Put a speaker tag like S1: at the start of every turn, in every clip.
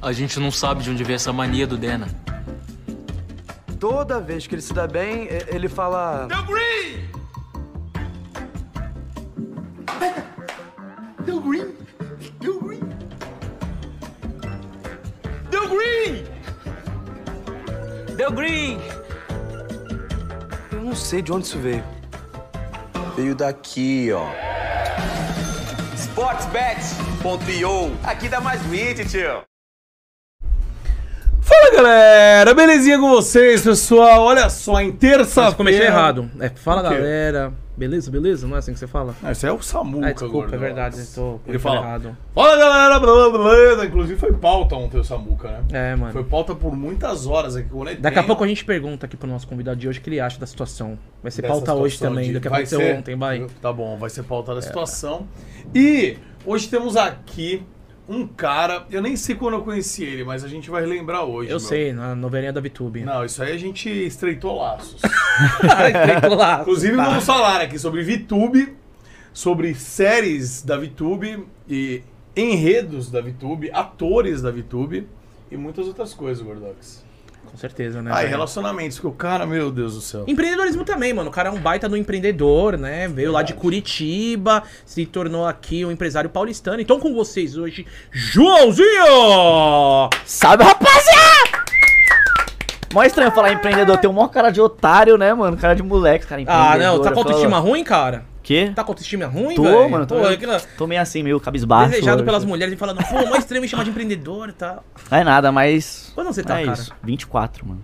S1: A gente não sabe de onde veio essa mania do Dena.
S2: Toda vez que ele se dá bem, e- ele fala.
S3: Deu green!
S4: Deu green! Deu green!
S3: Deu green!
S1: Deu green!
S2: Eu não sei de onde isso veio.
S5: Veio daqui, ó. Sportsbet.io. Aqui dá mais 20, tio.
S6: Fala galera, belezinha com vocês, pessoal? Olha só, em terça-feira.
S7: Nossa, comecei Ah, errado. É, fala
S6: O quê?
S7: galera. Beleza, beleza? Não é assim que você fala?
S6: Ah, isso é o Samuca,
S7: Ah, desculpa,
S6: agora,
S7: é verdade, então. eu tô-
S6: Ele
S7: eu tô
S6: fala.
S7: errado.
S6: Fala galera, blá, blá, blá. Inclusive foi pauta ontem o Samuca, né?
S7: É, mano.
S6: Foi pauta por muitas horas aqui. quando é ele
S7: Daqui a
S6: tem-
S7: pouco a gente pergunta aqui pro nosso convidado de hoje o que ele acha da situação. Vai ser
S6: dessa
S7: pauta hoje
S6: situação
S7: também,
S6: de-
S7: do que
S6: vai
S7: aconteceu
S6: ser-
S7: ontem, vai. É.
S6: Tá bom, vai ser pauta da situação. E hoje temos aqui um cara, eu nem sei quando eu conheci ele, mas a gente vai lembrar hoje. meu.
S7: Eu sei, na novelinha da VTube.
S6: Não, isso aí a gente estreitou laços.
S7: Feito lá.
S6: Inclusive, vamos falar aqui sobre VTube, sobre séries da VTube e enredos da VTube, atores da VTube e muitas outras coisas, Gordox.
S7: Com certeza, né?
S6: Ah, e
S7: velho?
S6: relacionamentos, porque o cara, meu Deus do céu.
S7: Empreendedorismo também, mano. O cara é um baita do empreendedor, né? Veio lá de Curitiba, se tornou aqui um empresário paulistano. Então, com vocês hoje, Joãozinho!
S8: Salve, rapaziada! Mó estranho falar empreendedor, tem um maior cara de otário, né, mano? Cara de moleque, cara
S7: Ah,
S8: empreendedor.
S7: não, tá com
S8: fala-
S7: autoestima ruim, cara?
S8: Quê?
S7: Tá com autoestima ruim,
S8: Tô,
S7: velho?
S8: mano, tô,
S7: Pô,
S8: meio,
S7: aquela-
S8: tô meio assim, meio cabisbaixo.
S7: Desejado
S8: hoje.
S7: pelas mulheres e falando, pô, mó estranho me chamar de empreendedor e tal.
S8: Não é nada, mas...
S7: Quando você
S8: é
S7: tá, cara? É.
S8: isso, 24, mano.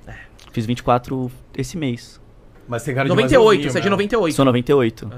S8: Fiz 24 esse mês.
S6: Mas tem cara de mais
S7: 98,
S6: novinho
S7: você é de
S6: mesmo.
S7: 98.
S8: Sou 98.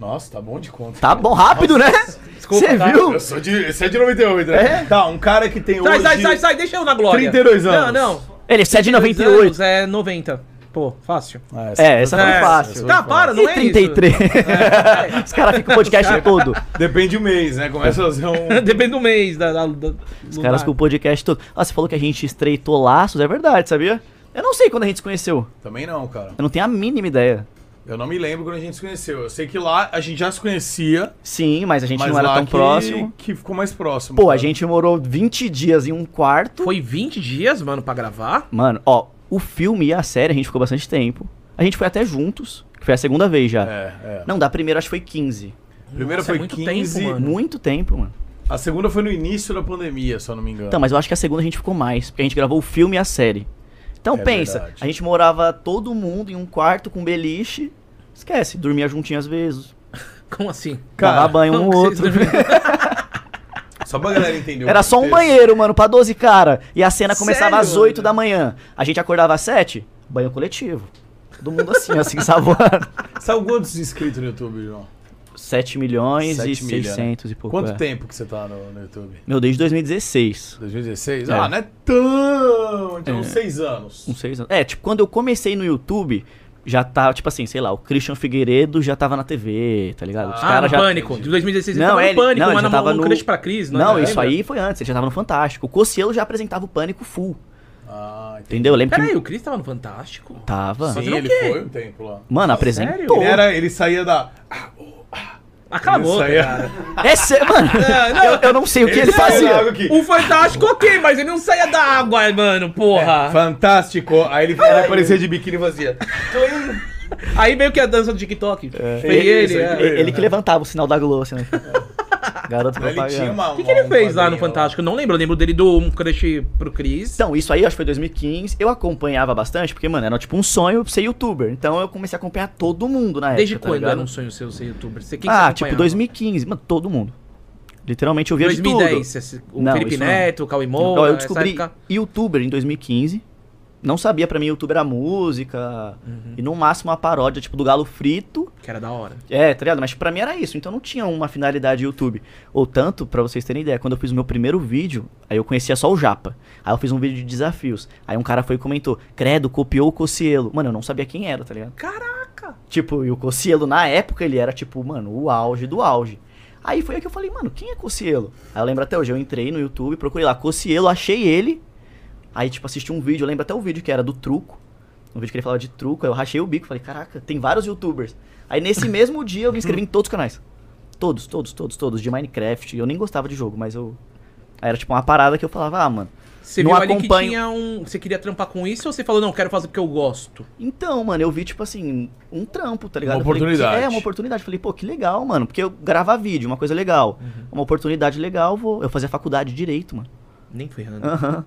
S6: Nossa, tá bom de conta.
S8: Tá bom, rápido, né?
S7: Desculpa,
S8: Você
S7: tá?
S8: viu?
S6: Eu sou de, você é de 98, né? Tá, um cara que tem
S7: Sai,
S6: hoje...
S7: sai, sai, sai, deixa eu na glória.
S6: 32 anos.
S7: Não, não.
S8: Ele é 7 de
S7: 32
S8: 98.
S7: anos é 90. Pô, fácil.
S6: Ah,
S8: É, essa foi fácil.
S7: Tá, para, não
S8: E
S7: é
S8: 33?
S7: isso. É,
S8: Os caras ficam o podcast todo.
S6: Depende do mês, né? Começa a fazer um...
S7: é. Depende do mês. Da, da- da-
S8: Os
S7: do
S8: caras
S7: lar.
S8: com o podcast todo. Ah, você falou que a gente estreitou laços, é verdade, sabia? Eu não sei quando a gente se conheceu.
S6: Também não, cara.
S8: Eu não tenho a mínima ideia.
S6: Eu não me lembro quando a gente se conheceu. Eu sei que lá a gente já se conhecia,
S8: Sim, mas a gente
S6: mas
S8: não era
S6: lá
S8: tão
S6: que, tá.
S8: próximo.
S6: que ficou mais próximo.
S8: Pô, a
S6: cara.
S8: gente morou 20 dias em um quarto.
S7: Foi 20 dias, mano, pra gravar?
S8: Mano, ó, o filme e a série a gente ficou bastante tempo. A gente foi até juntos, que foi a segunda vez já.
S6: É, é.
S8: Não, da primeira acho que foi 15.
S6: Primeiro
S7: Nossa,
S6: foi
S7: é muito
S6: 15,
S7: tempo, mano.
S8: Muito tempo, mano.
S6: A segunda foi no início da pandemia, se eu não me engano.
S8: Então, mas eu acho que a segunda a gente ficou mais, porque a gente gravou o filme e a série. Então
S6: É
S8: pensa,
S6: verdade.
S8: a gente morava todo mundo em um quarto com beliche. Esquece, dormia juntinho às vezes.
S7: Como assim?
S8: Dava
S6: Cara,
S8: banho um
S7: Como
S8: ou
S7: que vocês
S8: outro.
S7: dormiam?
S6: Só pra galera entender. o
S8: Era só um
S6: contexto.
S8: banheiro, mano, pra 12 cara. E a cena começava
S7: Sério,
S8: às 8
S7: mano?
S8: da manhã. A gente acordava às 7, banho coletivo. Todo mundo assim, assim, savoando.
S6: Sabe quantos inscritos no YouTube, João?
S8: 7 milhões
S6: Sete
S8: e
S6: milha, né?
S8: 600 e pouco.
S6: Quanto
S8: é.
S6: tempo que você tá no, no YouTube?
S8: Meu, desde 2016.
S6: 2016?
S8: É.
S6: Ah, não é tão... Então, uns seis anos.
S8: Uns seis anos. É, tipo, quando eu comecei no YouTube, já tava, tipo assim, sei lá, o Christian Figueiredo já tava na TV, tá ligado? Os
S7: Ah, no
S8: caras já...
S7: Pânico. De 2016 ele
S8: Não,
S7: tava no
S8: ele-
S7: Pânico,
S8: não, ele
S7: mas
S8: já
S7: no,
S8: tava
S7: no
S8: no-
S7: Crush pra Cris, né?
S8: Não, isso aí foi antes, ele já tava no Fantástico. O Cocielo já apresentava o Pânico Full,
S6: Ah, entendi.
S8: entendeu? Eu lembro
S7: Peraí,
S8: que
S7: o Cris tava no Fantástico?
S8: tava.
S6: Sim,
S7: Fazendo o
S6: ele
S7: quê?
S6: foi um tempo lá.
S8: Mano,
S7: sério?
S8: apresentou.
S6: Ele, era, ele saía da...
S7: Acabou,
S6: Ele saía-
S7: cara.
S8: É sério, mano.
S7: É, não.
S8: Eu, eu não sei é o que ele,
S6: saía
S8: fazia.
S6: da água aqui.
S7: O Fantástico, ok, mas ele não saía da água, mano,
S8: É,
S7: porra.
S6: Fantástico. Aí ele, ele aparecia de biquíni e fazia...
S7: Aí veio que a dança do TikTok. Foi ele,
S8: Ele,
S7: é.
S8: ele- ele que levantava o sinal da Globo, assim, né? Garoto
S6: Ele tinha
S8: propaganda.
S6: uma...
S7: O que, que ele fez lá no Fantástico? Eu não lembro. Eu lembro dele do um crush pro Cris.
S8: Então, isso aí acho que foi 2015. Eu acompanhava bastante, porque, mano, era tipo um sonho ser youtuber. Então eu comecei a acompanhar todo mundo na
S7: Desde
S8: época. tá
S7: quando
S8: ligado?
S7: era um sonho seu ser youtuber? Você, quem que
S8: Ah,
S7: você
S8: tipo
S7: acompanhava?
S8: 2015. Mano, todo mundo. Literalmente eu via
S7: 2010,
S8: de tudo.
S7: esse- o
S8: Não,
S7: Felipe
S8: isso não.
S7: Neto, o Cauê Moura,
S8: Ó, eu
S7: essa
S8: descobri
S7: época.
S8: youtuber em 2015. Não sabia pra mim youtuber era música.
S7: Uhum.
S8: E no máximo uma paródia, tipo, do Galo Frito.
S7: Que era da hora.
S8: É, tá ligado? Mas pra mim era isso, então não tinha uma finalidade YouTube. Ou tanto, pra vocês terem ideia, quando eu fiz o meu primeiro vídeo, aí eu conhecia só o Japa. Aí eu fiz um vídeo de desafios. Aí um cara foi e comentou, credo, copiou o Cocielo. Mano, eu não sabia quem era, tá ligado?
S7: Caraca!
S8: Tipo, e o Cocielo, na época, ele era, tipo, mano, o auge do auge. Aí foi aí que eu falei, mano, quem é Cocielo? Aí eu lembro até hoje, eu entrei no YouTube, procurei lá, Cocielo, achei ele. Aí, tipo, assisti um vídeo, eu lembro até o vídeo que era do truco. Um vídeo que ele falava de truco, aí eu rachei o bico, falei, caraca, tem vários youtubers. Aí nesse mesmo dia eu me inscrevi em todos os canais. Todos, todos, todos, todos, de Minecraft. Eu nem gostava de jogo, mas eu. Aí era tipo uma parada que eu falava, ah, mano,
S7: Você
S8: não
S7: viu ali que
S8: acompanho.
S7: tinha um. Você queria trampar com isso ou você falou, não, quero fazer porque eu gosto?
S8: Então, mano, eu vi, tipo assim, um trampo, tá ligado?
S6: Uma
S8: Eu falei,
S6: oportunidade.
S8: é, uma oportunidade. Falei, pô, que legal, mano. Porque eu gravar vídeo, uma coisa legal.
S6: Uhum.
S8: Uma oportunidade legal, vou. Eu fazia faculdade de direito, mano.
S7: Nem ferrando.
S8: Aham.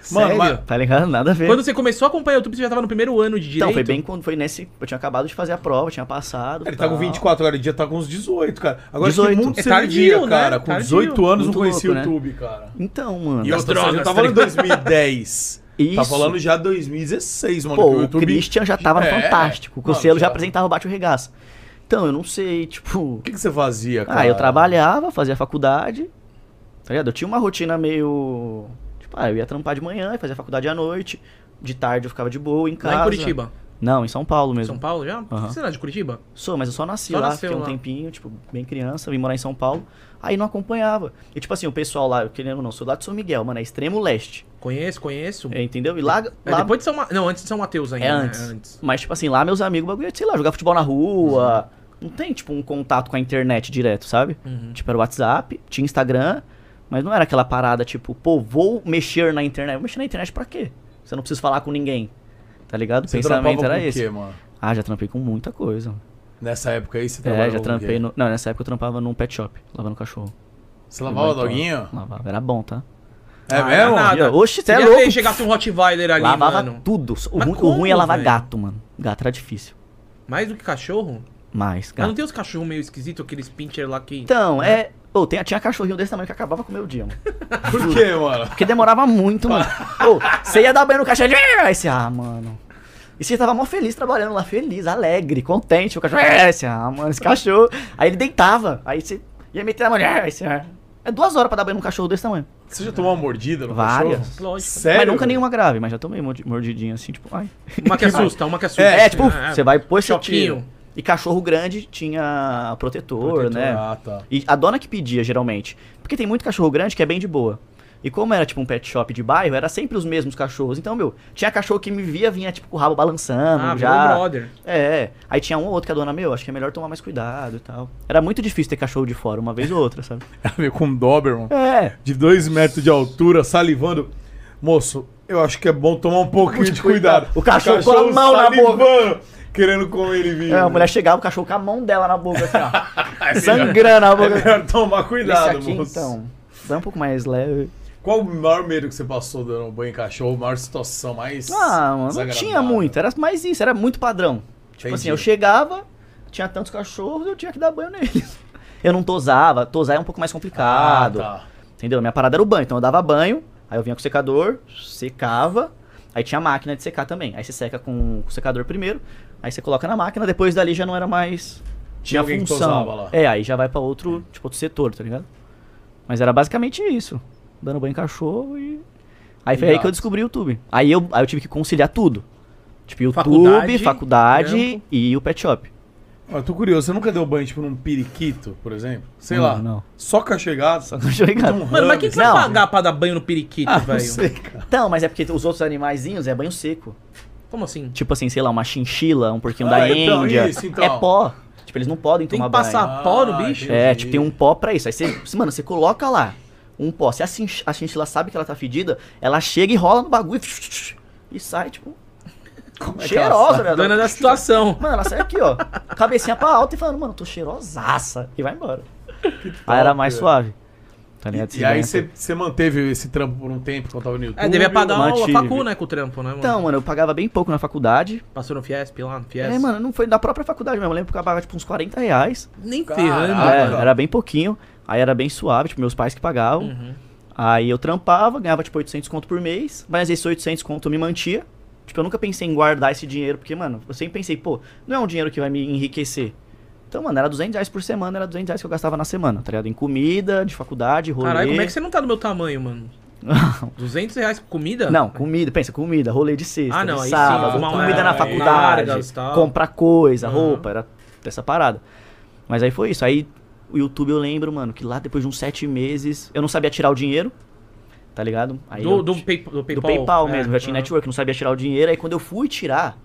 S7: Sério?
S6: mas-
S8: Tá ligado? Nada a ver.
S7: Quando você começou a acompanhar o YouTube, você já tava no primeiro ano de direito?
S8: Então, foi bem quando foi nesse. Eu tinha acabado de fazer a prova, tinha passado.
S6: Ele tá com
S8: tal.
S6: 24 horas de dia, tá com uns 18, cara. Agora
S8: 18.
S6: que mundo
S7: É
S6: seria,
S7: tardio, né?
S6: cara. Com
S7: Tardio.
S6: 18 anos
S8: Muito
S6: não conhecia o
S8: louco, né?
S6: YouTube, cara.
S8: Então, mano.
S6: E eu
S7: drogas,
S6: drogas,
S7: tá
S6: tava falando em 2010.
S8: Isso.
S6: Tá falando já 2016, mano.
S8: Pô,
S6: que
S8: o Christian já tava no
S6: É.
S8: Fantástico. O
S6: Mano,
S8: Cocielo já
S6: já-
S8: apresentava o Bate o Regaço. Então, eu não sei, tipo.
S6: O que, que você fazia, cara?
S8: Ah, eu trabalhava, fazia faculdade. Tá ligado? Eu tinha uma rotina meio. Tipo, ah, eu ia trampar de manhã e fazia faculdade à noite. De tarde eu ficava de boa em casa.
S7: Lá em Curitiba.
S8: Não, em São Paulo mesmo.
S7: São Paulo já? Você não é de Curitiba?
S8: Sou, mas eu só nasci
S7: Só
S8: lá,
S7: nasceu
S8: fiquei um
S7: lá.
S8: tempinho, tipo, bem criança, vim morar em São Paulo. Aí não acompanhava. E tipo assim, o pessoal lá, eu querendo ou não, sou lá de São Miguel, mano, é extremo leste.
S7: Conheço, conheço.
S8: é, Entendeu? E lá.
S7: É,
S8: lá
S7: depois de São Ma... Não, antes de São Mateus ainda.
S8: É
S7: né?
S8: antes. Mas, tipo assim, lá meus amigos, bagulho, é, sei lá, jogar futebol na rua. Não tem, tipo, um contato com a internet direto, sabe?
S7: Uhum.
S8: Tipo, era o WhatsApp, tinha Instagram, mas não era aquela parada, tipo, pô, vou mexer na internet. Vou mexer na internet pra quê? Você não precisa falar com ninguém. Tá ligado? O
S6: Você
S8: pensamento
S6: trampava
S8: era
S6: com o
S8: esse.
S6: quê, mano?
S8: Ah, já trampei com muita coisa.
S6: Nessa época aí você trabalhava
S8: É, já
S6: com o
S8: trampei
S6: quê?
S8: no. Não, nessa época eu trampava num pet shop, lavando cachorro.
S6: Você lavava
S8: Então,
S6: doguinho?
S8: Lavava. Era bom, tá?
S6: É
S7: Ah,
S6: mesmo?
S7: não é nada.
S8: E, ó, Oxe, você é
S7: Queria
S8: louco.
S7: ver, chegasse um Rottweiler ali,
S8: Lavava
S7: mano.
S8: tudo. O,
S7: Mas
S8: ruim- o
S7: como,
S8: ruim é lavar
S7: velho?
S8: gato, mano. Gato era difícil.
S7: Mais do que cachorro?
S8: Mas,
S7: Mas
S8: gato.
S7: não tem os cachorros meio esquisitos, aqueles pincher lá que...
S8: Então, é. Ô, tem- tinha cachorrinho desse tamanho que acabava com o meu dia, mano.
S6: Por quê, mano?
S8: Porque demorava muito, mano. Ô, você ia dar banho no cachorro. ele- Aí você, ah, mano. E você tava mó feliz trabalhando lá, feliz, alegre, contente. O cachorro. Aí você, ah, mano, esse cachorro. Aí ele deitava. Aí você ia meter a mulher. Aí você, ah. É duas horas pra dar banho num cachorro desse tamanho.
S6: Você já tomou uma mordida no
S8: Várias.
S6: cachorro?
S7: Lógico.
S6: Sério?
S8: Mas nunca nenhuma grave, mas já tomei mordi- mordidinha assim, tipo, ai.
S7: Uma que assusta, uma que assusta.
S8: É, tipo, você vai pôr esse
S7: Choquinho.
S8: tiro. E cachorro grande tinha protetor, né?
S6: Ah, tá.
S8: E a dona que pedia, geralmente. Porque tem muito cachorro grande que é bem de boa. E como era tipo um pet shop de bairro, era sempre os mesmos cachorros. Então, meu, tinha cachorro que me via, vinha tipo com o rabo balançando,
S7: Ah, já.
S6: um
S8: já.
S7: brother.
S8: É. Aí tinha um ou outro que a dona, meu, acho que é melhor tomar mais cuidado e tal. Era muito difícil ter cachorro de fora, uma vez ou outra, sabe?
S6: Tem a ver com um Doberman.
S8: É.
S6: de 2 metros de altura, salivando. Moço, eu acho que é bom tomar um pouquinho de cuidado.
S8: O cachorro com a mão na boca.
S6: salivando, Querendo comer ele vivo.
S8: É, a mulher chegava, o cachorro com a mão dela na boca, assim, ó.
S6: É melhor-
S8: sangrando a
S6: É
S8: boca.
S6: melhor tomar cuidado,
S8: Esse aqui,
S6: moço.
S8: então, dá um pouco mais leve.
S6: Qual o maior medo que você passou dando um banho em cachorro? A maior situação mais.
S8: Ah, mano, não
S6: desagradável?
S8: tinha muito, era mais isso, era muito padrão. Tipo
S6: Entendi.
S8: assim, eu chegava, tinha tantos cachorros, eu tinha que dar banho neles. Eu não tosava, tosar é um pouco mais
S6: Ah,
S8: complicado.
S6: tá.
S8: Entendeu? Minha parada era o banho, então eu dava banho, aí eu vinha com o secador, secava, aí tinha a máquina de secar também. Aí você seca com, com o secador primeiro, aí você coloca na máquina, depois dali já não era mais
S6: Tinha alguém que tosava lá.
S8: É, aí já vai pra outro, tipo, outro setor, tá ligado? Mas era basicamente isso. Dando banho em cachorro e. Aí foi aí que eu
S6: Exato.
S8: descobri o YouTube. Aí eu, aí eu tive que conciliar tudo. Tipo, YouTube,
S7: Faculdade,
S8: faculdade, e o pet shop.
S6: Eu tô curioso, você nunca deu banho, tipo, num periquito, por exemplo? Sei
S8: Não,
S6: lá.
S8: não.
S6: Só cachegado. Só
S8: cachorro ligado.
S7: Mano, mas quem que vai
S8: Não. Ah,
S7: pagar pra dar banho no periquito,
S6: Ah, Não
S7: velho?
S6: sei, cara.
S8: Então, mas é porque os outros animaizinhos é banho seco.
S7: Como assim?
S8: Tipo assim, sei lá, uma chinchila, um porquinho
S6: Ah,
S8: da
S6: então,
S8: Índia.
S6: isso, então.
S8: É pó. Tipo, eles não podem
S7: Tem
S8: tomar
S7: que passar
S6: banho.
S7: pó no
S6: Ah,
S7: bicho?
S8: banho. É, tipo, tem um pó pra isso. Aí você, mano, você coloca lá um pó. Se a, chinch- a chinchila sabe que ela tá fedida, ela chega e rola no bagulho e sai, tipo,
S6: Como é que ela
S8: cheirosa,
S6: sabe?
S8: velho.
S7: Dona da situação.
S8: Mano, ela sai aqui, ó. Cabecinha pra alta e falando, mano, tô cheirosaça. E vai embora. Aí era mais
S6: velho.
S8: suave. Tá ligado?
S6: né? E aí você você manteve esse trampo por um tempo quando tava no YouTube?
S7: É, devia pagar uma
S8: mantive.
S7: facu, né, com o trampo, né, mano?
S8: Então, mano, eu pagava bem pouco na faculdade.
S7: Passou no Fiesp lá, no Fiesp.
S8: É, mano, não foi da própria faculdade mesmo. Eu lembro que eu pagava, tipo, uns 40 reais.
S7: Nem
S6: Caralho.
S7: ferrando.
S6: Ah,
S8: É,
S6: mano.
S8: era bem pouquinho. Aí era bem suave, tipo, meus pais que pagavam.
S7: Uhum.
S8: Aí eu trampava, ganhava, tipo, 800 conto por mês. Mas esses 800 conto eu me mantia. Tipo, eu nunca pensei em guardar esse dinheiro, porque, mano, eu sempre pensei, pô, não é um dinheiro que vai me enriquecer. Então, mano, era 200 reais por semana, era 200 reais que eu gastava na semana, tá ligado? Em comida, de faculdade, rolê.
S7: Caralho, como é que você não tá do meu tamanho, mano? 200 reais por comida?
S8: Não, comida, pensa, comida, rolê de sexta,
S7: Ah, não,
S8: de
S7: aí sim,
S8: sábado,
S6: arrumar um-
S8: comida na
S6: aí,
S8: faculdade,
S7: largas, tal.
S8: comprar coisa,
S7: Aham.
S8: roupa, era dessa parada. Mas aí foi isso. Aí o YouTube eu lembro, mano, que lá depois de uns sete meses, eu não sabia tirar o dinheiro, tá ligado? Aí
S7: Do,
S8: eu-
S7: do, pay, do PayPal.
S8: do PayPal
S7: É,
S8: mesmo, já tinha
S7: aham.
S8: network, não sabia tirar o dinheiro. Aí quando eu fui tirar,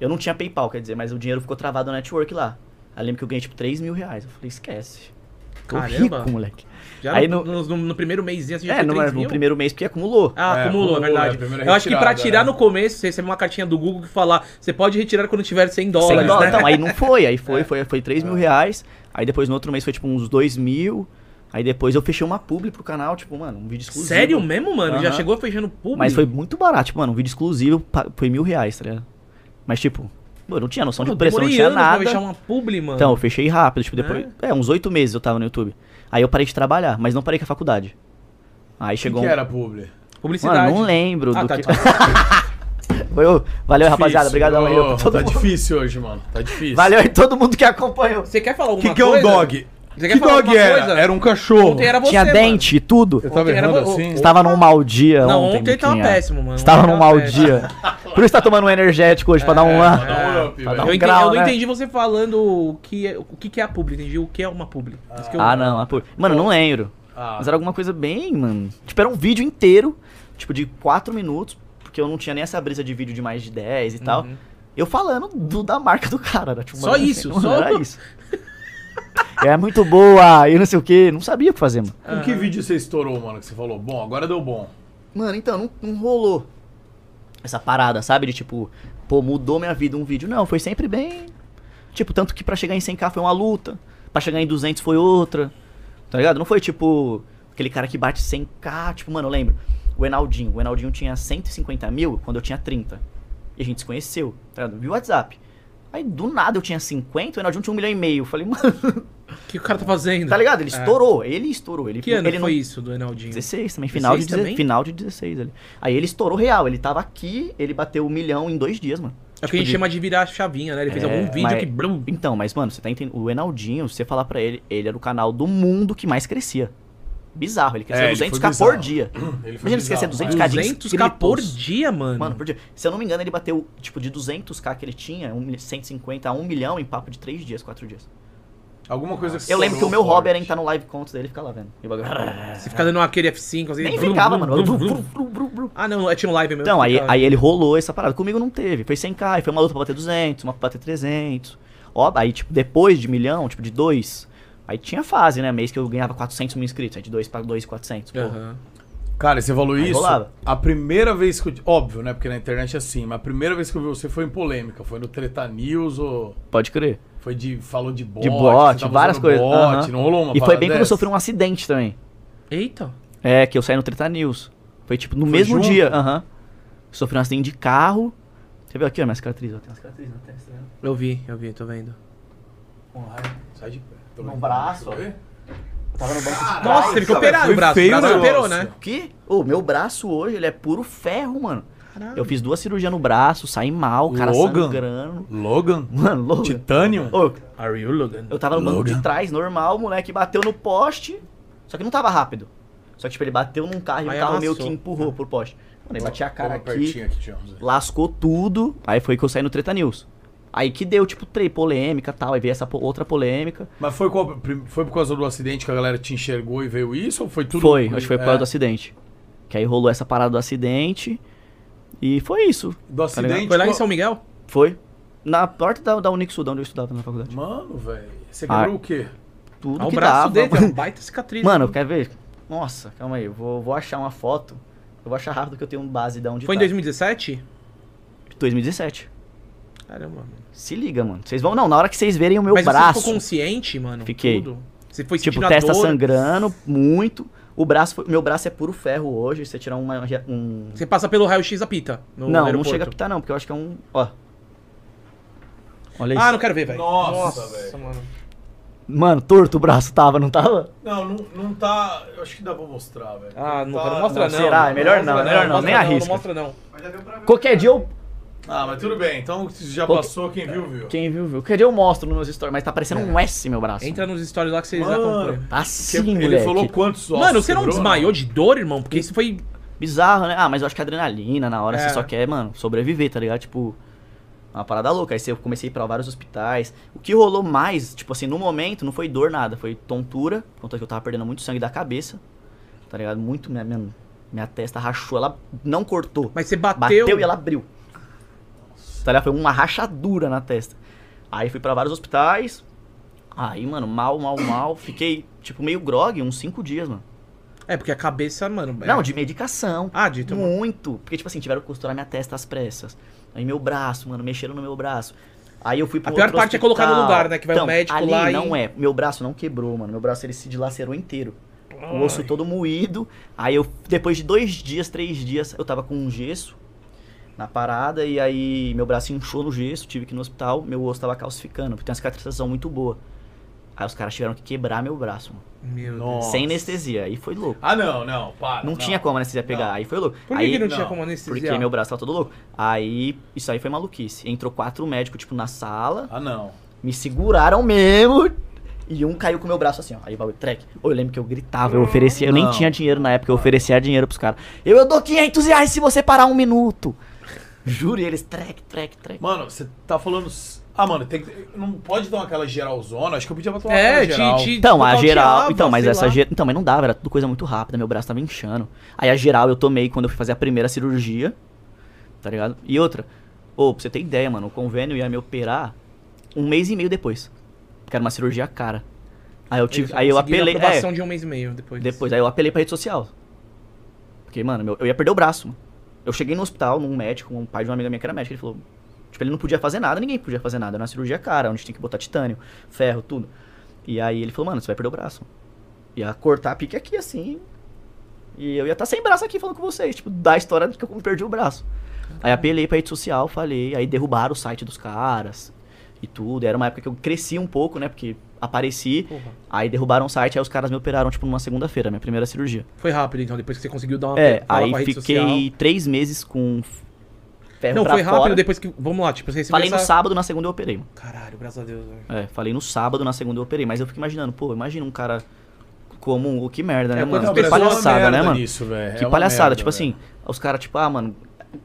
S8: eu não tinha PayPal, quer dizer, mas o dinheiro ficou travado no network lá. Aí lembro que eu ganhei tipo 3 mil reais. Eu falei, esquece. Ficou
S7: Caramba.
S8: rico, moleque.
S7: Já
S8: Aí
S7: no,
S8: no-
S7: no, no primeiro mêsinho assim, já
S8: É,
S7: foi
S8: no,
S7: 3
S8: no
S7: mil.
S8: primeiro mês, porque acumulou.
S7: Ah,
S6: É,
S7: acumulou, é
S6: acumulou, é,
S7: verdade.
S6: primeira
S7: eu acho que pra
S6: retirada,
S7: tirar
S6: né?
S7: no começo, você recebe uma cartinha do Google que fala, você pode retirar quando tiver 100
S8: Sem
S7: dólares,
S8: dó-
S7: né?
S8: Então, aí não foi. Aí foi, foi, foi 3 mil reais. Aí depois no outro mês foi tipo uns 2 mil. Aí depois eu fechei uma publi pro canal, tipo, mano, um vídeo exclusivo.
S7: Sério mesmo, mano? Já
S8: Aham.
S7: chegou fechando público?
S8: Mas foi muito barato, tipo, mano, um vídeo exclusivo pa- foi mil reais, tá ligado? Mas tipo, mano, não tinha noção de preço, não tinha nada.
S7: fechar um uma publi, mano.
S8: Então, eu fechei rápido, tipo, depois. É, uns oito meses eu tava no YouTube. Aí eu parei de trabalhar, mas não parei com a faculdade. Aí chegou
S6: que
S8: um.
S6: era publi?
S7: Publicidade.
S8: Mano, não lembro
S7: Ah,
S8: do
S7: tá,
S8: que.
S7: tá.
S8: Valeu, valeu rapaziada. Obrigado
S6: Tá Ô,
S8: valeu.
S6: Tá
S8: Todo mundo-
S6: difícil hoje, mano. Tá difícil.
S8: Valeu aí todo mundo que acompanhou.
S7: Você quer falar
S6: O
S7: alguma
S6: que,
S7: coisa?
S6: que é um dog?
S7: Você quer
S6: que
S7: falar
S6: dog
S7: alguma
S6: era?
S7: coisa?
S6: Era um cachorro.
S7: Ontem era você,
S8: Tinha
S7: mano.
S8: dente e tudo.
S6: Eu tava
S7: Ontem era
S6: errando
S7: vo-
S6: assim?
S8: Você tava num mau dia
S7: Não,
S8: ontem.
S7: ontem tava
S8: Biquinha.
S7: péssimo, mano.
S8: Você tava
S7: Ontem
S8: num
S7: tava
S8: mau
S7: péssimo. É,
S8: dia. Por isso tá tomando um energético hoje pra dar
S6: Dá
S8: um. lá.
S6: um up,
S8: Pra
S6: velho.
S8: dar
S7: Eu,
S8: um
S7: entendi-
S8: grau,
S7: eu não
S8: né?
S7: entendi você falando o que é, o que que é a publi, entendi o que é uma publi. Isso que eu-
S8: Ah, não. ah, pô. Mano, não lembro.
S6: Ah.
S8: Mas era alguma coisa bem, mano. Tipo, era um vídeo inteiro, tipo, de 4 minutos, porque eu não tinha nem essa brisa de vídeo de mais de 10 e tal. Eu falando do, da marca do cara. Era, tipo,
S7: Uhum. Só isso,
S8: mano,
S7: só-
S8: Era isso. é muito boa, e não sei o que. Não sabia o que fazer, mano.
S6: Com que vídeo você estourou, mano? Que você falou, bom, agora deu bom.
S8: Mano, então, não, não rolou essa parada, sabe? De tipo, pô, mudou minha vida um vídeo. Não, foi sempre bem. Tipo, tanto que pra chegar em 100k foi uma luta, pra chegar em 200 foi outra. Tá ligado? Não foi tipo aquele cara que bate 100k. Tipo, mano, eu lembro. O Enaldinho. O Enaldinho tinha 150 mil quando eu tinha 30. E a gente se conheceu, tá ligado? Viu o WhatsApp. Aí do nada eu tinha 50, o Enaldinho tinha um milhão e meio. Eu falei, mano,
S7: O que o cara tá fazendo?
S8: tá ligado? Ele
S7: É.
S8: estourou, ele estourou. Ele,
S7: Que ano
S8: ele não-
S7: foi isso do Enaldinho?
S8: 16 também, final,
S7: 16
S8: de, deze-
S7: também?
S8: final de 16 ali. Aí ele estourou real, ele tava aqui, ele bateu um milhão em dois dias, mano.
S7: É o que a
S8: tipo
S7: gente
S8: de-
S7: chama de virar a chavinha, né? Ele fez
S8: É,
S7: algum vídeo
S8: mas-
S7: que... blum.
S8: Então, mas mano, você tá entendendo? O Enaldinho, se você falar pra ele, ele era o canal do mundo que mais crescia. Bizarro, ele crescia
S6: É, ele foi
S8: 200k
S6: bizarro.
S8: por dia.
S6: Ele
S8: Imagina ele esquecer
S6: bizarro,
S8: 200k de
S7: 200k por
S8: inscritos.
S7: dia, mano.
S6: Uhum.
S8: Mano, por dia. Se eu não me engano, ele bateu, tipo, de 200k que ele tinha, um mil- 150 a 1 milhão em papo de 3 dias, 4 dias.
S6: mas- Alguma coisa que
S8: Eu lembro que o meu
S6: estourou
S8: hobby era
S6: forte.
S8: entrar no live contos dele e ficar lá vendo. E o bagulho-
S7: Você fica dando aquele F5, assim...
S8: é. Nem
S7: blum,
S8: ficava,
S7: blum,
S8: mano.
S7: blum, blum.
S8: Então,
S7: Ah, não, é tinha um live mesmo.
S8: aí,
S7: Ficava.
S8: aí ele rolou essa parada. Comigo não teve. Foi 100k, aí foi uma luta pra bater 200, uma pra bater 300. Ó, aí, tipo, depois de milhão, tipo, de 2, aí tinha fase, né? Mês que eu ganhava 400 mil inscritos, aí de 2 pra 2,400. pô.
S7: Aham.
S6: Cara, você falou
S8: Aí
S6: isso?
S8: rolava.
S6: A primeira vez que eu. Óbvio, né? Porque na internet é assim, mas a primeira vez que eu vi você foi em polêmica. Foi no Treta News ou.
S8: Pode crer.
S6: Foi de. Falou de bot.
S8: De
S6: você
S8: bote,
S6: tava
S8: várias
S6: usando
S8: coisas.
S6: Bot,
S8: Aham.
S6: Não rolou uma
S8: E foi
S6: parada
S8: bem quando eu
S6: dessa?
S8: sofri um acidente também.
S7: Eita.
S8: É, que eu saí no Treta News. Foi tipo no
S6: Foi
S8: mesmo
S6: junto?
S8: dia. Aham. Sofri um acidente de carro. Você viu aqui, ó, minha cicatriz, ó. Tem uma cicatriz na testa, né?
S7: Eu vi, eu vi, tô vendo.
S6: Sai de pé. Tô
S8: No
S6: brincando.
S8: braço, ó.
S6: Foi?
S8: Tava no banco de
S7: Nossa, teve que operar
S6: foi
S7: o braço. O
S6: feio o
S7: braço
S6: negócio.
S7: operou, né?
S8: O que? Ô, meu braço hoje, ele é puro ferro, mano.
S7: Caralho.
S8: Eu fiz duas cirurgias no braço, saí mal, cara
S6: Logan?
S8: sangrando.
S6: Logan?
S8: Mano, louco.
S6: Titanium?
S8: Ô,
S7: Are you Logan?
S8: eu tava no banco
S6: Logan.
S8: de trás, normal, o moleque bateu no poste, só que não tava rápido. Só que, tipo, ele bateu num carro e
S7: Aí
S8: o carro meio que
S7: amassou.
S8: empurrou pro poste. Mano, ele batia a cara
S6: Toma
S8: aqui,
S6: pertinho aqui, Tião, Zé.
S8: lascou tudo, aí foi que eu saí no Treta News. Aí que deu, tipo, três polêmica e tal, aí veio essa po- outra polêmica.
S6: Mas foi, qual- prim- foi por causa do acidente que a galera te enxergou e veio isso? Ou foi tudo. é,
S8: Foi, acho que
S7: é.
S8: foi por causa do
S6: do,
S8: acidente. Que aí rolou essa parada do acidente, e foi isso.
S6: do
S8: tá
S6: acidente.
S7: Foi lá em
S6: qual-
S8: Tipo,
S7: São Miguel?
S8: Foi. Na porta da, da Unixud, onde eu estudava na faculdade.
S6: Mano, velho. Você quebrou o quê?
S8: Tudo
S7: Ah, o
S8: que
S7: braço
S8: dava.
S7: dele tem uma baita cicatriz.
S8: Mano, quer ver? Nossa, calma aí. eu Vou, vou achar uma foto. Eu vou achar rápido que eu tenho um base da onde
S7: Foi em
S8: tá.
S7: 2017?
S8: 2017.
S7: Caramba.
S8: Se liga, mano. Vocês vão... Não, na hora que vocês verem o meu
S7: Mas
S8: braço...
S7: você ficou um consciente, mano?
S8: Fiquei.
S7: Tudo? Você foi
S8: Tipo,
S7: sentindo a
S8: testa
S7: dor?
S8: sangrando muito. O braço... foi- Meu braço é puro ferro hoje. Você tirar uma... Um...
S7: Você passa pelo raio-x apita no
S8: Não, não
S7: aeroporto.
S8: chega a pitar não, porque eu acho que é um... Ó. Olha isso.
S7: Ah, não quero ver, velho.
S6: Nossa, velho.
S7: mano.
S8: Mano, torto o braço tava, não tava?
S6: Não, não, não tá. Eu acho que dá pra mostrar, velho.
S7: Ah, não,
S6: Tá-
S7: cara, não mostra não.
S8: não, será? É melhor não, é melhor não,
S7: mostra
S8: nem arrisca.
S7: Não mostra não.
S8: Qualquer dia eu...
S6: Ah, mas tudo bem. Então se já
S8: Qual que-
S6: passou, quem viu, viu.
S8: Quem viu, viu. Qualquer dia eu mostro nos meus stories, mas tá parecendo um S meu braço.
S7: É. Entra nos stories lá que vocês
S6: Mano.
S7: acompanham.
S8: Tá
S6: Que-
S8: assim,
S6: ele
S8: moleque.
S6: falou quantos ossos
S7: Mano, você não
S6: quebrou, né?
S7: desmaiou de dor, irmão? Porque isso foi...
S8: bizarro, né? Ah, mas eu acho que adrenalina, na hora
S7: É.
S8: você só quer, mano, sobreviver, tá ligado? Tipo, uma parada louca. Aí você- eu comecei a ir pra vários hospitais. O que rolou mais, tipo assim, no momento, não foi dor, nada. Foi tontura, por conta que eu tava perdendo muito sangue da cabeça, tá ligado? Muito, minha, minha, minha testa rachou, ela não cortou.
S7: Mas você bateu...
S8: Bateu, e ela abriu. Tá ligado? Foi uma rachadura na testa. Aí fui pra vários hospitais. Aí, mano, mal, mal, mal. Fiquei, tipo, meio grog uns cinco dias, mano.
S7: É, porque a cabeça, mano. é-
S8: Não, de medicação.
S7: Ah, de tomar.
S8: Muito. Porque, tipo assim, tiveram que costurar minha testa às pressas. Aí meu braço, mano, mexeram no meu braço. Aí eu fui pro
S7: A pior
S8: outro
S7: parte é
S8: hospital. Então,
S7: colocar no lugar, né, que vai o médico
S8: ali
S7: lá e-
S8: não é. Meu braço não quebrou, mano. Meu braço, ele se dilacerou inteiro. O osso todo moído. Aí eu, depois de dois dias, três dias, eu tava com um gesso na parada. E aí meu braço inchou no gesso, tive que ir no hospital. Meu osso tava calcificando, porque tem uma cicatrização muito boa. Aí os caras tiveram que quebrar meu braço, mano.
S7: Meu Deus.
S6: Nossa.
S8: Sem anestesia. Aí foi louco.
S6: Ah, não, não, para.
S8: Não, tinha como a anestesia pegar.
S6: Não.
S8: Aí foi louco.
S7: Por que,
S8: aí,
S7: que não, tinha
S6: não,
S7: como anestesiar?
S8: porque meu braço tava todo louco. Aí, isso aí foi maluquice. Entrou quatro médicos, tipo, na sala,
S6: Ah, não.
S8: me seguraram mesmo. E um caiu com meu braço assim, ó. Aí o bagulho, track. Ou eu lembro que eu gritava, eu oferecia. Eu nem
S6: Não.
S8: tinha dinheiro na época, eu oferecia dinheiro pros caras. Eu, eu dou 500 reais se você parar um minuto. Juro, e eles, track, track, track.
S6: Mano, você tá falando. s- Ah, mano, tem que. Não pode dar aquela geralzona. Acho que eu podia tomar
S7: É,
S6: aquela
S7: te,
S6: geral.
S7: te
S8: Então, a
S7: nocauteava,
S8: geral. Então, mas
S7: sei
S8: essa
S7: lá.
S8: geral. Então, mas não dava, era tudo coisa muito rápida, meu braço tava inchando. Aí a geral eu tomei quando eu fui fazer a primeira cirurgia. Tá ligado? E outra. Ô, pra você ter ideia, mano, o convênio ia me operar um mês e meio depois. Porque era uma cirurgia cara. Aí eu tive.
S7: Eles
S8: Aí eu
S7: conseguiram
S8: apelei.
S7: aprovação
S8: é,
S7: de um mês e meio depois.
S8: depois, aí eu apelei pra rede social. Porque, mano, meu- eu ia perder o braço, mano. Eu cheguei no hospital, num médico, um pai de uma amiga minha que era médico, ele falou. Tipo, ele não podia fazer nada, ninguém podia fazer nada. Era uma cirurgia cara, onde tinha que botar titânio, ferro, tudo. E aí ele falou, mano, você vai perder o braço. Ia cortar a pique aqui, assim. E eu ia estar sem braço aqui falando com vocês, tipo, da história que eu perdi o braço. Aí apelei pra rede social, falei, aí derrubaram o site dos caras e tudo. Era uma época que eu cresci um pouco, né? Porque apareci,
S7: Porra.
S8: aí derrubaram o site, aí os caras me operaram, tipo, numa segunda-feira, minha primeira cirurgia.
S7: Foi rápido, então, depois que você conseguiu dar uma
S8: É,
S7: fala
S8: aí
S7: com a rede
S8: fiquei
S7: social.
S8: três meses com ferro
S7: Não,
S8: É pra
S7: foi rápido
S8: fora.
S7: depois que. Vamos lá, tipo, você recebeu
S8: Falei no
S7: essa-
S8: sábado, na segunda eu operei. mano.
S7: Caralho, graças a Deus. né? velho.
S8: É, falei no sábado, na segunda eu operei. Mas eu fico imaginando, pô, imagina um cara como... Que merda, né,
S7: É,
S8: mano?
S7: quantas
S8: Que
S7: pessoas-
S8: palhaçada, né, mano? Que palhaçada, tipo
S6: assim
S8: assim, os caras, tipo, ah, mano,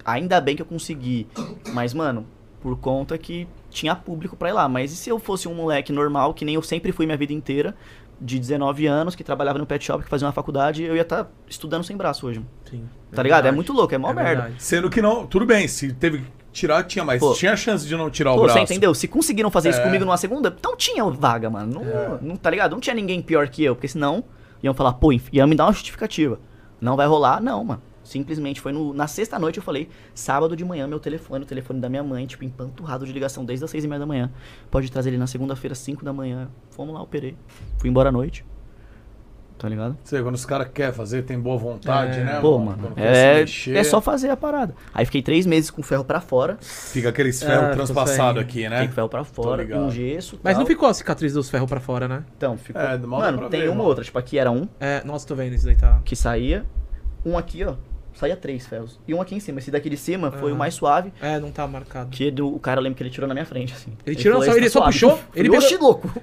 S8: ainda bem que eu consegui. Mas, mano, por conta que tinha público pra ir lá. Mas e se eu fosse um moleque normal, que nem eu sempre fui minha vida inteira, de 19 anos, que trabalhava no pet shop, que fazia uma faculdade, eu ia estar estudando sem braço hoje.
S7: Sim.
S8: Tá ligado? É muito louco, é mó
S7: É
S8: merda.
S7: verdade.
S6: Sendo que não, tudo bem, se teve que tirar, tinha, mas
S8: Pô.
S6: tinha chance de não tirar o
S8: Pô,
S6: braço.
S8: você entendeu? Se conseguiram fazer isso
S6: É.
S8: comigo numa segunda, então tinha vaga, mano. Não, não, tá ligado? Não tinha ninguém pior que eu, porque senão iam falar, pô, inf- iam me dar uma justificativa. Não vai rolar, não, mano. Simplesmente foi no- na sexta noite, eu falei, sábado de manhã, meu telefone, o telefone da minha mãe, tipo, empanturrado de ligação desde as seis e meia da manhã. Pode trazer ele na segunda-feira, cinco da manhã. Fomos lá, operei. Fui embora à noite. Tá ligado?
S6: Você, quando os caras querem fazer, tem boa vontade,
S7: É.
S6: né?
S8: Pô, mano,
S6: Quando quer se
S8: é,
S6: mexer,
S8: é só fazer a parada. Aí fiquei três meses com o ferro pra fora.
S6: Fica
S8: É,
S6: aqueles
S7: Ah,
S6: ferros
S7: tô
S6: transpassados
S7: saindo.
S6: aqui,
S8: Fiquei
S6: né?
S8: com o ferro pra fora, com
S6: ligado.
S8: gesso.
S7: Mas não
S8: tal.
S7: ficou a cicatriz dos ferros pra fora, né?
S8: Então, ficou.
S6: É, do mal dá
S8: mano,
S6: pra
S8: tem
S6: ver,
S8: uma
S6: mano.
S8: outra, tipo, aqui era um
S7: É, nossa, tô vendo isso daí, tá?
S8: que saía, um aqui, ó, saía três ferros. E um aqui em cima. Esse daqui de cima foi o
S7: Aham.
S8: mais suave,
S7: É, não tá marcado.
S8: que do- o cara eu lembro que ele tirou na minha frente, assim.
S7: Ele tirou,
S8: falou,
S7: só-
S8: "Esse
S7: ele
S8: tá
S7: só
S8: suave."
S7: puxou?
S8: Eu falei,
S7: Ele pegou-
S8: "Oxi, louco!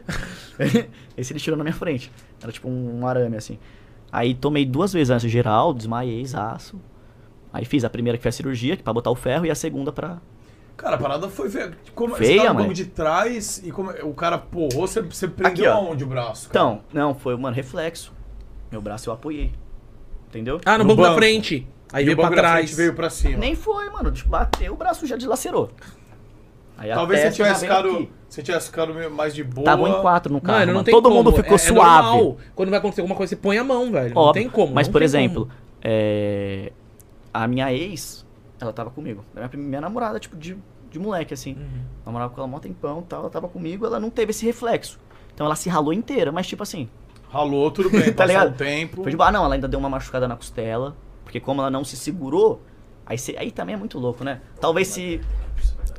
S8: Esse ele tirou na minha frente. Era tipo um, um arame, assim. Aí tomei duas vezes antes geral, desmaiei, exaço. Aí fiz a primeira que foi a cirurgia, que pra botar o ferro, e a segunda pra.
S6: Cara, a parada foi feia. Como,
S8: Feia,
S6: você tá no
S8: mãe.
S6: banco de trás e como, o cara porrou, você, você prendeu
S8: ó.
S6: aonde o braço? cara?
S8: Então, não, foi, mano, reflexo. Meu braço eu apoiei. Entendeu?
S7: Ah, no,
S6: No
S7: banco, da
S6: banco.
S7: frente.
S6: e
S7: Aí
S6: o
S7: veio pra
S6: bagulho da
S7: trás.
S6: frente veio pra cima.
S8: Nem foi, mano. Tipo, bateu, o braço já deslacerou. Aí É a
S6: Talvez você
S8: testa já
S6: tivesse,
S8: veio
S6: ficado,
S8: aqui.
S6: você tivesse ficado meio mais de boa.
S8: Tava em quatro no carro.
S7: Mano, não
S8: mano.
S7: tem
S8: Todo
S7: como.
S8: mundo ficou
S7: é,
S8: suave.
S7: É normal. Quando vai acontecer alguma coisa, você põe a mão, velho. não
S8: Óbvio.
S7: tem como.
S8: Mas,
S7: não
S8: por
S7: tem
S8: exemplo, é, a minha ex, ela tava comigo. Era minha, prim- minha namorada, tipo, de, de moleque, assim.
S7: Uhum.
S8: Namorava com ela há mó tempão e tal. Ela tava comigo, ela não teve esse reflexo. Então ela se ralou inteira, mas tipo assim,
S6: Ralou, tudo bem, tá
S8: Tá
S6: passou
S8: ligado?
S6: um tempo.
S8: foi de boa. Ah, não, ela ainda deu uma machucada na costela. Porque como ela não se segurou, aí, cê- aí também é muito louco, né? Talvez se.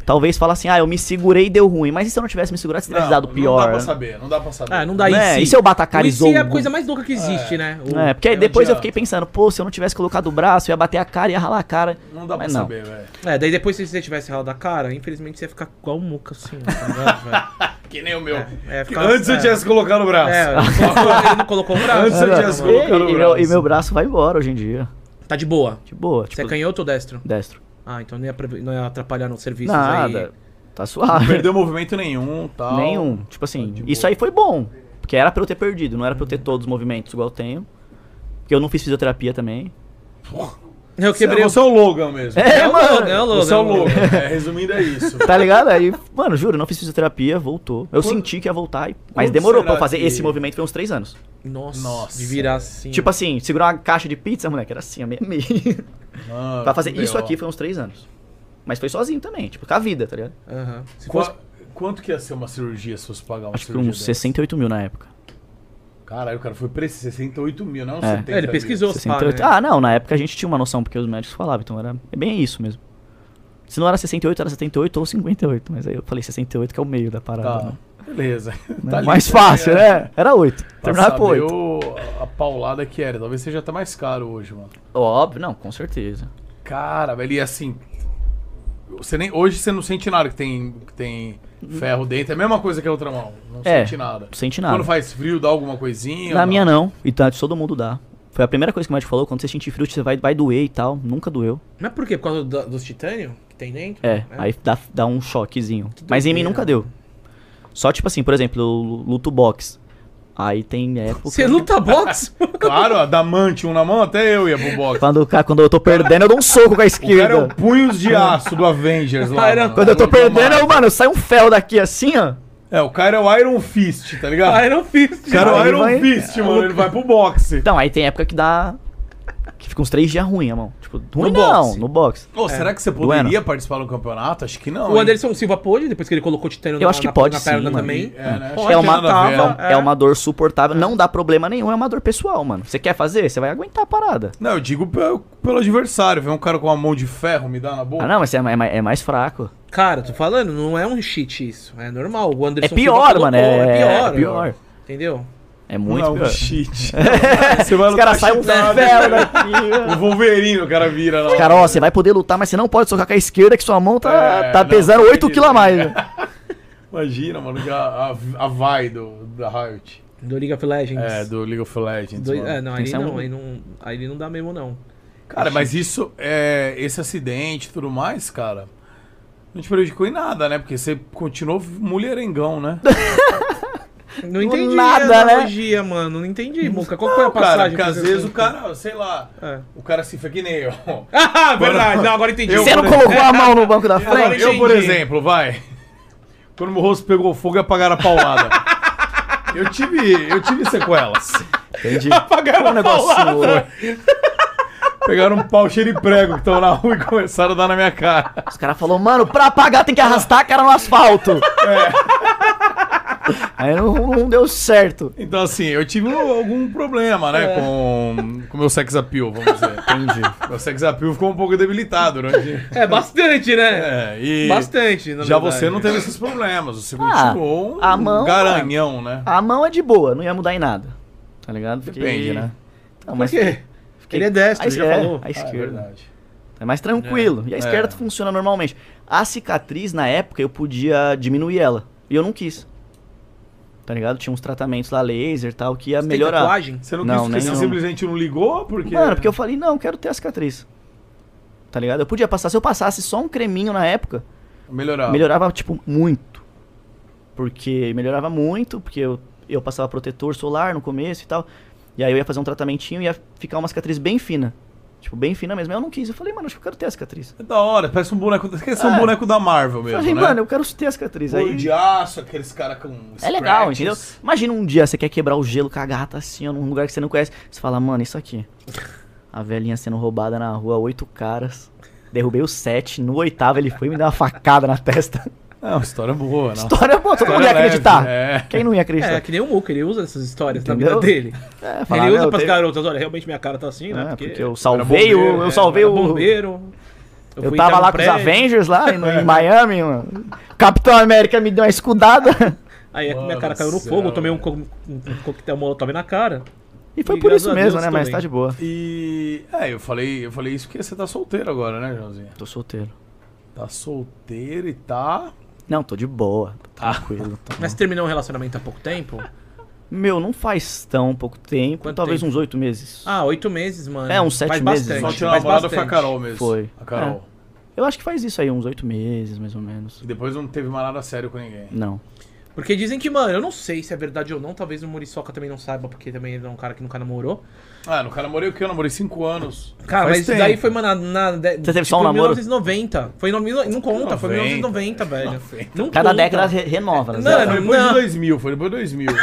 S8: Talvez fala assim, ah, eu me segurei e deu ruim. Mas e se eu não tivesse me segurado, teria dado pior?
S6: Não dá pra
S8: né?
S6: saber, não dá pra saber.
S7: Como. Ah, não dá
S8: Né?
S7: isso.
S8: E se eu batacarizou?
S7: O IC é a
S8: um-
S7: coisa mais louca que existe, né? O-
S8: É, porque aí
S6: Não
S8: depois eu
S6: adianta.
S8: fiquei pensando, pô, se eu não tivesse colocado o braço, eu ia bater a cara e ia ralar a cara.
S6: Não dá pra
S8: Mas não.
S6: saber, velho.
S7: É, daí depois se você tivesse ralado a cara, infelizmente você ia ficar igual um muca assim, ó, tá ligado, velho?
S6: Que nem o meu.
S7: É, é,
S6: Que
S7: ficava-
S6: Antes eu
S7: é.
S6: tivesse colocado o braço.
S7: É, ele não colocou- ele não colocou o braço.
S6: Antes eu
S7: né,
S6: tinha
S7: mano?
S6: colocado
S8: E,
S6: o
S8: e meu,
S6: braço.
S8: e meu braço vai embora hoje em dia.
S7: Tá de boa.
S8: De boa,
S7: Você
S8: tipo,
S7: é canhoto ou destro?
S8: destro.
S7: Ah, então não ia, pre- não ia atrapalhar no serviço
S8: Nada.
S7: aí.
S8: Tá suave.
S6: Não perdeu movimento nenhum tal.
S8: Nenhum. Tipo assim,
S6: tá
S8: isso aí foi bom. Porque era pra eu ter perdido, não era pra eu ter todos os movimentos igual eu tenho. Porque eu não fiz fisioterapia também.
S7: Eu quebrei o...
S6: Você é o Logan mesmo.
S8: É, um
S7: É o
S8: mano.
S7: Logan, é o Logan.
S6: Você é o Logan. É, resumindo, é isso.
S8: Tá ligado? Aí, mano, juro, não fiz fisioterapia, voltou. Eu senti que ia voltar, e- mas
S6: quando
S8: demorou pra
S6: será
S8: eu fazer
S6: que-
S8: esse movimento, foi uns três anos.
S7: Nossa,
S6: Nossa.
S7: de virar assim.
S8: Tipo assim, segurar uma caixa de pizza, moleque, era assim, a meia meia.
S6: Mano,
S8: Pra fazer
S6: que
S8: isso
S6: B.O.
S8: aqui foi uns três anos. Mas foi sozinho também, tipo, com a vida, tá ligado?
S7: Aham. Se
S6: Qua-
S7: fosse...
S6: Quanto que ia ser uma cirurgia se fosse pagar uma
S8: Acho que
S6: cirurgia?
S8: uns
S6: dessa?
S8: 68 mil na época.
S6: Caralho, o cara foi preciso, 68 mil, não
S8: É.
S6: 70
S7: É, ele
S6: mil.
S7: pesquisou os
S8: 68.
S6: né?
S8: Ah, não, na época a gente tinha uma noção, porque os médicos falavam, então era é bem isso mesmo. Se não era 68, era 78 ou 58, mas aí eu falei 68 que é o meio da parada,
S6: Tá,
S8: né?
S6: beleza.
S8: Né?
S6: Tá ali,
S8: mais
S6: tá
S8: fácil,
S6: ligado?
S8: né? Era 8.
S6: Pra
S8: Terminava por
S6: saber
S8: 8.
S6: o- a paulada que era. Talvez seja até mais caro hoje, mano.
S8: Óbvio, não, com certeza.
S6: Cara, velho, e assim. Você nem, hoje você não sente nada que tem, que tem ferro dentro. É a mesma coisa que a outra mão. Não
S8: É,
S6: sente nada.
S8: não sente nada.
S6: Quando faz frio, dá alguma coisinha.
S8: Na
S6: ou
S8: minha não, e tá, todo mundo dá. Foi a primeira coisa que o médico falou, quando você sentir frio, você vai, vai doer e tal. Nunca doeu.
S7: Mas por quê? Por causa do- dos titânio que tem dentro?
S8: É, aí dá, dá um choquezinho. Mas em mim
S7: doideira.
S8: nunca deu. Só tipo assim, por exemplo, eu luto box. Aí tem época.
S7: Você luta boxe?
S6: Claro, a damante um na mão, até eu ia pro boxe.
S8: Quando, o cara- quando eu tô perdendo, eu dou um soco com a
S6: O cara é o
S8: esquerda.
S6: punhos de aço do Avengers lá.
S7: Cara,
S6: mano.
S8: Quando eu tô
S6: O cara é o
S8: perdendo,
S6: Iron
S8: eu, mano, sai um fel daqui assim, ó.
S6: Man. É, o cara é o Iron Fist, tá ligado?
S7: Ah, eu não fiz.
S6: O cara é o
S8: Ele
S6: Iron
S8: vai-
S6: Fist, mano. Ele vai É. pro boxe.
S8: Então, aí tem época que dá. Que fica uns três dias ruim, irmão. Tipo, ruim
S7: No
S8: não,
S7: boxe.
S8: no boxe.
S6: Ô, será que você
S8: Bueno.
S6: É. poderia participar do campeonato? Acho que não.
S7: O
S6: hein?
S7: Anderson Silva pôde, depois que ele colocou titânio
S8: Eu acho que
S7: na,
S8: pode
S7: na
S8: sim,
S7: perna
S8: mano.
S7: também.
S6: É, né?
S7: Pode,
S8: É uma,
S7: matava,
S8: é, um-
S7: é.
S8: é uma dor suportável, não dá problema nenhum, é uma dor pessoal, mano. Você quer fazer? Você vai aguentar a parada.
S6: Não, eu digo pelo, pelo adversário. Vem um cara com uma mão de ferro me dá na boca.
S8: Ah, não, mas é, ma- é ma- é mais fraco.
S7: Cara, tô falando, não é um cheat isso. É normal. O
S8: É
S7: Anderson Silva
S8: pior,
S7: colocou,
S8: mano. É,
S7: é pior.
S8: é pior.
S7: Entendeu?
S8: É muito
S6: não,
S8: pior.
S6: cheat. Você vai
S8: Os caras saem um
S6: cheatado.
S8: ferro daqui.
S6: O Wolverine, o cara vira lá.
S8: Cara, ó, você vai poder lutar, mas você não pode socar com a esquerda que sua mão tá,
S6: É,
S8: tá
S6: não,
S8: pesando
S6: não
S8: 8
S6: acredito.
S8: kg a mais. né?
S6: Imagina, mano, que a, a, a vai do, da Riot.
S7: Do League of Legends.
S6: É, do League of Legends.
S7: Do-
S6: mano.
S7: é, não, aí
S8: Esse é
S7: não,
S8: um-
S7: aí não, aí ele não dá mesmo, não.
S6: Cara, mas isso, é, esse acidente e tudo mais, cara, não te prejudicou em nada, né? Porque você continuou mulherengão, né?
S7: Não entendi
S8: nada,
S7: a
S8: né?
S7: analogia, mano. Não entendi, Muca. Qual foi a
S6: Não, cara,
S7: passagem?
S6: porque
S7: que
S6: às
S7: você
S6: vezes o
S7: fez?
S6: cara, sei lá,
S7: É.
S6: o cara se foi que nem eu.
S7: Ah, verdade. Não, agora entendi.
S6: Eu-
S8: Você não colocou a mão no banco da
S6: Agora,
S8: frente?
S6: eu, por
S7: entendi.
S6: exemplo, vai. Quando meu rosto pegou fogo e apagaram a paulada. eu, tive, eu tive sequelas.
S8: Entendi. Apagaram um negocinho.
S6: Pegaram um pau cheio de prego que estão na rua e começaram a dar na minha cara.
S8: Os caras falaram, mano, pra apagar tem que arrastar a cara no asfalto.
S6: É.
S8: Aí não, não deu certo.
S6: Então, assim, eu tive um- algum problema, né? Com o meu sex appeal, vamos dizer. Entendi. Meu sex appeal ficou um pouco debilitado durante.
S7: É bastante, né?
S6: É, e.
S7: Bastante. na
S6: Já
S7: verdade.
S6: você não teve esses problemas. Você
S8: Ah,
S6: continuou um
S8: a mão,
S6: garanhão, né?
S8: A mão é de boa, não ia mudar em nada. Tá ligado? Porque-
S6: Depende, né?
S8: Não,
S7: Por
S8: mas
S7: quê? Ele é destro,
S8: a,
S7: já
S8: é,
S7: falou.
S8: A esquerda.
S6: verdade.
S8: É mais tranquilo. E a esquerda
S6: É.
S8: funciona normalmente. A cicatriz, na época, eu podia diminuir ela. E eu não quis. Tá ligado? Tinha uns tratamentos lá, laser e tal, que ia
S7: Tem
S8: melhorar.
S7: tatuagem?
S6: Você não,
S8: Não,
S6: quis porque
S8: nem
S6: você
S8: não.
S6: simplesmente não ligou? Porque...
S8: Mano, porque eu falei, não, quero ter a cicatriz. Tá ligado? Eu podia passar. Se eu passasse só um creminho na época,
S6: Melhorar.
S8: melhorava, tipo, muito. Porque melhorava muito, porque eu, eu passava protetor solar no começo e tal. E aí eu ia fazer um tratamentinho e ia ficar uma cicatriz bem fina. Tipo, bem fina mesmo. Aí Eu não quis. Eu falei, mano, acho que eu quero ter a cicatriz.
S6: É da hora, parece um boneco. Esquece um
S8: É.
S6: boneco da Marvel
S8: Eu
S6: mesmo.
S8: falei,
S6: né?
S8: mano, eu quero ter a cicatriz.
S6: Olho
S8: Aí...
S6: de aço, aqueles caras com.
S8: É legal,
S6: scratches.
S8: entendeu? Imagina um dia você quer quebrar o gelo com a gata assim, ó, num lugar que você não conhece. Você fala, mano, isso aqui. A velhinha sendo roubada na rua, oito caras. Derrubei os sete, no oitavo ele foi e me deu uma facada na testa.
S6: É uma história boa, não.
S8: História boa, todo mundo
S6: História
S8: ia
S6: leve,
S8: acreditar.
S6: é.
S8: Quem não ia
S7: É,
S8: acreditar? Né?
S7: que nem o Muca, ele usa essas histórias na
S8: Entendeu?
S7: vida dele.
S8: É,
S7: ele usa
S8: "Não,
S7: pras
S8: teve-
S7: garotas, olha, realmente minha cara tá assim, né?
S8: É, porque, eu salvei
S6: era bombeiro,
S8: o.
S6: é,
S8: Eu salvei
S7: era
S8: o.
S7: bombeiro.
S8: Eu
S7: fui entrar
S8: tava
S7: no
S8: lá com os
S7: prédio.
S8: Avengers lá em, em Miami, mano. Capitão América me deu uma escudada.
S7: Aí a minha
S6: Mano
S7: cara caiu no
S6: do
S7: fogo,
S6: céu,
S7: eu tomei um, co um, um coquetel molotov na cara.
S8: E foi
S7: E
S8: por
S7: graças
S8: isso
S7: a
S8: mesmo,
S7: Deus
S8: né? Mas
S7: também.
S8: tá de boa.
S6: E. É, eu falei, eu falei isso porque você tá solteiro agora, né, Joãozinho?
S8: Tô solteiro.
S6: Tá solteiro e tá.
S8: Não, tô de boa. Tô tranquilo. Tô...
S7: Ah. Mas terminou um relacionamento há pouco tempo?
S8: Meu, não faz tão pouco tempo.
S7: Quanto
S8: talvez
S7: tempo?
S8: uns oito meses.
S7: Ah, oito meses, mano.
S8: É, uns sete
S7: Faz
S8: meses.
S7: Bastante,
S6: Só
S8: Gente,
S6: tinha
S7: faz
S6: namorado foi a
S7: bastante.
S6: Carol mesmo.
S8: Foi. É.
S6: A Carol.
S8: Eu acho que faz isso aí, uns oito meses, mais ou menos.
S6: E depois não teve mais nada sério com ninguém.
S8: Não.
S7: Porque dizem que, mano, eu não sei se é verdade ou não, talvez o Muriçoca também não saiba, porque também ele é um cara que nunca namorou.
S6: Ah, no cara namorei o quê? Eu namorei cinco anos.
S7: Cara,
S2: Faz
S7: mas isso
S2: tempo.
S7: daí foi, mano, na, na, de- tipo,
S8: Você teve só um namoro?
S7: 1990. Foi em 1990, não conta, foi em
S6: 90,
S7: 1990, velho. Não
S8: Cada
S7: conta.
S8: década re- renova, né?
S7: Então, Não,
S8: Zé?
S6: É, Foi depois
S7: não.
S6: de 2000, foi depois de 2000.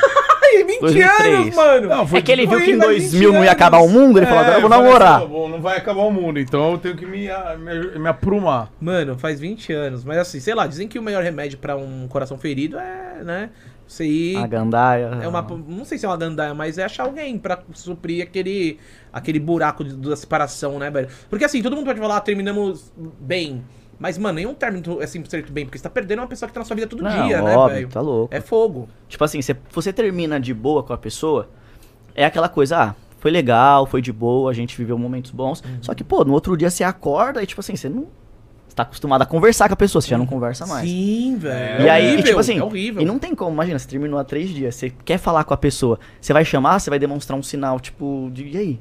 S7: Ai, 20 anos,
S8: 2003.
S7: mano.
S8: É que ele viu
S7: foi
S8: que em
S7: mais
S8: 2000 não
S7: 20
S8: ia acabar o mundo, ele falou,
S6: É,
S8: agora eu vou
S6: falei
S8: namorar.
S6: assim, "Ó, bom, não vai acabar o mundo, então eu tenho que me, ah, me, me aprumar.
S7: Mano, faz 20 anos. Mas assim, sei lá, dizem que o melhor remédio pra um coração ferido é, né? Você ir.
S8: A gandaia. ah.
S7: É uma, não sei se é uma gandaia, mas é achar alguém pra suprir aquele, aquele buraco de- da separação, né, velho? Porque assim, todo mundo pode falar, "Ah, terminamos bem. Mas, mano, nenhum término é 100% bem, porque você tá perdendo uma pessoa que tá na sua vida todo
S8: Não,
S7: dia, né,
S8: óbvio,
S7: velho?
S8: tá louco.
S7: É fogo.
S8: Tipo assim, se você termina de boa com a pessoa, é aquela coisa, ah, foi legal, foi de boa, a gente viveu momentos bons.
S7: Uhum.
S8: Só que, pô, no outro dia você acorda e, tipo assim, você não. Você tá acostumado a conversar com a pessoa, você já não
S7: Uhum.
S8: conversa Tá mais.
S7: Sim, velho.
S8: E
S7: É
S8: aí,
S7: horrível,
S8: e tipo assim,
S7: é horrível.
S8: e não tem como, imagina, você terminou há três dias, você quer falar com a pessoa, você vai chamar, você vai demonstrar um sinal, tipo, de e aí?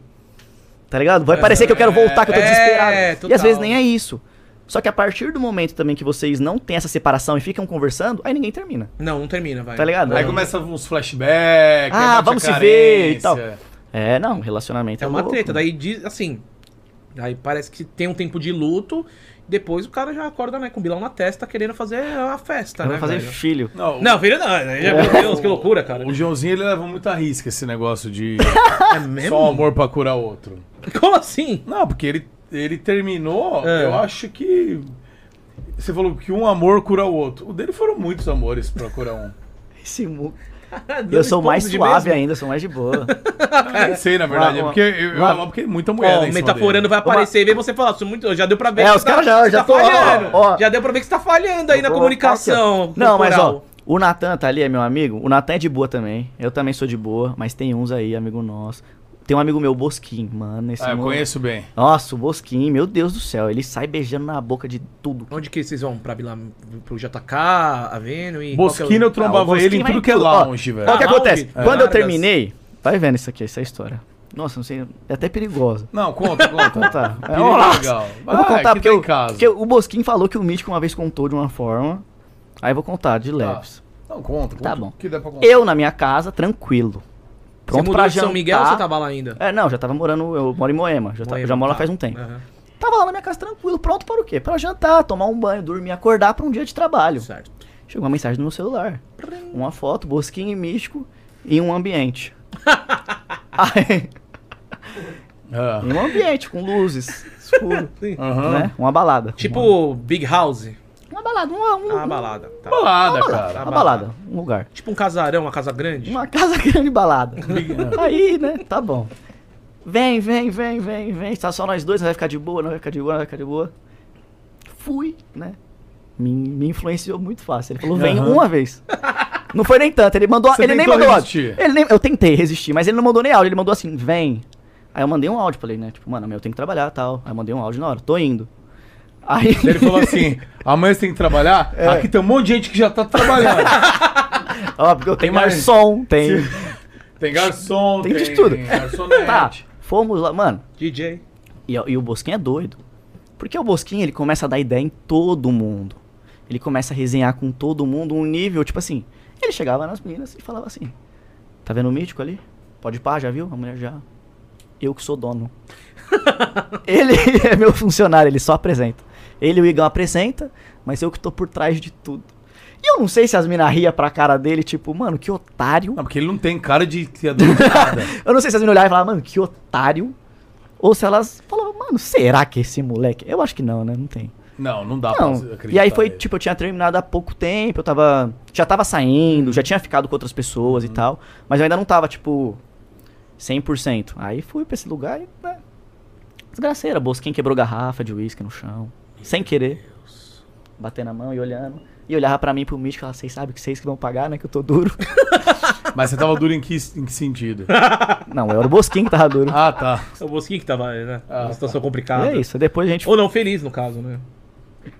S8: Tá ligado? Vai parecer que eu quero voltar, que eu tô
S7: é,
S8: desesperado. E
S7: total.
S8: às vezes nem é isso. Só que a partir do momento também que vocês não têm essa separação e ficam conversando, aí ninguém termina,
S7: Não, não termina, velho.
S8: tá ligado?
S6: Aí começa uns flashbacks,
S8: Ah,
S6: aí bate
S8: vamos
S6: a
S8: se ver e
S6: carência.
S8: tal. É, não, relacionamento
S7: É uma
S8: louco.
S7: treta. Daí diz assim. Aí parece que tem um tempo de luto. Depois o cara já acorda, né? Com o bilão na testa, querendo fazer a festa,
S8: Não
S7: né?
S8: vai fazer
S7: velho?
S8: filho.
S6: Não,
S7: Não, filho, não. aí já- Meu Deus, que loucura, cara.
S6: O Joãozinho ele leva muita risca esse negócio de
S7: É mesmo?
S6: só um amor pra curar outro.
S7: Como assim?
S6: Não, porque ele, ele terminou,
S7: É.
S6: eu acho que. Você falou que um amor cura o outro. O dele foram muitos amores pra curar um.
S8: Esse mu...
S7: Dando
S8: Eu sou mais
S7: esporro é um de
S8: suave
S7: mesmo?
S8: ainda, sou mais de boa.
S6: Eu nem sei, na verdade.
S8: Uma-
S6: é porque eu, eu
S8: uma-
S6: amo porque muita mulher.
S7: Ó,
S6: né,
S7: o
S6: em cima
S7: metaforando
S6: dele.
S7: vai aparecer e ver você falar, "Sou muito, já deu pra ver.
S8: É,
S7: que
S8: os
S7: você tá-
S8: caras já-
S7: você
S8: já
S7: tá
S8: tô- ó,
S7: falhando.
S8: ó.
S7: Já deu pra ver que você tá falhando aí na
S8: Vou colocar
S7: comunicação.
S8: aqui, ó. Não, mas
S7: corporal.
S8: ó, o Natan tá ali, é meu amigo. O Natan é de boa também. Eu também sou de boa, mas tem uns aí, amigo nosso. Tem um amigo meu, Bosquim, mano. Esse
S6: Ah, eu
S8: moleque-
S6: conheço bem.
S8: Nossa, o Bosquim, meu Deus do céu. Ele sai beijando na boca de tudo.
S7: Onde que vocês vão? Pra Vila, pro JK, Aveno e... qual que é o-
S6: Bosquina eu
S8: Ah, o
S6: trombava
S8: Bosquim
S6: ele em
S8: vai
S6: tudo que é
S8: ó,
S6: lounge, velho.
S8: Qual que
S7: Ah,
S8: acontece?
S7: lounge,
S8: Quando eu
S7: Vargas.
S8: terminei. Vai vendo isso aqui, essa história. Nossa, não sei. É até perigosa.
S6: Não, conta, conta.
S8: Contar. É,
S6: Perigo
S8: ó,
S6: legal.
S8: Eu vou
S6: Vai, que
S8: contar porque,
S6: tá
S8: eu-
S6: em casa.
S8: porque o Bosquim falou que o Mítico uma vez contou de uma forma. Aí eu vou contar
S7: Tá.
S8: de leves.
S6: Não, conta, conta.
S8: Tá bom.
S6: o Que dá pra contar.
S8: Eu na minha casa, tranquilo.
S7: Você
S8: Pronto
S7: mudou
S8: pra
S7: de
S8: jantar.
S7: São Miguel ou você tá tava lá ainda?
S8: É, não, já tava morando, eu moro em Moema, já, tá-
S7: Moema,
S8: já moro lá
S7: tá.
S8: faz um tempo.
S7: Aham,
S8: Tava lá na minha casa tranquilo, pronto para o quê? Para jantar, tomar um banho, dormir, acordar pra um dia de trabalho.
S7: certo.
S8: Chegou uma mensagem no meu celular. Uma foto, bosquinho e místico em um ambiente. Aí,
S6: Ah,
S8: em um ambiente com luzes, escuro,
S6: aham.
S8: né? Uma balada.
S7: Ah. Tipo Big House.
S8: uma balada, uma, um-
S7: Ah, balada. Tá.
S6: Balada,
S8: uma
S6: cara.
S8: balada, um lugar.
S7: Tipo um casarão, uma casa grande.
S8: Uma casa grande balada. Aí, né? Tá bom. Vem, vem, vem, vem, vem. Tá só nós dois, não vai ficar de boa, não vai ficar de boa, não vai ficar de boa. Fui, né? Me, me influenciou muito fácil. Ele falou, vem
S6: Aham.
S8: uma vez. Não foi nem tanto, ele mandou.
S6: Você
S8: ele nem
S6: tentou
S8: mandou
S6: resistir.
S8: áudio. Ele nem, eu tentei resistir, mas ele não mandou nem áudio, ele mandou assim, vem. Aí eu mandei um áudio, falei, né? Tipo, mano, eu tenho que trabalhar e tal. Aí eu mandei um áudio na hora, tô indo. Aí.
S6: Daí Ele falou assim: amanhã você tem que trabalhar?
S8: É.
S6: Aqui tem um monte de gente que já tá trabalhando.
S8: Ó, porque eu tenho
S6: mais-
S8: garçom, tem.
S6: tem garçom,
S8: Tem de tudo.
S6: garçonete.
S8: Tá, fomos lá, mano.
S7: DJ.
S8: E, e o Bosquinha é doido. Porque o Bosquinha, ele começa a dar ideia em todo mundo. Ele começa a resenhar com todo mundo, um nível, tipo assim... Ele chegava nas meninas e falava assim... Tá vendo o Mítico ali? Pode pá, já viu? A mulher já... Eu que sou dono. ele é meu funcionário, ele só apresenta. Ele e o Igão apresenta, mas eu que tô por trás de tudo. E eu não sei se as minas riam pra cara dele, tipo... Mano, que otário.
S6: Não, porque ele não tem cara de que é dono de nada.
S8: Eu não sei se as meninas olhavam e falavam, mano, que otário. Ou se elas falavam, mano, será que esse moleque. Eu acho que não, né? Não tem.
S6: Não, não dá
S8: Não.
S6: pra acreditar.
S8: E aí foi,
S6: nele.
S8: tipo, eu tinha terminado há pouco tempo, eu tava. Já tava saindo, já tinha ficado com outras pessoas e tal. Mas eu ainda não tava, tipo. 100%. Aí fui pra esse lugar e. Né, desgraceira, Bosquinha quebrou garrafa de uísque no chão. Sem querer. Batendo a mão e olhando. E olhava pra mim pro mítico e falava, vocês sabem que vocês que vão pagar, né? Que eu tô duro.
S6: Mas você tava duro em que, em que sentido?
S8: não, era o Bosquinho que tava duro.
S6: Ah, tá.
S7: É o Bosquinho que tava, né?
S6: Ah,
S7: Uma situação
S8: E
S7: complicada.
S8: é isso. Depois a gente
S7: Ou não, feliz no caso, né?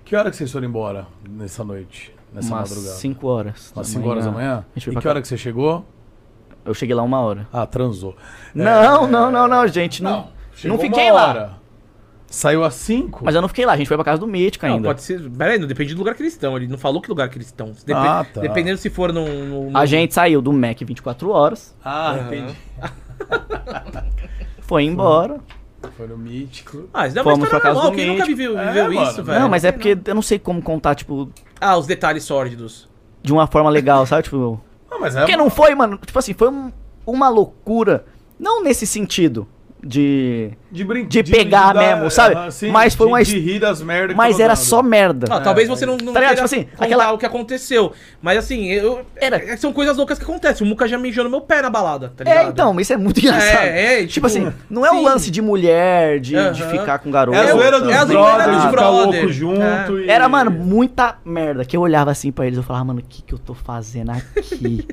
S6: Que hora que vocês foram embora nessa noite? Nessa
S8: Umas
S6: madrugada?
S8: 5 horas.
S6: Umas 5 horas da manhã?
S8: A gente foi
S6: E
S8: pra
S6: que
S8: casa.
S6: hora que você chegou?
S8: Eu cheguei lá uma hora.
S6: Ah, transou.
S8: Não, não, não, não, gente. Não,
S6: Não,
S8: não
S6: chegou
S8: fiquei
S6: uma
S8: lá.
S6: hora. Saiu a 5?
S8: Mas eu não fiquei lá, a gente foi pra casa do mítico
S7: Não,
S8: ainda.
S7: pode ser. Pera aí, não depende do lugar que eles estão. Ele não falou que lugar que eles estão. Depe-
S6: Ah, tá.
S7: Dependendo se for num. num-
S8: A gente saiu do Mac 24 horas,
S6: Ah, entendi.
S8: foi embora.
S6: Foi no mítico.
S7: Ah, isso é uma
S8: Fomos
S7: história
S8: pra casa
S7: normal.
S8: do
S7: Quem nunca
S8: mítico.
S7: viveu,
S6: É,
S7: viveu
S6: mano.
S7: isso, velho?
S8: não, mas é porque eu não sei como contar, tipo,
S7: Ah, os detalhes sórdidos.
S8: de uma forma legal, sabe? Tipo,
S6: Ah, mas é.
S8: porque não foi, mano. Tipo assim, foi um- uma loucura. Não nesse sentido de.
S6: De brincar.
S8: de pegar mesmo, sabe? Mas foi uma
S6: De rir das merdas.
S8: Mas era só merda.
S6: É,
S7: Ah, talvez você não, não
S8: Tá ligado?
S7: queira
S8: Tipo assim,
S7: contar
S8: aquela-
S7: o que aconteceu. Mas assim, eu...
S8: Era-
S7: são coisas loucas que acontecem. O Muca já mijou no meu pé na balada, tá ligado?
S8: É, então, isso é muito engraçado.
S7: é,
S8: tipo,
S7: tipo,
S8: assim, não é um
S7: sim.
S8: lance de mulher, de, de
S7: Aham.
S8: ficar com garoto.
S6: É a zoeira né?
S7: É
S6: dos
S7: a zoeira
S6: brothers,
S7: dos
S6: de ficar
S7: brother.
S6: louco junto. e-
S8: É. Era, mano, muita merda. Que eu olhava assim pra eles, eu falava, mano, o que que eu tô fazendo aqui?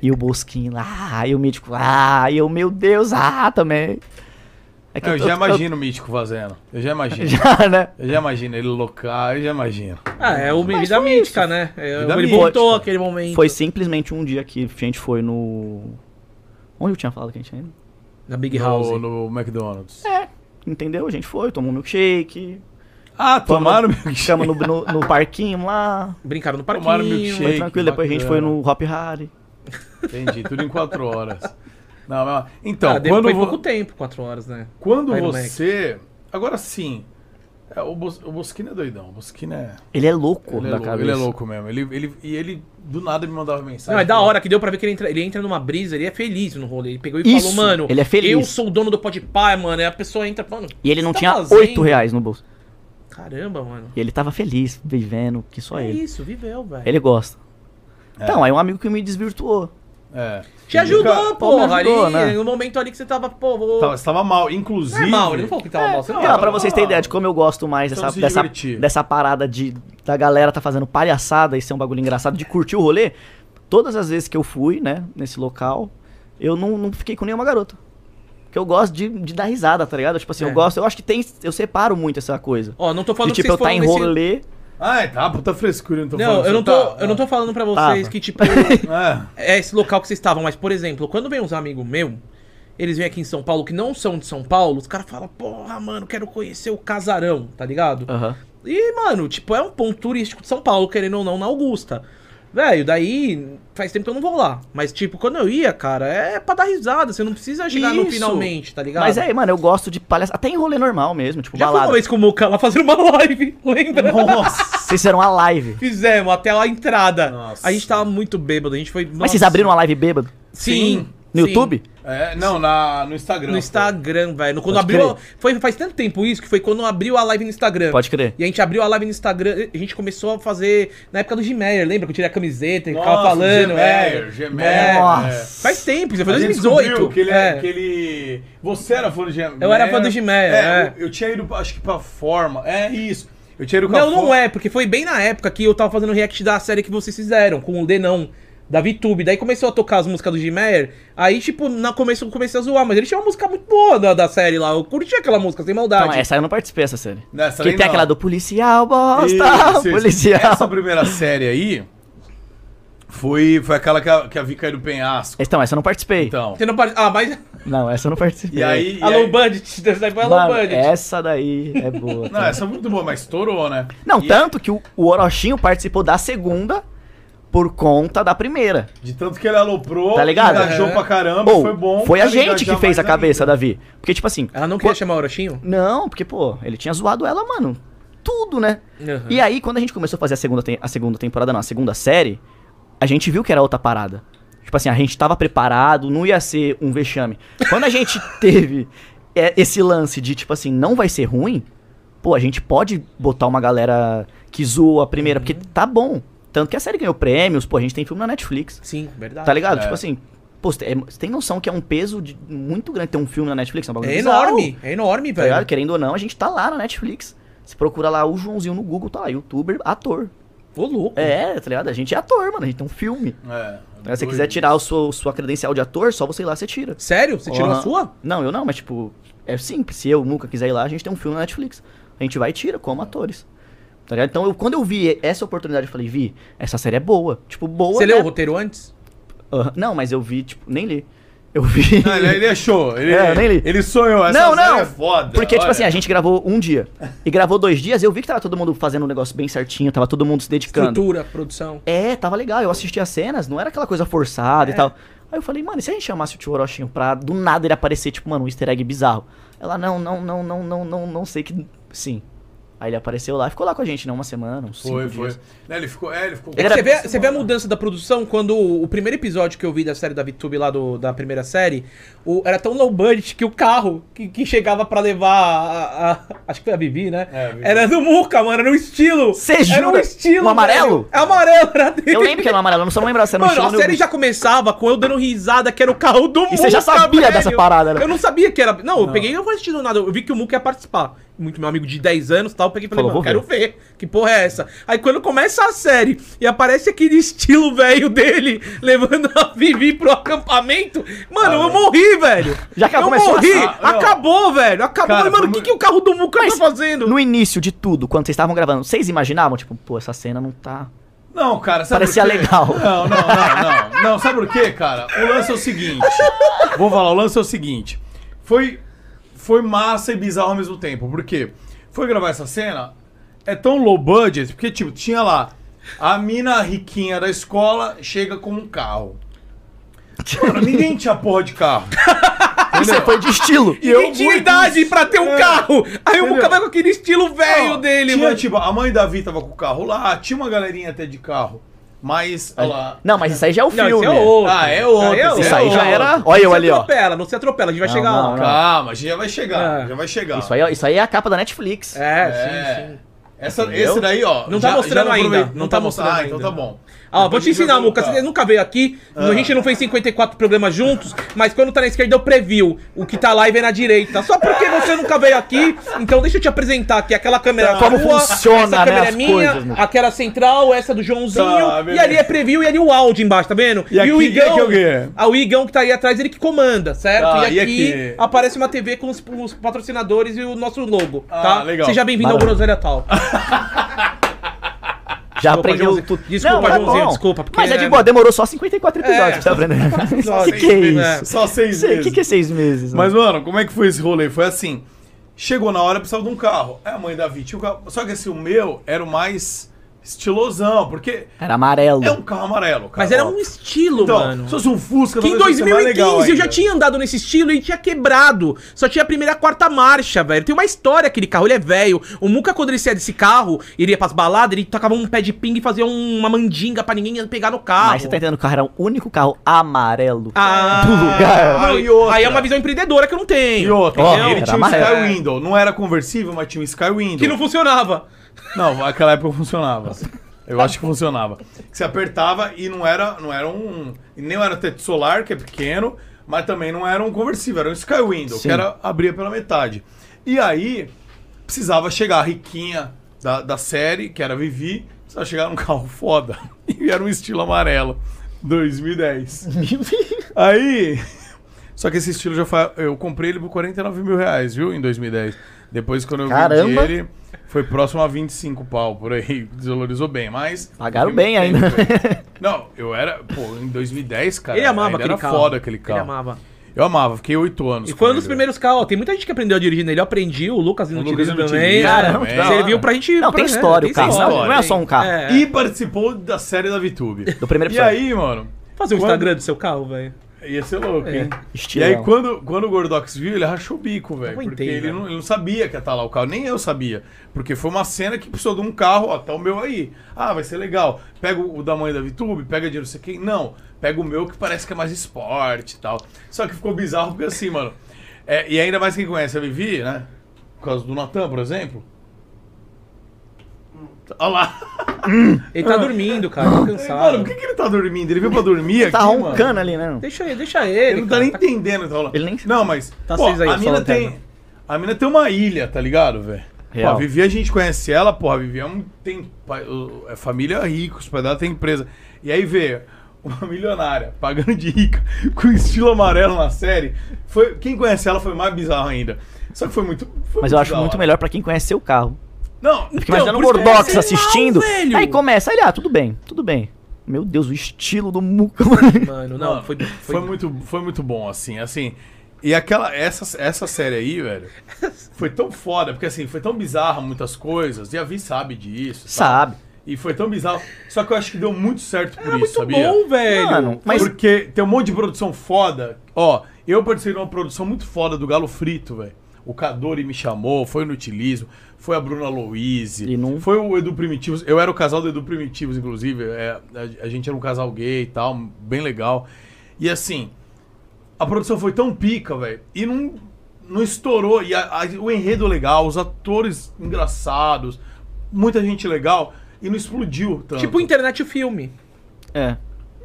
S8: e o Bosquinho lá, e o Mítico lá, e eu, meu Deus, ah, também. É
S6: É, Eu já imagino o mítico fazendo. Eu já imagino.
S8: já, né?
S6: Eu já imagino ele loucar, eu já imagino.
S7: Ah, é o meme da mítica, né? É,
S6: Vida
S7: ele
S6: mítica.
S7: voltou aquele momento.
S8: Foi simplesmente um dia que a gente foi no... Onde eu tinha falado que a gente ia?
S7: Na Big House.
S6: No, no
S8: É.
S6: McDonald's.
S8: Entendeu? A gente foi, tomou um milkshake,
S6: Ah, tomaram
S8: Vamos-
S6: meu
S8: chama no, no, no parquinho lá,
S7: Brincaram no
S6: Tomaram
S7: parquinho.
S6: milkshake.
S8: foi tranquilo. Depois a gente foi no Hop Harry.
S6: Entendi, tudo em quatro horas. Não, mas- Então,
S7: Então, ah, depois
S6: quando,
S7: foi
S6: vo-
S7: pouco tempo, quatro horas, né?
S6: quando
S7: Vai no Mac.
S6: você. Agora sim. é, o, Bos... o Bosquina é doidão. O Bosquina é.
S8: Ele é louco
S6: Ele é,
S8: da
S6: louco,
S8: cabeça.
S6: ele é louco mesmo. Ele, ele, e ele do nada me mandava mensagem.
S7: Não, é da
S6: falando,
S7: hora que deu pra ver que ele entra, ele entra numa brisa, ele é feliz no rolê. Ele pegou e
S8: Isso,
S7: falou, mano,
S8: ele é feliz.
S7: eu sou o dono do Podpah, mano. E a pessoa entra falando...
S8: E ele não
S7: "Tá
S8: tinha
S7: fazendo?"
S8: 8 reais no bolso.
S7: Caramba, mano.
S8: E ele tava feliz, vivendo, que só
S7: É
S8: ele.
S7: isso, viveu, velho.
S8: Ele gosta. Então, aí um amigo que me desvirtuou.
S6: É.
S7: Te ajudou,
S8: Pô, me
S7: porra,
S8: ajudou,
S7: ali,
S8: né?
S7: no momento ali que você tava, pô, vou...
S6: Tava, você tava mal,
S7: Não
S6: inclusive.
S7: é mal, ele não falou que tava mal, você não
S8: Então,
S7: tava
S8: pra
S7: mal.
S8: vocês terem ideia de como eu gosto mais
S6: Então
S8: dessa,
S6: se
S8: dessa,
S6: divertir.
S8: dessa parada de da galera tá fazendo palhaçada e ser um bagulho engraçado, de curtir o rolê. Todas as vezes que eu fui, né, nesse local, eu não, não fiquei com nenhuma garota. Porque eu gosto de, de dar risada, tá ligado? Tipo assim,
S7: É.
S8: eu gosto, eu acho que tem. Eu separo muito essa coisa.
S7: Ó, não tô
S8: De
S7: falando
S8: tipo, eu tá em
S7: nesse-
S8: rolê.
S6: Ah, é, tá, puta frescura, eu não tô
S7: Não,
S6: falando.
S7: eu não,
S6: você
S7: tô,
S6: tá-
S7: eu não tô falando pra
S8: Tava.
S7: vocês que, tipo,
S6: Ah,
S7: é esse local que vocês estavam, mas, por exemplo, quando vem uns amigos meus, eles vêm aqui em São Paulo que não são de São Paulo, os caras falam, porra, mano, quero conhecer o casarão, tá ligado?
S8: Aham.
S7: E, mano, tipo, é um ponto turístico de São Paulo, querendo ou não, na Augusta. Velho, daí faz tempo que eu não vou lá. Mas, tipo, quando eu ia, cara, é pra dar risada. Você não precisa chegar no
S8: Isso.
S7: finalmente, tá ligado?
S8: Mas é, mano, eu gosto de palhaçada. Até em rolê normal mesmo, tipo,
S7: Já fui uma
S8: balada.
S7: vez com o Muca lá fazendo uma live, lembra?
S6: é. nossa.
S8: Vocês fizeram uma live.
S7: Fizemos até a entrada.
S6: Nossa.
S7: A gente tava muito bêbado, a gente foi.
S8: Mas vocês abriram uma live bêbado?
S7: Sim.
S8: No
S7: sim.
S8: YouTube?
S6: É, não, na, no Instagram.
S7: No
S6: pô.
S7: Instagram, velho. Quando
S8: Pode
S7: abriu. Foi, faz tanto tempo isso que foi quando abriu a live no Instagram.
S8: Pode crer.
S7: E a gente abriu a live no Instagram, a gente começou a fazer na época do Gmeyer, lembra? Que eu tirei a camiseta e ficava
S6: Nossa,
S7: falando.
S6: Gmeyer,
S7: é.
S6: Gmeyer,
S7: É.
S8: Nossa.
S7: Faz tempo, já foi
S6: A gente
S7: 2018.
S6: descobriu Que ele,
S7: é.
S6: é. que ele- Você era fã do Gmail.
S7: Eu era fã do Gmail, é.
S6: Eu, eu tinha ido, acho que pra forma. É isso. Eu tinha ido com a
S7: Não, não
S6: Forma-
S7: é, porque foi bem na época que eu tava fazendo react da série que vocês fizeram, com o Denão, da VTube. Daí começou a tocar as músicas do Gmeyer. Aí, tipo, na começo eu comecei a zoar, mas ele tinha uma música muito boa da, da série lá. Eu curti aquela música, sem maldade.
S8: Não, Então, essa eu não participei essa série.
S6: Nessa
S8: que
S6: daí
S8: tem
S6: não.
S8: aquela do policial, bosta!
S6: Isso, É isso.
S8: policial!
S6: assim, Essa primeira série aí foi, foi aquela que a, que a Vi caiu do penhasco.
S8: Então, essa eu não participei.
S6: Então.
S7: Você não pare... Ah, mas.
S8: Não, essa eu não participei.
S6: E aí. e
S7: Alô,
S6: aí-
S7: Budget. Deve ser Alô,
S8: Mano,
S7: Budget.
S8: essa daí é boa.
S6: Não,
S8: cara.
S6: essa é muito boa, mas estourou, né?
S8: Não,
S6: E-
S8: tanto que o, o Orochinho participou da segunda por conta da primeira.
S6: De tanto que ele aloprou,
S8: Tá ligado?
S6: engajou
S7: É.
S6: pra caramba,
S8: Ou,
S6: foi bom.
S8: foi a
S6: pra
S8: gente
S6: engajar
S8: que fez
S6: mais
S8: a cabeça, Davi. Porque, tipo assim.
S7: Ela não queria
S8: quan-
S7: chamar o Orochinho?
S8: Não, porque, pô, ele tinha zoado ela, mano. Tudo, né?
S7: Uhum.
S8: E aí, quando a gente começou a fazer a segunda, tem- a segunda temporada, não, a segunda série, a gente viu que era outra parada. Tipo assim, a gente tava preparado, não ia ser um vexame. Quando a gente teve é, esse lance de, tipo assim, não vai ser ruim, pô, a gente pode botar uma galera que zoa a primeira, porque tá bom. Tanto que a série ganhou prêmios, pô, a gente tem filme na Netflix.
S7: Sim, verdade.
S8: Tá
S6: É.
S8: ligado? Tipo assim, pô, você tem- é- você tem noção que é um peso de- muito grande ter um filme na Netflix? É, um bagulho
S7: É
S8: bizarro.
S7: enorme, é enorme,
S8: Tá ligado?
S7: velho.
S8: Querendo ou não, a gente tá lá na Netflix. Você procura lá o Joãozinho no Google, tá lá, youtuber, ator.
S7: Ô, louco.
S8: É, tá ligado? A gente é ator, mano, a gente tem um filme. Né,
S6: É,
S8: Se você
S6: doido.
S8: quiser tirar a sua, sua credencial de ator, só você ir lá, você tira.
S7: Sério? Você tirou
S8: Aham.
S7: a sua?
S8: Não, eu não, mas tipo, é simples. Se eu nunca quiser ir lá, a gente tem um filme na Netflix. A gente vai e tira como atores. Tá ligado? Então, eu, quando eu vi essa oportunidade, eu falei, vi, essa série é boa. Tipo, boa.
S7: Você
S8: né?
S7: leu o roteiro antes?
S8: Aham. Não, mas eu vi, tipo, nem li. Eu vi.
S6: Não, ele, ele achou. Ele,
S8: É, eu nem li.
S6: ele sonhou. Essa
S8: não, não!
S6: série é foda.
S8: Porque, tipo
S6: olha.
S8: assim, a gente gravou um dia. E gravou dois dias, eu vi que tava todo mundo fazendo um negócio bem certinho, tava todo mundo se dedicando.
S7: Estrutura, produção.
S8: É, tava legal. Eu assisti as cenas, não era aquela coisa forçada
S7: É.
S8: e tal. Aí eu falei, mano, e se a gente chamasse o tio Orochinho pra do nada ele aparecer, tipo, mano, um easter egg bizarro? Ela, não, não, não, não, não, não, não sei que. Sim. Aí ele apareceu lá, ficou lá com a gente, né? Uma semana, uns cinco
S6: Foi, foi.
S8: dias.
S6: Né, ele ficou. É, ele ficou.
S7: É que
S8: Era-
S7: você, vê, você vê a mudança da produção quando o, o primeiro episódio que eu vi da série da VTube lá do- da primeira série, o- era tão low budget que o carro que, que chegava pra levar a, a- acho que foi a Vivi, né?
S6: É, a Vivi.
S7: Era do Muca, mano, era um estilo.
S8: Você
S7: Era um
S8: jura?
S7: estilo.
S8: Um amarelo? um
S7: velho. É amarelo, era dele.
S8: Eu lembro que era uma amarela, eu não só não lembrar se era um
S7: Mano,
S8: estilo
S7: a série
S8: New-
S7: já começava com eu dando risada que era o carro do Muca.
S8: E você já sabia
S7: velho.
S8: dessa parada, né?
S7: Eu não sabia que era. Não, eu peguei e não assisti do nada. Eu vi que o Muca ia participar. Muito meu amigo de 10 anos e tal. Eu peguei e falei,
S8: Falou,
S7: mano, quero
S8: vou
S7: ver. Que porra é essa? Aí quando começa a série e aparece aquele estilo velho dele levando a Vivi pro acampamento. Mano, eu morri, velho.
S8: Já que ela
S7: eu
S8: começou a-
S7: morri.
S6: Ah, não.
S7: acabou, velho. Acabou.
S6: Cara,
S7: mano,
S6: foi
S7: o que,
S6: mu-
S7: que o carro do Muca
S8: Mas
S7: tá fazendo?
S8: No início de tudo, quando vocês estavam gravando, vocês imaginavam, tipo, pô, essa cena não tá.
S6: Não, cara, sabe
S8: Parecia
S6: por quê?
S8: legal.
S6: Não, não, não, não. Não, sabe por quê, cara? O lance é o seguinte. Vou falar, o lance é o seguinte. Foi, foi massa e bizarro ao mesmo tempo. Por quê? Foi gravar essa cena, é tão low budget, porque, tipo, tinha lá. A mina riquinha da escola chega com um carro. Mano, ninguém tinha porra de carro.
S8: Isso foi de estilo.
S6: E eu
S7: Quem tinha
S6: muito-
S7: idade pra ter um
S6: É.
S7: carro? Aí o
S6: Entendeu?
S7: Muca vai com aquele estilo velho
S6: Não,
S7: dele,
S6: tinha,
S7: mano.
S6: tipo, a mãe da Vi tava com o carro lá, tinha uma galerinha até de carro. Mas, olha lá.
S8: Não, mas isso aí já é o
S7: Não,
S8: filme.
S7: isso é outro.
S6: Ah, é outro,
S7: Aí
S6: esse
S7: outro.
S8: Isso aí já
S6: É,
S8: era.
S7: Não
S8: Olha eu
S7: se
S8: ali, ó.
S7: atropela, não se atropela, a gente vai
S8: Não,
S7: chegar
S8: não,
S7: lá.
S8: não.
S6: Calma, a gente já vai chegar,
S7: Ah. É.
S6: já vai chegar.
S8: Isso aí, ó, isso aí é a capa da Netflix.
S7: É,
S6: Tá. É.
S7: sim, sim.
S6: Essa,
S8: Entendeu?
S6: esse daí, ó.
S7: Não tá mostrando
S6: aproveita-
S7: ainda,
S6: Não,
S7: não
S6: tá
S7: tá
S6: mostrando. Ah,
S7: mostrando
S6: então
S7: ainda.
S6: tá bom.
S7: Ó,
S6: Então
S7: vou
S6: a
S7: te
S6: gente
S7: ensinar,
S6: vai
S7: Muca.
S6: voltar.
S7: Você nunca veio aqui.
S6: Ah.
S7: A gente não fez 54 programas juntos, mas quando tá na esquerda eu previo. O que tá lá e vem na direita. Só porque você nunca veio aqui. Então deixa eu te apresentar aqui. Aquela câmera é
S8: Como funciona,
S7: essa câmera
S8: né,
S7: é
S8: as
S7: minha,
S8: coisas, né?
S7: aquela central, essa é do Joãozinho.
S6: Tá,
S7: e ali é preview e ali o áudio embaixo, tá vendo?
S6: E
S7: o
S6: aqui, quem é que é o quê?
S7: Ah, o Igão que tá aí atrás, ele que comanda, certo?
S6: Tá,
S7: e,
S6: e
S7: aqui
S6: aqui?
S7: aparece uma TV com os, com os patrocinadores e o nosso logo,
S6: Ah,
S7: tá?
S6: legal.
S7: Seja bem-vindo ao
S8: Maravilha.
S7: Groselha Tal.
S8: Já
S7: Desculpa,
S8: aprendeu
S7: Joãozinho.
S8: tudo.
S7: Desculpa,
S8: tá
S7: Joãozinho,
S8: bom.
S7: desculpa, porque-
S8: Mas é de boa, demorou só 54 episódios
S7: É,
S8: pra você aprender.
S7: episódios.
S8: que que é
S7: É.
S8: isso?
S6: Só seis
S8: O
S6: meses.
S8: que, que é seis meses?
S6: Mas,
S8: mano?
S6: mano, como é que foi esse rolê? Foi assim. Chegou na hora, precisava de um carro. É a mãe da Vi tinha um carro. Só que esse, o meu era o mais estilosão, porque
S8: Era amarelo.
S6: é um carro amarelo, cara.
S7: Mas era
S6: Ó.
S7: um estilo,
S6: Então,
S7: mano.
S6: se fosse um Fusca,
S7: Que em
S6: talvez fosse mais
S7: 2015
S6: legal
S7: eu já
S6: ainda.
S7: tinha andado nesse estilo e tinha quebrado. Só tinha a primeira e a quarta marcha, velho. Tem uma história aquele carro, ele é velho. O Muca, quando ele saía desse carro, ele ia pras baladas, ele tocava um pé de pinga e fazia um- uma mandinga pra ninguém pegar no carro.
S8: Mas você tá entendendo que o carro era o único carro amarelo
S7: Ah,
S8: do lugar.
S6: Não,
S7: Aí,
S6: e outra?
S7: aí é uma visão empreendedora que eu não tenho.
S6: E outra,
S8: Ó,
S6: ele
S8: era
S6: tinha um
S8: amarelo.
S6: Sky Window. Não era conversível, mas tinha um Sky Window.
S7: Que não funcionava.
S6: Não, aquela época funcionava. Eu acho que funcionava. Você apertava e não era, não era um. Nem era teto solar, que é pequeno, mas também não era um conversível, era um Sky Window,
S8: Sim.
S6: que era, abria pela metade. E aí, precisava chegar a riquinha da, da série, que era a Vivi, precisava chegar num carro foda. E era um estilo amarelo. 2010. Aí. Só que esse estilo já foi. Eu comprei ele por 49 mil reais, viu? Em 2010. Depois, quando eu
S8: Caramba!
S6: vendi ele, foi próximo a 25 pau por aí. Desvalorizou bem, mas.
S8: Pagaram
S6: eu
S8: bem ainda.
S6: bem. Não, eu era. Pô, em 2010, cara.
S7: ele
S6: É,
S7: amava
S6: ainda
S7: aquele
S6: era
S7: carro.
S6: foda aquele carro.
S7: Ele amava.
S6: Eu amava, fiquei 8 anos.
S7: E
S6: com
S7: foi um dos
S6: ele.
S7: primeiros carros. ó, Tem muita gente que aprendeu a dirigir nele. Eu aprendi, o Lucas não
S6: Lucas
S7: dirige
S6: não
S7: também.
S6: dirigia
S7: Caramba,
S6: também.
S7: Serviu pra gente.
S8: Não,
S7: pra-
S8: tem história o carro,
S6: não-
S7: história,
S6: não é
S7: tem.
S8: só um carro.
S7: É.
S6: E participou da série da VTube.
S8: Do primeiro
S6: E
S8: episódio.
S6: aí, mano.
S7: Fazer o
S6: Quando-
S7: Instagram do seu carro, velho.
S6: Ia ser louco, hein? E
S8: É, Estilão.
S6: aí, quando, quando o Gordox viu, ele rachou o bico, velho.
S7: aguentei,
S6: Porque ele
S7: velho.
S6: não, ele não sabia que ia estar lá o carro. Nem eu sabia. Porque foi uma cena que precisou de um carro, ó, tá o meu aí. Ah, vai ser legal. Pega o da mãe da VTube, pega de não sei quem. Não, pega o meu que parece que é mais esporte e tal. Só que ficou bizarro porque assim, mano. é, e ainda mais quem conhece a Vivi, né? Por causa do Natan, por exemplo. Olha lá.
S7: Ele tá dormindo, cara. Tá cansado.
S6: Ah. Mano, por que, que ele tá dormindo? Ele veio pra dormir aqui.
S8: Tá
S6: mano?
S8: roncando ali, né?
S7: Deixa ele, deixa ele.
S6: Ele não tá
S7: cara.
S6: nem entendendo o que tá rolando.
S8: Ele nem-
S6: Não, mas.
S7: Tá
S6: pô,
S7: seis aí,
S6: a
S7: só
S6: mina
S7: lanterna.
S6: tem. A mina tem uma ilha, tá ligado, velho? Pô, a
S8: Real.
S6: Vivi, a gente conhece ela, porra, a Vivi é um. Tem, pai- o- é família rica, os pais dela tem empresa. E aí vê uma milionária pagando de rica, com estilo amarelo na série. Foi, quem conhece ela foi mais bizarro ainda. Só que foi muito. foi
S8: Mas eu
S6: muito
S8: acho
S6: da
S8: muito
S6: hora.
S8: melhor pra quem conhece seu carro.
S6: Não, então, é
S8: Porque imagina o
S7: por isso que
S8: Gordox
S7: eu ia dizer,
S8: assistindo,
S7: "Não, velho."
S8: aí começa, aí ele, ah, tudo bem, tudo bem. Meu Deus, o estilo do Muca, mano.
S7: Mano, não,
S6: Mano,
S7: foi, foi,
S6: Foi muito, foi muito bom, assim, assim. E aquela, essa, essa série aí, velho, foi tão foda, porque assim, foi tão bizarra muitas coisas, e a Vi sabe disso.
S8: Sabe?
S6: E foi tão bizarro. Só que eu acho que deu muito certo por
S7: Era
S6: isso, é
S7: muito
S6: sabia?
S7: bom, velho.
S8: Mano, mas
S6: Porque tem um monte de produção foda. Ó, eu participei de uma produção muito foda do Galo Frito, velho. O Cadori me chamou, foi o Nutilismo, foi a Bruna Louise,
S8: E não-
S6: foi o Edu Primitivos. Eu era o casal do Edu Primitivos, inclusive. é, a, a gente era um casal gay e tal, bem legal. E assim, a produção foi tão pica, velho, e não, não estourou. E a- a- o enredo legal, os atores engraçados, muita gente legal, e não explodiu tanto.
S7: Tipo internet o filme.
S8: É.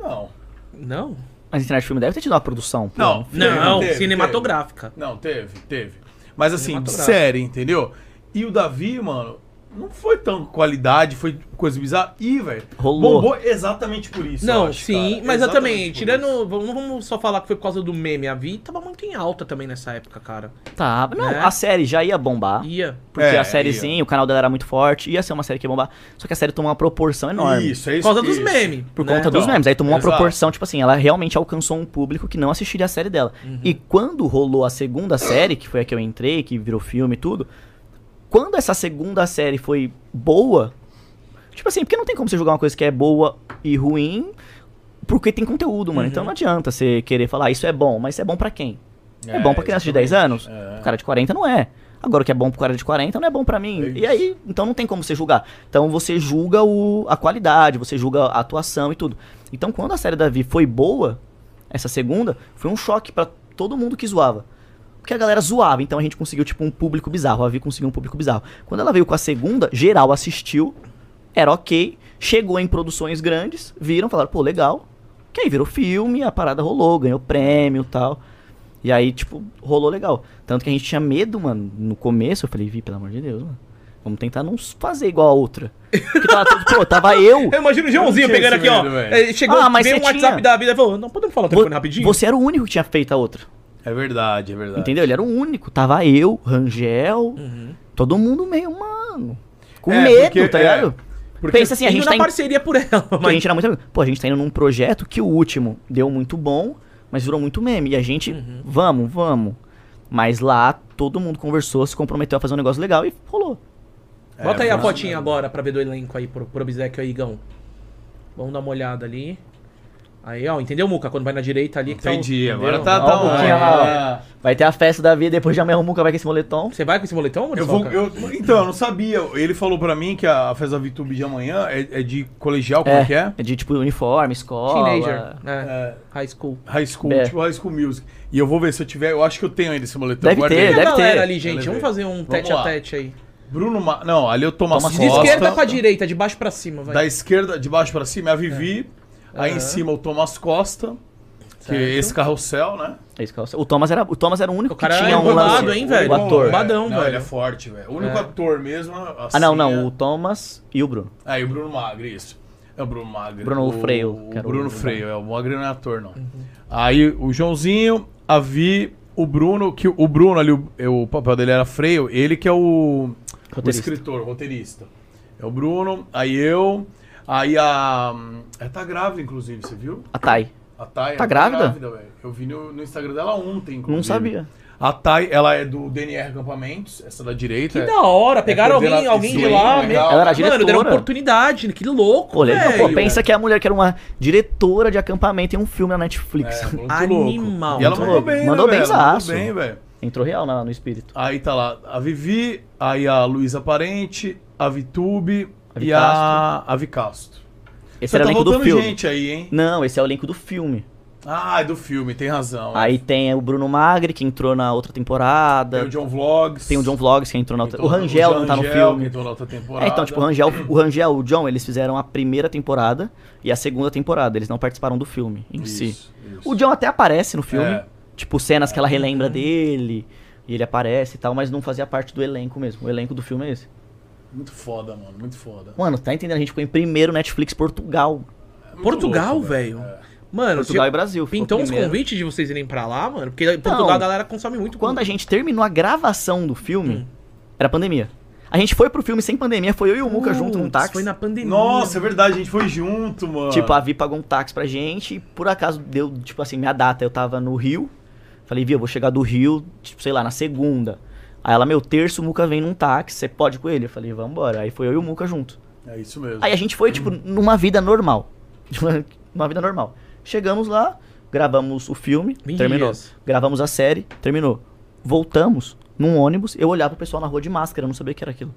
S6: Não.
S7: Não?
S8: Mas internet filme deve ter tido uma produção. pô.
S6: Não, teve,
S7: Não,
S6: teve,
S7: cinematográfica.
S6: teve. Não, teve, teve. Mas assim,
S7: Cinematográfico.
S6: série, entendeu? E o Davi, mano, não foi tão qualidade, foi coisa bizarra. Ih, velho,
S8: Rolou.
S6: bombou exatamente por isso.
S7: Não,
S6: eu acho,
S7: sim,
S6: cara.
S7: mas eu também,
S6: Exatamente por
S7: tirando.
S6: isso.
S7: Vamos, não vamos só falar que foi por causa do meme. A Vi tava muito em alta também nessa época, cara.
S8: Tá. Não,
S7: É.
S8: a série já ia bombar.
S7: Ia.
S8: Porque
S6: É,
S8: a sériezinha, o canal dela era muito forte, ia ser uma série que ia bombar. Só que a série tomou uma proporção enorme.
S6: Isso, é
S7: Por
S6: isso.
S7: causa dos
S6: isso.
S7: memes.
S8: Por
S7: né?
S8: conta dos
S6: Então,
S8: memes. Aí tomou uma
S6: exato.
S8: proporção, tipo assim, ela realmente alcançou um público que não assistiria a série dela.
S6: Uhum.
S8: E quando rolou a segunda série, que foi a que eu entrei, que virou filme e tudo, quando essa segunda série foi boa, tipo assim, porque não tem como você julgar uma coisa que é boa e ruim, porque tem conteúdo, mano.
S6: Uhum.
S8: Então não adianta você querer falar, isso é bom, mas isso é bom pra quem? É, bom pra criança de 10 anos? O cara de 40 não é. Agora o que é bom pro cara de 40 não é bom pra mim.
S6: É
S8: e aí, então não tem como você julgar. Então você julga o, a qualidade, você julga a atuação e tudo. Então quando a série da Vi foi boa, essa segunda, foi um choque pra todo mundo que zoava. Porque a galera zoava, então a gente conseguiu tipo um público bizarro. A Vi conseguiu um público bizarro. Quando ela veio com a segunda, geral assistiu, era ok, chegou em produções grandes, viram, falaram, pô, legal. Que aí virou filme, a parada rolou, ganhou prêmio e tal. E aí, tipo, rolou legal. Tanto que a gente tinha medo, mano. No começo, eu falei, Vi, pelo amor de Deus, mano. Vamos tentar não fazer igual a outra. Porque tava tudo, pô, tava eu.
S7: Eu imagino o Joãozinho
S6: Eu não tinha
S7: pegando
S6: esse
S7: aqui, ó.
S6: medo, velho.
S7: Ele chegou,
S8: Ah, mas
S7: veio
S8: você
S7: um WhatsApp
S8: tinha.
S7: da vida e falou: Não, podemos falar o telefone rapidinho?
S8: Você era o único que tinha feito a outra.
S6: É verdade, é verdade.
S8: Entendeu? Ele era o único. Tava eu, Rangel,
S7: Uhum.
S8: todo mundo meio, mano. Com
S6: É,
S8: medo,
S6: porque-
S8: tá
S6: é,
S8: ligado?
S6: porque-
S8: Pensa assim, a gente
S7: Indo
S8: tá
S7: na
S8: em
S7: parceria por ela,
S8: Porque a
S7: mas.
S8: gente era muito amigo. Pô, a gente tá indo num projeto que o último deu muito bom, mas virou muito meme. E a gente, vamos, vamos. Mas lá todo mundo conversou, se comprometeu a fazer um negócio legal e rolou.
S7: Bota
S6: É,
S7: aí a
S6: vamos-
S7: fotinha agora pra ver do elenco aí, pro, pro obsequio aí, Igão. Vamos dar uma olhada ali. Aí, ó, entendeu, Muca? Quando vai na direita ali. que tá o-
S6: Entendi, agora
S7: entendeu?
S6: tá, É.
S8: Ó,
S6: tá
S8: um pouquinho lá, Vai ter a festa da vida, depois já me arrumou, vai com esse moletom.
S7: Você vai com esse boletão,
S6: Eu
S7: Muriçoca?
S6: vou, eu- então, eu não sabia. Ele falou pra mim que a festa da VTube de amanhã é, é de colegial, como é que é?
S8: De tipo uniforme, escola.
S7: Teenager, né?
S6: É,
S7: High school.
S6: High School,
S8: É.
S6: tipo High School Music. E eu vou ver se eu tiver. Eu acho que eu tenho ainda esse né? moletom.
S8: Deve
S6: guardei.
S8: ter, né?
S7: E a
S8: deve
S7: galera
S8: ter.
S7: ali, gente?
S6: Deve
S7: Vamos
S6: ter.
S7: fazer um
S6: Vamos
S7: tete
S6: lá.
S7: a tete aí.
S6: Bruno Ma... Não, ali é eu tomo
S8: Thomas
S7: De
S8: Costa.
S7: esquerda pra direita, de baixo pra cima, vai.
S6: Da esquerda, de baixo pra cima, é a Vivi. Aí
S7: É. Aham.
S6: em cima o Thomas Costa. Que é esse carrossel, né?
S8: É isso que eu- O Thomas era o, Thomas era o único
S7: O cara
S8: que
S7: é
S8: tinha um
S7: bombado,
S8: lance.
S7: hein, velho?
S8: O ator.
S7: Bombado. Bombadão,
S6: É, não,
S7: velho.
S6: Ele é forte, velho. O único
S7: É.
S6: ator mesmo. Assim,
S8: Ah, não,
S6: é-
S8: não. O Thomas e o Bruno.
S6: Aí Ah, o Bruno Magro, isso. É o Bruno Magro.
S8: Bruno
S6: o,
S8: Freio,
S6: O
S8: que era o
S6: Bruno
S8: Bruno
S6: Freio, é o Magro não é ator, não. Aí o Joãozinho, a Vi, o Bruno, que o Bruno ali, o, é, o papel dele era Freio, ele que é o, o
S8: Roteirista.
S6: escritor, o roteirista. É o Bruno, aí eu, aí a. Ela tá grávida, inclusive, você viu?
S8: A Thay.
S6: A Thay. ela
S8: Tá grávida?
S6: velho. Eu vi no, no Instagram dela ontem, inclusive.
S8: Não sabia.
S6: A Thay, ela é do DNR Acampamentos, essa da direita. é,
S7: Que da hora, pegaram alguém,
S6: coordena-
S7: alguém de
S6: Sim,
S7: lá.
S6: legal.
S7: meu.
S6: Ela
S8: era
S7: Mano, deram
S8: diretora.
S7: oportunidade, que louco,
S8: Pô, legal.
S7: velho.
S8: Pô, pensa que a mulher que era uma diretora de acampamento em um filme na Netflix.
S6: É, muito
S7: Animal.
S6: louco. E ela
S8: Muito
S6: mandou
S8: louco.
S6: bem,
S8: Mandou
S6: né, velho?
S8: benzaço.
S6: Mandou bem, velho.
S8: Entrou real na- no espírito.
S6: Aí tá lá a Vivi, aí a Luísa Parente, a Vitube
S8: A Vi
S6: e a, a Vi Castro.
S8: Esse
S6: Você
S8: era
S6: tá
S8: o elenco do
S6: voltando
S8: filme.
S6: gente aí, hein?
S8: Não, esse é o elenco do filme.
S6: Ah, é do filme, tem razão.
S8: Aí tem o Bruno Magri, que entrou na outra temporada.
S6: tem o John Vlogs.
S8: Tem o John Vlogs, que entrou na
S6: que
S8: outra.
S6: entrou
S8: O
S6: na-
S8: Rangel não tá no
S6: Rangel, que
S8: filme.
S6: entrou na outra temporada.
S8: É, então, tipo, o Rangel, o Rangel, o John, eles fizeram a primeira temporada e a segunda temporada. Eles não participaram do filme em si.
S6: Isso, isso.
S8: O John até aparece no filme.
S6: É. Uhum.
S8: Tipo, cenas que ela relembra dele. E ele aparece e tal, mas não fazia parte do elenco mesmo. O elenco do filme é esse.
S6: Muito foda, mano, muito foda. É
S8: Mano, tá entendendo? A gente ficou em primeiro Netflix Portugal.
S6: Muito
S7: Portugal,
S6: louco, É.
S7: velho. Mano,
S8: tá Portugal
S7: se-
S8: e Brasil. ficou
S7: pintou uns
S8: primeiro.
S7: convites de vocês irem pra lá, mano?
S8: Tipo,
S7: Porque em Portugal a galera consome muito. Hum.
S8: Quando a gente terminou a gravação do filme, era pandemia. A gente foi pro filme sem pandemia, foi eu e o Muca junto num
S7: Putz,
S8: táxi.
S7: Foi na pandemia.
S6: Nossa, é verdade, a gente foi junto, mano.
S8: Tipo, a Vi pagou um táxi pra gente e por acaso deu, tipo assim, minha data. Eu tava no Rio. Falei, Vi, eu vou chegar do Rio, tipo, sei lá, na segunda. Aí ela, meu, terço, o Muca vem num táxi, você pode com ele? Eu falei, vambora. Aí foi eu e o Muca junto.
S6: É isso mesmo.
S8: Aí a gente foi,
S7: Hum.
S8: tipo, numa vida normal. Uma vida normal. Chegamos lá, gravamos o filme,
S7: 20
S8: terminou.
S7: dias.
S8: Gravamos a série, terminou. Voltamos num ônibus, eu olhava pro pessoal na rua de máscara, eu não sabia o que era aquilo.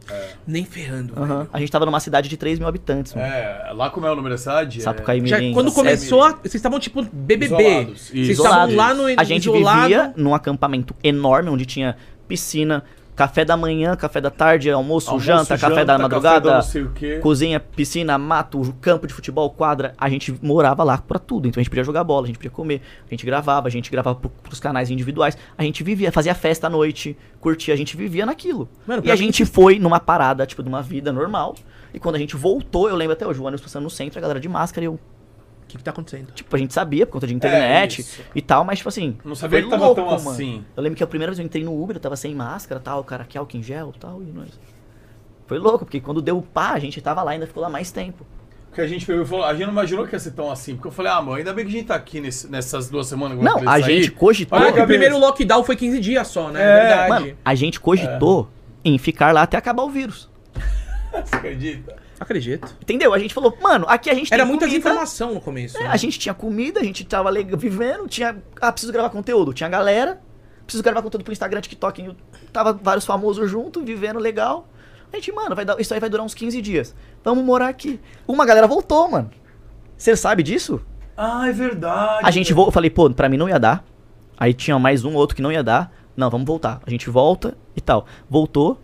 S7: Nem ferrando. velho.
S8: Aham. A gente tava numa cidade de 3 mil habitantes, mano.
S6: É, lá como é o número da cidade? é-
S8: Sapucaí
S7: Já,
S8: Mirim.
S7: quando
S8: Sé-
S7: começou, a- vocês estavam tipo BBB.
S6: Isolados.
S7: Vocês
S6: Isolados.
S7: estavam lá no
S8: A gente
S7: isolado.
S8: vivia num acampamento enorme onde tinha piscina, café da manhã, café da tarde, almoço,
S6: Almoço,
S8: janta, café da madrugada,
S6: não sei o quê.
S8: cozinha, piscina, mato, campo de futebol, quadra. A gente morava lá pra tudo. Então a gente podia jogar bola, a gente podia comer, a gente gravava, a gente gravava pro, pros canais individuais. A gente vivia, fazia festa à noite, curtia, a gente vivia naquilo.
S7: Mano,
S8: e
S7: pra
S8: a
S7: mim
S8: gente foi numa parada, tipo, de uma vida normal. E quando a gente voltou, eu lembro até hoje, o ônibus passando no centro, a galera de máscara e eu.
S7: O que, que tá acontecendo?
S8: Tipo, a gente sabia por conta de
S6: É
S8: internet
S6: isso.
S8: e tal, mas tipo assim.
S6: Não sabia que
S8: foi
S6: tava tão assim.
S8: Eu lembro que a primeira vez eu entrei no Uber, eu tava sem máscara tal, o cara que álcool em gel tal, e nós. Foi louco, porque quando deu o pá, a gente tava lá e ainda ficou lá mais tempo.
S6: Porque a gente pegou e falou, a gente não imaginou que ia ser tão assim. Porque eu falei, ah, mano, ainda bem que a gente tá aqui nesse- nessas duas semanas. que eu
S8: Não,
S6: falei
S8: a
S6: isso aí.
S8: gente cogitou.
S6: Olha a
S7: Ah, que o
S6: cabeça.
S7: primeiro lockdown foi 15 dias só, né?
S6: É,
S7: verdade.
S8: Mano, a gente cogitou em ficar lá até acabar o vírus.
S6: Você acredita?
S7: Acredito.
S8: Entendeu? A gente falou, mano, aqui a gente
S7: Era
S8: tem
S7: muita
S8: comida.
S7: desinformação no começo.
S8: É,
S7: né?
S8: a gente tinha comida, a gente tava le- vivendo, tinha. Ah, preciso gravar conteúdo. Tinha galera, preciso gravar conteúdo pro Instagram, TikTok. e eu- Tava vários famosos junto, vivendo legal. A gente, mano, vai dar- isso aí vai durar uns 15 dias. Vamos morar aqui. Uma galera voltou, mano. Você sabe disso?
S6: Ah, é verdade.
S8: A gente voltou. Eu falei, pô, pra mim não ia dar. Aí tinha mais um outro que não ia dar. Não, vamos voltar. A gente volta e tal. Voltou.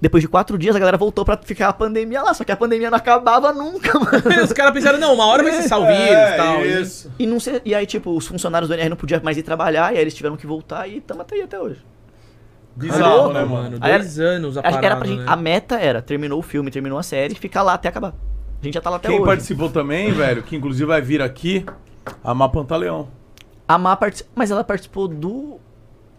S8: Depois de quatro dias, a galera voltou pra ficar a pandemia lá. Só que a pandemia não acabava nunca, mano.
S7: Os caras pensaram, não, uma hora vai cessar o vírus
S6: É,
S7: e tal. e-
S6: Isso.
S8: E, Tá não sei- e aí, tipo, os funcionários do NR não podiam mais ir trabalhar, e aí eles tiveram que voltar e estamos até aí até hoje.
S6: Bizarro,
S8: Caramba,
S6: né, mano?
S8: Aí
S7: Dois anos
S6: Tá
S7: a
S8: A,
S7: parada,
S8: era pra gente-
S7: né?
S8: a meta era, terminou o filme, terminou a série, ficar lá até acabar. A gente já tá lá até
S6: Quem
S8: hoje.
S6: participou também, velho, que inclusive vai vir aqui, a Ma Pantaleão.
S8: A Má participou. Mas ela participou do.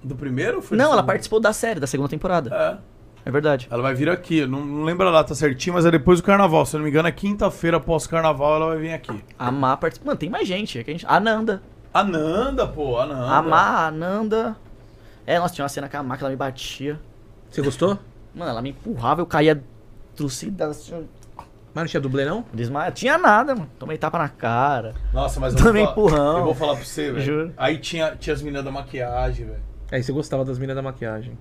S6: Do primeiro? ou Foi do
S8: Não, ela
S6: segundo?
S8: participou da série, da segunda temporada.
S6: É.
S8: É verdade.
S6: Ela vai vir aqui, eu não, não lembro a data certinho, mas é depois do carnaval. Se eu não me engano, é quinta-feira após o carnaval ela vai vir aqui.
S8: A Má participou. Mano, tem mais gente. é que a gente- A Nanda.
S6: A Nanda, pô, a Nanda.
S8: A Má, a Nanda. É, nossa, tinha uma cena com a Má que ela me batia.
S7: Você gostou?
S8: Mano, ela me empurrava, eu caía trucida. Assim,
S7: Mas não tinha dublê, não?
S8: desmaia. Tinha nada, mano. Tomei tapa na cara.
S6: Nossa, mas eu
S8: Também
S6: vou falar,
S8: empurrão.
S6: Eu vou falar pra você, velho.
S8: Juro.
S6: Aí tinha, tinha as meninas da maquiagem, velho.
S7: Aí você gostava das minas da maquiagem.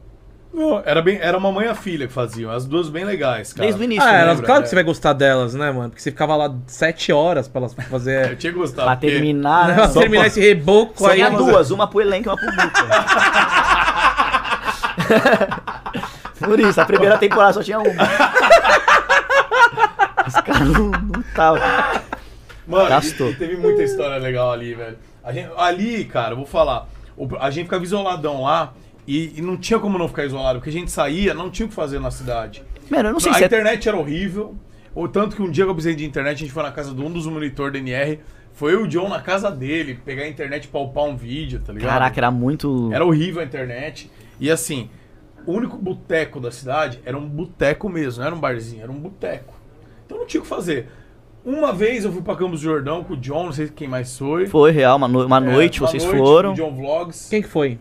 S6: Não, era, bem, era uma mãe e a filha que faziam. As duas bem legais, cara.
S8: Desde o início.
S7: ah,
S8: né?
S7: elas,
S6: lembra,
S7: claro
S6: né?
S7: que você vai gostar delas, né, mano? Porque você ficava lá sete horas pra elas
S6: Eu
S7: fazer.
S6: tinha gostado.
S8: Pra
S6: porque-
S8: terminar, né,
S7: Pra
S8: mano?
S7: terminar esse reboco
S8: Só
S7: aí.
S8: tinha
S7: mano.
S8: duas, uma pro elenco e uma pro Buca. Por isso, a primeira temporada só tinha uma. Os caras não, não tava.
S6: Mano,
S8: Gastou.
S6: e- e teve muita história legal ali, velho. A gente- ali, cara, eu vou falar. o- a gente ficava isoladão lá e, e não tinha como não ficar isolado, porque a gente saía, não tinha o que fazer na cidade.
S8: Mano, eu não sei
S6: a
S8: se é.
S6: internet era horrível. Ou tanto que um dia que eu precisei de internet, a gente foi na casa de um dos monitor da NR. Foi eu e o John na casa dele, pegar a internet e palpar um vídeo, tá ligado?
S8: Caraca, era muito.
S6: Era horrível a internet. E assim, o único boteco da cidade era um boteco mesmo, não era um barzinho, era um boteco. Então não tinha o que fazer. Uma vez eu fui pra Campos do Jordão com o John, não sei quem mais foi. É,
S8: Foi real, uma, no- uma noite
S6: uma
S8: vocês
S6: noite
S8: foram.
S6: com O John Vlogs.
S7: Quem que foi?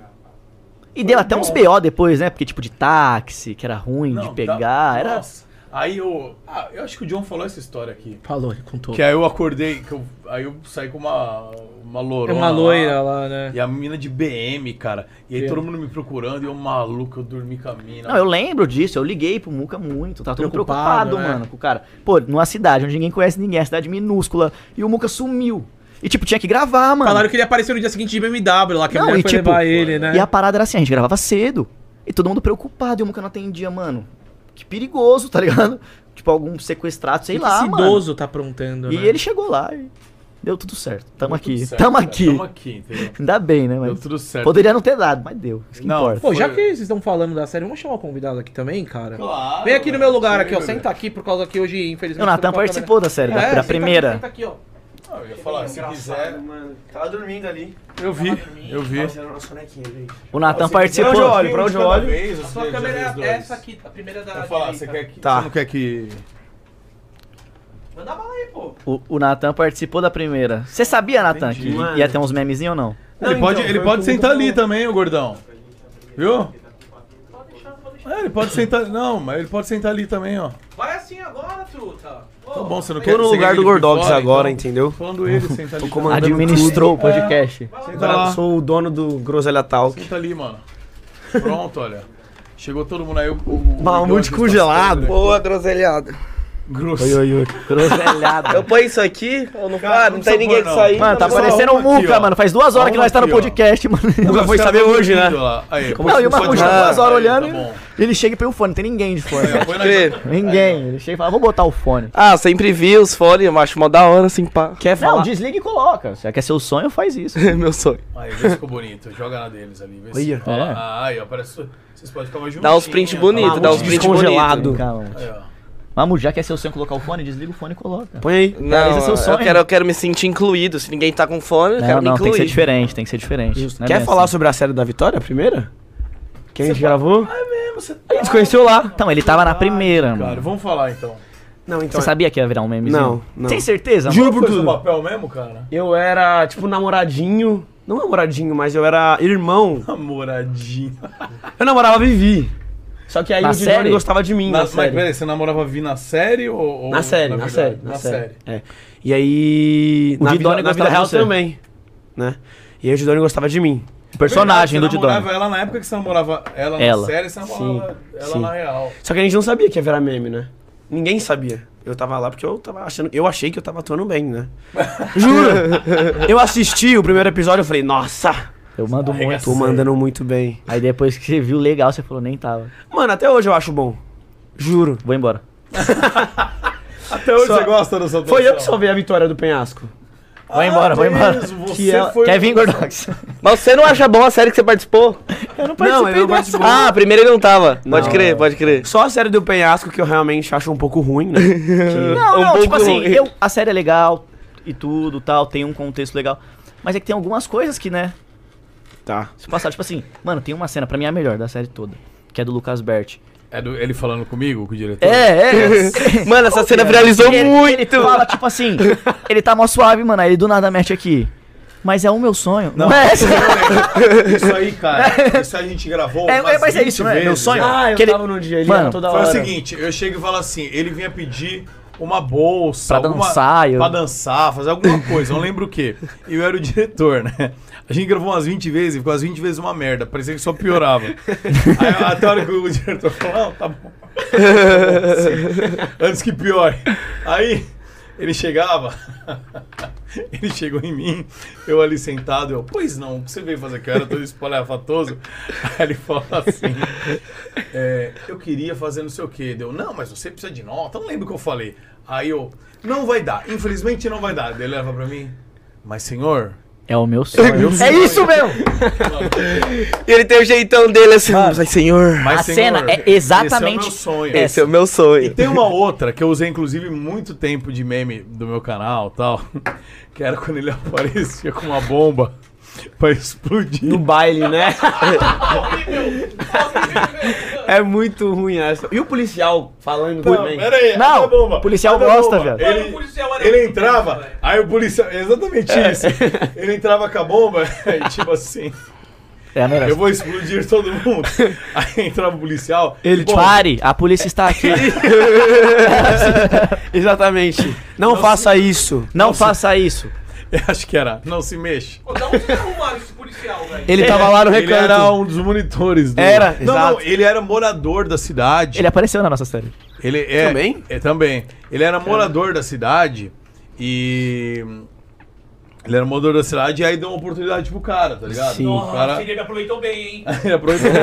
S8: E deu até uns
S6: John.
S8: BO depois, né? Porque, tipo, de táxi, que era ruim de
S6: tá-
S8: pegar. Era.
S6: Nossa. Aí eu. Ah, eu acho que o John falou essa história aqui.
S7: Falou, ele contou.
S6: Que aí eu acordei, que eu, aí eu saí com uma, uma
S7: É
S6: lourona.
S7: uma
S6: lá.
S7: loira lá, né?
S6: E a mina de BM, cara. E aí todo mundo me procurando e eu maluco, eu dormi com a mina.
S8: Não, eu lembro disso, eu liguei pro Muca muito, tava todo mundo
S7: Preocupado,
S8: preocupado,
S7: né?
S8: mano, com o cara. Pô, numa cidade onde ninguém conhece ninguém, é cidade minúscula, e o Muca sumiu. E tipo, tinha que gravar, mano.
S7: Falaram que ele apareceu no dia seguinte de BMW lá, que a
S8: Não,
S7: mulher
S8: e
S7: foi
S8: tipo,
S7: levar ele, né?
S8: E a parada era assim, a gente gravava cedo, e todo mundo preocupado, e o Muca não atendia, mano. Que perigoso, tá ligado? Tipo, algum sequestrado, sei
S7: O que
S8: lá,
S7: esse
S8: mano.
S7: idoso tá aprontando,
S8: E
S7: né?
S8: ele chegou lá e deu tudo certo. Tamo aqui,
S6: Tudo certo,
S8: tamo
S6: cara,
S8: aqui.
S6: Tamo aqui, entendeu?
S8: Ainda bem, né,
S6: Deu
S8: mano?
S6: tudo certo.
S8: Poderia não ter dado, mas deu. Isso que
S6: Não,
S8: importa.
S7: Pô, já
S6: Foi-
S7: que vocês estão falando da série, vamos chamar o convidado aqui também, cara?
S6: Claro,
S7: Vem aqui no meu lugar, aqui, ó.
S6: velho.
S7: Senta aqui, por causa que hoje, infelizmente...
S8: O Natan
S7: não
S6: né? É,
S7: pode É,
S8: participou da série, da- da
S7: senta aqui,
S8: primeira.
S7: senta aqui, ó.
S6: eu ia falar, se quiser.
S4: Mano. Tava tá dormindo ali.
S6: Eu vi, eu vi.
S4: Fazendo uma sonequinha, gente.
S8: O Natan
S6: né? Pra
S8: participou.
S6: onde eu olho? Pra onde eu olho?
S7: Sua câmera é essa aqui, a primeira da.
S6: Eu ia falar, assim, você
S7: direita.
S6: quer que.
S8: Tá.
S6: Você não quer que.
S7: Manda bala aí, pô.
S8: O, o Natan participou da primeira. Você sabia, Natan, que
S6: Entendi.
S8: ia ter uns memezinhos ou não?
S6: ele pode, ele pode sentar ali também, o gordão. Viu? É, ele pode sentar. Não, mas ele pode sentar ali também, ó.
S7: Vai assim agora, truta. Ô,
S6: Tá bom, você não
S7: vai-
S6: quer
S2: Tô no
S6: você quer
S2: lugar
S6: que
S2: do
S6: ele
S2: Gordogs
S6: fora,
S2: agora,
S6: então?
S2: entendeu?
S6: Tô Falando ele, senta ali.
S2: comandando.
S6: também.
S8: Administrou o podcast.
S6: Senta
S2: Agora
S6: lá.
S2: eu sou o dono do Groselha Talk.
S6: Senta ali, mano. Pronto, olha. Chegou todo mundo aí. O, o, o
S8: Baú de
S6: Gordogs
S8: cu
S6: tá
S8: gelado.
S6: saindo, né?
S4: Boa, groselhada.
S6: Grosso.
S2: Oi, oi, oi.
S4: Eu ponho isso aqui, eu não
S6: Cara,
S4: ah,
S6: não
S4: não tem
S6: precisa
S4: ninguém
S6: pôr,
S4: que
S6: não.
S4: sair.
S8: Mano, tá
S6: Só
S8: parecendo
S6: um
S8: o Muca,
S6: aqui, ó.
S8: mano. Faz duas horas que
S6: Um
S8: nós tá no
S6: aqui, ó.
S8: podcast, mano.
S6: Nunca
S2: foi saber hoje, né?
S6: Aí,
S8: Não, e o Marcos
S2: pode-
S8: tá duas
S6: Ah,
S8: horas
S6: aí, tá
S8: olhando
S6: bom.
S8: e ele chega e põe o fone. Não tem ninguém de fone. né?
S6: Põe na-
S4: Crer.
S8: ninguém. Ele chega e fala, vou botar o fone.
S4: Ah, sempre vi os fones, eu acho mó da hora, assim, pá.
S7: Quer
S8: Não, desliga e coloca. Se é quer ser o sonho, faz isso.
S4: Meu sonho.
S6: Aí, vê se ficou bonito. Joga na deles ali. Vê se...
S8: Olha.
S6: Olha lá.
S8: É.
S6: Ah, aí, ó. Parece... Vocês podem ficar mais
S4: Dá uns
S6: juntinhos,
S4: print
S6: tá?
S4: bonito, dá
S2: um
S4: uns
S6: Aí,
S4: print
S2: Descongelado.
S4: bonito.
S8: Calma.
S6: ó.
S8: Mamu, já quer ser o sonho colocar o fone, desliga o fone e coloca.
S2: Põe aí.
S4: Não,
S8: Realiza é seu sonho.
S4: eu quero, eu quero me sentir incluído. Se ninguém tá com fone, eu quero
S8: Não,
S4: me
S8: não, tem
S4: incluir.
S8: que ser diferente, tem que ser diferente. Não é
S2: Quer
S8: bem
S2: falar
S8: assim.
S2: sobre a série da Vitória, a primeira? Que a gente gravou? Ah, é mesmo. A gente se conheceu lá.
S8: Então, ele tava na primeira,
S6: Cara,
S8: mano.
S6: vamos falar então.
S2: Não, então.
S8: Você
S2: é
S8: sabia que ia virar um memezinho?
S2: Não, não.
S8: Tem certeza? mano?
S2: Juro por
S6: Foi seu
S2: tudo.
S6: papel mesmo, cara?
S2: Eu era, tipo, namoradinho. Não namoradinho, mas eu era irmão.
S6: Namoradinho.
S2: Eu namorava a Vivi. Só que aí
S8: Na
S2: o Didone
S8: série?
S2: gostava de mim, assim.
S6: Na,
S2: na,
S6: mas
S2: série.
S6: peraí, você namorava Vi na série ou. ou
S2: Na série, na,
S6: verdade?
S2: série, na, série. É. E aí.
S8: O
S2: na
S8: Didone
S2: vida, na
S8: gostava
S2: vida
S8: de
S2: real
S8: você.
S2: também. Né? E aí o Didone gostava de mim.
S8: O personagem
S6: Verdade,
S8: do
S6: Você namorava
S8: Didone.
S6: ela na época que você namorava ela, na
S8: Ela.
S6: série, você namorava ela
S2: sim.
S6: na real.
S2: Só que a gente não sabia que ia virar meme, né? Ninguém sabia. Eu tava lá porque eu tava achando. Eu achei que eu tava atuando bem, né? Juro! eu assisti o primeiro episódio e falei, nossa,
S8: Eu mando muito.
S2: tô mandando muito bem.
S8: Aí depois que você viu legal, você falou, nem tava.
S2: Mano, até hoje eu acho bom. Juro.
S8: Vou embora.
S6: Até hoje
S2: Só-
S6: você gosta da sua
S2: Foi eu que
S6: atuação?
S2: salvei a vitória do penhasco.
S8: Vai embora, vai embora.
S6: mesmo, você
S8: Que ela-
S6: foi-
S8: Quer vir, Gordox?
S4: Mas você não acha bom a série que você participou?
S8: Eu não
S2: participei eu não dessa. participei.
S4: Ah, a primeira ele não tava. Pode crer, pode crer.
S2: Só a série do penhasco que eu realmente acho um pouco ruim, né?
S8: Não,
S4: um
S8: não,
S4: pouco
S8: tipo assim,
S4: ruim.
S8: eu- a série é legal e tudo tal, tem um contexto legal. Mas é que tem algumas coisas que, né,
S2: tá.
S8: se passar, tipo assim, mano, tem uma cena, pra mim é a melhor da série toda, que é do Lucas Berti.
S6: É do- ele falando comigo, com o diretor?
S8: É, é.
S4: Mano, essa cena
S2: é?
S4: viralizou
S8: ele,
S4: muito.
S8: Ele fala, tipo assim, ele tá mó suave, mano, aí ele do nada mete aqui. Mas é o meu sonho. Não, é,
S6: Isso aí, cara. Isso aí a gente gravou.
S8: É,
S6: umas
S8: mas é
S6: 20
S8: isso, né?
S6: vezes,
S8: Meu sonho.
S2: Ah, eu
S8: Que ele-
S2: tava num dia, ele
S8: Mano,
S2: era toda
S6: Foi
S2: hora.
S6: o seguinte, eu chego e falo assim, ele vinha pedir uma bolsa.
S8: Pra
S6: alguma-
S8: dançar, eu-
S6: Pra dançar, fazer alguma coisa, não lembro o quê. E eu era o diretor, né? A gente gravou umas 20 vezes e ficou as 20 vezes uma merda. Parecia que só piorava. Aí, até a hora que o diretor falou, não, tá bom. Tá bom, sim. Antes que piore. Aí... Ele chegava, ele chegou em mim, eu ali sentado, eu, pois não, o que você veio fazer aqui? Eu era todo espalhafatoso. Aí ele falou assim, é, eu queria fazer não sei o que. Deu, não, mas você precisa de nota. Não lembro o que eu falei. Aí eu, não vai dar. Infelizmente não vai dar. Ele leva pra mim. Mas senhor,
S8: É o meu sonho.
S6: meu
S8: É
S6: sonho.
S8: isso mesmo!
S4: E ele tem o jeitão dele assim, mas senhor,
S6: mas
S8: A
S6: senhor,
S8: cena é exatamente
S6: Esse é o meu sonho.
S4: esse é o meu sonho.
S6: Tem uma outra que eu usei, inclusive, muito tempo de meme do meu canal e tal. Que era quando ele aparecia com uma bomba pra explodir.
S2: No baile, né? é muito ruim essa. E o policial falando
S6: Não,
S2: também.
S6: pera aí,
S8: Não,
S6: cadê a bomba?
S8: o policial
S6: Cadê a
S8: gosta,
S6: bomba?
S8: velho.
S6: Ele, ele entrava, aí o policial. Exatamente isso. Ele entrava com a bomba e tipo assim.
S8: É a melhor.
S6: Eu vou explodir todo mundo. Aí entrava o policial.
S2: Ele,
S6: bom,
S8: Pare, a polícia está aqui.
S2: Exatamente. Não faça isso.
S8: Não faça isso.
S6: eu acho que era. Não se mexe.
S7: Pô, da onde vocês arrumaram esse policial, velho?
S2: Ele tava lá no
S6: Ele era
S2: recanto.
S6: um dos monitores do.
S2: Era,
S6: não, não,
S2: exato.
S6: ele era morador da cidade.
S8: Ele apareceu na nossa série.
S6: Ele é,
S2: Também?
S6: É, também. Ele era morador da cidade e. Ele era morador da cidade e aí deu uma oportunidade pro cara, tá ligado?
S2: Sim.
S6: O cara...
S7: ele me aproveitou bem, hein?
S6: Ele aproveitou.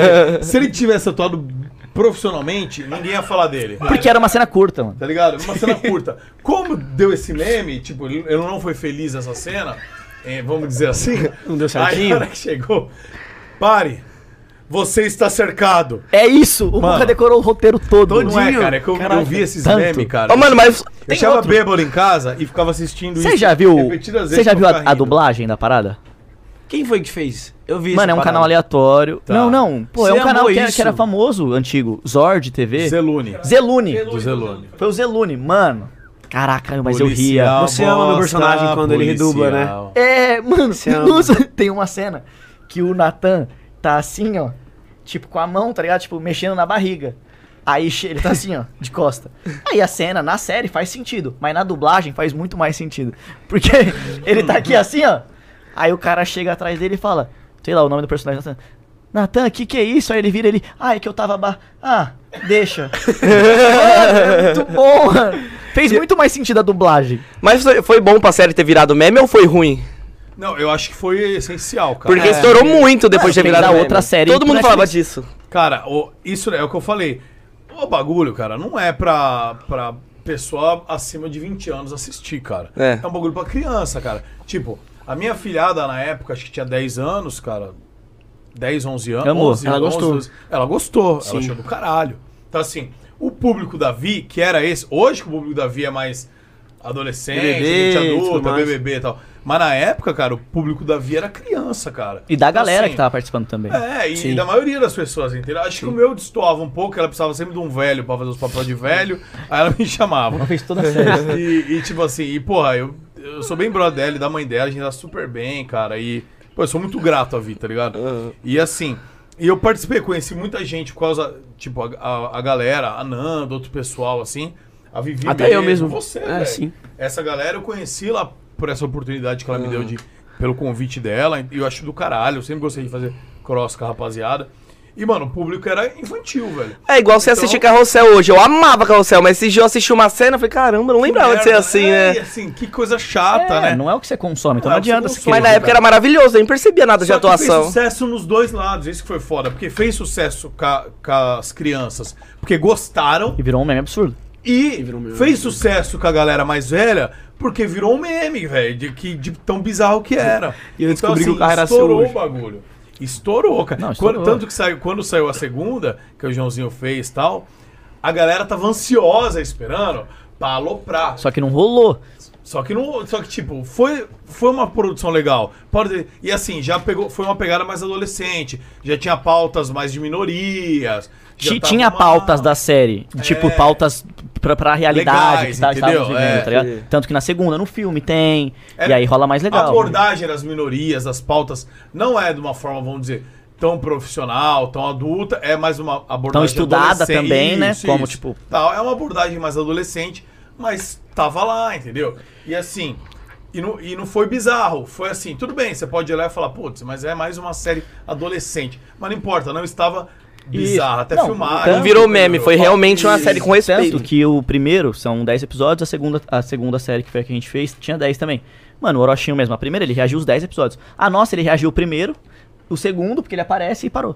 S6: Se ele tivesse atuado profissionalmente, ninguém ia falar dele.
S8: Porque era uma cena curta, mano.
S6: Tá ligado? Uma cena curta. Como deu esse meme, tipo, ele ele não foi feliz nessa cena, eh, vamos dizer assim.
S2: Não deu
S6: Aí a
S2: certinho?
S6: hora que chegou, pare. Você está cercado.
S8: É isso, o
S6: Mano.
S8: Boca decorou o roteiro todo.
S6: Não é, cara, é que eu, eu vi esses
S8: tanto.
S6: memes, cara.
S4: Ô, mano, mas.
S6: eu
S4: Tem
S6: chegava
S4: outro.
S6: bêbado em casa e ficava assistindo
S8: Você já viu,
S6: repetidas
S8: você
S6: vezes
S8: já
S6: pra
S8: viu
S6: ficar
S8: a, a
S6: rindo.
S8: dublagem da parada?
S2: Quem foi que fez? Eu vi
S8: Mano, é um
S2: essa
S8: canal
S2: parada.
S8: aleatório.
S6: Tá.
S8: Não, não. Pô, é
S2: Você
S8: um canal
S2: amou
S8: que era,
S2: isso?
S8: que era famoso, antigo. Zord TV.
S6: Zelune.
S8: Zelune.
S6: Do Zelune.
S8: Foi o Zelune, mano. Caraca, mas eu ria.
S6: Policial,
S2: Você ama meu personagem quando ele redubla, né?
S6: policial.
S8: É, mano,
S2: Você ama.
S8: nossa, tem uma cena que o Natan tá assim, ó. Tipo, com a mão, tá ligado? Tipo, mexendo na barriga. Aí che- ele tá assim, ó, de costa. Aí a cena, na série, faz sentido. Mas na dublagem faz muito mais sentido. Porque ele tá aqui assim, ó. Aí o cara chega atrás dele e fala, sei lá, o nome do personagem, Natan. Natan, o que que é isso? Aí ele vira ele, ah, é que eu tava... Ba... Ah, deixa. Mano, é muito bom, mano. Fez muito mais sentido a dublagem.
S4: Mas foi, foi bom pra série ter virado meme ou foi ruim?
S8: Tá.
S6: Não, eu acho que foi essencial, cara. É.
S2: É.
S4: Porque estourou muito
S8: Mano,
S4: depois de ter
S8: tem
S4: virado
S8: da
S4: meme.
S8: outra série
S4: Todo
S8: pro
S4: mundo
S8: Netflix.
S4: falava disso.
S6: Cara, o- isso é o que eu falei. O bagulho, cara, não é pra, pra pessoa acima de 20 anos assistir, cara.
S4: É.
S6: um bagulho pra criança, cara. Tipo, a minha filhada na época, acho que tinha 10 anos, cara. 10, 11 anos.
S8: Amor,
S6: 11,
S2: ela
S6: 11,
S2: gostou.
S6: 12. ela gostou. Ela achou do caralho. Então, assim, o público da Vi, que era esse... Hoje que o público da Vi é mais adolescente,
S2: BBB,
S6: gente
S2: tudo
S6: adulta,
S2: mais.
S6: BBB e tal. Mas na época, cara, o público da Vi era criança, cara.
S8: E da
S6: Então,
S8: galera
S6: assim,
S8: que tava participando também.
S6: é, e da maioria das pessoas, entendeu? Acho que o meu destoava um pouco, ela precisava sempre de um velho pra fazer os papéis de velho, aí ela me chamava.
S8: Fez toda a série.
S6: E, e, tipo assim, e porra, eu, eu sou bem brother dela e da mãe dela, a gente tá super bem, cara, e pô, eu sou muito grato à vida, tá ligado? E assim, e eu participei, conheci muita gente por causa, tipo, a, a, a galera, a Nanda, outro pessoal, assim, a Vivi
S2: Até eu mesmo.
S6: você,
S2: É,
S6: velho.
S2: sim.
S6: Essa galera eu conheci lá por essa oportunidade que ela me deu de, pelo convite dela. E eu acho do caralho. Eu sempre gostei de fazer cross com a rapaziada. E, mano, o público era infantil, velho.
S4: É igual você
S6: Então-
S4: assistir Carrossel hoje. Eu amava Carrossel, mas esse dia eu assisti uma cena eu falei, caramba, eu não lembrava de ser
S6: Merda,
S4: assim,
S6: é, e
S4: né?
S6: assim, que coisa chata,
S8: É,
S6: né?
S8: Não é o que você consome,
S6: Não
S8: então não,
S6: é o que você
S8: adianta você
S6: consome.
S4: Mas na época era maravilhoso, eu nem percebia nada de
S6: Só que Fez
S4: atuação.
S6: sucesso nos dois lados, isso que foi foda. Porque fez sucesso com as crianças, porque gostaram.
S8: E virou um meme absurdo.
S6: E
S2: um meme.
S6: fez sucesso com a galera mais velha porque virou um meme, velho, de, que- de tão bizarro que era. Então, assim,
S2: E eu descobri que o carro era seu
S6: estourou
S2: hoje.
S6: o bagulho. Estourou, cara.
S8: Não,
S6: Quando-
S8: estourou.
S6: tanto que saiu, quando saiu a segunda, que o Joãozinho fez e tal, a galera tava ansiosa esperando pra aloprar.
S8: Só que não rolou.
S6: Só que não, só que tipo, foi foi uma produção legal. Pode e assim, já pegou, foi uma pegada mais adolescente, já tinha pautas mais de minorias. já tá
S8: Ti-
S6: tava
S8: Tinha
S6: uma-
S8: pautas da série. Tipo, pautas pra, pra realidade
S6: Legais,
S8: que tá, estávamos
S6: entendeu?
S8: vivendo,
S6: É.
S8: tá ligado? Tanto que na segunda, no filme, tem.
S6: É,
S8: e aí rola
S6: A
S8: mais legal.
S6: abordagem das minorias, das pautas, não é de uma forma, vamos dizer, tão profissional, tão adulta, é mais uma abordagem
S8: Tão estudada
S6: adolescente,
S8: também, né? Como, tipo-
S6: Tal, é uma abordagem mais adolescente, mas tava lá, entendeu? E assim, e não, e não foi bizarro, foi assim, tudo bem, você pode olhar e falar, putz, mas é mais uma série adolescente. Mas não importa, não estava bizarro, até
S8: Não,
S6: filmar. né?
S8: então-
S4: Não virou meme, foi realmente é uma série com
S8: Tanto
S4: respeito.
S8: que o primeiro são 10 episódios, a segunda, a segunda série que foi a que a gente fez tinha 10 também. Mano, o Orochinho mesmo, a primeira ele reagiu os 10 episódios. A nossa ele reagiu o primeiro, o segundo, porque ele aparece e parou.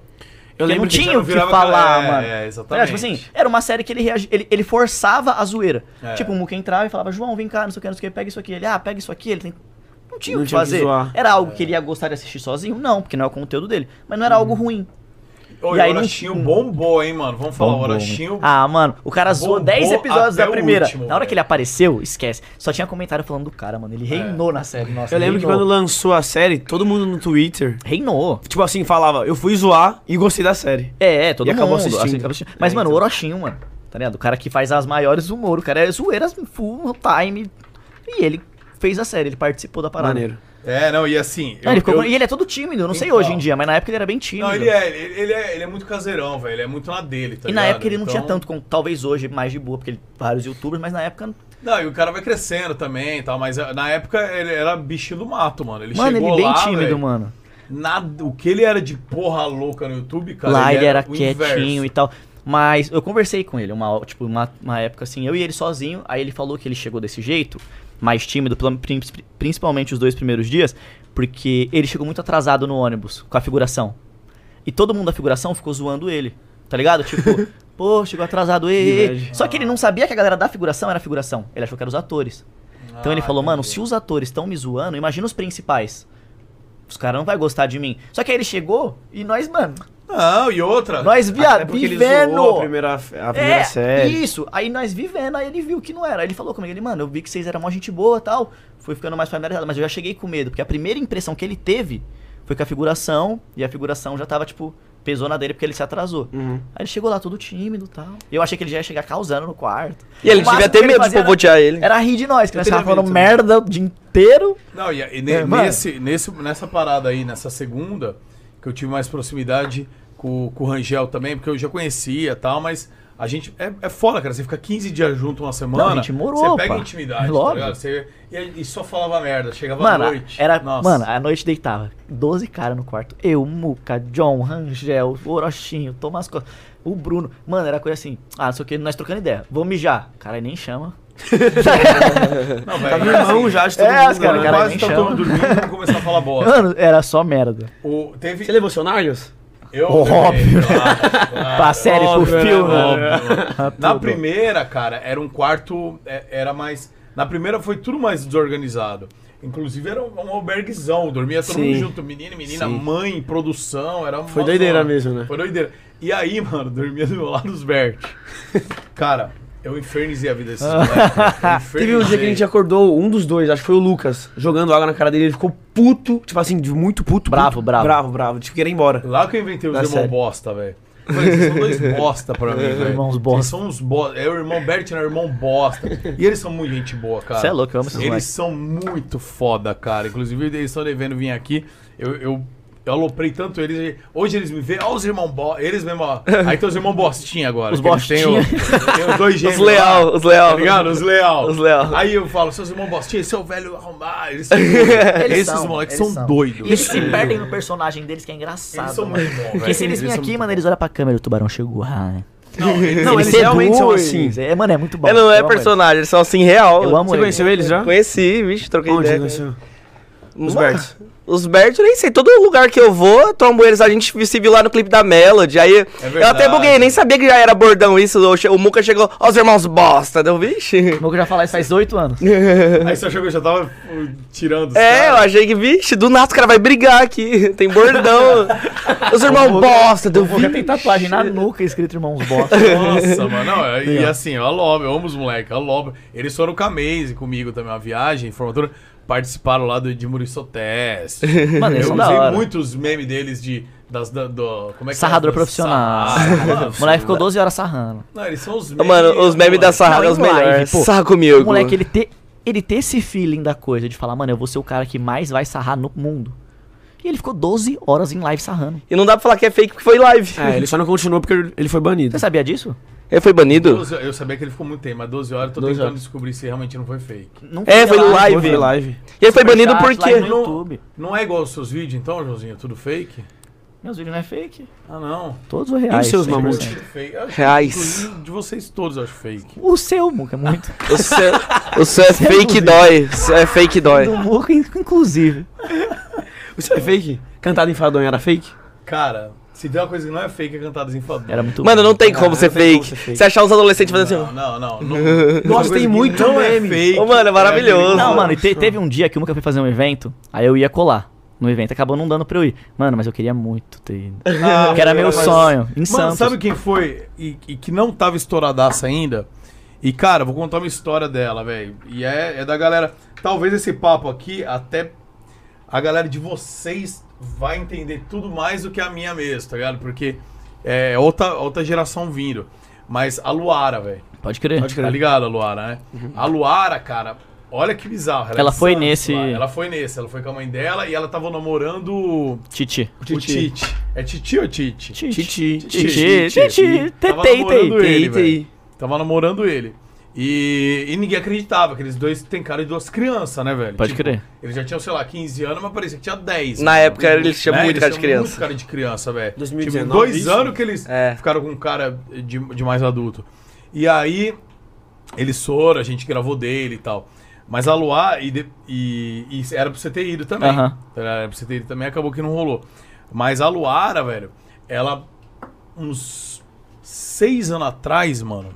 S8: Porque
S2: Eu lembro
S8: não
S2: que
S8: tinha
S6: já
S8: o que
S6: virava-
S8: falar,
S6: é,
S8: mano.
S6: é,
S8: Era, tipo
S6: exatamente.
S8: assim, era uma série que ele, reagi- ele, ele forçava a zoeira.
S6: É.
S8: Tipo, o Muca entrava e falava, João, vem cá, não sei o que, não sei o que, pega isso aqui. Ele, ah, pega isso aqui. Ele tem... Não tinha
S2: Não
S8: o que
S2: tinha o que
S8: fazer.
S2: zoar. É.
S8: era algo que ele ia gostar de assistir sozinho? Não, porque não é o conteúdo dele. Mas
S2: Uhum.
S8: não era algo ruim.
S6: Ô,
S8: E
S6: e
S8: aí
S6: aí,
S8: não-
S6: Orochinho bombou, hein, mano? Vamos falar, o
S8: Tá Bom, bom.
S6: Orochinho
S8: Ah, mano, o cara zoou
S6: Bombou
S8: 10 episódios
S6: até
S8: da
S6: o
S8: primeira.
S6: último,
S8: Na hora
S6: velho. É.
S8: que ele apareceu, esquece. Só tinha comentário falando do cara, mano. Ele reinou na série. Nossa,
S2: Eu lembro que quando
S8: reinou.
S2: lançou a série, todo mundo no Twitter,
S8: Reinou.
S2: tipo assim, falava, eu fui zoar e gostei da série.
S8: É, é, todo
S2: E
S8: mundo.
S2: acabou
S8: assim,
S2: assistindo.
S8: acaba Mas, mano, o Orochinho, mano, tá ligado? O cara que faz as maiores humor, o cara é zoeiras full time. E ele fez a série, ele participou da parada.
S2: Maneiro.
S6: É, não, e assim.
S8: Não,
S6: eu-
S8: ele ficou-
S6: eu-
S8: E ele é todo tímido, eu não sei
S6: Então.
S8: hoje em dia, mas na época ele era bem tímido.
S6: Não, ele é, ele, ele é, ele é muito caseirão, velho. Ele é muito na dele, tá
S8: e na
S6: ligado?
S8: época ele não
S6: Então-
S8: tinha tanto, como, talvez hoje mais de boa, porque ele, vários youtubers, mas na época.
S6: Não, e o cara vai crescendo também e tal, mas ah, na época ele era bichinho do mato, mano. Ele
S8: Mano,
S6: chegou
S8: ele bem
S6: lá,
S8: tímido,
S6: velho,
S8: mano.
S6: Nada, o que ele era de porra louca no YouTube, cara. é
S8: lá ele era,
S6: o
S8: quietinho
S6: inverso.
S8: e tal. Mas eu conversei com ele uma, tipo, uma, uma época assim, eu e ele sozinho. Aí ele falou que ele chegou desse jeito, mais tímido, pelo- prin- principalmente os dois primeiros dias, porque ele chegou muito atrasado no ônibus com a figuração. E todo mundo da figuração ficou zoando ele, tá ligado? Tipo, pô, chegou atrasado, ei. Só que ele não sabia que a galera da figuração era figuração. Ele achou que eram os atores. Então ele
S6: Ah,
S8: falou, mano,
S6: entendi.
S8: se os atores estão me zoando, imagina os principais. Os caras não vai gostar de mim. Só que aí ele chegou e nós, mano,
S6: Não, e outra.
S8: Nós via,
S2: Até porque ele zoou a
S8: vivendo.
S2: primeira, a primeira
S8: é,
S2: série.
S8: Isso, aí nós vivendo, aí ele viu que não era. Ele falou comigo, ele, mano, eu vi que vocês eram mó gente boa e tal. Fui ficando mais familiarizado, mas eu já cheguei com medo, porque a primeira impressão que ele teve foi com a figuração, e a figuração já tava, tipo, pesou na dele porque ele se atrasou.
S2: Uhum.
S8: Aí ele chegou lá todo tímido e tal. Eu achei que ele já ia chegar causando no quarto.
S4: E ele
S8: O máximo
S4: devia
S8: que
S4: ter
S8: ele
S2: tipo,
S4: medo de
S8: fazia era-
S4: povotear ele.
S8: Era rir de nós, que
S2: Eu
S8: nós
S2: teria
S8: tava falando
S2: medo né? também.
S8: merda o dia inteiro.
S6: Não, e, e ne-
S8: É, mano.
S6: nesse, nesse, nessa parada aí, nessa segunda, que eu tive mais proximidade com, com o Rangel também, porque eu já conhecia e tal, mas a gente. É, é foda, cara. Você fica 15 dias junto uma semana.
S8: Não, a gente morou,
S6: Você pega
S8: pá.
S6: intimidade, tá
S8: Lógico.
S6: ligado? Você, e, e só falava merda. Chegava
S8: Mano,
S6: à noite.
S8: era,
S6: Nossa.
S8: mano, a noite deitava. 12 caras no quarto. Eu, Muca, John, Rangel, Orochinho, Tomás Costa, o Bruno. Mano, era coisa assim. Ah, não sei o que, nós trocando ideia. Vou mijar. Cara, nem chama.
S6: Não, velho,
S2: Tá no irmão já de todo
S8: É, os
S2: mundo,
S8: cara,
S2: né?
S8: cara,
S6: quase
S8: nem
S6: tá
S8: chama.
S6: todo mundo dormindo e começar a falar bosta.
S8: Mano, era só merda.
S6: O, teve.
S2: Você levou seu Nargis?
S6: Eu,
S8: Óbvio.
S6: Claro, claro.
S8: pra série, pro
S2: óbvio, Tá né,
S8: filme.
S2: mano?
S8: Pra
S6: É. Na
S8: tudo.
S6: primeira, cara, era um quarto. é, Era mais. Na primeira foi tudo mais desorganizado. Inclusive era um um alberguezão, dormia todo
S2: Sim.
S6: mundo junto, menino, menina,
S2: Sim.
S6: mãe, produção, era uma
S2: Foi doideira
S6: zona.
S2: mesmo, né?
S6: Foi doideira. E aí, mano, dormia do meu lado os Bert. Cara, eu infernizei a vida desses moleques. cara. Eu
S2: Teve um dia que a gente
S6: infernizei.
S2: acordou, um dos dois, acho que foi o Lucas, jogando água na cara dele, ele ficou puto, tipo assim, de muito puto.
S8: Bravo,
S2: puto,
S8: bravo.
S2: Bravo, bravo, tipo, queria ir embora.
S6: Lá que eu inventei os
S2: Da
S6: irmãos
S2: série.
S6: bosta, velho. Falei, Vocês são dois bosta pra mim, velho.
S8: irmãos
S6: Vocês
S8: bosta.
S6: são uns bosta. É o irmão Bert, né? O irmão bosta. E eles são muito gente boa, cara.
S8: Cê é louco, eu amo esses
S6: Eles
S8: moleques.
S6: são muito foda, cara. Inclusive, eles estão devendo vir aqui. Eu, eu, eu aloprei tanto eles. Hoje eles me veem. Ó, os irmãos bosta. Eles mesmo, ó. Aí tem os irmãos bostinha agora.
S8: Os
S6: que eles têm o- Tem os dois
S4: Os
S6: gêmeos. lá.
S4: leal, os
S6: Tá
S4: leal.
S6: ligado? Os leal.
S4: Os leal.
S6: Aí eu falo, seus irmãos bostinha, seu velho arrombar. Eles são doidos.
S8: Eles
S6: Esses
S8: são,
S6: moleques
S8: eles
S6: são,
S8: são.
S6: doidos.
S8: E eles se perdem no personagem deles, que é engraçado.
S6: Eles são
S8: mano.
S6: muito bons, velho.
S8: Porque se eles vêm
S6: são
S8: aqui,
S6: muito
S8: mano, eles olham pra câmera, o tubarão chegou. Ah, né?
S6: Não, eles-
S2: Não, eles realmente são
S8: seduzem.
S2: assim.
S8: É, mano, é muito bom.
S4: É, não é
S8: Eu amo eles.
S4: personagem, eles são assim real.
S8: Eu amo
S2: Você
S8: eles.
S2: conheceu eles já?
S4: Conheci, vixe, troquei
S2: Onde
S4: ideia.
S2: conheceu?
S4: Os
S2: Bert.
S4: Os Bert, eu nem sei. Todo lugar que eu vou, tombo eles. A gente se viu lá no clipe da Melody. Aí eu
S6: verdade.
S4: até buguei, nem sabia que já era bordão isso. O, che- o Muca chegou, ó, os irmãos bosta, deu, vixe.
S8: O Moco já fala isso faz 8 anos.
S6: Aí você achou que eu já tava uh, tirando os
S4: É, eu
S6: caras?
S4: achei que, vixe, do nada o cara vai brigar aqui. Tem bordão. os irmãos bosta, deu,
S8: O Moco já tem
S4: vixe.
S8: tatuagem na nuca escrito Irmãos Bosta.
S6: Nossa, mano. Não, e e assim, eu alobo, eu amo os moleques, eu alobo. Eles foram com a Maze comigo também, uma viagem, formatura. Participaram lá do de Muriçotés.
S8: Mano, eles
S6: Eu
S8: são é da
S6: usei
S8: hora.
S6: muitos memes deles de. Das, da, do, como é que
S8: Sarrador
S6: é?
S8: profissional.
S6: Sarra-
S8: O moleque ficou 12 horas sarrando.
S6: Não, eles são os memes.
S4: Mano, os memes da Sarrada
S8: Não,
S4: os
S8: em live,
S4: melhores.
S8: pô.
S4: Saco miúdo.
S8: O moleque, ele ter, ele ter esse feeling da coisa, de falar, mano, eu vou ser o cara que mais vai sarrar no mundo. E ele ficou 12 horas em live sarrando.
S4: E não dá pra falar que é fake porque foi live.
S2: É, ele só não continuou porque ele foi banido.
S8: Você sabia disso?
S4: Ele foi banido?
S6: 12 Eu sabia que ele ficou muito tempo, mas 12 horas eu tô
S2: 12
S6: tentando
S2: horas.
S6: descobrir se realmente não foi fake.
S8: Não
S4: É, foi
S8: lá,
S4: live.
S2: Foi live.
S4: E ele foi banido
S8: Superchat,
S4: por quê?
S8: live no YouTube.
S6: Não é igual aos seus vídeos, então, Joãozinho? Tudo fake?
S8: Meus vídeos não é fake.
S6: Ah, não. Tipo,
S8: Todos os reais.
S2: E seus
S8: 100%.
S2: mamute?
S6: Tudo fake. Eu acho-
S4: Reais.
S6: inclusive, De vocês todos, eu acho fake.
S8: O seu, Muca, é muito.
S4: O seu, o seu é fake dói. O seu é fake
S8: Do
S4: dói.
S8: Muca, inclusive.
S2: Isso é fake? Cantado em Fadonha era fake?
S6: Cara, se tem uma coisa que não é fake, é cantada desinfadora.
S8: Era muito
S4: Mano,
S8: bom.
S4: não tem como ser
S2: tem como
S4: fake.
S2: ser fake.
S4: Se achar os adolescentes fazendo assim, ó.
S6: Não, não, não.
S2: Nossa, tem muito
S6: não
S2: meme.
S6: É fake,
S4: Ô, mano, é maravilhoso.
S8: Não, mano, e te- teve um dia que o Muca foi fazer um evento, aí eu ia colar. No evento acabou não dando pra eu ir. Mano, mas eu queria muito ter ido.
S6: Ah,
S8: que era meu
S6: mas-
S8: sonho. Em
S6: Mano,
S8: Santos.
S6: sabe quem foi e, e que não tava estouradaça ainda? E, cara, vou contar uma história dela, velho. E é, é da galera. Talvez esse papo aqui, até a galera de vocês vai entender tudo mais do que a minha mesmo, tá ligado? Porque é outra, outra geração vindo. Mas a Luara, velho.
S8: Pode crer. Uhum.
S6: Tá ligado, a Luara, né? A Luara, cara, olha que bizarro. é
S8: Ela
S6: de
S8: foi
S6: Santos,
S8: nesse-
S6: lá. Ela foi nesse. Ela foi com a mãe dela e ela tava namorando
S8: Titi.
S6: o Titi. É Titi ou Titi?
S8: Titi.
S6: Titi.
S8: Titi. Titi.
S6: Tava
S8: Tetei,
S6: namorando
S8: tei.
S6: ele, velho. Tava namorando ele. E, e ninguém acreditava que eles dois têm cara de duas crianças, né, velho?
S8: Pode crer.
S6: Eles já tinham, sei lá, 15 anos, mas parecia que tinha 10.
S4: Na
S6: né?
S4: época, eles tinham muito cara de
S6: tinham muito
S4: criança.
S6: cara de criança, velho.
S2: 2019
S6: Tipo, dois
S2: isso?
S6: anos que eles
S4: É.
S6: ficaram com um cara de, de mais adulto. E aí, eles foram, a gente gravou dele e tal. Mas a Luar, e, de- e- e era pra você ter ido também. Tá
S8: Aham.
S6: Era pra você ter ido também, acabou que não rolou. Mas a Luara, velho, ela, uns seis anos atrás, mano,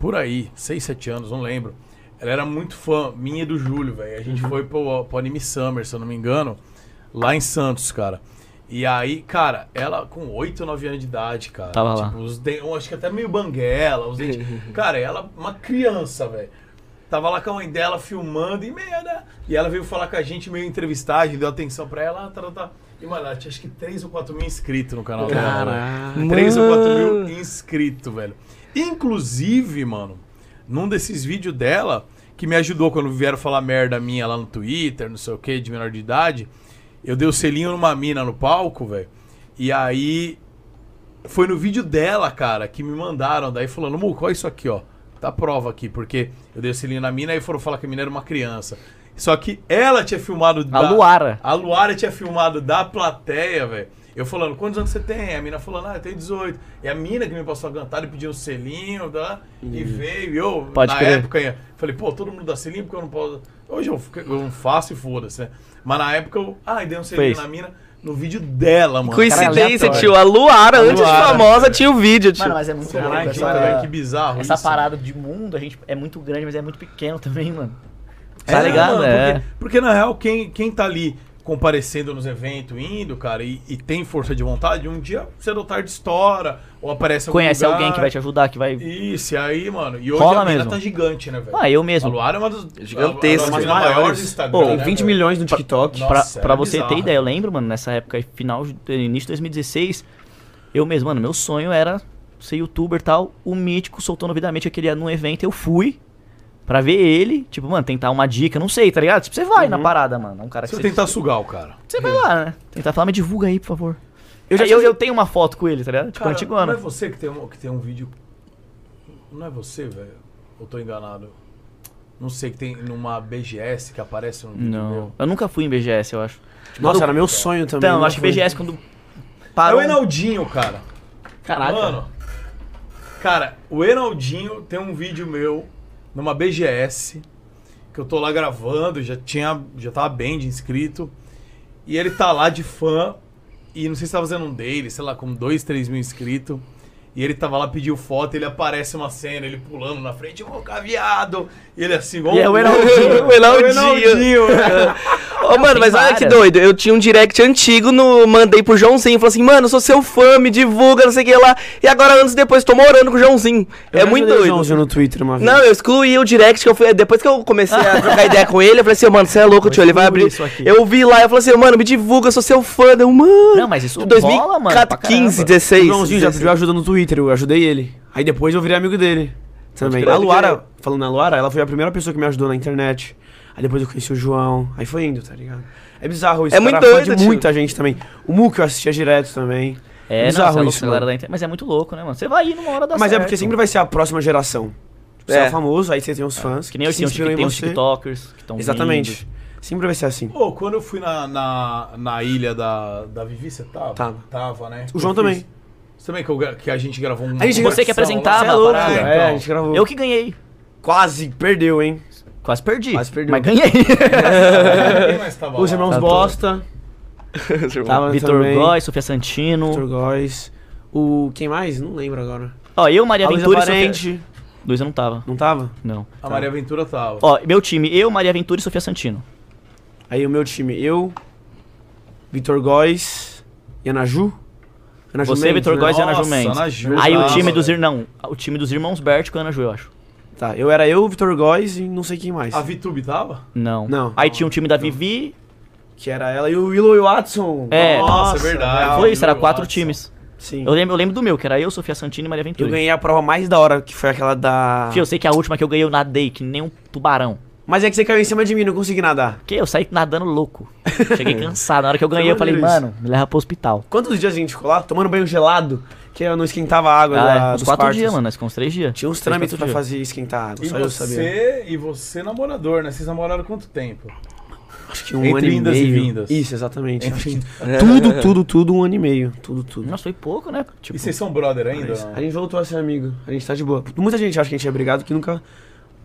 S6: por aí, seis, sete anos, não lembro. Ela era muito fã minha e do
S4: Uhum.
S6: Júlio, velho. A gente foi pro, pro Anime Summer, se eu não me engano, lá em Santos, cara. E E aí, cara, ela com 8, 9 anos de idade, cara.
S4: Tava lá. Uhum.
S6: tipo, os de... eu acho que até meio banguela, os dentes. cara, ela, uma criança, velho. Tava lá com a mãe dela filmando e merda. E ela veio falar com a gente, meio entrevistar, a gente deu atenção pra ela. Tá, tá, tá. E, mano, ela tinha acho que 3 ou 4 mil inscritos no canal dela. velho.
S7: Caraca.
S6: 3 ou 4 mil
S4: Mano.
S6: inscritos, velho. Inclusive, mano, num desses vídeos dela, que me ajudou quando vieram falar merda minha lá no Twitter, não sei o que, de menor de idade, eu dei o selinho numa mina no palco, velho. E aí. Foi no vídeo dela, cara, que me mandaram, daí falando, Muco, olha isso aqui, ó. Tá a prova aqui, porque eu dei o selinho na mina e foram falar que a mina era uma criança. Só que ela tinha filmado
S8: A Luara.
S6: a Luara tinha filmado da plateia, velho. Eu falando, quantos anos você tem? A mina falando, ah, eu tenho 18. E a mina que me passou a cantada e pediu um selinho, tá? e veio. E eu,
S4: Pode
S6: na
S4: crer.
S6: época, eu falei, pô, todo mundo dá selinho porque eu não posso. Hoje eu, fico- eu não faço e foda-se, né? Mas na época eu, ah, e dei um selinho
S4: Fez.
S6: na mina no vídeo dela, mano.
S4: Coincidência,
S8: aleatório.
S4: tio. A Luara, antes de
S6: Luara.
S4: famosa, tinha o vídeo, tio.
S8: Mano, mas é muito
S6: Caraca,
S8: louco
S6: que,
S8: essa-
S6: velho, que bizarro.
S8: Essa
S6: isso.
S8: parada de mundo, a gente é muito grande, mas é muito pequeno também, mano.
S4: Tá ligado?
S6: mano,
S4: É.
S6: Porque, porque, na real, quem, quem tá ali comparecendo nos eventos, indo, cara, e, e tem força de vontade, um dia cedo ou tarde estoura, ou aparece em algum
S8: Conhece
S6: lugar.
S8: alguém que vai te ajudar, que vai.
S6: Isso, e aí, mano. E hoje
S8: Rola
S6: a mina
S8: mesmo.
S6: tá gigante, né, velho?
S8: Ah, eu
S6: A
S8: mesmo.
S6: Luara é uma das
S4: Gigantesca.
S6: Uma das
S2: Uma das
S6: maiores
S2: maiores.
S6: do Instagram.
S2: Pô,
S6: né,
S2: 20
S6: velho?
S2: milhões no TikTok.
S6: Nossa,
S8: pra
S6: é
S8: pra você
S6: bizarro.
S8: ter ideia, eu lembro, mano, nessa época, aí, final, de- início de 2016, eu mesmo, mano, meu sonho era ser youtuber e tal. O Mítico soltou novidamente aquele ano num evento, eu fui pra ver ele, tipo, mano, tentar uma dica, não sei, tá ligado? Tipo, você vai
S6: Uhum.
S8: na parada, mano. é Um cara que
S6: Se eu
S8: você,
S6: tentar sugar o cara.
S8: você vai lá, né? Tentar falar, me divulga aí, por favor. Eu,
S2: Eu já
S8: eu,
S2: fiz-
S8: eu tenho uma foto com ele, tá ligado? Tipo,
S6: Cara,
S8: antigo
S6: não é
S8: ano.
S6: você que tem um, que tem um vídeo. Não é você, velho? Eu tô enganado. Não sei, que tem numa BGS que aparece um vídeo meu.
S8: Não. Eu nunca fui em BGS, eu acho.
S2: Nossa, era meu sonho também.
S8: Então, eu
S2: não
S8: acho que
S2: foi.
S8: BGS quando
S6: É
S8: parou.
S6: o Enaldinho, cara.
S8: Caraca.
S6: Mano, cara, o Enaldinho tem um vídeo meu numa BGS que eu tô lá gravando, já tinha, já tava bem de inscrito. E ele tá lá de fã e não sei se tá fazendo um dele, sei lá, com dois, três mil inscritos. E ele tava lá, pediu foto, ele aparece uma cena, ele pulando na frente, ô caviado! E ele assim, igual
S8: E é
S6: um
S8: o
S6: louco.
S8: Enaldinho.
S4: O Enaldinho.
S6: Enaldinho, né?
S4: Ô, mano,
S8: tem
S4: mas olha que
S8: várias.
S4: doido. Eu tinha um direct antigo, no, mandei pro Joãozinho. Falei assim, mano, eu sou seu fã, me divulga, não sei o que lá. E agora, anos depois, tô morando com o Joãozinho.
S2: Eu
S4: é
S2: já
S4: muito
S2: ajudei o
S4: doido.
S2: Joãozinho no Twitter uma vez.
S4: Não, é eu excluí o direct que eu fui. Depois que eu comecei a trocar ideia com ele, eu falei assim, mano, você é louco, tio. Ele vai abrir.
S8: isso aqui.
S4: Eu vi lá, eu falei assim, mano, me divulga, eu sou seu fã. Eu, mano.
S8: Não, mas isso
S4: de
S8: rola, mano, pra caramba.
S4: 2015, 16.
S2: O Joãozinho já pediu
S4: 16.
S2: ajuda no Twitter, eu ajudei ele. Aí depois eu virei amigo dele também. A Luara, falando na Luara, ela foi a primeira pessoa que me ajudou na internet. Aí depois eu conheci o João, aí foi indo, tá ligado? É bizarro isso.
S4: É
S2: cara,
S4: muito
S2: fã
S4: doido,
S2: de
S4: tio.
S2: muita gente também. O Muco eu assistia direto também.
S8: É,
S2: Bizarro
S8: não,
S2: isso,
S8: isso, galera
S2: mano.
S8: da internet. Mas é muito louco, né, mano? Você vai ir numa hora da
S2: Mas é porque sempre vai ser a próxima geração. Tipo, Você é.
S4: É.
S2: famoso, aí você tem os fãs.
S8: Que nem hoje
S2: se
S8: tem, os
S2: inspiram
S8: tik-
S2: em
S8: tem os
S2: você.
S8: TikTokers que estão
S2: Exatamente. Sempre vai ser assim.
S6: Pô, quando eu fui na, na, na ilha da, da Vivi, você tava?
S2: Tava.
S6: Tava, né?
S2: O João
S6: Eu fiz-
S2: também.
S6: Você também que, eu gra- que a gente gravou um.
S2: A gente-
S8: Você que
S6: versão lá.
S8: apresentava
S6: Você é louco,
S8: a parada.
S6: então.
S2: é, a gente gravou.
S8: Eu que ganhei.
S2: quase perdeu, hein?
S8: Quase perdi.
S2: Quase perdeu.
S8: Mas ganhei.
S6: Ninguém mais tava
S2: Os
S6: lá.
S2: irmãos
S8: Tá todo.
S2: Bosta.
S8: Tá,
S2: Tava
S8: Vitor
S2: também.
S8: Góes, Sofia Santino.
S2: Vitor Góes. O. Quem mais? Não lembro agora.
S8: Ó, eu, Maria
S2: A Luísa
S8: Ventura e Sofia...
S2: Parente.
S8: Luísa não tava,
S2: Não tava?
S8: não.
S6: A Maria Ventura tava.
S8: Ó, meu time, eu, Maria Ventura e Sofia Santino.
S2: Aí o meu time, eu, Vitor Góes e Anaju. Anaju
S8: Você,
S2: Mendes,
S8: Vitor
S2: né?
S8: Góes e Ana
S6: Nossa,
S8: Ju Mendes.
S6: Ana Ju
S8: Aí o
S6: tava,
S8: time dos
S6: velho.
S8: irmãos... O time dos irmãos Bert com a Ana Ju, eu acho.
S2: Tá, eu era eu, Vitor Góes e não sei quem mais.
S6: A Vitube tava?
S8: Não.
S2: Não.
S8: Aí tinha o time da Vivi.
S2: Que era ela e o Willow Watson.
S8: É.
S6: Nossa, é
S2: velho.
S6: verdade.
S8: Foi isso, era
S6: Willow
S8: quatro
S6: Watson.
S8: times.
S2: Sim.
S8: Eu lembro, eu lembro do meu, que era eu, Sofia Santino e Maria
S2: Eu
S8: Ventura.
S2: ganhei a prova mais da hora, que foi aquela da...
S8: Fih, eu sei que a última que eu ganhei eu nadei, que nem um tubarão.
S2: Mas é que você caiu em cima de mim, não consegui nadar.
S8: Que eu saí nadando louco. Cheguei cansado. Na hora que eu ganhei,
S2: Foi
S8: eu falei,
S2: maneiro isso.
S8: mano, me leva pro hospital.
S2: Quantos dias a gente ficou lá? Tomando banho gelado, que eu não esquentava a água
S8: Ah,
S2: da,
S8: é, uns
S2: dos
S8: quatro
S2: quartos. Tipo,
S8: dias, mano. Nós ficamos uns três dias.
S2: Tinha uns
S8: Três,
S2: trâmites
S8: quatro
S2: pra
S8: dias.
S2: fazer esquentar a água,
S6: E
S2: só eu sabia.
S6: você, e você namorador, né? Vocês namoraram quanto tempo?
S2: Acho que um
S6: Entre
S2: ano e
S6: indas e
S2: meio.
S6: vindas.
S2: Isso, exatamente. Acho que
S6: Enfim.
S2: tudo, tudo, tudo, um ano e meio. Tudo, tudo.
S8: Nossa, foi pouco, né? Tipo,
S6: E vocês são brother ainda?
S2: Mas
S6: não?
S2: a gente voltou a ser amigo. A gente tá de boa. Muita gente acha que a gente é brigado, que nunca.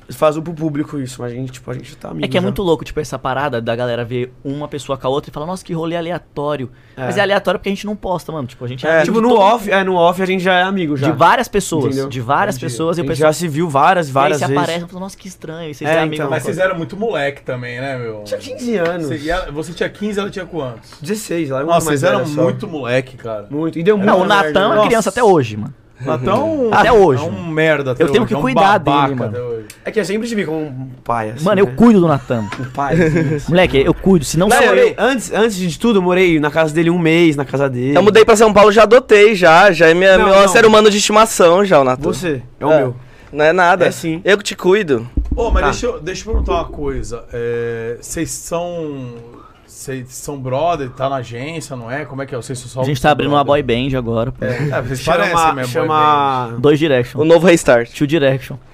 S2: Eles fazem pro público isso, mas a gente, tipo, a gente tá amigo.
S8: É que é
S2: já.
S8: muito louco, tipo, essa parada da galera ver uma pessoa com a outra e falar, nossa, que rolê aleatório.
S2: É.
S8: Mas é aleatório porque a gente não posta, mano. Tipo, a gente
S2: É,
S8: amigo
S2: tipo,
S8: de
S2: no
S8: todo-
S2: off, é, no off a gente já é amigo já.
S8: De várias pessoas.
S2: Entendeu?
S8: De várias
S2: Entendi.
S8: pessoas e
S2: a
S8: o
S2: gente
S8: pessoal.
S2: já se viu várias, várias
S8: e aí você
S2: vezes.
S8: aparece e fala, nossa, que estranho. E vocês
S2: É,
S8: é, amigo.
S2: então,
S6: Mas vocês eram muito moleque também, né, meu?
S2: Tinha 15 anos.
S6: Você, e ela- você tinha 15, ela tinha quantos?
S2: 16, lá é uma
S6: Nossa,
S2: mais
S6: vocês eram
S2: velha só.
S6: muito moleque, cara.
S2: Muito. E deu muito.
S8: Não, o Natan é criança até hoje, mano.
S6: Então,
S8: Até hoje,
S6: É um merda até
S8: Eu tenho
S6: hoje,
S8: que
S6: é um
S8: cuidar dele,
S6: babaca
S8: mano.
S6: até hoje.
S2: É que eu sempre tive como um pai, assim.
S8: Mano, eu
S2: né?
S8: cuido do Natan.
S2: Um pai, assim.
S8: Moleque, eu cuido. Se não
S2: Não,
S8: sou
S2: eu,
S8: eu.
S2: antes, antes de tudo, eu morei na casa dele um mês, na casa dele.
S4: Eu mudei pra São Paulo, já adotei, já. Já é minha,
S2: Não,
S4: meu
S2: não.
S4: ser humano de estimação, já, o Natan.
S2: Você, é o
S4: É.
S2: meu.
S4: Não é nada.
S2: É sim.
S4: Eu que te cuido.
S6: Ô, mas
S8: Tá.
S6: deixa, eu, deixa eu perguntar uma coisa. É, Vocês são. Vocês são brother, tá na agência, não é? Como é que é? Vocês são só.
S8: A gente tá abrindo uma boy band agora. pô.
S6: É, vocês parecem
S2: Chama.
S6: mesmo boy
S2: chama...
S8: Dois
S4: O
S8: Direction.
S4: novo restart.
S8: Two Direction.
S6: band.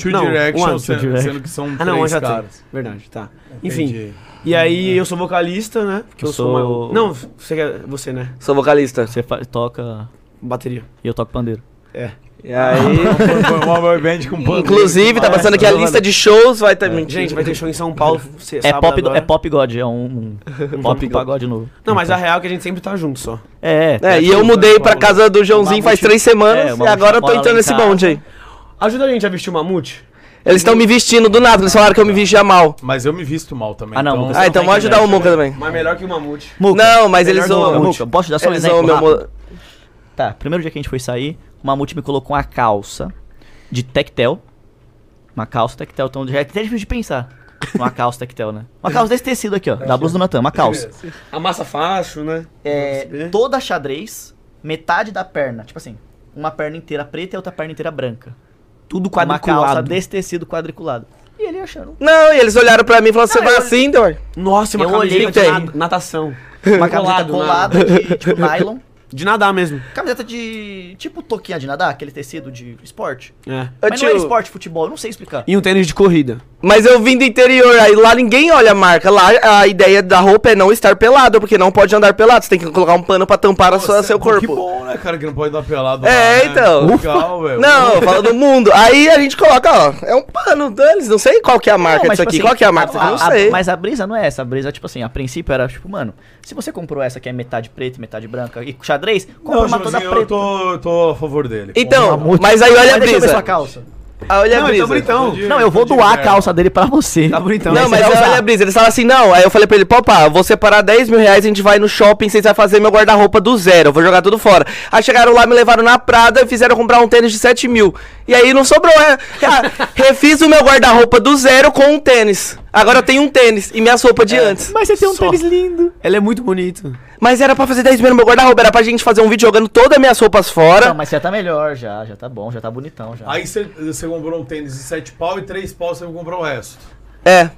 S6: Two
S2: Não, um
S6: Direction,
S2: One,
S6: sendo,
S8: Two Direction.
S6: sendo que são
S2: Ah, não,
S6: três
S2: mas já tem.
S6: caras.
S2: Verdade, tá. Enfim.
S6: Entendi.
S2: E aí eu sou vocalista, né? Porque eu,
S8: Eu
S2: sou.
S8: sou-
S2: uma- Não, você, quer- você, né?
S4: Sou vocalista.
S8: Você fa- toca.
S2: Bateria.
S8: E eu toco pandeiro.
S4: E aí.
S6: Foi- foi uma boy band com Ah, pandeiro.
S4: Inclusive, tá passando aqui a lista de shows, vai ter. mentira.
S2: Gente, vai ter show em São Paulo. Cê,
S8: É pop,
S2: agora.
S8: é pop God, é um, um pop
S2: God.
S8: pagode novo.
S2: Não, mas a real é que a gente sempre tá junto só.
S8: É, é.
S4: É, e eu mudei pra casa do Joãozinho
S8: Mamute-
S4: faz três
S8: É,
S4: semanas e
S8: Mamute
S4: agora eu tô
S8: mora lá
S4: entrando
S8: em
S4: nesse
S8: casa.
S4: bonde aí.
S2: Ajuda a gente a vestir o mamute?
S4: Eles estão me vestindo do nada, eles falaram que eu me vestia mal.
S6: Mas eu me visto mal também.
S8: Ah, não,
S6: então-
S8: você
S4: Ah, então
S8: tem
S4: vou ajudar o
S8: internet,
S4: Muca também.
S2: Mas melhor que o mamute.
S8: Muca,
S4: Não, mas
S2: Melhor
S4: eles
S2: do
S4: vão.
S8: Muca, posso te dar só um
S4: Eles vão
S8: exemplo
S4: meu.
S8: rápido?
S4: mo-
S8: Tá, primeiro dia que a gente foi sair, o Mamute me colocou uma calça de tectel. Uma calça tectel, então já é até difícil de pensar. Uma calça tectel, né? Uma calça desse tecido aqui, ó, da blusa do Natan, uma calça.
S2: Amassa fácil, né?
S8: É, toda xadrez, metade da perna, tipo assim, uma perna inteira preta e outra perna inteira branca.
S2: Tudo
S8: Uma calça
S2: quadriculado.
S8: desse tecido quadriculado. E ele achando
S4: Não, e eles olharam pra mim e falaram: você vai assim, então.
S2: Nossa, uma
S8: Eu
S2: camiseta
S8: olhei,
S2: de
S8: tem.
S2: na- natação.
S8: uma camiseta
S2: Colado,
S8: colada de tipo, nylon.
S2: De nadar mesmo.
S8: Camiseta de. tipo toquinha de nadar, aquele tecido de esporte.
S2: É.
S4: Ô,
S8: Mas não é
S4: tio,
S8: esporte, futebol, eu não sei explicar.
S2: E um tênis de corrida.
S4: Mas eu vim do interior, aí lá ninguém olha a marca. Lá a ideia da roupa é não estar pelado, porque não pode andar pelado. Você tem que colocar um pano pra tampar a sua,
S8: é
S6: Nossa,
S4: seu
S6: Que
S4: corpo.
S6: bom, né, cara, que não pode dar pelado.
S4: É,
S6: né?
S4: então.
S6: Legal, velho.
S4: Não, fala do mundo. Aí a gente coloca, ó, é um pano, Danis, não sei qual que é a marca
S8: Não, mas, tipo
S4: disso aqui.
S8: assim,
S4: qual que é a marca disso aqui? Não
S8: a-
S4: sei.
S8: Mas a brisa não é essa. A brisa, tipo assim, a princípio era tipo, mano, se você comprou essa que é metade preta, e metade branca e xadrez, compra
S6: Não,
S8: uma
S6: tipo
S8: toda
S6: assim,
S8: preta.
S6: eu tô, eu tô a favor dele.
S4: Então,
S8: Mamute.
S4: mas aí olha a
S8: Mas deixa eu ver
S4: brisa.
S8: sua calça.
S4: Aí olha a
S2: Não, então
S4: brisa.
S2: bonitão.
S8: Não, eu vou
S6: Entendi,
S8: doar a
S6: velho.
S8: calça dele pra você.
S2: Tá bonitão.
S4: Não,
S8: Você
S4: mas
S8: vai
S4: aí
S8: usar.
S4: olha a brisa. Eles falaram assim, não. Aí eu falei pra ele, papá, vou separar 10 mil reais, a gente vai no shopping, vocês vão fazer meu guarda-roupa do zero. Eu vou jogar tudo fora. Aí chegaram lá, me levaram na Prada e fizeram comprar um tênis de 7 mil. E aí não sobrou, é. Ah, refiz o meu guarda-roupa do zero com um tênis. Agora eu tenho um tênis e minhas roupas de antes.
S8: Mas você tem um
S2: Só.
S8: tênis lindo.
S2: Ele é muito bonito.
S4: Mas era pra fazer 10 mil no meu guarda-roupa, era pra gente fazer um vídeo jogando todas as minhas roupas fora.
S8: Não, mas já tá melhor, já. Já tá bom, já tá bonitão, já.
S6: Aí você- você comprou um tênis de 7 pau e 3 pau você comprou o resto.
S4: É.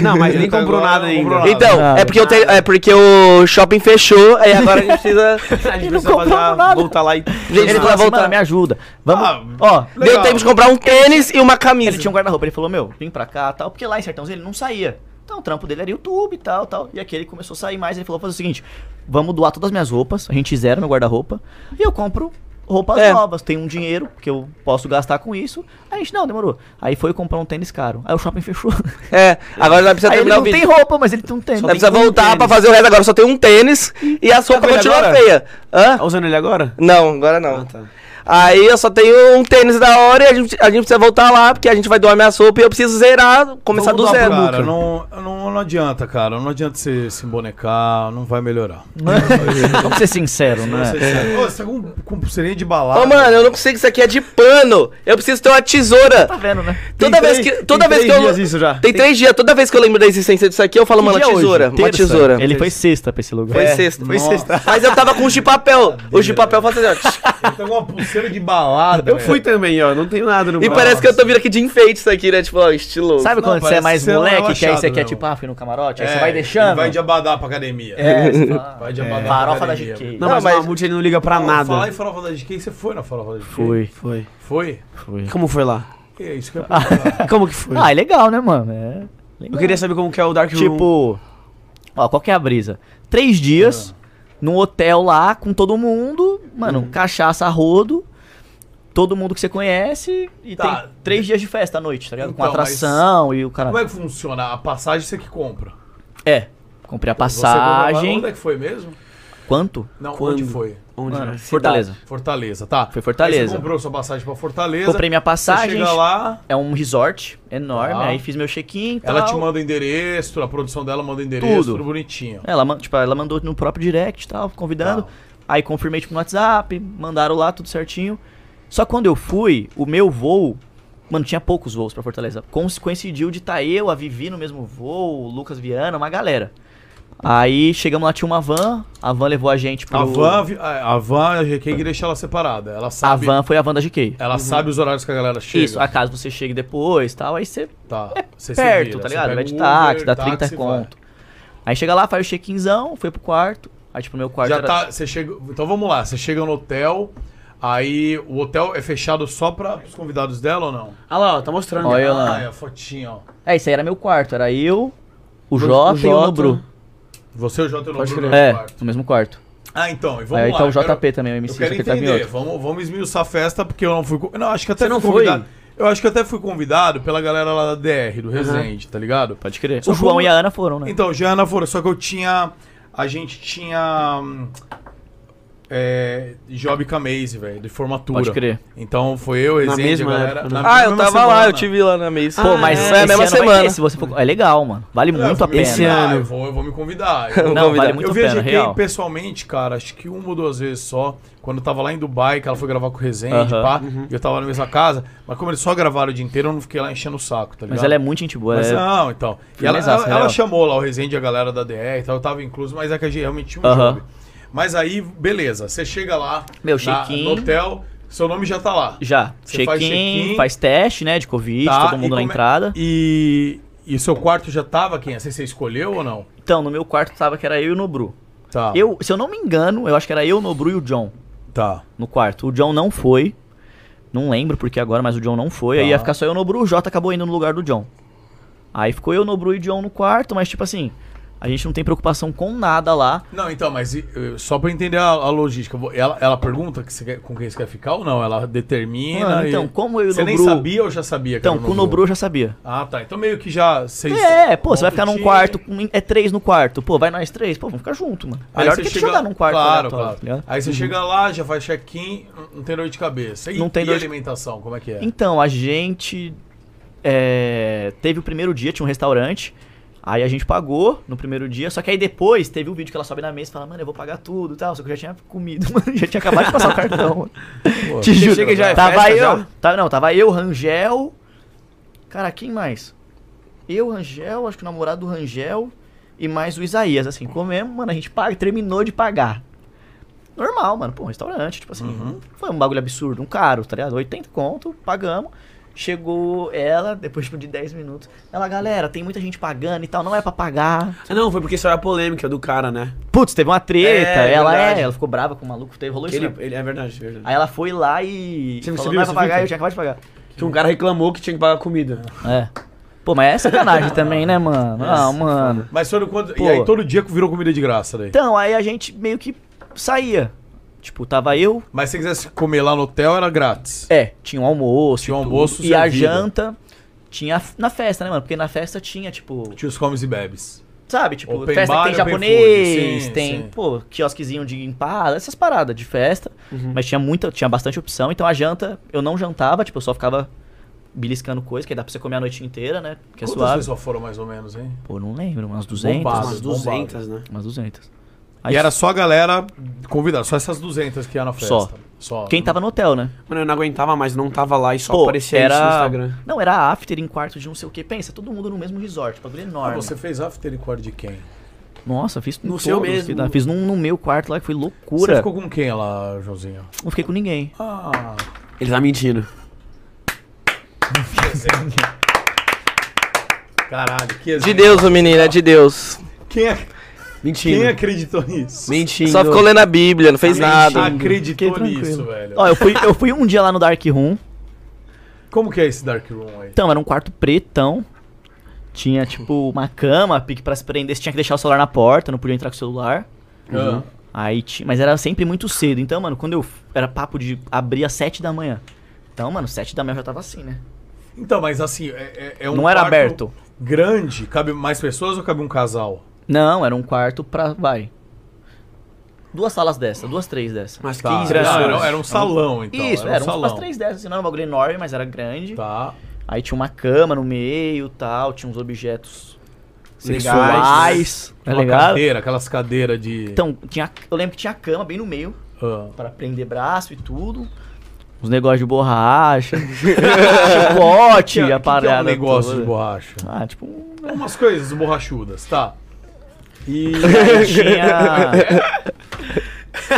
S2: Não, mas nem
S6: Então
S2: comprou
S6: agora
S2: nada
S6: não
S2: ainda.
S6: comprou nada.
S4: Então,
S8: nada.
S4: é porque, eu tenho- é porque o shopping fechou, aí agora a gente precisa.
S2: A gente
S8: não
S2: precisa
S8: comprou
S2: fazer-
S8: nada.
S2: voltar lá e...
S4: Gente,
S8: ele
S4: vai
S8: falou assim,
S4: voltar.
S8: mano, me ajuda. Vamos,
S6: Ah,
S8: ó.
S4: Deu tempo de comprar um tênis e uma camisa.
S8: Ele tinha um guarda-roupa, ele falou, meu, vem pra cá tal, porque lá em Sertãozinho ele não saía. Então o trampo dele era YouTube e tal, tal. E aqui ele começou a sair mais, ele falou, fazer o seguinte, vamos doar todas as minhas roupas, a gente zera meu guarda-roupa, e eu compro roupas
S4: É.
S8: novas, tenho um dinheiro que eu posso gastar com isso. Aí a gente, não, demorou. Aí foi comprar um tênis caro. Aí o shopping fechou.
S4: É, agora nós precisamos
S8: Aí ele
S4: terminar
S8: não
S4: o vídeo.
S8: tem roupa, mas ele tem um tênis. Tá
S4: Nós precisamos
S2: um
S4: voltar
S2: tênis.
S4: pra fazer o resto agora. Só tem um tênis e a sopa
S2: com ele
S4: continua
S2: agora?
S4: feia. Hã?
S2: Tá usando ele agora?
S4: Não, agora não.
S2: Ah, tá.
S4: Aí eu só tenho um tênis da hora e a gente, a gente precisa voltar lá, porque a gente vai doar minha sopa e eu preciso zerar, começar
S6: Vamos
S4: do
S6: dar
S4: zero.
S6: pro Cara,
S8: né?
S4: Luca.
S6: não, não, não adianta, cara. Não adianta você se embonecar, não vai melhorar.
S8: Vamos ser sincero, né?
S6: Ô, você tá com, com pulseirinha de balada.
S4: Ô, mano, eu não consigo, isso aqui é de pano. Eu preciso ter uma tesoura.
S8: Tá vendo, né?
S4: Toda
S2: Tem
S4: vez
S2: três-
S4: que. Toda
S2: tem
S4: vez que
S2: três
S4: eu.
S2: dias isso já.
S4: Tem três dias, toda vez que eu lembro da existência disso aqui, eu falo, mano,
S8: Que dia é
S4: tesoura.
S8: hoje?
S4: Uma
S8: Terça.
S4: tesoura.
S8: Ele foi sexta pra esse lugar.
S4: Foi
S8: É.
S4: sexta.
S2: Foi sexta.
S4: Mas eu tava com os de papel. Os de papel fazendo. ó.
S6: Você tá com uma pulseira de balada.
S2: Eu fui também, ó. Não tenho nada no
S4: E
S2: braço.
S4: parece que eu tô vindo aqui de enfeite isso aqui, né? Tipo, ó, estilo.
S8: Sabe
S6: Não,
S8: quando você
S6: parece
S8: é mais
S6: que você é um
S8: moleque, que aí você
S6: relaxado
S8: quer
S6: mesmo.
S8: tipo, ah, fui no camarote, aí
S6: É,
S8: você vai deixando.
S6: ele Vai de abadá pra academia.
S8: É, você fala,
S6: Vai de
S8: "Ah,
S6: abadá
S8: Farofa
S6: pra
S8: da
S6: academia.
S8: GQ.
S2: Não,
S4: Não,
S2: mas,
S4: mas-
S2: o Mamute ele não liga pra nada.
S6: Falar em farofa da GK, você foi na farofa da GK?
S8: Fui.
S2: Foi.
S6: Foi?
S8: Fui.
S2: Como foi lá?
S6: É isso que eu ia perguntar.
S2: Como que foi?
S8: Ah, é legal, né, mano? É.
S2: eu queria saber como que é o Dark Room.
S8: Tipo, ó, qual que é a brisa?
S6: Ah.
S8: Três
S6: Uhum.
S8: dias num hotel lá com todo mundo, mano, cachaça a rodo. todo mundo que você conhece e
S6: Tá.
S8: tem três dias de festa à noite, tá ligado? Com
S6: Então,
S8: atração e o cara.
S6: Como é que funciona? A passagem você que compra.
S8: É, comprei a
S6: Você compra-
S8: passagem.
S6: Onde é que foi mesmo?
S8: Quanto?
S6: Não, onde
S2: Quando?
S6: foi?
S2: Onde?
S8: Mano,
S2: né?
S8: Fortaleza.
S6: Fortaleza, tá.
S8: Foi Fortaleza.
S6: Aí você comprou sua passagem pra Fortaleza.
S8: Comprei minha passagem.
S6: Você chega lá,
S8: É um resort enorme,
S6: Tá.
S8: aí fiz meu check-in. e
S6: ela
S8: tal.
S6: te manda o endereço, a produção dela manda o endereço,
S8: Tudo.
S6: tudo, bonitinho.
S8: Ela, man- tipo, ela mandou no próprio direct e tal, convidando.
S6: Tá.
S8: Aí confirmei tipo, no WhatsApp, mandaram lá tudo certinho. Só que quando eu fui, o meu voo. Mano, tinha poucos voos pra Fortaleza. Con- Coincidiu de tá eu, a Vivi no mesmo voo, o Lucas Viana, uma galera. Aí chegamos lá, tinha uma van, a van levou a gente pro.
S6: A van, vi- a a van, a GK que deixa ela separada. Ela
S8: É, A
S6: sabe,
S8: van foi a van da GK.
S6: ela sabe os horários que a galera chega.
S8: Isso, acaso você chegue depois tal, aí você
S6: Tá. Você se
S8: perto,
S6: vira,
S8: tá
S6: você
S8: ligado?
S6: pega
S8: Vai de
S6: um
S8: táxi,
S6: Uber,
S8: dá 30
S6: táxi, vai.
S8: conto. Aí chega lá, faz o check-inzão, foi pro quarto. Aí, tipo, meu quarto
S6: Já
S8: era-
S6: tá, você chega, então vamos lá, você chega no hotel, aí o hotel é fechado só para os convidados dela ou não?
S2: Ah lá, ó, tá mostrando.
S8: Olha lá.
S6: Ah, é a fotinha, ó.
S8: É, isso aí era meu quarto. Era eu, o Jota e o
S2: Jota.
S8: Nobru.
S6: Você e o Jota
S2: Pode
S6: no
S2: crer.
S8: É,
S6: quarto.
S8: no mesmo quarto.
S6: Ah, então, e vamos
S8: Aí
S6: lá.
S8: tá o
S6: eu
S8: JP
S6: quero-
S8: também, o MC
S6: eu quero
S8: que tá em
S6: entender.
S8: outro.
S6: Vamos, vamos esmiuçar a festa, porque eu não fui. co- Não, acho que até
S2: Você não
S6: fui
S2: foi?
S6: convidado. Eu acho que até fui convidado pela galera lá da DR, do Resende, tá ligado?
S8: Pode crer.
S6: Só
S8: o João
S6: como-
S8: e a Ana foram, né?
S6: Então, Jana foram, só que eu tinha. A gente tinha. hum, É, Job Camase, velho, de formatura.
S8: Pode crer.
S6: Então foi eu, Resende,
S2: mesma
S6: a galera.
S2: época, né?
S6: na
S4: Ah, eu
S6: mesma
S4: tava lá,
S6: semana.
S4: eu tive lá na mesa.
S8: Pô, mas
S4: é,
S8: é,
S4: a
S8: esse
S4: mesma
S8: ano vai
S4: semana.
S8: ter, se você for- É legal, mano. Vale
S6: É,
S8: muito a
S6: eu vou me
S8: pena.
S2: Esse ano.
S6: convidar, Eu vou, eu vou me convidar. Eu,
S4: Não,
S8: Não, vale
S4: velho,
S8: muito
S6: eu
S8: a
S6: vi a
S8: pena,
S6: GK
S8: real.
S6: pessoalmente, cara, acho que uma ou duas vezes só. Quando eu tava lá em Dubai, que ela foi gravar com o Resende,
S8: Aham.
S6: pá, e eu tava na mesma casa. Mas como eles só gravaram o dia inteiro, eu não fiquei lá enchendo o saco, tá ligado?
S8: Mas ela é muito gente boa.
S6: Mas
S8: ela é-
S6: não, então. E ela,
S8: Firmezaça,
S6: ela- ela
S8: real.
S6: chamou lá o Resende e a galera da DR e tal, eu tava incluso, mas é que a gente realmente tinha um
S8: Aham.
S6: job. Mas aí, beleza, você chega lá,
S8: Meu,
S6: na-
S8: check-in.
S6: no hotel, seu nome já tá lá.
S8: Já.
S6: Você faz
S8: Check-in,
S6: check-in.
S8: faz teste, né? De Covid,
S6: Tá, e
S8: todo mundo na
S6: come-
S8: entrada.
S6: E, e seu quarto já tava quem? É Você, você escolheu ou não?
S8: Então, no meu quarto tava que era eu e o Nobru.
S6: Tá.
S8: Eu, se eu não me engano, eu acho que era eu, o Nobru e o John
S6: Tá.
S8: no quarto. O John não foi. Não lembro porque agora, mas o John não foi. Aí
S6: Tá.
S8: ia ficar só eu, Nobru, o Jota acabou indo no lugar do John. Aí ficou eu, Nobru e o John no quarto, mas tipo assim, a gente não tem preocupação com nada lá.
S6: Não, então, mas e, eh, só pra eu entender a, a logística, vo- ela, ela pergunta que você quer- com quem você quer ficar ou não? Ela determina.
S8: Mano,
S6: e-
S8: então, como eu e o
S6: Você nem
S8: Nobru-
S6: sabia ou já sabia? que
S8: Então,
S6: era
S8: com o Nobru eu já sabia.
S6: Ah, tá. Então meio que já. Vocês
S8: É, pô, você vai ficar num
S6: Montam
S8: quarto,
S6: time,
S8: com- é três no quarto. Pô, vai nós três, pô, vamos ficar junto, mano.
S6: aí
S8: Melhor
S6: você
S8: do que te
S6: chega-
S8: jogar num quarto
S6: Claro,
S8: aleatório,
S6: claro.
S8: tá ligado?
S6: aí você chega lá, já faz check-in, não- não tem dor de cabeça. E,
S8: Não tem
S6: e
S8: dor de-
S6: alimentação, como é que é?
S8: Então, a gente é, teve o primeiro dia, tinha um restaurante. Aí a gente pagou no primeiro dia, só que aí depois teve um vídeo que ela sobe na mesa e fala, mano, eu vou pagar tudo e tal. Só que eu já tinha comido, mano, já tinha acabado de passar o cartão. mano. Te
S2: Você
S8: juro.
S2: chega e já é
S8: tava
S2: festa,
S8: eu,
S2: já?
S8: Tava, não, tava eu, Rangel. Cara, quem mais? Eu, Rangel, acho que o namorado do Rangel e mais o Isaías, assim, comemos, mano, a gente paga, terminou de pagar. Normal, mano, pô, restaurante, tipo assim,
S2: Uhum.
S8: não foi um bagulho absurdo, um caro, tá ligado? 80 conto, pagamos. Chegou ela, depois tipo, de 10 minutos. Ela, galera, tem muita gente pagando e tal, não é pra pagar.
S2: Ah, Não, foi porque isso era a polêmica do cara, né?
S8: Putz, teve uma treta,
S2: É,
S8: ela
S2: verdade.
S8: é, ela ficou brava com o maluco, teve, rolou
S2: Que
S8: isso
S2: Ele,
S8: mesmo.
S2: ele, é verdade, é verdade.
S8: Aí ela foi lá e.
S2: Você- você
S8: falou,
S2: viu
S8: não é
S2: essa
S8: pra pagar,
S2: fita?
S8: eu tinha acabado de pagar.
S2: Que um cara reclamou que tinha que pagar comida.
S8: É. Pô, mas é sacanagem também, né, mano? Ah, mano.
S6: Mas foram quando.
S8: Pô.
S6: E aí todo dia virou comida de graça daí.
S8: Então, aí a gente meio que saía. Tipo, tava eu.
S6: Mas se você quisesse comer lá no hotel, era grátis.
S8: É, tinha um almoço.
S6: Tinha um
S8: tudo.
S6: almoço
S8: E a
S6: servido.
S8: janta tinha f- na festa, né, mano? Porque na festa tinha, tipo.
S6: Tinha os comes e bebes.
S8: Sabe, tipo,
S6: Open
S8: festa
S6: bar
S8: que tem
S6: e open
S8: japonês,
S6: food, sim,
S8: tem,
S6: sim.
S8: pô, quiosquezinho de empada, essas paradas de festa.
S6: Uhum.
S8: Mas tinha muita, tinha bastante opção. Então a janta, eu não jantava, tipo, eu só ficava beliscando coisa, que dá pra você comer a noite inteira, né? Que é
S6: Quantas
S8: suave.
S6: pessoas foram mais ou menos, hein?
S8: Pô, não lembro, umas 200.
S6: Bombado.
S2: Umas
S6: Bombado.
S2: 200, né?
S8: Umas 200.
S6: e era só a galera convidada, só essas 200 que ia na festa.
S8: Só.
S6: Só.
S8: Quem tava no hotel, né?
S2: Mano, eu não aguentava mais, não tava lá e só
S8: Pô,
S2: aparecia
S8: era...
S2: isso no Instagram.
S8: Não, era after em quarto de não sei o que. Pensa, todo mundo no mesmo resort, bagulho
S6: Ah,
S8: enorme.
S6: você fez after e core de quem?
S8: Nossa, fiz em
S2: No seu
S8: todos,
S2: mesmo.
S8: filho, Fiz num no meu quarto lá que foi
S6: Você
S8: loucura.
S6: ficou com quem lá, Joãozinho?
S8: Não fiquei com ninguém.
S6: Ah,
S2: Ele tá mentindo.
S6: caralho, que
S4: De
S6: exemplo.
S4: Deus, o menino, é de Deus.
S6: Quem, ac-
S2: Mentindo.
S6: quem acreditou nisso?
S2: Mentindo.
S4: Só ficou lendo a Bíblia, não fez nada.
S6: Acreditou
S8: Fiquei
S6: nisso,
S8: tranquilo.
S6: velho.
S8: Ó, eu fui, eu fui um dia lá no Dark Room.
S6: Como que é esse Dark Room aí?
S8: Então, era um quarto pretão. Tinha, tipo, uma cama, pique pra se prender. Você tinha que deixar o celular na porta, não podia entrar com o celular.
S6: Ah,
S8: Aí ti- Mas era sempre muito cedo. Então, mano, quando eu. f- Era papo de abrir às 7 da manhã. Então, mano, sete da manhã eu já tava assim, né?
S6: Então, mas assim, é, é- é um
S8: Não era
S6: quarto
S8: aberto.
S6: grande, cabe mais pessoas ou cabe um casal?
S8: Não, era um quarto pra. Vai. Duas salas dessa, duas, três dessa.
S2: Umas
S6: Tá.
S2: 15
S6: Não,
S2: pessoas.
S6: era, era um salão, então.
S8: Isso,
S6: era um
S8: eram umas
S6: salão.
S8: três dessas, assim, não era um bagulho enorme, mas era grande.
S6: Tá.
S8: Aí tinha uma cama no meio tal, tinha uns objetos
S2: Legais,
S8: sexuais. Tá
S6: né? uma
S8: ligado?
S6: cadeira, aquelas cadeiras de.
S8: Então, tinha, eu lembro que tinha a cama bem no meio,
S6: Ah.
S8: pra prender braço e tudo. Os negócios de borracha, chicote,
S6: Que- que
S8: a parada.
S6: é um negócio
S8: toda.
S6: de borracha.
S8: Ah, tipo, um-
S6: É umas coisas borrachudas, tá? E.
S8: aí tinha.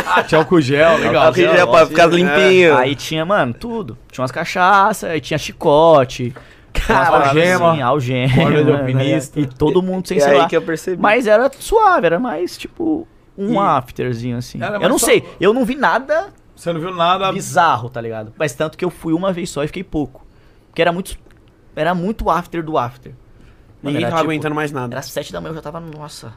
S6: Ah, tinha álcool gel,
S8: tá
S6: legal.
S4: Aqui já é pra ficar limpinho.
S8: assim, É. aí tinha, mano, tudo. Tinha umas cachaças, aí tinha chicote.
S6: Caralho.
S8: algema.
S6: Corda de
S8: algema. né?
S6: alpinista.
S8: E todo mundo sem
S4: É
S8: celular.
S4: aí que eu percebi.
S8: Mas era suave, era mais tipo um
S6: E-
S8: afterzinho assim.
S6: Era
S8: Eu
S6: mais
S8: não
S6: só-
S8: sei, eu não vi nada
S6: Você não viu nada.
S8: bizarro, tá ligado? Mas tanto que eu fui uma vez só e fiquei pouco. Porque era muito era muito after do after.
S2: Ninguém
S8: era,
S2: tava
S8: tipo,
S2: aguentando mais nada.
S8: Era sete da manhã, eu já tava, nossa.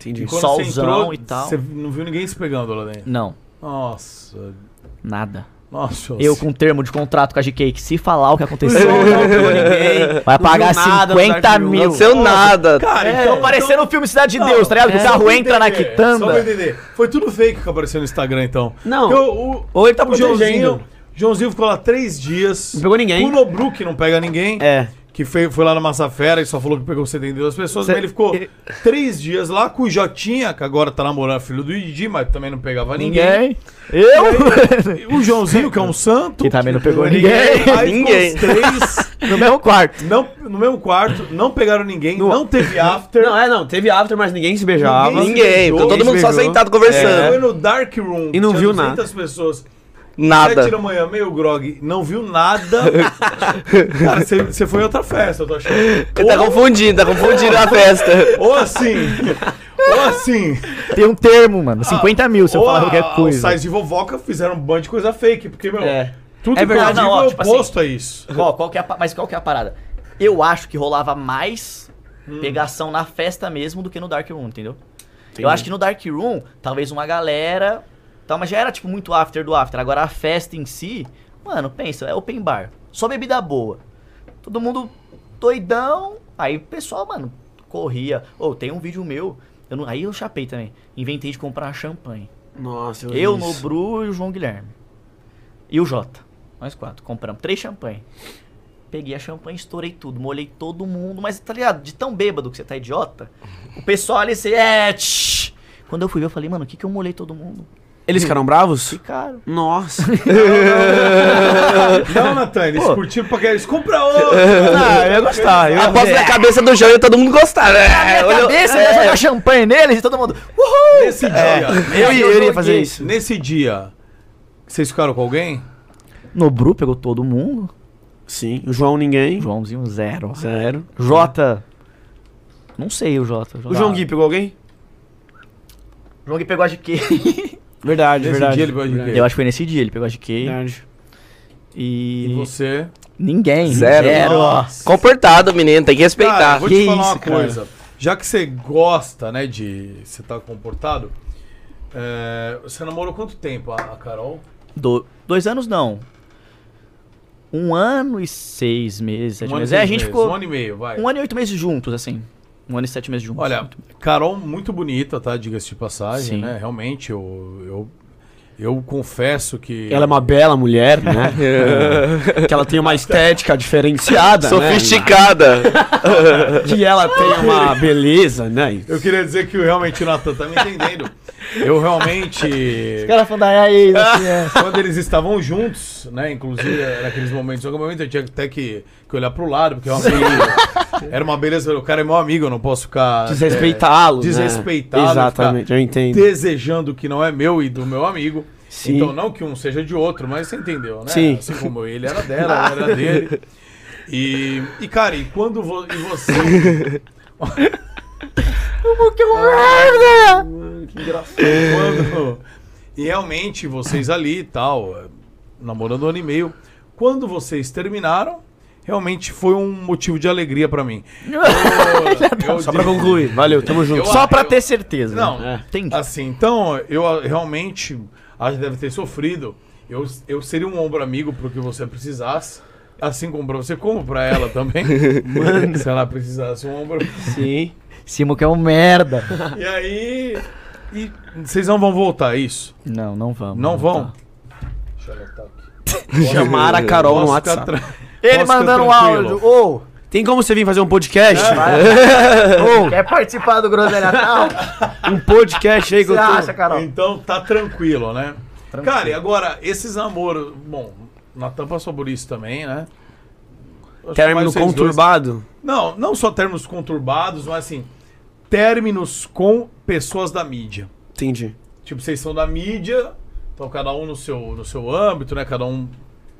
S2: Entendi.
S8: E solzão e tal.
S6: Você não viu ninguém se pegando lá dentro.
S8: Não,
S6: Nossa.
S8: nada.
S6: Nossa.
S8: Eu com um termo de contrato com a GK, que se falar o que aconteceu,
S6: Não, não viu ninguém.
S8: vai pagar
S2: viu nada, não
S8: 50
S2: sabe o que
S8: mil.
S4: Não aconteceu nada.
S6: Cara,
S8: É,
S6: então é.
S8: parecendo o filme Cidade de Deus, tá ligado? Que o carro entra na
S6: um Só pra
S8: quitanda.
S6: entender. Foi tudo fake que apareceu no Instagram, então.
S2: Não.
S6: Porque o, o,
S8: Ou ele tá
S6: o Joãozinho,
S8: protegendo.
S6: Joãozinho ficou lá três dias.
S2: Não pegou ninguém.
S6: O Nobruque não pega ninguém.
S2: É.
S6: Que foi, foi lá na Massa Fera e só falou que pegou 72 pessoas. Mas ele ficou três dias lá com o Jotinha, que agora tá namorando filho do Didi, mas também não pegava ninguém.
S8: Ninguém. Eu?
S6: E O Joãozinho, que é um santo.
S8: Que também não pegou
S6: Aí
S4: Ninguém.
S6: ficou os três
S8: No mesmo quarto.
S6: não, no mesmo quarto, não pegaram ninguém, não teve after.
S2: Não, é, não. Teve after, mas ninguém se beijava.
S6: Ninguém se
S4: Ninguém. É. Ficou todo mundo só
S2: beijou.
S4: sentado
S6: Foi
S4: conversando.
S6: no Dark Room.
S2: E não
S6: tinha
S2: viu nada.
S6: pessoas. Sete da
S4: Nada.
S6: manhã, meio grog, não viu nada. Cara, você- você foi em outra festa, eu tô achando.
S4: Ele tá confundindo, tá confundindo a festa.
S6: Ou assim. ou assim.
S8: Tem um termo, mano. 50 mil se eu
S6: ou
S8: falar
S6: a-
S8: qualquer
S6: Os
S8: coisa.
S6: sites de vovoca fizeram um bando de coisa fake, porque, meu.
S8: É.
S6: Tudo
S8: É verdade,
S6: inclusive,
S8: não, ó,
S6: é
S8: tipo
S6: oposto a isso.
S8: Qual, qual que é a pa- mas qual que é a parada? Eu acho que rolava mais pegação na festa mesmo do que no Dark Room, entendeu? Eu acho que no Dark Room, talvez uma galera. Tal, mas já era tipo muito after do after. Agora a festa em si, mano, pensa, é open bar. Só bebida boa. Todo mundo doidão. Aí o pessoal, mano, corria. Ô, tem um vídeo meu. eu não- aí eu chapei também. Inventei de comprar champanhe.
S2: Nossa,
S8: Eu,
S2: vi
S8: no
S2: isso.
S8: Bru e o João Guilherme. E o Jota. Nós quatro. Compramos três champanhe. Peguei a champanhe, estourei tudo, molhei todo mundo. Mas tá ligado? De tão bêbado que você tá idiota, o pessoal ali se. É, tch. Quando eu fui ver, eu falei, mano, o que, que eu molhei todo mundo?
S2: Eles ficaram bravos?
S8: Ficaram.
S2: Nossa.
S6: Não, um Natan, eles
S8: Pô.
S6: curtiram pra que eles compra outro.
S8: Ah, eu ia gostar. Eu
S4: Aposto na cabeça do João e todo mundo gostar. né?
S2: É,
S8: minha
S4: Olha-
S8: cabeça, eu ia jogar champanhe neles e todo mundo. Uh! Uhul!
S6: Nesse
S8: É.
S6: dia.
S2: Eu, ia- eu iria fazer isso.
S6: Nesse dia, vocês ficaram com alguém?
S8: No Bru pegou todo mundo.
S2: Sim. O João, ninguém.
S8: Joãozinho, zero.
S2: Zero.
S8: Jota. Não sei o Jota.
S2: O João Gui pegou alguém?
S8: João Gui pegou a GQ.
S2: Verdade,
S6: Nesse dia ele pegou de quê?
S8: Eu acho que foi nesse dia, ele pegou a GQ.
S2: Verdade.
S6: E
S8: E.
S6: você?
S8: Ninguém.
S4: Zero. Comportado, menino, tem que
S6: Cara,
S4: respeitar.
S6: eu vou te
S8: Ah, Que
S6: falar
S8: isso,
S6: uma
S8: cara.
S6: coisa. Já que você gosta, né, de você tá comportado, é, você namorou quanto tempo a, a Carol?
S8: Do- dois anos não. Um ano e seis meses, sete
S6: e
S8: meses.
S6: seis
S8: É, a gente
S6: meses,
S8: ficou
S6: Um ano e meio, vai.
S8: um ano e oito meses juntos, assim. Um ano e sete meses juntos.
S6: Olha, Carol muito bonita, tá? Diga-se de passagem,
S8: Sim.
S6: né? Realmente, eu, eu, eu confesso que...
S2: Ela é uma bela mulher, né? que ela tem uma estética
S8: Ah,
S2: diferenciada,
S8: né?
S4: Sofisticada.
S2: né? Que ela tem uma beleza, né?
S6: Eu queria dizer que realmente o Natan tá me entendendo. Eu realmente...
S8: cara falando, aí,
S2: né?
S6: Quando eles estavam juntos, né? Inclusive, naqueles momentos, em algum momento eu tinha até que, que olhar pro lado, porque realmente era uma beleza. O cara é meu amigo, eu não posso ficar. é,
S2: Desrespeitá-lo. né?
S6: Desrespeitá-lo,
S2: Exatamente, eu
S6: é,
S2: entendo.
S6: desejando o que não é meu e do meu amigo.
S2: Sim.
S6: Então, não que um seja de outro, mas você entendeu, né?
S2: Sim.
S6: Assim como ele era dela, ela era dele. E, e cara, e quando vo- e você. quando, e realmente vocês ali e tal, eh, namorando um ano e meio, quando vocês terminaram, realmente foi um motivo de alegria pra mim. Eu- eu
S2: tá Só pra
S6: digo-
S2: concluir. Valeu, tamo junto. É.
S6: Eu-
S8: Só pra
S6: eu-
S8: ter certeza.
S6: Não,
S8: Entendi.
S6: Assim, então eu ah, realmente acho que deve ter sofrido. Eu, eu seria um ombro amigo pro que você precisasse. Assim como pra você, como pra ela também. Se ela precisasse um ombro.
S2: Sim.
S8: Simo que é um merda.
S6: E aí. E vocês não vão voltar, é isso?
S8: Não, não vamos.
S6: Não vão?
S8: tá.
S6: Deixa eu anotar aqui.
S2: Chamaram a Carol no
S6: Posso ficar
S2: WhatsApp.
S6: tra-
S8: Ele
S6: posso ficar
S8: mandando um
S6: tranquilo?
S8: áudio. Ô,
S2: Tem como você vir fazer um podcast?
S6: É.
S8: quer participar do Groselha Tal?
S2: Um podcast aí que eu
S8: Você
S2: tô...
S8: acha, Carol?
S6: Então tá tranquilo, né? Cara, e agora, esses namoros. Bom, Natan passou por isso também, né? Acho que mais
S2: Término
S6: vocês
S2: conturbado?
S6: dois. Não, não só términos conturbados, mas assim, términos com pessoas da mídia.
S2: Entendi.
S6: Tipo, vocês são da mídia, então cada um no seu, no seu âmbito, né? Cada um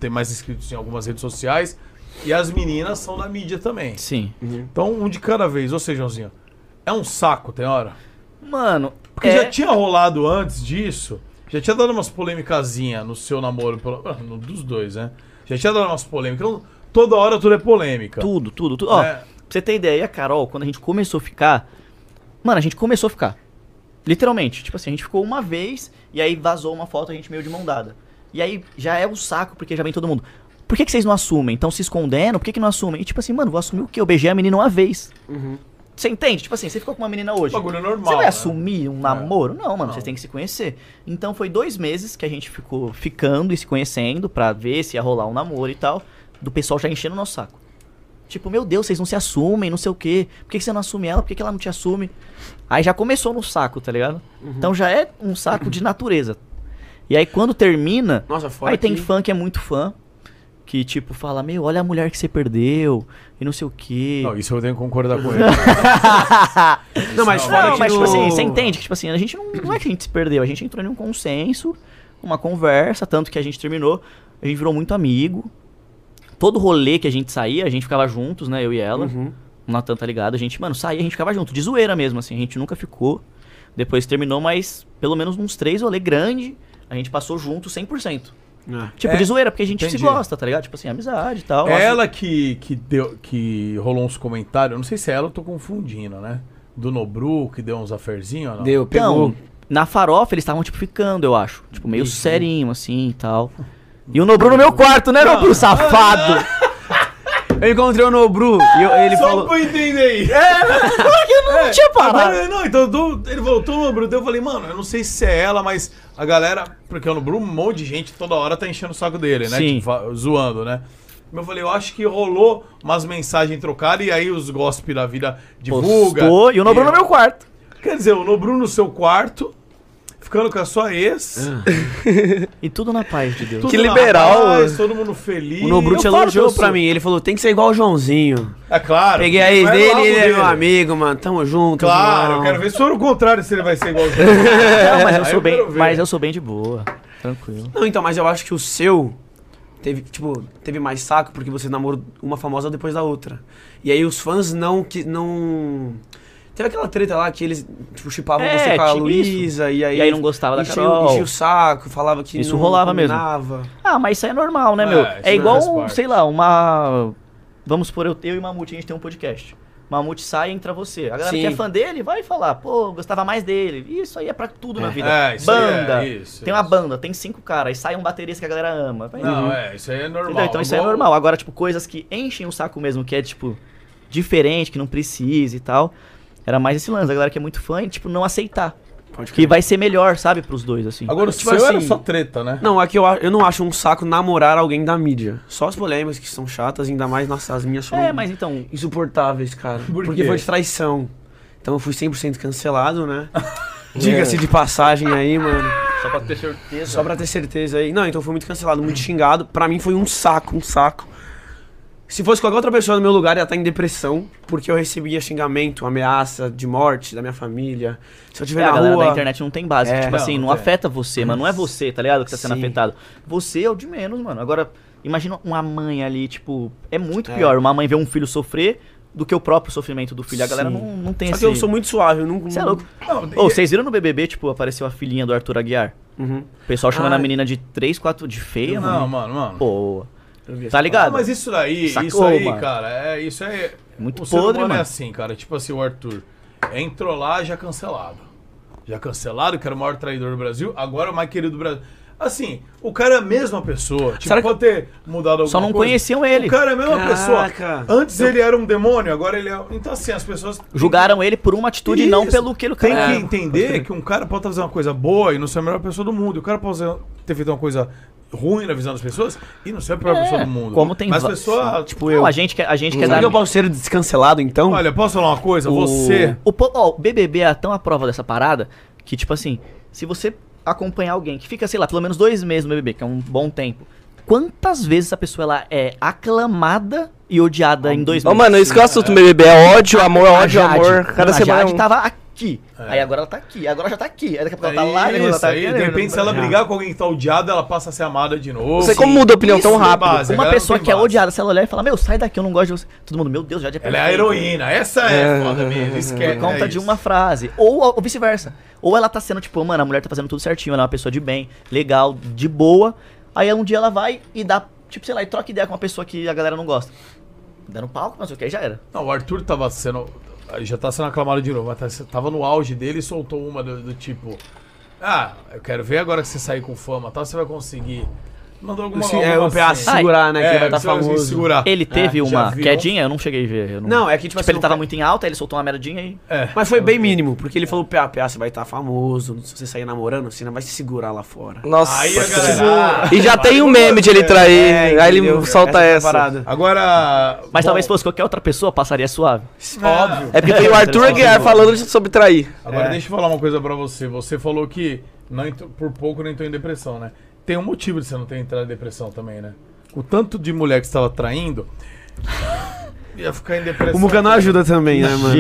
S6: tem mais inscritos em algumas redes sociais. E as meninas são da mídia também.
S8: Sim.
S6: Então, um de cada vez. Ou seja, Joãozinho, é um saco, tem hora.
S8: Mano,
S6: Porque
S8: é-
S6: já tinha rolado antes disso, já tinha dado umas polêmicazinha no seu namoro, pelo- ah, no- dos dois, né? Já tinha dado umas polêmicas. Então, toda hora tudo é polêmica.
S8: tudo, tudo, tudo. Ó,
S6: É.
S8: pra você ter ideia, a Carol, quando a gente começou a ficar. Mano, a gente começou a ficar. Literalmente. Tipo assim, a gente ficou uma vez e aí vazou uma foto a gente meio de mão dada. E aí já é um saco, porque já vem todo mundo. Por que, que vocês não assumem? Estão se escondendo? Por que, que não assumem? E tipo assim, mano, vou assumir o quê? Eu beijei a menina uma vez. Você entende? Tipo assim, você ficou com uma menina hoje.
S6: Bagulho normal,
S8: Você vai
S6: né?
S8: assumir um namoro? Não, mano, vocês têm que se conhecer. Então foi dois meses que a gente ficou ficando e se conhecendo pra ver se ia rolar um namoro e tal. Do pessoal já enchendo o nosso saco. Tipo, meu Deus, vocês não se assumem, não sei o quê. Por que, que você não assume ela? Por que, que ela não te assume? Aí já começou no saco, tá ligado?
S6: Uhum.
S8: Então já é um saco de natureza. E aí quando termina.
S2: Nossa, fora
S8: aí tem
S2: que-
S8: fã que é muito fã. Que tipo, fala, meu, olha a mulher que você perdeu. E não sei o quê.
S6: Não, isso é eu tenho que concordar com ele.
S2: Não, mas
S6: Não,
S2: fora
S8: Não,
S2: que
S8: mas, tipo
S2: no-
S8: assim, você entende que, tipo assim, a gente não, não é que a gente se perdeu, a gente entrou em um consenso, uma conversa, tanto que a gente terminou, a gente virou muito amigo. Todo rolê que a gente saía, a gente ficava juntos, né, eu e ela.
S2: Uhum.
S8: O Natan tá ligado, a gente, mano, saía, a gente ficava junto, de zoeira mesmo, assim, a gente nunca ficou. Depois terminou, mas pelo menos uns três rolê grande, a gente passou junto 100%.
S2: Ah.
S8: Tipo,
S6: É,
S8: de zoeira, porque a gente se
S6: entendi.
S8: gosta, tá ligado? Tipo assim, amizade e tal.
S6: É ela que, que, deu, que rolou uns comentários, eu não sei se é ela, eu tô confundindo, né? Do Nobru, que deu uns aferzinhos ou não?
S2: Deu, pegou.
S8: Então, na farofa eles estavam, tipo, ficando, eu acho. Tipo, meio serinho, assim e tal. E o Nobru no meu quarto, né, Nobru? Safado!
S2: Eu encontrei o Nobru e eu- ele
S6: Só
S2: falou...
S6: pra eu entender aí.
S8: Não tinha parado.
S6: Agora, não, então do- ele voltou no Bruno. Eu falei, mano, eu não sei se é ela, mas a galera. Porque no Bruno, um monte de gente toda hora tá enchendo o saco dele, né?
S8: Sim.
S6: Tipo, fa- zoando, né? Eu falei, eu acho que rolou umas mensagens trocadas e aí os gossip da vida divulga.
S8: Postou, e o Nobru no meu quarto.
S6: Quer dizer, o Nobru no seu quarto, ficando com a sua ex.
S8: E tudo na paz de Deus.
S6: tudo na
S4: liberal.
S6: paz, todo mundo feliz.
S2: O Nobru te
S6: Eu falo
S2: elogiou
S6: disso.
S2: pra mim. Ele falou, tem que ser igual o Joãozinho.
S6: É claro.
S2: Peguei a ex
S6: Mas
S2: dele,
S6: logo
S2: ele é meu amigo, mano. Tamo junto,
S6: Claro,
S2: irmão.
S6: eu quero ver se for o contrário, se ele vai ser igual.
S8: Não, mas eu
S6: É, Aí
S8: sou
S6: eu
S8: bem,
S6: quero ver.
S8: mas eu sou bem de boa. Tranquilo.
S2: Não, então, mas eu acho que o seu teve, tipo, teve mais saco porque você namorou uma famosa depois da outra. E aí os fãs não que não Teve aquela treta lá que eles, tipo, chipavam
S8: É,
S2: você com a
S8: tinha
S2: Luísa e aí
S8: E aí não gostava da
S2: enchia,
S8: Carol.
S2: enchia o saco, falava que
S8: Isso
S2: não
S8: rolava mesmo.
S2: combinava.
S8: Ah, mas isso aí é normal, né,
S6: É,
S8: meu?
S6: isso
S8: É
S6: aí
S8: igual,
S6: faz parte.
S8: sei lá, uma. Vamos supor, eu, eu e o Mamute, a gente tem um podcast. Mamute sai e entra você. A galera que é
S2: Sim.
S8: fã dele vai falar, pô, gostava mais dele. Isso aí é pra tudo na vida.
S6: É, isso aí é,
S8: banda.
S6: isso,
S8: tem uma
S6: isso.
S8: banda, tem cinco caras, aí sai um baterista que a galera ama. Vai-
S6: Não, é, isso aí é normal.
S8: Entendeu? Então isso aí é
S6: Igual-
S8: normal. Agora, tipo, coisas que enchem o saco mesmo, que é, tipo, diferente, que não precisa e tal. Era mais esse lance, a galera que é muito fã e, tipo, não aceitar.
S2: Pode
S8: Que vai ser melhor, sabe, pros dois, assim.
S6: Agora,
S2: Tipo
S6: o seu era
S2: assim-
S6: só treta, né?
S2: Não, é que eu, a- eu não acho um saco namorar alguém da mídia. Só as polêmicas que são chatas, ainda mais nossa, as minhas foram
S8: É, mas então.
S2: insuportáveis, cara.
S6: Por
S2: porque
S6: quê?
S2: foi de traição. Então eu fui 100% cancelado, né? Diga-se de passagem aí, mano.
S8: Só pra ter certeza.
S2: Só pra ter certeza aí. Não, então foi muito cancelado, muito xingado. Pra mim foi um saco, um saco. Se fosse qualquer outra pessoa no meu lugar, ia estar em depressão, porque eu recebia xingamento, ameaça de morte da minha família. Se eu tiver
S8: É, a
S2: na
S8: galera
S2: rua,
S8: da internet não tem base.
S2: É.
S8: tipo assim, não,
S6: Não, é.
S8: afeta você, mano. Não é você, tá ligado? Que tá sendo
S2: Sim.
S8: afetado. Você é o de menos, mano. Agora, imagina uma mãe ali, tipo. É muito pior uma mãe ver um filho sofrer do que o próprio sofrimento do filho. A galera
S2: Sim.
S8: não, não tem
S2: Só
S8: esse.
S2: que eu sou um muito suave, eu nunca.
S8: Você é louco.
S6: Não,
S8: Ô,
S6: e-
S8: vocês viram no BBB, tipo, apareceu a filhinha do Arthur Aguiar?
S2: Uhum.
S8: O pessoal chamando
S2: Ah.
S8: a menina de 3, 4 de feia,
S6: Não,
S8: mano.
S6: mano, mano.
S8: Pô.
S2: Eu vi
S8: Tá
S2: essa
S8: ligado?
S6: Não, mas isso daí,
S8: Sacou,
S6: isso aí,
S8: mano.
S6: cara, é, isso aí.
S8: Muito
S6: o ser
S8: podre,
S6: humano
S8: mano.
S6: é assim, cara. Tipo assim, o Arthur. Entrou lá, já cancelado. Já cancelado, que era é o maior traidor do Brasil, agora é o mais querido do Brasil. Assim, o cara é a mesma pessoa. Tipo,
S8: Será que-
S6: pode ter mudado alguma
S8: Só não
S6: coisa.
S8: conheciam ele.
S6: O cara é a mesma
S2: Caraca.
S6: pessoa. Antes ele era um demônio, agora ele é. Então, assim, as pessoas.
S8: Julgaram ele por uma atitude e não
S6: Isso.
S8: pelo que ele
S6: Tem
S8: cara- É,
S6: que entender que um cara pode fazer uma coisa boa e não ser a melhor pessoa do mundo. E o cara pode ser- ter feito uma coisa ruim na visão das pessoas e não ser a pior
S8: É,
S6: pessoa do mundo.
S8: Como tem
S6: Mas a
S8: va-
S6: pessoa.
S8: Tipo, eu. a gente quer, a gente quer
S2: Será
S8: dar.
S2: que eu posso ser descancelado, então?
S6: Olha, posso falar uma coisa?
S2: O-
S6: Você.
S8: O, po- ó, o BBB é tão a prova dessa parada que, tipo assim, se você acompanhar alguém que fica, sei lá, pelo menos dois meses no BBB, que é um bom tempo, quantas vezes essa pessoa ela é aclamada e odiada em dois
S4: Ô,
S8: meses?
S4: mano, isso que é o assunto, BBB. É ódio, amor,
S8: A
S4: ódio,
S8: Jade.
S4: amor. Cada
S8: a
S4: semana. é
S8: Jade tá-
S4: um.
S8: tava aqui. Aí agora ela tá aqui. Agora já tá aqui. Aí daqui a pouco ela tá lá.
S6: É
S8: daqui a pouco ela
S6: isso
S8: tá
S6: aí,
S8: aqui,
S6: de repente, se ela
S2: lembra?
S6: brigar com alguém que tá odiada, ela passa a ser amada de novo.
S4: Não sei como muda a opinião tão
S6: Isso, é
S4: rápido.
S6: base, a
S8: Uma
S6: galera
S8: pessoa
S6: assim, não tem
S8: que é
S6: base.
S8: odiada, se ela olhar e falar, meu, sai daqui, eu não gosto de você. Todo mundo, meu Deus, já é
S6: Ela é a heroína, essa é, foda mesmo. Esquece.
S8: Por conta
S6: é
S8: de
S6: isso.
S8: uma frase. Ou, ou vice-versa. Ou ela tá sendo, tipo, mano, a mulher tá fazendo tudo certinho, ela é uma pessoa de bem, legal, de boa. Aí um dia ela vai e dá, tipo, sei lá, e troca ideia com uma pessoa que a galera não gosta. Dando palco, não sei o que, aí já era.
S6: Não, o Arthur tava sendo. aí Já tá sendo aclamado de novo, mas tá- tava no auge dele e soltou uma do, do tipo. Ah, eu quero ver agora que você sair com fama, tá? Você vai conseguir. Mandou alguma
S2: Assim,
S6: alguma
S2: é o PA
S6: assim.
S2: segurar, né? que
S6: É,
S2: vai estar
S6: você vai conseguir
S2: famoso.
S6: segurar.
S8: Ele teve
S6: É, já
S8: uma
S6: viu.
S8: quedinha, eu não cheguei a ver. eu
S2: Não, é que, tipo
S8: tipo,
S2: assim,
S8: ele
S2: o
S8: tava
S2: Pe-
S8: muito em alta, ele soltou uma merdinha e.
S6: É.
S2: Mas foi bem mínimo, porque ele falou, PA, PA, você vai estar famoso, se você sair namorando, você não vai se segurar lá fora.
S4: Nossa.
S6: Aí a galera.
S4: E já tem o meme de ele trair.
S8: é
S4: aí ele solta
S2: é
S4: essa.
S6: ah, Agora.
S8: Mas
S6: bom,
S8: talvez se fosse qualquer outra pessoa, passaria suave.
S6: Óbvio.
S4: É porque tem o Arthur Aguiar falando sobre trair.
S6: Agora deixa eu falar uma coisa pra você. Você falou que não entrou- por pouco não entrou em depressão, né? Tem um motivo de você não ter entrado em depressão também, né? O tanto de mulher que você tava traindo ia ficar em depressão.
S2: O Muca não ajuda também, né, mano?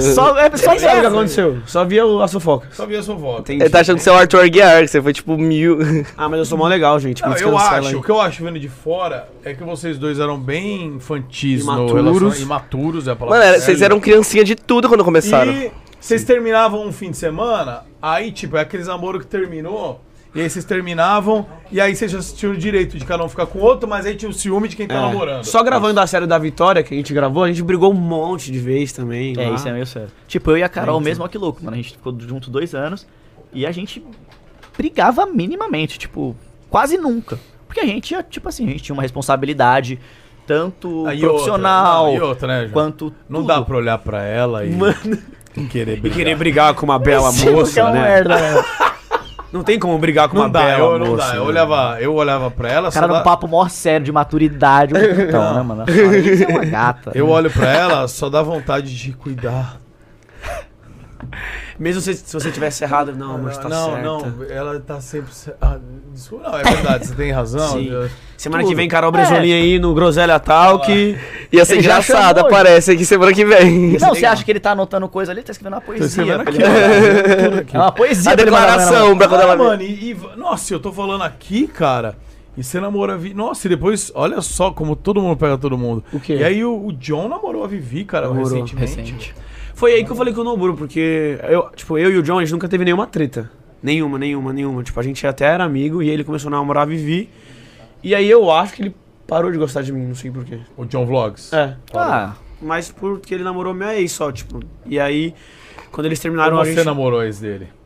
S8: Só, é, só
S2: Sabe o que aconteceu? Só via o, a sufoca.
S6: Só via sua voz.
S2: Entendi.
S4: Ele tá achando que você é o Arthur Aguiar, que você foi tipo mil.
S2: Ah, mas eu sou mó legal, gente.
S6: Não,
S2: me
S6: É, eu
S2: descancela
S6: acho,
S2: aí.
S6: o que eu acho vendo de fora é que vocês dois eram bem infantis no
S2: Imaturos.
S6: relacionamento. Imaturos é a palavra.
S4: Mano, era-
S6: certa.
S4: vocês eram criancinha de tudo quando começaram.
S6: E vocês terminavam um fim de semana, aí, tipo, é aqueles namoro que terminou, e aí vocês terminavam, e aí vocês já tinham o direito de cada um ficar com o outro, mas aí tinha o ciúme de quem tá namorando.
S2: É. Só gravando a série da Vitória que a gente gravou, a gente brigou um monte de vez também.
S8: É,
S2: lá.
S8: isso é meio sério. Tipo, eu e a Carol mesmo, ó que louco, mano. A gente ficou junto dois anos e a gente brigava minimamente, tipo, quase nunca. Porque a gente, ia, tipo assim, a gente tinha uma responsabilidade, tanto
S6: Aí Ah, outra,
S8: profissional
S6: não, e outra, né, João?
S8: quanto.
S6: Não
S8: tudo.
S6: dá pra olhar pra ela e, e querer
S2: E
S6: brigar.
S2: querer brigar com uma bela
S8: Esse maluco é
S2: moça,
S8: um
S2: né?
S8: merda, velho.
S2: Não tem como brigar com
S6: Não
S2: uma
S6: dá,
S2: bela
S6: eu,
S2: moça.
S6: não dá. Eu
S2: né?
S6: olhava, eu olhava pra ela,
S8: O cara
S6: só
S8: num
S6: dá-
S8: papo mó sério, de maturidade. Então, né, mano? Isso é uma gata.
S6: eu olho pra ela, só dá vontade de cuidar.
S2: Mesmo se, se você tivesse errado, não, mas tá
S6: não,
S2: certa.
S6: não, ela tá sempre. ce- Ah, desculpa, não, é verdade, você tem razão.
S2: Sim.
S6: eu-
S2: Semana
S8: Tudo.
S2: que vem, Carol Bresolim aí no Groselha Talk.
S4: Ia ser
S8: Ele já
S4: engraçado,
S8: chamou,
S4: aparece aqui semana que vem.
S8: Não, você acha que ele tá anotando coisa ali? Ele tá escrevendo uma poesia.
S6: escrevendo
S8: pra ele mandar. É uma poesia
S4: A
S8: pra ele mandar né, pra ela.
S4: declaração pra quando
S6: Ah,
S4: ela vê.
S6: mano, e, e- nossa, eu tô falando aqui, cara. E você namora a Vivi. Nossa, e depois, olha só como todo mundo pega todo mundo.
S2: O quê?
S6: E aí o, o John namorou a Vivi, cara,
S2: Namorou,
S6: recentemente.
S2: Foi aí que eu falei com o Noburo, porque eu, tipo, eu e o John, a gente nunca teve nenhuma treta. Nenhuma, nenhuma, nenhuma. Tipo, a gente até era amigo e ele começou a namorar a Vivi. E aí eu acho que ele parou de gostar de mim, não sei porquê.
S6: O John Vlogs.
S2: É.
S8: Ah,
S2: Mas porque ele namorou minha ex só, tipo. E aí, quando eles terminaram
S6: Como
S2: a
S6: você
S2: gente.
S6: namorou a ex dele?
S2: Tipo,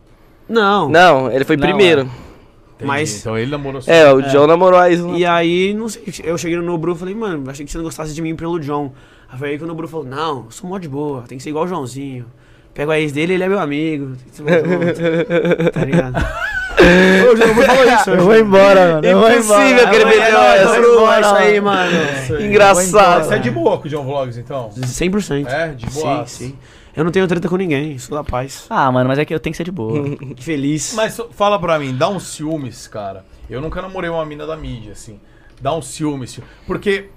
S2: Não.
S4: Não, ele foi
S8: Não,
S4: primeiro.
S6: Entendi.
S2: Mas-
S6: Então ele namorou só.
S4: É, o John namorou a Isla.
S2: E aí, não sei, eu cheguei no Nobru e falei, mano, achei que você não gostasse de mim pelo John. Aí foi aí que o Nobru falou, não, eu sou mó de boa, tem que ser igual o Joãozinho. Pego a ex dele, ele é meu amigo. tem que ser muito bom." tá ligado? Ô, o John Nobru falou isso.
S8: eu vou embora, mano. Eu vou embora.
S4: É Impossível que ele
S2: Aí,
S4: meteu
S2: "Ah,
S4: essa.
S2: Nobru, é isso aí, mano.
S6: Você é
S4: Engraçado.
S6: de boa com o John Vlogs, então?
S2: 100%.
S6: É, de
S2: Sim,
S6: boa.
S2: sim. Eu não tenho treta com ninguém, sou da paz.
S8: Ah, mano, mas é que eu tenho que ser de boa.
S6: Uhum.
S2: Que feliz.
S6: Mas so- fala pra mim, dá uns ciúmes, cara. Eu nunca namorei uma mina da mídia, assim. Dá uns ciúmes. ciú- Porque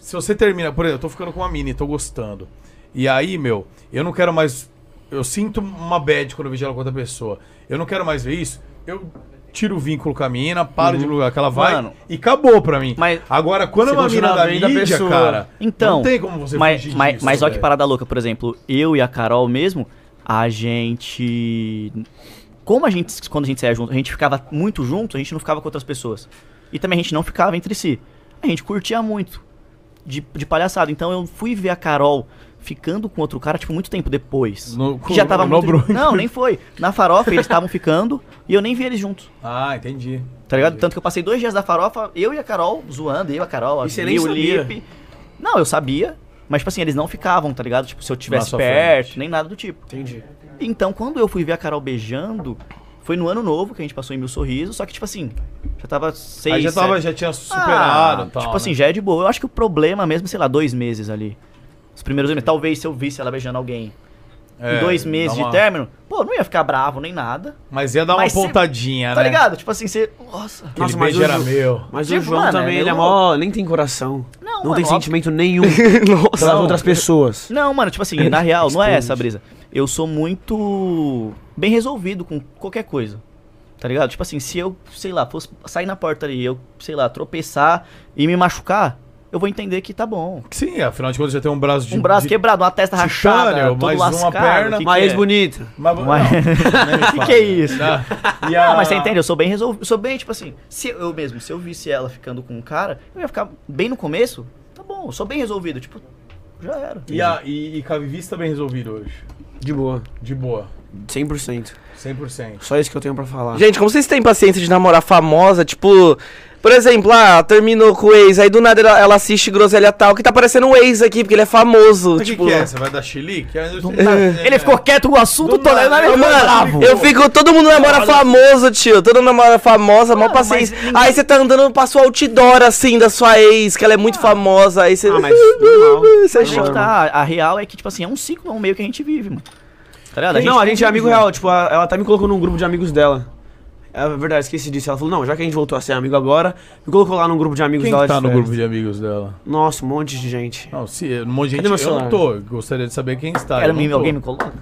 S6: se você termina, por exemplo, eu tô ficando com uma mina e tô gostando. E aí, meu, eu não quero mais. Eu sinto uma bad quando eu vejo ela com outra pessoa. Eu não quero mais ver isso. Eu tiro o vínculo com a mina, paro de lugar que ela vai
S8: Uhum. Mano.
S6: e acabou pra mim.
S8: Mas-
S6: Agora, quando é
S2: Você
S6: uma mina
S2: continua
S6: da
S2: bem da
S6: mídia,
S2: pessoa.
S6: cara.
S8: Então,
S6: Não tem como você
S8: mas,
S6: fugir
S8: mas,
S6: disso,
S8: mas olha que
S6: velho.
S8: parada louca, por exemplo, eu e a Carol mesmo, a gente. Como a gente, quando a gente saía junto, a gente ficava muito junto, a gente não ficava com outras pessoas. E também a gente não ficava entre si. A gente curtia muito de, de palhaçada. Então eu fui ver a Carol ficando com outro cara, tipo, muito tempo depois.
S6: No-
S8: que já tava
S6: no Bruno.
S8: muito... Não, nem foi. Na farofa eles estavam ficando e eu nem vi eles juntos.
S6: Ah, entendi.
S8: Tá ligado? Tanto que eu passei dois dias da farofa, eu e a Carol, zoando, eu, a Carol, a
S2: E você
S8: Vi,
S2: nem
S8: o
S2: sabia?
S8: Lipe. Não, eu sabia. Mas, tipo assim, eles não ficavam, tá ligado? Tipo, se eu
S6: Na
S8: tivesse
S6: sua
S8: perto,
S6: frente.
S8: nem nada do tipo.
S2: Entendi.
S8: Então, quando eu fui ver a Carol beijando, foi no ano novo que a gente passou em Mil Sorrisos, só que, tipo assim, já tava seis,
S6: Aí já, tava,
S8: sete-
S6: já tinha superado
S8: é. Ah,
S6: e tal.
S8: Tipo
S6: né?
S8: assim, já é de boa. Eu acho que o problema mesmo, sei lá, dois meses ali. Os primeiros dois meses. Talvez se eu visse ela beijando alguém
S6: É,
S8: em dois
S6: dá
S8: meses
S6: uma-
S8: de término, pô, não ia ficar bravo nem nada.
S6: Mas ia dar uma
S8: Mas cê-
S6: pontadinha, né?
S8: Tá ligado? Tipo assim, você. Nossa.
S6: Aquele
S2: Nossa, mas
S6: beijo era
S2: hoje-
S6: meu.
S2: Mas o
S8: Tipo,
S2: João
S8: mano,
S2: também,
S8: é
S2: ele é
S8: meio
S2: mó. Nem tem coração.
S8: Não,
S2: Não
S8: mano,
S2: tem
S8: óbvio.
S2: sentimento nenhum
S4: Nossa.
S2: pelas outras pessoas.
S8: Não, mano, tipo assim, na real, não é essa a brisa. Eu sou muito bem resolvido com qualquer coisa. Tá ligado? Tipo assim, se eu, sei lá, fosse sair na porta ali, eu, sei lá, tropeçar e me machucar, eu vou entender que tá bom.
S6: Sim, afinal de contas já tem um braço de.
S8: Um braço
S6: de...
S8: quebrado, uma testa rachada,
S6: Titânio,
S8: todo
S6: mais uma
S8: lascado.
S6: perna.
S8: que
S2: Uma
S8: que é?
S2: ex-bonita.
S6: Mas,
S8: Uma-
S6: O
S8: que que é isso?
S6: né? E
S8: Ah,
S6: a-
S8: mas você entende? Eu sou bem resolvido. Sou bem, tipo assim, se eu eu mesmo, se eu visse ela ficando com um cara, eu ia ficar bem no começo, tá bom, eu sou bem resolvido, tipo, já era.
S6: E, a, e, e com a Vivi você tá bem resolvido hoje.
S2: De boa.
S6: De boa.
S2: 100%.
S6: 100%.
S2: Só isso que eu tenho pra falar.
S4: Gente, como vocês têm paciência de namorar famosa, tipo. Por exemplo, ah, terminou com o ex, aí do nada ela, ela assiste groselha tal, que tá parecendo um ex aqui, porque ele é famoso.
S6: Mas o que,
S4: tipo.
S6: que é? Você tá- é. vai dar chilique? Eu não sei.
S8: Ele ficou quieto o
S6: Do
S8: assunto todo, é
S6: nada,
S8: ele
S6: eu
S8: ficou
S6: mano,
S8: bravo.
S4: Eu fico, todo mundo namora famoso, tio. Todo mundo namora famosa, mó
S8: Mano, mas
S4: paciência.
S8: ninguém-
S4: Aí você tá andando, passa o outdoor assim da sua ex, que ela é muito famosa. Aí você.
S2: Ah, mas normal.
S4: Você
S8: Mas
S4: chora.
S8: aí que tá, a real é que, tipo assim, é um ciclo, é um meio que a gente vive, mano. Tá ligado?
S2: não, a gente
S8: vive
S2: é amigo
S8: junto.
S2: real. Tipo, a- ela tá me colocando num grupo de amigos dela. É verdade, esqueci disso. Ela falou, não, já que a gente voltou a ser amigo agora, me colocou lá num grupo de amigos
S6: Quem
S2: dela.
S6: que tá
S2: de
S6: no
S2: festa.
S6: grupo de amigos dela?
S2: Nossa, um monte de gente.
S6: Não, se, um monte de gente.
S2: Cadê meu
S6: Eu
S2: celular?
S6: não tô. eu Gostaria de saber quem
S2: é
S6: está.
S8: Era
S6: eu não
S8: mim,
S6: tô.
S8: alguém me coloca.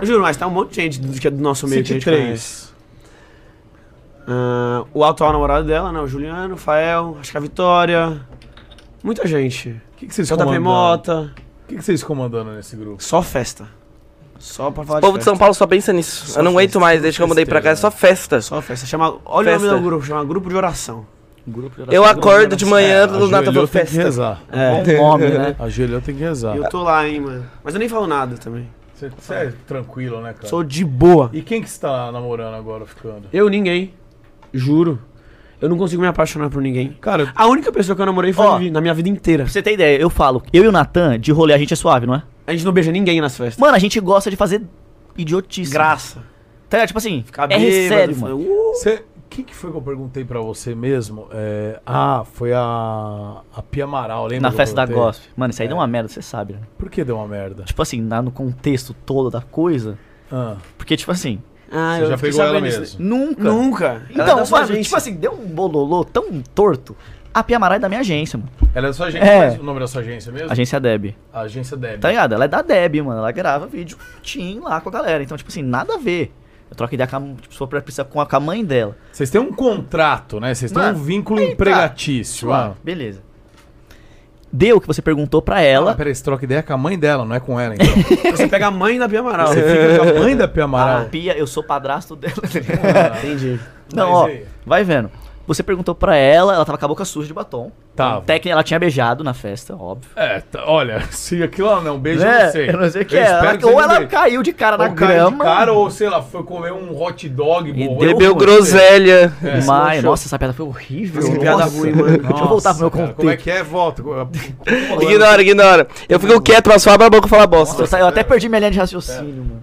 S2: Eu juro, mas tá um monte de gente do, que é do nosso meio que a gente conhece.
S6: 23.
S2: Ah, o atual namorado dela, né? O Juliano, o Fael, acho que a Vitória. Muita gente.
S6: O que, que vocês
S2: JP
S6: comandando?
S2: Mota.
S6: O que, que vocês comandando nesse grupo?
S2: Só festa. Só pra falar
S4: O povo de
S2: festa.
S4: São Paulo só pensa nisso.
S2: Só
S4: eu não aguento
S2: festa,
S4: mais, desde que eu mudei pra cá, é só festa.
S2: Só festa. Chama, olha o
S4: Festa.
S2: nome do grupo, chama Grupo de Oração.
S4: Eu acordo de manhã, do nada eu
S6: Ajoelhou,
S4: vou
S6: tem que
S4: festa.
S6: rezar.
S8: É. Um homem, né?
S6: Ajoelhou, tem que rezar.
S2: Eu tô lá, hein, mano. Mas eu nem falo nada também.
S6: Você você é tranquilo, né, cara?
S2: Sou de boa.
S6: E quem que está namorando agora, ficando?
S2: Eu, ninguém. Juro. Eu não consigo me apaixonar por ninguém.
S6: Cara,
S2: A única pessoa que eu namorei foi
S8: Ó.
S2: a Vivi, na minha vida inteira.
S8: Pra você ter ideia, eu falo, eu e o Natan, de rolê, a gente é suave, não é?
S2: A gente não beija ninguém nas festas.
S8: Mano, a gente gosta de fazer idiotice.
S2: Graça.
S8: Tá ligado? Tipo assim,
S2: Ficar
S8: é
S2: bêbado,
S8: sério,
S2: foi-
S8: mano.
S2: Uh.
S6: você... O que, que foi que eu perguntei pra você mesmo? É, Ah, foi a, a Pia Amaral,
S2: um
S6: lembra?
S8: Na
S6: que eu
S8: festa da
S6: perguntei?
S8: Gosp. Mano,
S2: É.
S8: isso aí deu uma merda, você sabe, né?
S6: Por que deu uma merda?
S8: Tipo assim, na- no contexto todo da coisa.
S6: Ah,
S8: Porque, tipo assim,
S2: Ah,
S6: você já
S2: fiquei
S6: pegou ela
S2: sabendo disso.
S6: mesmo.
S8: nunca.
S2: Nunca. Ela é
S8: Então,
S2: da
S8: mano,
S2: sua agência.
S8: tipo assim, deu um bololô tão torto. A Pia Amaral é da minha agência, mano.
S6: Ela é da sua agência?
S8: É.
S6: mas O nome da sua agência mesmo?
S8: Agência Deb.
S6: A agência Deb.
S8: Tá ligado? Ela é da Deb, mano. Ela grava vídeo team lá com a galera. Então, tipo assim, nada a ver. Eu troco ideia com a, tipo, se for pra precisar com a, com a mãe dela.
S6: Vocês têm um contrato, né? Vocês têm um
S8: Mano,
S6: vínculo
S8: aí tá.
S6: empregatício. Ah,
S8: Beleza. Deu o que você perguntou pra ela.
S6: Ah, peraí, você troca ideia com a mãe dela, não é com ela, então.
S2: Você pega a mãe da Bia Amaral.
S6: você fica com a mãe da Pia
S8: a
S6: Amaral.
S8: Ah, Pia, eu sou padrasto dela.
S2: Entendi.
S8: Não,
S6: Ah, Mas
S8: ó,
S6: e aí?
S8: vai vendo. Você perguntou pra ela, ela tava com a boca suja de batom.
S6: Tava.
S8: Então, técnica, ela tinha beijado na festa, óbvio.
S6: É, tá- olha, se aquilo lá não, um beijo eu
S8: Né?
S6: não sei.
S8: Eu não sei o que
S6: Eu
S8: é.
S6: espero
S8: Ela-
S6: que
S8: ou
S6: seja
S8: ela
S6: beijo.
S8: caiu de cara
S6: Ou cai
S8: na
S6: de
S8: grama.
S6: cara, ou sei lá, foi comer um hot dog, morreu.
S4: Bebeu
S8: mano.
S4: groselha.
S8: Mas, nossa, essa piada foi horrível.
S2: Que
S8: nossa.
S2: piada ruim, mano.
S8: Deixa eu voltar pro meu
S6: É. Cara,
S8: contexto.
S6: como é que é? Volta.
S4: Ignora, ignora. Eu fico quieto, mas só abro a boca e falo bosta.
S8: Eu, sa- eu
S6: É.
S8: até perdi minha linha de raciocínio, mano.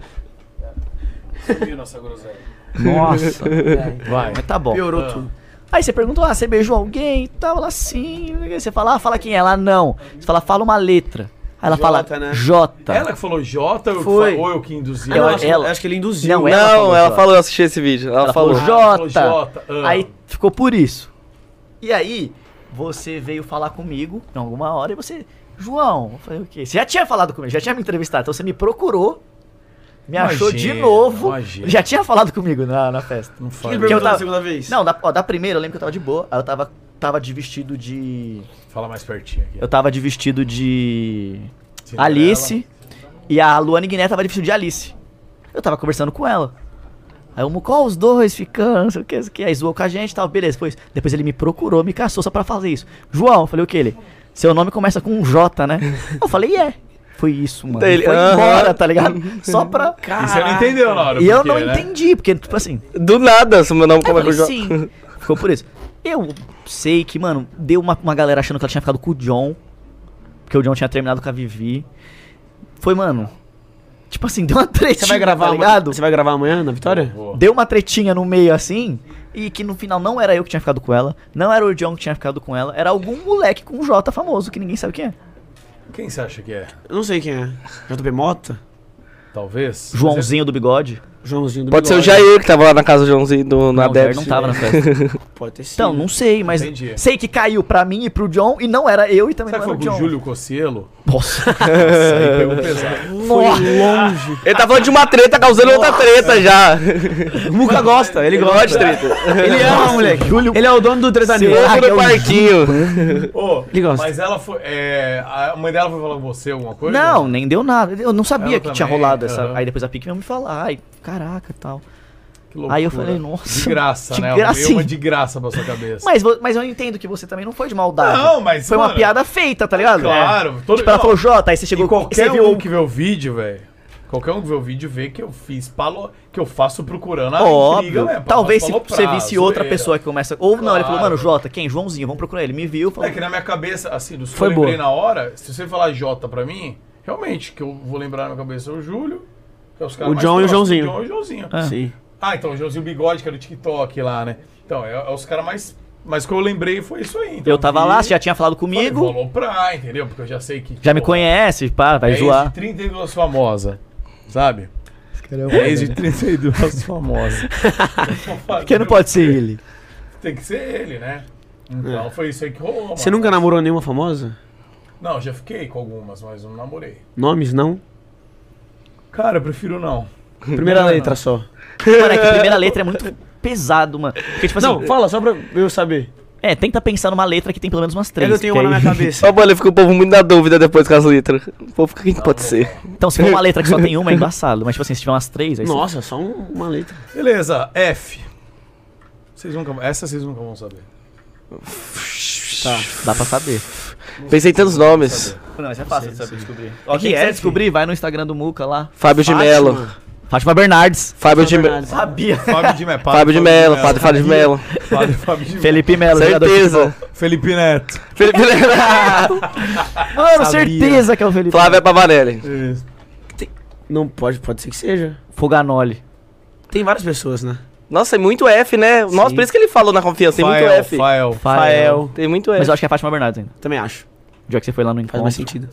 S6: Nossa groselha. Ah.
S8: Nossa.
S6: É. Vai.
S8: Mas tá bom.
S2: Piorou tudo.
S8: Aí você perguntou, ah, você beijou alguém e tal? Ela sim. Você fala, ah, fala quem é? Ela não. Você fala, fala uma letra. Aí ela
S2: Jota,
S8: fala,
S2: né?
S8: Jota.
S6: Ela que falou Jota eu que
S2: Foi.
S6: fa- ou eu que induzi?
S8: Tá. Ela- é
S2: Eu acho,
S8: ela-
S2: acho que ele induziu.
S8: Não,
S4: Não,
S8: ela
S4: ela
S8: falou
S4: falou,
S8: Jota.
S4: eu assisti esse víeo. Ela,
S8: Ela
S4: falou.
S8: falou,
S6: falou
S8: Jota.
S6: Jota, ah.
S8: Aí ficou por isso. E aí, você veio falar comigo em alguma hora e você. João, eu falei o quê? Você já tinha falado comigo, já tinha me entrevistado, então você me procurou, me achou de
S6: Imagina,
S8: novo.
S6: imagina.
S8: Já tinha falado comigo na, na festa.
S6: Não
S2: Ele
S6: fala,
S8: Que
S2: perguntou
S8: eu tava-
S2: na segunda vez.
S8: Não, da, ó, da primeira eu lembro que eu tava de boa, aí eu tava, tava de vestido de.
S6: fala mais pertinho aqui.
S8: Eu tava de vestido de.
S6: Cinderela.
S8: Alice. E a Luana Guiné tava de vestido de Alice. Eu tava conversando com ela. Aí eu, qual os dois ficando, não sei o que, não sei o que. Aí zoou com a gente e tal, beleza. Depois, depois ele me procurou, me caçou só pra fazer isso. João, eu falei o que ele? Seu nome começa com um J, né? Eu falei, é. foi isso, mano.
S4: Ele-
S8: Ele foi
S4: Aham.
S8: embora, tá ligado? Só pra.
S6: Você não entendeu na hora.
S8: E eu
S6: por
S8: não
S6: quê, né?
S8: entendi, porque, tipo assim,
S4: Do nada, se meu nome
S8: eu
S4: como é que eu
S8: falei,
S4: jogo.
S8: Ah, sim. Ficou por isso. Eu sei que, mano, deu uma, uma galera achando que ela tinha ficado com o John. Porque o John tinha terminado com a Vivi. Foi, mano. Tipo assim, deu uma tretinha.
S2: Você vai gravar
S8: tá
S2: amanhã?
S8: ligado?
S2: Você vai gravar amanhã na Vitória?
S8: Deu uma tretinha no meio assim. E que no final não era eu que tinha ficado com ela. Não era o John que tinha ficado com ela. Era algum moleque com um J famoso que ninguém sabe quem é.
S6: Quem você acha que é?
S2: Eu não sei quem é. JP Mota?
S6: Talvez.
S8: Joãozinho do bigode.
S2: Joãozinho do
S4: Pode ser o
S2: Bigode.
S4: Jair que tava lá na casa do Joãozinho do, na
S8: Não, o Jair
S4: Debs.
S8: não tava na festa.
S2: Pode ter sido.
S8: Então, não sei, mas
S6: Entendi.
S8: sei que caiu pra mim e pro John e não era eu e também
S6: Será que
S8: não
S6: foi
S8: era
S6: com o
S8: o John.
S6: Júlio Cossielo?
S8: Nossa.
S6: Isso aí pegou pesado.
S4: Ele tá falando de uma treta causando outra treta já.
S2: O Muca gosta, ele gosta.
S4: de treta.
S2: Ele ama, moleque. Ele é o dono do Tretanil.
S8: Será? Ah,
S4: Fogo
S8: que é
S4: no
S8: o
S4: parquinho.
S6: Ô,
S2: Ele gosta.
S6: Mas ela foi. é, a mãe dela foi falar com você alguma coisa?
S8: Não, nem deu nada. Eu não sabia
S6: Ela
S8: que tinha
S6: também,
S8: rolado essa.
S6: aham.
S8: Aí depois a Pique veio me falar. Ai, caraca e tal.
S6: Que loucura.
S8: Aí eu falei, nossa,
S6: De graça,
S8: de
S6: né?
S8: graça,
S6: Eu uma
S8: sim.
S6: de graça pra sua cabeça.
S8: Mas, vo- mas eu entendo que você também não foi de maldade.
S6: Não, mas,
S8: Foi uma
S6: mano,
S8: piada feita, tá ligado?
S6: claro,
S8: É.
S6: todo-
S8: Tipo, ela
S6: não.
S8: falou, Jota, aí você
S6: E
S8: chegou
S6: qualquer
S8: você viu
S6: um que vê o vídeo, velho. Qualquer um que vê o vídeo vê que eu fiz palo... que eu faço procurando a
S8: Óbvio.
S6: né?
S8: Talvez se
S6: Faço
S8: você
S6: paloprar,
S8: visse outra
S6: zoeira.
S8: pessoa que começa. Ou não, ele falou,
S6: Claro.
S8: mano, Jota, quem? Joãozinho, vamos procurar ele. Me viu, falou.
S6: É que na minha cabeça, assim, dos que eu
S2: Foi
S6: lembrei na
S2: boa.
S6: hora, se você falar Jota pra mim, realmente, que eu vou lembrar na minha cabeça é o Júlio, que é os caras
S2: O
S6: mais
S2: John e o
S6: próximos,
S2: Joãozinho.
S6: John e o Joãozinho.
S2: Sim.
S6: Ah, então, o Joãozinho Bigode, que era o TikTok lá, né? Então, é, é os caras mais... Mas o que eu lembrei foi isso aí. Então,
S8: eu tava
S6: vi,
S8: lá, você já tinha falado
S6: falei,
S8: comigo.
S6: Vou aloprar, entendeu? Porque eu já sei que...
S8: Já me
S6: pô,
S8: conhece, pá, vai
S6: é
S8: zoar.
S6: ex de 32 famosa, sabe? É ex de 32 famosa.
S8: Porque não pode ser ele.
S6: Tem que ser ele, né? Então, foi isso aí que rolou,
S2: Você
S6: mano.
S2: nunca namorou nenhuma famosa?
S6: Não, já fiquei com algumas, mas não namorei.
S2: Nomes, não?
S6: Cara, eu prefiro não.
S2: Primeira letra só.
S8: Mano, é que a primeira letra é muito pesado, mano. Porque, tipo assim,
S2: Não, fala só pra eu saber.
S8: é, tenta pensar numa letra É que tem pelo menos umas três.
S2: Eu tenho uma
S8: porque
S2: na minha
S8: aí-
S2: cabeça.
S4: Ó, mano, fica o povo muito na dúvida depois com as letras. O povo fica, quem que pode ser?
S8: Então, se for uma letra que só tem uma, é embaçado. Mas, tipo assim, se tiver umas três, aí você-
S2: Nossa, só um- uma letra.
S6: Beleza, F. Vocês nunca, essa vocês nunca vão saber.
S8: tá, dá pra saber.
S4: Pensei em tantos nomes.
S8: Não, mas é fácil de saber descobrir.
S2: Ó,
S8: quem
S2: quem
S8: quiser
S2: é,
S8: descobrir, vai no Instagram do Muca lá.
S4: Fábio de Mello.
S8: Fátima Bernardes.
S4: Fábio de Mello.
S2: Bernardes.
S8: Sabia.
S6: Fábio de Mello.
S4: Fábio de Mello. Padre Fábio de Mello.
S6: Fábio, Fábio de Mello.
S8: Felipe Melo, jogador de
S4: Certeza.
S6: Felipe Neto.
S4: Felipe Neto.
S8: futebol. Mano, certeza que é o Felipe.
S4: Flávia Pavanelli.
S6: Isso.
S2: Não pode, pode ser que seja.
S8: Foganoli.
S2: Tem várias pessoas, né?
S4: Nossa, tem muito F, né? Nossa, por isso que ele falou na confiança. Tem muito
S6: Fael,
S4: F.
S6: Fael.
S8: Fael.
S4: Tem muito
S8: Mas
S4: F.
S8: eu acho que é a Fátima Bernardes ainda.
S2: Também acho.
S8: O dia que você foi lá no
S2: Faz
S8: encontro.
S2: mais sentido.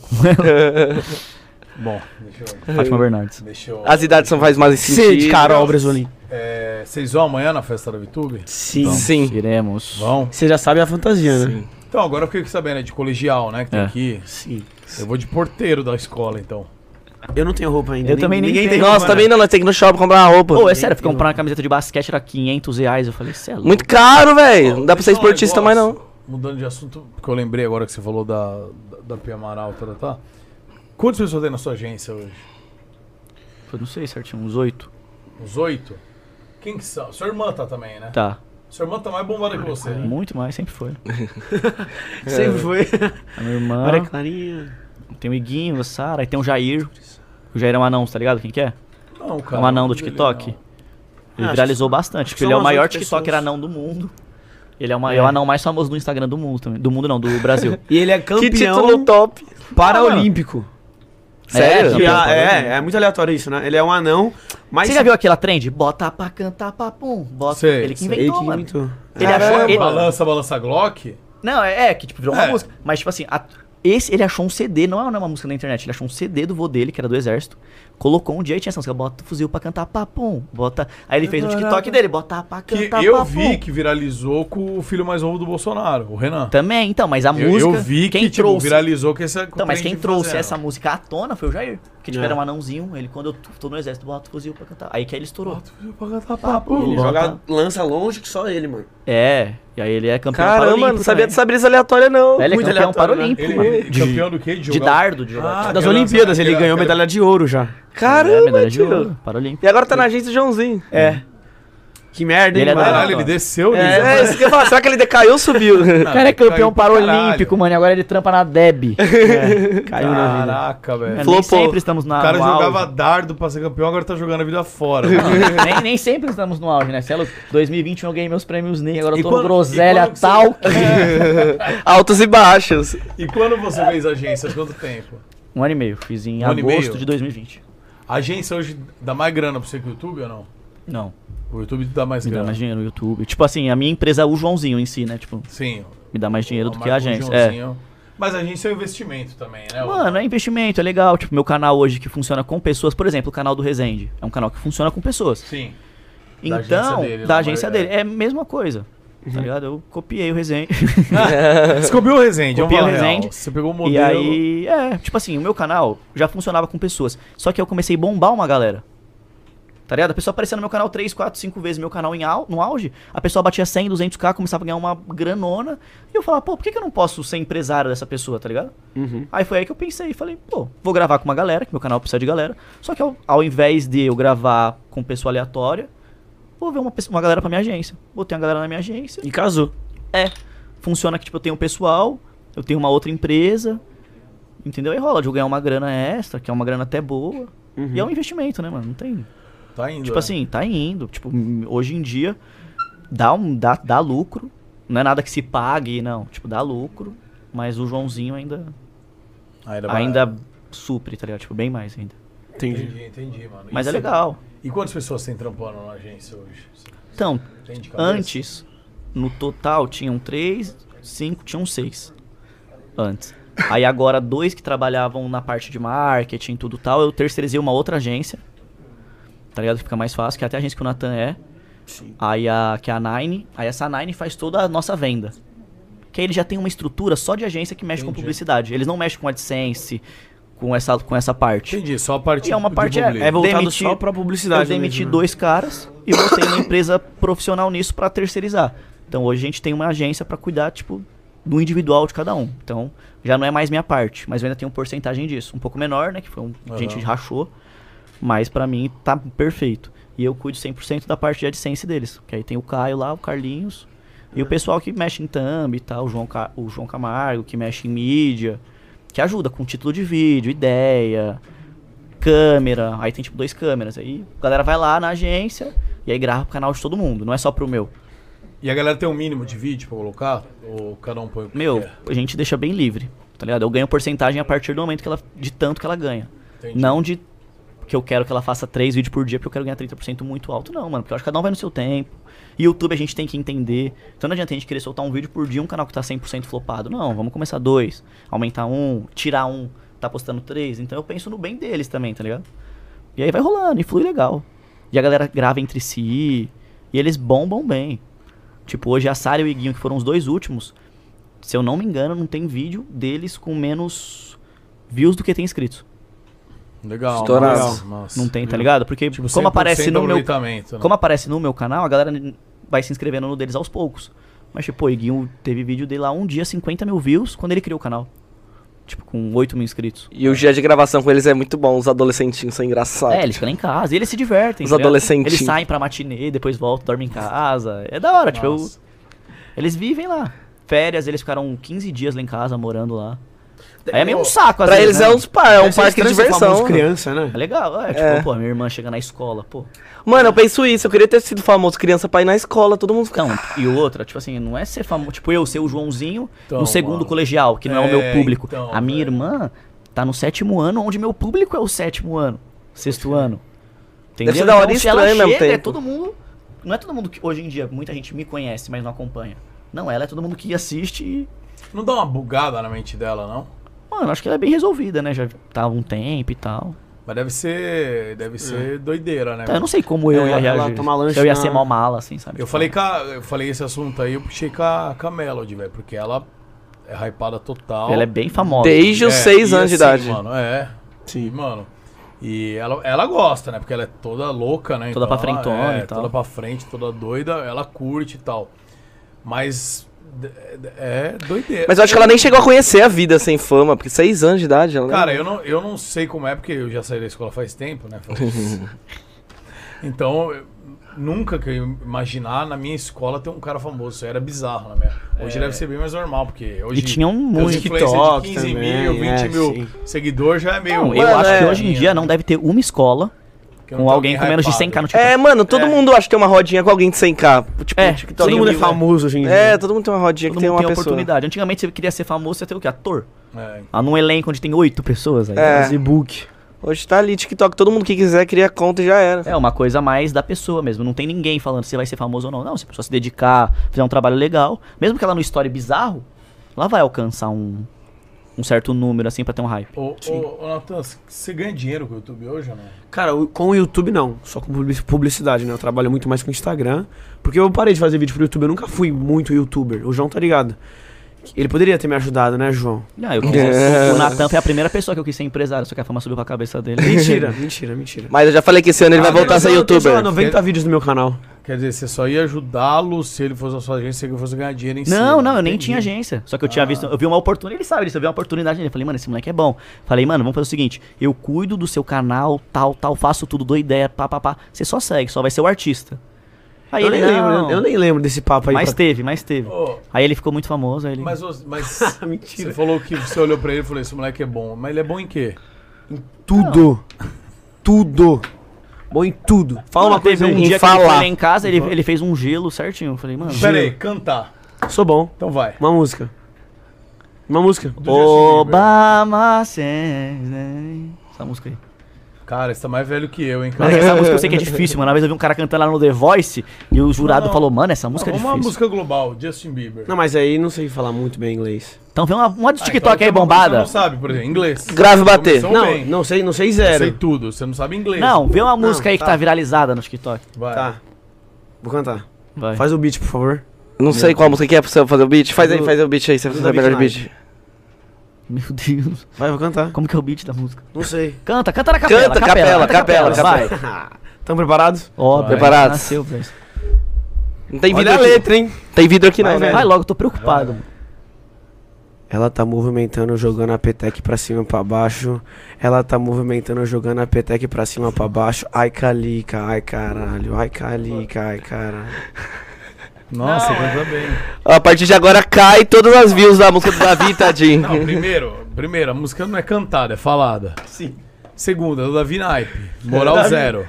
S6: Bom, deixa eu...
S8: Fátima Bernardes.
S6: Deixa eu...
S4: As idades são faz mais sentido.
S2: de Carol Bresolim.
S6: É, vocês vão amanhã na festa da VTube?
S2: Sim.
S4: Sim.
S8: Iremos.
S6: Vão.
S2: Você já sabe a fantasia, né?
S6: Então, agora eu fiquei sabendo, é de colegial, né, que tem
S8: É.
S6: aqui.
S2: Sim.
S6: Eu vou de porteiro da escola, então.
S2: Eu não tenho roupa ainda.
S8: Eu também nem
S2: ninguém tem.
S8: tenho.
S4: Nossa, também não, nós temos que ir no shopping comprar uma roupa.
S8: Pô, é sério, ficar comprar uma camiseta de basquete era 500 reais. Eu falei, cê é louco.
S4: Muito caro, velho. Não dá
S6: Deixa
S4: pra ser
S6: eu falar um
S4: esportista mais,
S6: negócio,
S4: não.
S6: Mudando de assunto, porque eu lembrei agora que você falou da, da, da Pia Amaral, tá, tá, tá. Quantas pessoas tem na sua agência hoje?
S8: Eu não sei certinho, uns oito.
S6: Uns oito? Quem que são? Sua irmã tá também, né?
S8: Tá.
S6: Sua irmã tá mais bombada que você. né?
S8: Muito mais, sempre foi. É.
S2: Sempre foi.
S8: A minha irmã.
S2: Olha a Clarinha.
S8: Tem o Iguinho, a Sara, aí tem o Jair. O Jair é um anão, tá ligado? Quem que é?
S6: Não,
S8: É
S6: cara.
S8: um anão do
S6: não.
S8: TikTok. Ele
S2: Ah,
S8: viralizou bastante. porque
S2: são
S8: Ele é o
S2: umas
S8: maior
S2: oito
S8: TikToker
S2: pessoas.
S8: anão do mundo. Ele é o maior anão mais famoso do Instagram do mundo também. Do mundo não, do Brasil.
S2: E ele é
S4: Que
S2: campeão
S4: título top.
S2: paraolímpico.
S4: Sério?
S8: campeão,
S2: Que a-
S8: tá
S2: é,
S8: vendo?
S2: é, muito aleatório isso, né? Ele é um anão, mas.
S8: Você já viu aquela trend? Bota pra cantar papum. Bota.
S6: Sei,
S8: ele que
S6: sei.
S8: inventou,
S2: Ele que
S8: mano.
S2: inventou.
S8: Ele
S6: Caramba,
S8: achou. ele-
S6: Balança, balança Glock?
S8: Não, é, é, que tipo, virou
S6: É.
S8: uma música. Mas, tipo assim, a- esse ele achou um CD, não é uma música da internet, ele achou um CD do vô dele, que era do exército. Colocou um dia e tinha essa música, bota o fuzil pra cantar papum. Bota. Aí ele fez um TikTok dele, bota pra
S6: Que
S8: cantar
S6: eu
S8: papum.
S6: vi que viralizou com o filho mais novo do Bolsonaro, o Renan.
S8: Também, então, mas a
S6: Eu,
S8: música.
S6: eu vi que,
S8: quem
S6: tipo,
S8: trouxe.
S6: viralizou com essa... com
S8: Então, mas
S6: trend
S8: quem trouxe
S6: fazendo.
S8: essa música à tona foi o Jair. Que tipo,
S2: É.
S8: era um anãozinho, ele quando eu t- tô no exército, bota o fuzil pra cantar. Aí que ele estourou.
S2: Ele
S8: Bota.
S2: joga, lança longe que só ele, mano.
S8: É, e aí ele é campeão
S4: Caramba, não
S8: paralímpico
S4: sabia
S8: também.
S4: dessa brisa aleatória, não.
S8: É, Ele é
S2: Muito
S8: campeão
S2: aleatório, né?
S8: paralímpico,
S6: Ele,
S8: mano.
S6: ele
S8: de,
S6: campeão do quê? De,
S8: de
S6: jogar-
S8: dardo, de jogar.
S6: Ah,
S2: Das
S6: aquela-
S2: Olimpíadas, ele
S6: aquela-
S2: ganhou medalha de ouro já.
S8: É,
S6: Ah,
S4: Caramba,
S8: medalha de
S4: tio.
S8: ouro, paralímpico.
S4: E agora tá na agência do Joãozinho.
S2: É. Que merda,
S8: Ele é
S2: hein, mano?
S8: da
S6: Caralho, ele desceu
S4: É,
S6: nisso.
S4: isso que eu ia falar. Será que ele decaiu ou subiu?
S8: O cara é
S6: Ah,
S8: campeão
S6: Caiu pra
S8: paralímpico,
S6: caralho.
S8: mano, e agora ele trampa na Deb. É,
S2: Caiu na vida.
S6: Caraca, velho.
S8: Mano,
S4: Flopou.
S8: nem sempre estamos na,
S6: O cara
S8: no auge.
S6: jogava dardo pra ser campeão, agora tá jogando a vida fora.
S8: nem, nem sempre estamos no auge, né? Celo, 2021 eu ganhei meus prêmios NEI, agora eu
S6: E
S8: tô
S6: quando-
S8: no groselha
S6: e quando que você-
S8: tal. que-
S4: Altos e baixos.
S6: e quando você fez agência? Quanto tempo?
S8: Um ano e meio, fiz em
S6: Um ano e
S8: agosto
S6: meio?
S8: de 2020.
S6: A agência hoje dá mais grana pra você que o YouTube ou não?
S8: Não,
S6: O YouTube dá mais
S8: me dá
S6: grana.
S8: mais dinheiro no YouTube. Tipo assim, a minha empresa é o Joãozinho em si, né? Tipo,
S6: Sim.
S8: me dá mais dinheiro
S6: o
S8: do que
S6: Marco
S8: a agência. É.
S6: Joãozinho. Mas a agência é um investimento também, né?
S8: Mano, é investimento, é legal. Tipo, meu canal hoje que funciona com pessoas, por exemplo, o canal do Resende. É um canal que funciona com pessoas.
S6: Sim. Da agência
S8: Então,
S6: dele, né?
S8: da
S6: na
S8: agência
S6: maioria.
S8: dele. É a mesma coisa. Tá ligado? Eu copiei o Resende.
S6: Descobriu o Resende,
S8: Copiei
S6: vamos
S8: o
S6: falar a real.
S8: Resende.
S6: Você pegou o
S8: E
S6: modelo.
S8: aí, é, tipo assim, o meu canal já funcionava com pessoas. Só que eu comecei a bombar uma galera. Tá ligado? A pessoa aparecia no meu canal 3, 4, 5 vezes, meu canal em au- no auge. A pessoa batia 100, 200k, começava a ganhar uma granona. E eu falava, pô, por que, que eu não posso ser empresário dessa pessoa, tá ligado? Aí foi aí que eu pensei, falei, pô, vou gravar com uma galera, que meu canal precisa de galera. Só que ao, ao invés de eu gravar com pessoa aleatória, vou ver uma, pessoa- uma galera pra minha agência. Botei uma galera na minha agência.
S2: E casou.
S8: É. Funciona que, tipo, eu tenho um pessoal, eu tenho uma outra empresa. Entendeu? Aí rola de eu ganhar uma grana extra, que é uma grana até boa. E é um investimento, né, mano? Não tem.
S6: Tá indo.
S8: Tipo
S6: né?
S8: assim, tá indo. Tipo, hum, hoje em dia dá, um, dá, dá lucro. Não é nada que se pague, não. Tipo, dá lucro. Mas o Joãozinho ainda,
S6: Ainda, vai-
S8: ainda supre, tá ligado? Tipo, bem mais ainda.
S2: Entendi.
S6: Entendi, entendi, mano.
S8: Mas
S6: E
S8: é
S6: você-
S8: legal.
S6: E quantas pessoas tem trampando na agência hoje?
S8: Então,
S6: Tem de cabeça?
S8: antes, no total, tinham três, cinco, tinham seis. Antes. Aí agora, dois que trabalhavam na parte de marketing e tudo tal, eu terceirizei uma outra agência. Tá ligado? Fica mais fácil, que é até a agência que o Natan é. Aí a, que é a Nine. Aí essa Nine faz toda a nossa venda. Que aí ele já tem uma estrutura só de agência que mexe com
S6: Entendi.
S8: publicidade. Eles não mexem com AdSense, com essa, com essa parte.
S6: Entendi, só a parte
S8: E é uma
S6: de
S8: parte-
S6: publi.
S2: É voltado
S8: Demitir-
S2: só pra publicidade.
S8: Eu demiti
S2: mesmo, né?
S8: dois caras e botei uma empresa profissional nisso pra terceirizar. Então hoje a gente tem uma agência pra cuidar, tipo, do individual de cada um. Então já não é mais minha parte, mas eu ainda tenho uma porcentagem disso. Um pouco menor, né? Que foi um.
S6: Aham.
S8: gente rachou. Mas pra mim tá perfeito. E eu cuido 100% da parte de AdSense deles. Que aí tem o Caio lá, o Carlinhos. E o
S2: É.
S8: pessoal que mexe em thumb e tal, o João, Ca- o João Camargo, que mexe em mídia, que ajuda com título de vídeo, ideia, câmera. Aí tem tipo dois câmeras. Aí a galera vai lá na agência e aí grava pro canal de todo mundo, não é só pro meu.
S6: E a galera tem um mínimo de vídeo pra colocar? Ou cada um põe o que
S8: Meu,
S6: quer?
S8: a gente deixa bem livre, tá ligado? Eu ganho porcentagem a partir do momento que ela. de tanto que ela ganha.
S6: Entendi.
S8: Não de que eu quero que ela faça três vídeos por dia porque eu quero ganhar 30% muito alto, não, mano. Porque eu acho que cada um vai no seu tempo. E YouTube a gente tem que entender. Então não adianta a gente querer soltar um vídeo por dia, um canal que tá 100% flopado. Não, vamos começar dois, aumentar um, tirar um, tá postando três. Então eu penso no bem deles também, tá ligado? E aí vai rolando, e flui legal. E a galera grava entre si, e eles bombam bem. Tipo, hoje a Sara e o Iguinho, que foram os dois últimos, se eu não me engano, não tem vídeo deles com menos views do que tem inscritos.
S6: Legal.
S4: Estourado.
S6: nossa, nossa.
S8: Não tem, tá ligado? Porque
S6: Tipo,
S8: como aparece no meu
S6: Como
S8: como aparece no meu canal, a galera vai se inscrevendo no deles aos poucos. Mas, tipo, o Iguinho teve vídeo dele lá um dia, 50 mil views, quando ele criou o canal. Tipo, com 8 mil inscritos.
S4: E o dia de gravação com eles é muito bom. Os adolescentinhos são engraçados.
S8: É, eles ficam lá em casa, e eles se divertem.
S4: Os
S8: tá ligado?
S4: adolescentinhos.
S8: Eles saem pra matinê, depois voltam, dormem em casa. É da hora, tipo, eu-
S6: Nossa.
S8: eles vivem lá. Férias, eles ficaram 15 dias lá em casa, morando lá. Aí é meio um
S6: Pô,
S8: saco, às
S4: Pra
S8: vezes,
S4: eles
S8: né?
S4: é, uns par, é um
S2: Deve ser
S4: parque de
S2: estranho ser famoso
S4: diversão.
S2: criança, né?
S8: É legal, é, tipo,
S4: É.
S8: pô, minha irmã chega na escola, pô.
S4: Mano, eu penso isso. Eu queria ter sido famoso criança pra ir na escola. Todo mundo fica.
S8: Então, e outra, tipo assim, não é ser famoso. Tipo, eu ser o Joãozinho
S6: Então,
S8: no segundo
S6: mano.
S8: colegial, que não é, o
S6: É,
S8: meu público.
S6: então,
S8: a minha
S6: velho.
S8: irmã tá no sétimo ano, onde meu público é o sétimo ano, sexto ano. Entendeu?
S4: ser da hora e
S8: se ela
S4: estranho ao mesmo
S8: chega, é
S4: tempo.
S8: todo mundo. Não é todo mundo que hoje em dia, muita gente me conhece, mas não acompanha. Não, ela é todo mundo que assiste e.
S6: Não dá uma bugada na mente dela, não?
S8: Mano, acho que ela é bem resolvida, né? Já tá há um tempo e tal.
S6: Mas deve ser. Deve ser doideira, né?
S8: Tá, eu não sei como eu
S2: É,
S8: ia
S2: ela
S8: reagir.
S2: toma lanche
S8: se eu ia
S2: na-
S8: ser mal mala, assim, sabe?
S6: Eu falei, com a- eu falei esse assunto aí, eu puxei com a, com a Melody, velho, porque ela é hypada total.
S8: Ela é bem famosa.
S4: Desde os
S6: É,
S4: seis
S6: e
S4: anos de
S6: assim,
S4: idade.
S6: Mano, é. Sim. mano. E ela, ela gosta, né? Porque ela é toda louca, né?
S8: Toda pra
S6: ela-
S8: frentona
S6: é,
S8: e tal.
S6: Toda pra frente, toda doida, ela curte e tal. Mas. d- d- É doideira.
S4: Mas eu acho que ela nem chegou a conhecer a vida sem fama, porque seis anos de idade ela.
S6: é, Cara, eu não, eu não sei como é, porque eu já saí da escola faz tempo, né? Faz uns Então, eu- nunca que eu ia imaginar na minha escola ter um cara famoso. Isso era bizarro na minha. Hoje deve ser bem mais normal, porque hoje.
S8: E tinha um
S6: ter os
S8: monte de
S6: influencers
S2: TikTok
S6: 15 mil,
S2: também,
S6: 20
S2: é,
S6: mil
S2: sim.
S6: seguidores já é meio.
S8: Não, eu
S6: Mano,
S8: acho que
S6: é.
S8: hoje em dia não deve ter uma escola
S6: Que não
S8: com
S6: tem
S8: alguém com menos de
S6: tá hypado.
S8: 100k no TikTok.
S4: É, mano, todo mundo acha que tem uma rodinha com alguém de 100k. Tipo,
S8: É,
S4: TikTok.
S2: Todo mundo é
S4: né?
S2: famoso hoje em dia.
S4: É, todo mundo tem uma rodinha
S8: Todo
S4: que tem
S8: mundo
S4: uma
S8: tem
S4: pessoa.
S8: oportunidade. Antigamente você queria ser famoso, você tem o quê? Ator.
S6: É.
S8: Ah, num elenco onde tem oito pessoas aí.
S4: É.
S2: Facebook.
S4: Hoje tá ali TikTok, todo mundo que quiser cria conta e já era.
S8: É uma coisa mais da pessoa mesmo. Não tem ninguém falando se vai ser famoso ou não. Não, se a pessoa se dedicar, fizer um trabalho legal, mesmo que ela não story bizarro, ela vai alcançar um, um certo número, assim, pra ter um hype.
S6: Ô, ô, ô, Natan, você ganha dinheiro com o YouTube hoje ou não?
S2: Cara, o- com o YouTube não, só com publici- publicidade, né? Eu trabalho muito mais com o Instagram, porque eu parei de fazer vídeo pro YouTube, eu nunca fui muito youtuber. O João tá ligado. Ele poderia ter me ajudado, né, João?
S8: Não, Ah, eu quis, O Natan foi a primeira pessoa que eu quis ser empresário, só que a fama subiu pra cabeça dele.
S2: Mentira, mentira, mentira.
S4: Mas eu já falei que esse ano ele vai voltar
S8: Tá
S4: a ser
S2: Eu tenho, sei lá,
S4: youtuber.
S2: 90 vídeos no meu canal.
S6: Quer dizer, você só ia ajudá-lo se ele fosse a sua agência, se ele fosse ganhar dinheiro em cima.
S8: Não, não, eu nem
S6: Entendi.
S8: tinha agência. Só que eu tinha visto, eu vi uma oportunidade, ele sabe disso, eu vi uma oportunidade nele. Eu falei, mano, esse moleque é bom. Falei, mano, vamos fazer o seguinte: eu cuido do seu canal, tal, tal, faço tudo, dou ideia, pá, pá, pá. Você só segue, só vai ser o artista. Aí
S2: eu
S8: ele
S2: nem
S8: não.
S2: lembro, eu nem lembro desse papo aí.
S8: Mas
S2: pra-
S8: teve, mas teve.
S6: Ô,
S8: Aí ele ficou muito famoso, aí ele.
S6: mas ô, mas
S2: Mentira.
S6: você falou que você olhou pra ele e falou: esse moleque é bom. Mas ele é bom em quê?
S2: Tudo. Tudo. Bom em tudo. Fala uma coisa
S8: teve
S2: aí.
S8: um dia que ele
S4: falar.
S8: foi lá em casa, ele, ele fez um gelo certinho. Eu falei, mano.
S6: Pera aí, cantar.
S2: Sou bom.
S6: Então vai.
S2: Uma música. Uma música.
S6: Do Justin Bieber.
S8: Obama says, né? Essa música aí.
S6: Cara, você tá mais velho que eu, hein,
S8: Mas
S6: cara.
S8: é que essa música eu sei que é difícil, mano. Uma vez eu vi um cara cantando lá no The Voice e o jurado
S6: Não, não.
S8: falou, mano, essa música
S6: Vamos
S8: é
S6: uma
S8: difícil.
S6: música global, Justin Bieber.
S2: Não, mas aí não sei falar muito bem inglês.
S8: Então vem uma, uma de
S6: Ah,
S8: TikTok
S6: então
S8: aí
S6: você não-
S8: bombada.
S6: Você não sabe, por exemplo, inglês.
S4: Grave bater.
S6: Começou
S2: não,
S6: bem.
S2: não sei, não sei
S6: Eu sei
S2: zero.
S6: tudo, você não sabe inglês.
S8: Não, vê uma música aí que
S2: tá.
S8: tá viralizada no TikTok.
S6: Vai.
S2: Tá. Vou cantar.
S8: Vai.
S2: Faz o beat, por favor.
S4: Não sei qual música que é pra você fazer o beat. Faz aí, faz aí o beat aí, você
S2: do
S4: sabe melhor o
S2: David
S4: beat.
S8: Meu Deus.
S2: Vai, vou cantar.
S8: Como que é o beat da música?
S2: Não sei.
S8: Canta, canta na capela.
S4: Canta, capela, capela,
S8: vai.
S2: Estão preparados?
S8: Ó,
S4: Preparados?
S8: Nasceu, pra isso.
S4: Não tem vidro
S2: Olha a
S4: aqui.
S2: letra, hein?
S4: Tem vidro aqui
S8: vai,
S4: não, né?
S8: vai logo, tô preocupado. mano.
S2: Ela tá movimentando, jogando a petec pra cima e pra baixo. Ela tá movimentando, jogando a petec pra cima e pra baixo. Ai, calica, ai, caralho. Ai, calica, ai, caralho.
S6: Nossa, canta bem.
S4: Ó, A partir de agora cai todas as views da música do Davi, tadinho.
S6: Não, primeiro, primeiro, a música não é cantada, é falada. Sim. Segunda, do Davi Naipe. Moral zero.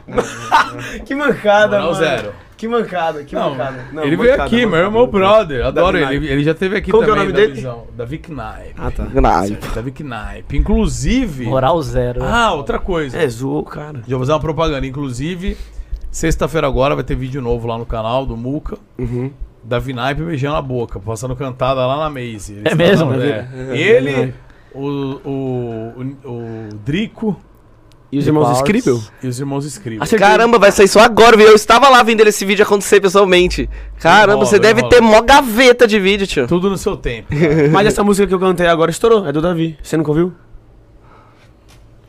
S2: Que mancada,
S6: Moral zero.
S2: Que mancada, que
S6: Não,
S2: mancada.
S6: ele veio aqui, meu irmão, brother. Adoro
S2: Davi
S6: ele. Ele já teve aqui
S2: Qual que é o
S6: também.
S2: nome
S6: da
S2: dele?
S6: Visão. Davi Knaip.
S2: Ah, tá.
S4: Ai,
S6: Davi Knaip. Inclusive.
S8: Moral zero.
S6: Ah, outra coisa.
S2: É, zoou, cara.
S6: Já vou fazer uma propaganda. Inclusive, sexta-feira agora vai ter vídeo novo lá no canal do Muca. Davi Naipe beijando a boca, passando cantada lá na Maze. Eles
S8: É mesmo?
S6: estavam- é. Ele, o, o, o, o Drico
S2: E os irmãos
S8: Paulo.
S2: Scribble?
S6: e os irmãos Escriba.
S4: Ah, Caramba, vai sair só agora, viu? Eu estava lá vendo esse vídeo acontecer pessoalmente. Caramba,
S6: Enrola,
S4: você deve
S6: enrola.
S4: ter mó gaveta de vídeo, tio.
S6: Tudo no seu tempo.
S2: Mas essa música que eu cantei agora estourou, é do Davi. Você nunca ouviu?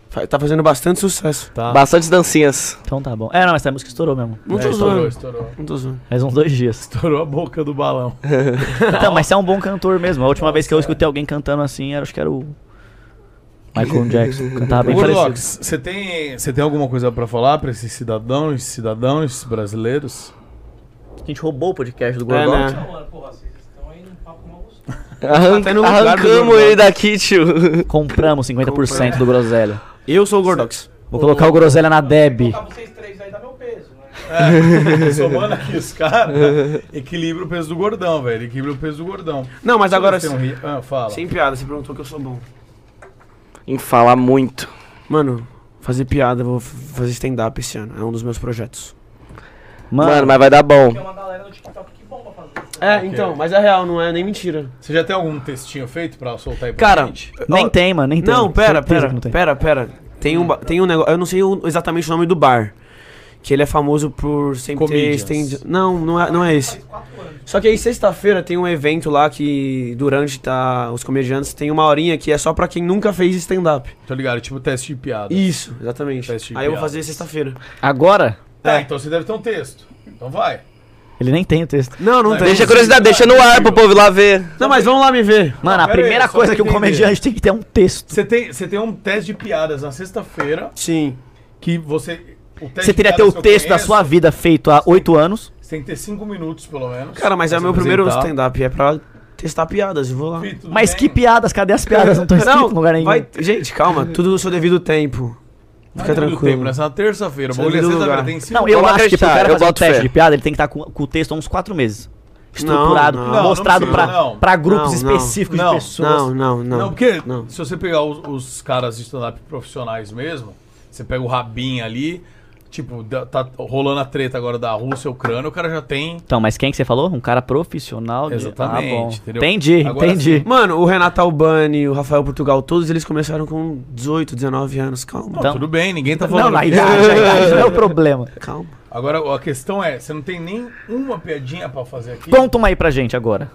S2: Fa- Tá fazendo bastante sucesso.
S6: Tá?
S4: Bastantes dancinhas.
S8: Então tá bom. É, não, essa música estourou mesmo.
S2: Não
S6: É,
S2: tô
S6: estourou,
S2: zoando.
S6: estourou.
S2: Não tô zoando.
S8: Faz uns dois dias.
S6: Estourou a boca do balão.
S8: Então, mas você é um bom cantor mesmo. A última vez que eu escutei alguém cantando assim, era, acho que era o Michael Jackson. Cantava bem parecido.
S6: Gordox, você tem, você tem alguma coisa pra falar pra esses cidadãos, cidadãos brasileiros?
S8: A gente roubou o podcast do
S2: É,
S8: Gordox.
S2: né?
S7: Porra, vocês estão aí num papo mal gostoso.
S4: Arran-
S2: Até no lugar do
S4: arrancamos
S2: Gordox.
S4: ele daqui, tio.
S8: Compramos 50% do Groselha.
S2: Eu sou o Gordox.
S8: Vou colocar o Groselha na Deb.
S7: Pra vocês três aí dá meu peso, né?
S6: Somando aqui os caras, equilibra o peso do gordão, velho. Equilibra o peso do gordão.
S2: Não, mas agora.
S6: Você tem um ri- ah, fala.
S2: Sem piada, você perguntou que eu sou bom.
S4: Em falar muito.
S2: Mano, fazer piada, eu vou f- fazer stand-up esse ano. É um dos meus projetos.
S4: Mano,
S8: Mano,
S4: mas vai dar bom.
S7: Tem uma galera no TikTok que bomba fazer isso.
S2: É, então, mas é real, não é nem mentira.
S6: Você já tem algum textinho feito pra soltar aí pra
S2: Cara,
S6: gente?
S8: nem
S2: ó,
S8: tem, mano, nem tem.
S2: Não, pera,
S8: Então, Certeza
S2: pera,
S8: que não tem.
S2: pera, pera. Tem um, ba- tem um negócio. Eu não sei o- exatamente o nome do bar. Que ele é famoso por sempre ter
S6: Comedians.
S2: stand. Não, não é, não é esse. Só que aí sexta-feira tem um evento lá que durante tá os comediantes tem uma horinha que é só pra quem nunca fez stand-up.
S6: Tô ligado, tipo teste de piada.
S2: Isso, exatamente.
S8: tipo
S6: Teste de
S2: Aí eu vou
S6: piadas.
S2: fazer sexta-feira.
S8: Agora?
S6: Tá, então você deve ter um texto. Então vai.
S8: Ele nem tem o texto.
S2: Não, não tem.
S4: Deixa a curiosidade, Ah, deixa no ar pro povo ir lá ver.
S2: Não, mas vamos lá me ver.
S8: Mano,
S6: Não,
S8: a
S6: pera aí,
S8: primeira
S6: só
S8: coisa
S6: pra
S8: que um
S6: entender.
S8: comediante tem que ter é um texto.
S6: Você tem, você tem um teste de piadas na sexta-feira
S2: Sim.
S6: que você teste
S8: você teria
S6: de
S8: ter o
S6: piadas que eu
S8: texto da
S6: conheço,
S8: sua vida feito há oito anos.
S6: Você tem que ter cinco minutos, pelo menos.
S2: Cara, mas é
S6: Pra
S2: o meu
S6: se
S2: primeiro
S6: apresentar.
S2: stand-up, é pra testar piadas, eu vou lá.
S6: Fih, tudo
S8: Mas
S6: bem?
S8: que piadas? Cadê as piadas? Não tô escrito em lugar nenhum.
S2: vai- gente, calma, tudo no seu devido tempo.
S6: Mas
S2: Fica
S6: tudo
S2: tranquilo.
S8: né?
S6: Tempo, nessa terça-feira, o bagulho é
S2: Devido
S6: sexta-feira,
S2: lugar.
S6: tem cinco
S8: Não, eu
S4: Vamos
S8: acho que pro
S4: acreditar,
S8: cara
S4: eu
S8: fazer um
S4: boto
S8: teste
S4: fé.
S8: de piada, ele tem que estar com, com o texto há uns quatro meses. Estruturado,
S2: não.
S6: Não, não
S8: mostrado pra,
S6: precisa, não.
S8: pra grupos
S2: Não,
S8: específicos
S6: não.
S8: de
S6: Não,
S8: pessoas.
S2: Não, não, não.
S6: Não, porque
S2: não.
S6: se você pegar os, os caras de stand-up profissionais mesmo, você pega o Rabin ali, tipo, da- tá rolando a treta agora da Rússia e Ucrânia, o cara já tem.
S8: Então, mas quem que você falou? Um cara profissional de...
S6: Exatamente,
S8: Ah, bom.
S6: entendeu?
S8: Entendi,
S6: Agora
S8: entendi.
S6: sim.
S2: Mano, o Renato Albani, o Rafael Portugal, todos eles começaram com 18, 19 anos. Calma,
S8: Então-
S6: Tudo bem, ninguém tá
S8: Não,
S6: falando.
S8: na
S6: disso.
S8: idade, a idade não é o problema.
S2: calma.
S6: Agora a questão é, você não tem nem uma piadinha pra fazer aqui.
S8: Conta uma aí pra gente agora.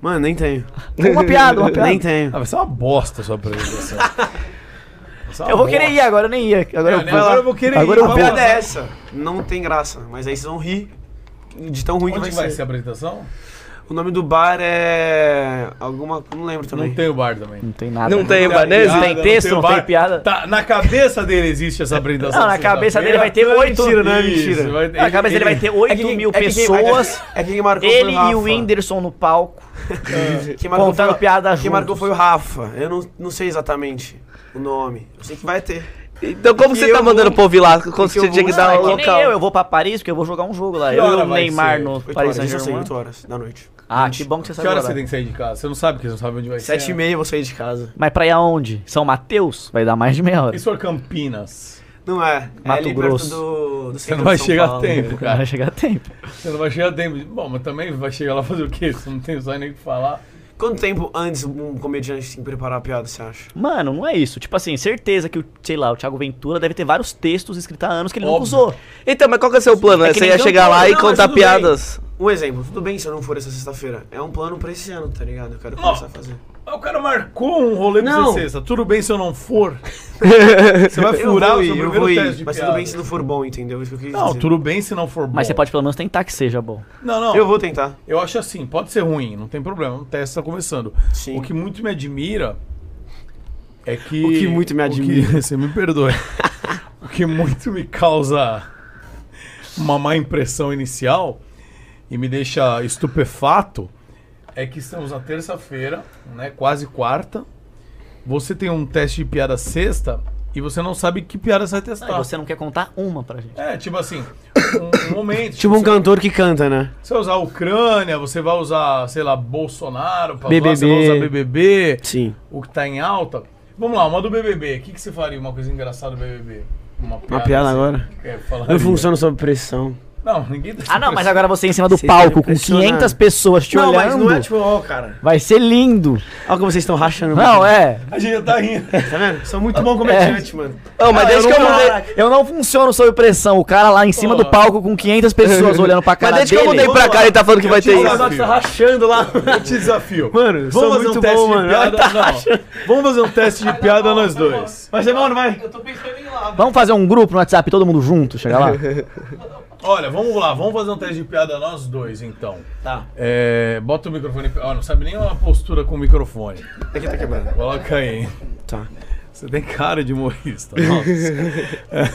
S2: Mano, nem tenho.
S8: Uma piada, uma piada.
S2: Nem tenho.
S6: Ah, vai ser uma bosta a sua apresentação. assim. Vai ser uma
S8: Eu vou querer
S6: bosta.
S8: ir agora, eu nem ia. Agora
S6: É,
S8: eu
S6: né?
S8: vou.
S6: Agora eu vou querer
S8: Agora
S6: ir.
S8: eu
S2: A
S6: vamos
S2: piada
S6: lá.
S2: é essa. Não tem graça, mas aí vocês vão rir de tão ruim
S6: Onde
S2: que vai, ser.
S6: ser a apresentação?
S2: O nome do bar é. Alguma. Não lembro também.
S6: Não tem o bar também.
S8: Não tem nada. né?
S4: Não
S6: Não
S4: tem,
S6: a
S4: Ibanez?
S6: piada,
S8: Tem texto, não tem
S6: bar.
S8: piada?
S6: Tá, na cabeça dele existe essa apresentação.
S8: Não, na
S6: sexta-feira.
S8: cabeça dele vai
S6: é
S8: ter oito.
S2: mentira, né?
S6: Isso,
S2: Mentira.
S6: vai ter-
S8: Na cabeça dele vai ter 8
S2: quem-
S8: mil
S2: é quem-
S8: pessoas.
S2: É quem marcou foi
S8: Ele
S2: o Rafa. É.
S8: e o Whindersson no palco.
S2: Quem marcou
S8: contando
S2: foi o-
S8: piada
S2: Quem
S8: juntos.
S2: marcou foi o Rafa. Eu não, não sei exatamente o nome. Eu sei que vai ter.
S4: Então como
S2: E
S4: você
S2: eu
S4: tá mandando
S2: vou-
S4: o povo ir lá? Como
S2: eu
S4: você tinha que
S2: vou-
S4: dar
S8: é
S4: o
S8: que nem
S4: local?
S8: eu, eu vou pra Paris porque eu vou jogar um jogo lá.
S6: um Que
S8: Eu e
S6: hora
S8: o
S6: vai
S8: Neymar
S6: ser?
S8: no
S2: Oito
S8: Paris
S2: horas, eu já sei,
S8: Saint-Germain.
S2: 8 horas da noite.
S8: Ah, que bom que você
S6: Que
S8: sabe
S6: horas você
S8: agora.
S6: tem que sair de casa? Você não sabe que você não sabe onde vai ser.
S2: 7 e meia eu vou sair de casa.
S8: Mas pra ir aonde? São Mateus? Vai dar mais de meia hora.
S6: E se for Campinas?
S2: Não é. é
S8: Mato
S2: ali
S8: Grosso.
S2: perto do, do
S6: Você
S2: centro
S6: não vai
S2: de São
S6: chegar a
S2: Paulo. né?
S6: tempo,
S8: Cara, vai
S6: cara.
S8: chegar a tempo.
S6: Você não vai chegar a tempo. Bom, mas também vai chegar lá fazer o quê? Você não tem só nem o que falar.
S2: Quanto tempo antes um comediante tem que preparar a piada, você acha?
S8: Mano, não é isso. Tipo assim, certeza que, o, sei lá, o Thiago Ventura deve ter vários textos escritos há anos que ele nunca
S6: Óbvio.
S8: usou.
S4: Então, mas qual que é o seu plano?
S8: É
S4: É
S8: que
S4: você
S8: nem
S4: ia
S8: eu
S4: chegar
S8: tô-
S4: lá e
S2: não, mas
S4: contar
S2: tudo bem.
S4: piadas.
S2: Um exemplo, tudo bem se eu não for essa sexta-feira. É um plano pra esse ano, tá ligado? Eu quero começar a fazer.
S6: Ah, O cara marcou um rolê pra
S2: Não.
S6: você sexta. Tudo bem se eu não for. Você vai
S2: Eu
S6: furar
S2: vou
S6: o
S2: ir,
S6: seu
S2: eu
S6: primeiro
S2: vou
S6: teste de
S2: ir. Mas tudo
S6: piada.
S2: bem se não for bom, entendeu? Isso que eu quis
S6: Não,
S2: dizer.
S6: tudo bem se não for bom.
S8: Mas você pode pelo menos tentar que seja bom.
S6: Não, não.
S2: Eu vou tentar.
S6: Eu acho assim, pode ser ruim, não tem problema. Um teste está começando.
S2: Sim.
S6: O que muito me admira é que.
S2: O que muito me
S6: o que-
S2: admira.
S6: você me perdoe. o que muito me causa uma má impressão inicial e me deixa estupefato é que estamos na terça-feira, né? Quase quarta. Você tem um teste de piada sexta e você não sabe que piada você vai
S8: Ah, e
S6: testar.
S8: você não quer contar uma pra gente.
S6: É, tipo assim, um, um momento.
S2: Tipo um cantor que canta, né?
S6: Você vai usar a Ucrânia, você vai usar, sei lá, Bolsonaro, pra
S2: BBB.
S6: Usar, você vai usar BBB,
S2: Sim.
S6: o que tá em alta. Vamos lá, uma do BBB. O que, que você faria? Uma coisa engraçada do BBB? Uma piada,
S2: piada
S6: assim,
S2: agora?
S6: É, falaria.
S2: Eu funciono sob pressão.
S6: Não, ninguém tá
S8: Ah, não, mas
S6: impressionado.
S8: agora você em cima do
S2: Vocês
S8: palco
S2: tão
S8: com
S2: impressionando.
S8: 500 pessoas te
S2: não,
S8: olhando.
S2: mas não é tipo, ó, cara.
S8: Vai ser lindo.
S2: Olha como vocês estão rachando.
S8: Não, é.
S6: A gente já tá rindo.
S2: Tá vendo? Sou muito bom comediante, mano.
S4: Não, mas desde que Ah, eu mudei.
S8: Eu não funciono sob pressão. O cara lá em cima do palco com 500 pessoas olhando pra cara
S4: Mas desde que eu
S8: dele.
S4: mudei pra cá, ele tá falando que vai ter
S6: Vamos
S4: isso.
S6: lá,
S2: Agora tá rachando lá.
S6: Eu te desafio. um
S2: Mano, eu sou muito bom, mano. tá
S6: de piada. Não. Vamos fazer um teste de piada nós dois.
S2: Vai ser bom, não vai?
S1: Eu tô pensando em lá.
S8: Vamos fazer um grupo no WhatsApp, todo mundo junto, chega lá.
S6: Olha, vamos lá, vamos fazer um teste de piada nós dois, então.
S2: Tá.
S6: É, bota o microfone. Ó, não sabe nem uma postura com o microfone.
S2: Aqui tá quebrando.
S6: Coloca aí.
S2: Tá.
S6: Você tem cara de humorista. nossa. É.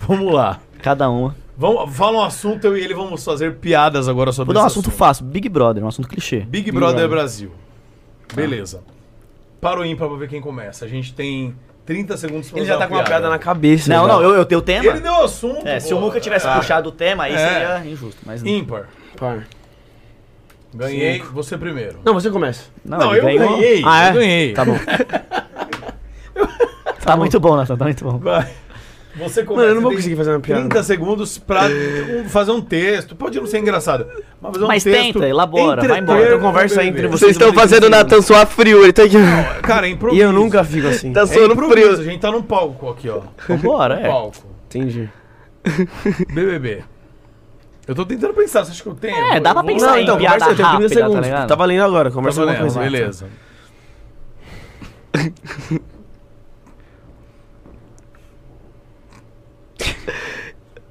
S6: Vamos lá.
S8: Cada uma.
S6: Vamos, fala um assunto, eu e ele vamos fazer piadas agora sobre
S8: Vou dar um
S6: esse
S8: assunto fácil, Big Brother, um assunto clichê.
S6: Big Brother Brasil. Beleza. Para o ímpar pra ver quem começa. A gente tem 30 segundos pra
S2: Ele já
S6: usar
S2: tá com uma piada na
S6: né?
S2: cabeça.
S8: Não,
S2: já.
S8: não, eu, eu tenho o tema.
S6: Ele deu assunto.
S8: É, se eu
S6: pô.
S8: nunca tivesse puxado o tema, aí
S6: É.
S8: seria injusto, mas não.
S6: Ímpar.
S2: Par.
S6: Ganhei, você primeiro.
S2: Não, você começa.
S8: Não, ele ganhou.
S2: Ah, é?
S6: eu ganhei.
S8: Tá bom. tá muito bom, Nathan, tá muito bom.
S6: Vai. Você começa.
S2: Mano, eu não vou
S6: tem
S2: conseguir fazer uma piada.
S6: 30 segundos pra um- fazer um texto. Pode não ser engraçado, mas fazer um
S8: Mas
S6: texto.
S8: tenta, elabora, vai embora.
S6: entreter
S2: Então conversa
S6: o
S2: aí entre
S6: BBB.
S4: Vocês estão fazendo o Natan suar frio, ele tá aqui.
S6: Cara, é improviso.
S2: E eu nunca fico assim.
S4: Tá
S6: É
S4: suando
S6: improviso,
S4: frio.
S6: a gente tá num palco aqui, ó.
S8: Vambora, é.
S6: Palco.
S2: Entendi.
S6: BBB. Eu tô tentando pensar, você acha que eu tenho?
S8: É, dá pra
S6: Eu vou-
S8: pensar
S6: Não,
S8: aí,
S6: então,
S8: piada.
S2: conversa aí, tem 30
S8: rápida, tá
S2: segundos.
S8: ligado?
S2: tá valendo agora, conversa
S6: Tá
S2: alguma
S6: valendo,
S2: coisa.
S6: beleza.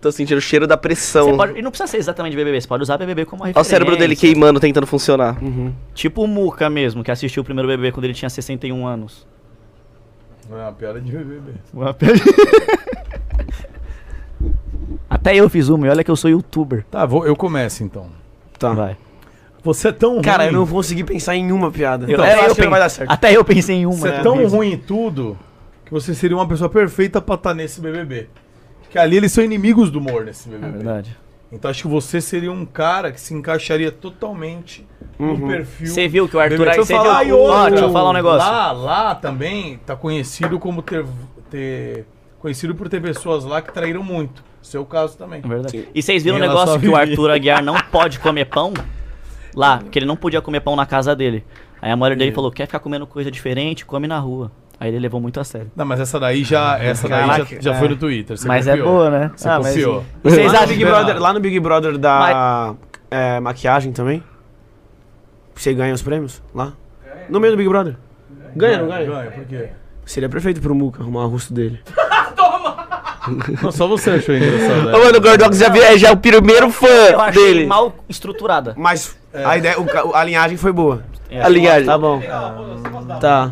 S4: Tô sentindo o cheiro da pressão.
S8: Você pode, e não precisa ser exatamente BBB, você pode usar BBB como uma
S4: Então, Olha o
S8: referência.
S4: cérebro dele queimando, tentando funcionar.
S2: Uhum.
S8: Tipo o Muca mesmo, que assistiu o primeiro BBB quando ele tinha 61 anos.
S6: Não é uma piada de BBB.
S8: Até eu fiz uma, e olha que eu sou youtuber.
S6: Tá, vou, eu começo então.
S2: Tá.
S8: Vai.
S6: Você é tão
S2: Cara,
S6: ruim.
S2: eu não consegui pensar em uma piada.
S8: Eu-
S2: Então,
S8: até,
S2: Uhum. acho
S8: eu
S2: que não
S8: pen-
S2: vai dar certo.
S8: até eu pensei em uma.
S6: Você é
S8: né?
S6: tão ruim em tudo que você seria uma pessoa perfeita pra estar nesse BBB. Que ali eles são inimigos do humor nesse
S8: É
S6: BBB.
S8: verdade.
S6: então acho que você seria um cara que se encaixaria totalmente no perfil.
S8: Você viu que o Arthur
S6: BBB.
S8: aí,
S6: Deixa
S8: você
S6: eu
S8: viu?
S6: falar, e
S8: Ó,
S6: outro,
S8: deixa eu falar um negócio.
S6: Lá, lá também tá conhecido como ter, ter- conhecido por ter pessoas lá que traíram muito. Seu caso também.
S8: É verdade. E vocês viram o
S6: Em relação
S8: negócio
S6: a
S8: que o
S6: viver.
S8: Arthur Aguiar não pode comer pão? Lá, que ele não podia comer pão na casa dele. Aí a mulher dele falou: quer ficar comendo coisa diferente? Come na rua. Aí ele levou muito a sério.
S6: Não, mas essa daí já, essa daí já-
S8: Caraca,
S6: já,
S8: é.
S6: foi no Twitter. você
S8: mas é
S6: confiou.
S8: boa, né?
S6: Você confiou.
S8: Mas... Vocês
S2: lá, no
S8: acham
S2: Big
S8: que-
S2: Brother, lá no Big Brother da é, maquiagem também? Você ganha os prêmios lá? No meio do Big Brother. Ganha, não ganha?
S6: Ganha, por quê?
S2: Seria perfeito pro Muca arrumar o rosto dele.
S6: Não, só você achou engraçado. né?
S4: Ô, mano, o Gordox já, vi- já é o primeiro
S8: Eu
S4: fã
S8: achei
S4: dele.
S8: mal estruturada.
S2: Mas a ideia, o ca- a linhagem foi boa.
S4: A linhagem.
S2: Tá bom. Tá.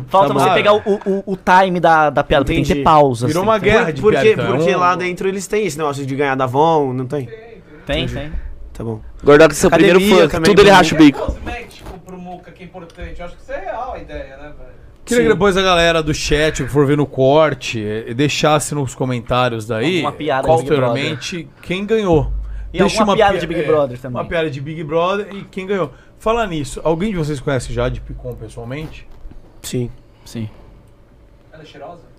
S8: É. Falta
S2: tá bom.
S8: você
S6: bom.
S8: pegar o, o, o time da, da piada, porque tem que ter
S2: Entendi.
S8: pausas.
S6: Virou
S8: assim.
S6: uma guerra de
S2: Por- Porque,
S6: piada, então.
S2: porque lá dentro eles têm esse negócio de ganhar da Von, não tem?
S8: Tem, tem.
S2: Tá bom.
S4: Gordox é seu
S2: Academia
S4: primeiro fã, que
S2: também,
S4: tudo ele
S2: pro
S4: racha o bico.
S7: Cosmético pro Muca que é importante. Eu acho que isso é real a ideia, né, velho?
S6: Queria que depois a galera do chat, que for ver no corte, eh, deixasse nos comentários daí,
S8: Alguma piada de Big
S6: posteriormente, quem ganhou.
S8: E alguma piada
S6: pi-
S8: de Big
S6: é,
S8: Brother também.
S6: Uma piada de Big Brother e quem ganhou. Falar nisso, alguém de vocês conhece Jade Picon pessoalmente?
S2: Sim.
S8: Sim.
S7: Ela é cheirosa?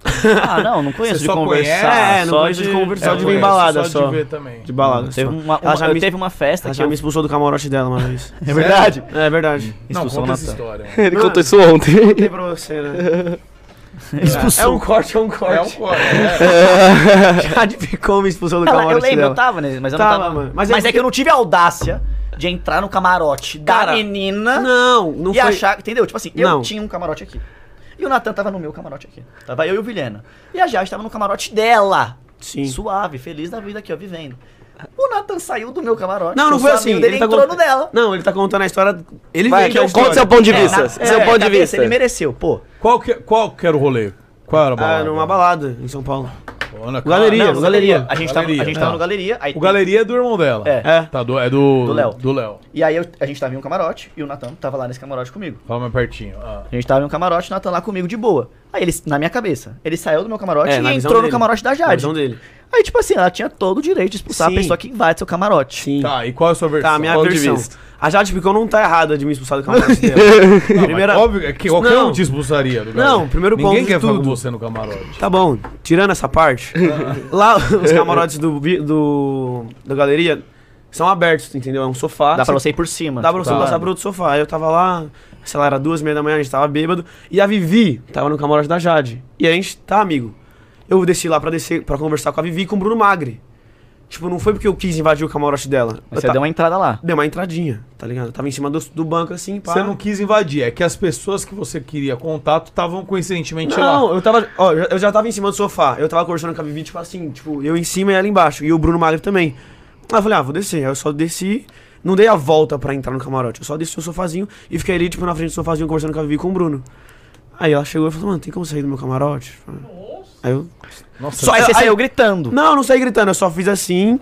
S8: Ah, não, não conheço
S6: Você
S8: de
S6: só
S8: conversar.
S6: conhece?
S2: É, não
S8: só
S2: conheço de conversar,
S6: eu
S2: de
S6: conheço,
S2: ver balada
S6: Só
S2: só.
S6: de ver também.
S2: De balada.
S8: Teve
S2: só.
S8: uma,
S2: Ela já
S8: uma,
S2: me-
S8: teve uma festa
S2: Ela
S8: que
S2: já
S8: eu...
S2: me expulsou do camarote dela uma vez.
S8: É verdade?
S2: É verdade.
S6: Não,
S8: Expulsão
S6: conta essa
S8: na-
S6: história.
S4: Ele contou isso ontem.
S2: Tem pra você, né? É um corte, é um corte.
S6: É um corte, é.
S2: Jade ficou me expulsando do
S8: Ela-
S2: camarote
S8: eu lembro, eu
S2: dela.
S8: tava, né? Mas eu
S2: Tava,
S8: não tava.
S2: mano.
S8: Mas,
S2: Mas
S8: é,
S2: é
S8: que eu não tive a audácia de entrar no camarote da
S2: Cara,
S8: menina
S2: Não, não
S8: e
S2: foi.
S8: achar. Entendeu? Tipo assim, eu
S2: Não.
S8: tinha um camarote aqui. E o Natan tava no meu camarote aqui. Tava eu e o Vilhena. E a Jade tava no camarote dela.
S2: Sim.
S8: Suave, feliz da vida aqui, ó, vivendo. O Natan saiu do meu camarote.
S2: Não,
S8: eu
S2: não
S8: sou
S2: foi
S8: amigo
S2: assim.
S8: Dele, ele entrou
S2: cont-
S8: no dela.
S2: Não, ele tá contando a história. Ele
S4: Vai,
S2: veio
S4: que
S2: que
S4: eu conto seu ponto de vista. seu
S8: é,
S4: ponto de
S8: tá vendo?
S4: vista.
S8: Ele mereceu, pô.
S6: Qual que, qual que era o rolê? Qual era a
S8: Ah,
S6: balada?
S2: numa balada em São Paulo.
S6: Olha, cara.
S2: Galeria,
S8: no
S2: galeria.
S8: A gente tava, a gente
S6: Galeria,
S8: tava
S6: tá.
S8: no galeria. Aí
S6: O Galeria é do irmão dela.
S8: É.
S6: Tá, do, é do...
S8: Do Léo.
S6: Do Léo.
S8: E aí eu- a gente tava em um camarote e o Natan tava lá nesse camarote comigo.
S6: Fala mais pertinho. Ah.
S8: A gente tava em um camarote, o Natan lá comigo de boa. Aí ele, na minha cabeça, ele saiu do meu camarote
S2: É,
S8: e
S2: na visão
S8: entrou no
S2: dele.
S8: camarote da
S2: Na
S8: Jade.
S2: visão dele.
S8: Aí, tipo assim, ela tinha todo o direito de expulsar
S2: Sim.
S8: a pessoa que invade seu camarote.
S2: Sim. Tá,
S6: Tá, e qual é a sua versão?
S2: a minha
S6: Ponto de
S2: versão.
S6: vista.
S2: A Jade Picon não tá errada de me expulsar do camarote dela.
S6: Não, mas
S2: Primeira-
S6: Óbvio, é que qualquer um
S2: Não.
S6: te expulsaria. do
S2: Não,
S6: Léo.
S2: primeiro
S6: Ninguém
S2: ponto de
S6: quer ficar
S2: tudo.
S6: com você no camarote.
S2: Tá bom, tirando essa parte, lá os camarotes do, bi- do da galeria são abertos, entendeu? É um sofá.
S8: Dá pra
S2: você
S8: você ir por cima.
S2: Dá pra você
S6: Tá.
S2: passar pro outro sofá. Aí eu tava lá, sei lá, era duas, meia da manhã, a gente tava bêbado. E a Vivi tava no camarote da Jade. E a gente tá amigo. Eu desci lá pra, descer, pra conversar com a Vivi e com o Bruno Magri. Tipo, não foi porque eu quis invadir o camarote dela.
S8: Mas
S2: Eu
S8: você
S2: ta-
S8: deu uma entrada lá.
S2: deu uma entradinha, tá ligado? Eu tava em cima do, do banco assim, pá.
S6: Você não quis invadir, é que as pessoas que você queria contato estavam coincidentemente lá.
S2: Não, eu tava. Ó, eu já- eu já tava em cima do sofá. Eu tava conversando com a Vivi, tipo assim, tipo, eu em cima e ela embaixo. E o Bruno Magro também. Aí eu falei, ah, vou descer. Aí eu só desci, não dei a volta pra entrar no camarote. Eu só desci o sofazinho e fiquei ali, tipo, na frente do sofazinho conversando com a Vivi e com o Bruno. Aí ela chegou e falou, mano, tem como sair do meu camarote? Aí eu.
S6: Nossa,
S8: Só aí
S2: aí-
S8: você
S2: aí-
S8: saiu gritando.
S2: Não, não saí gritando, eu só fiz assim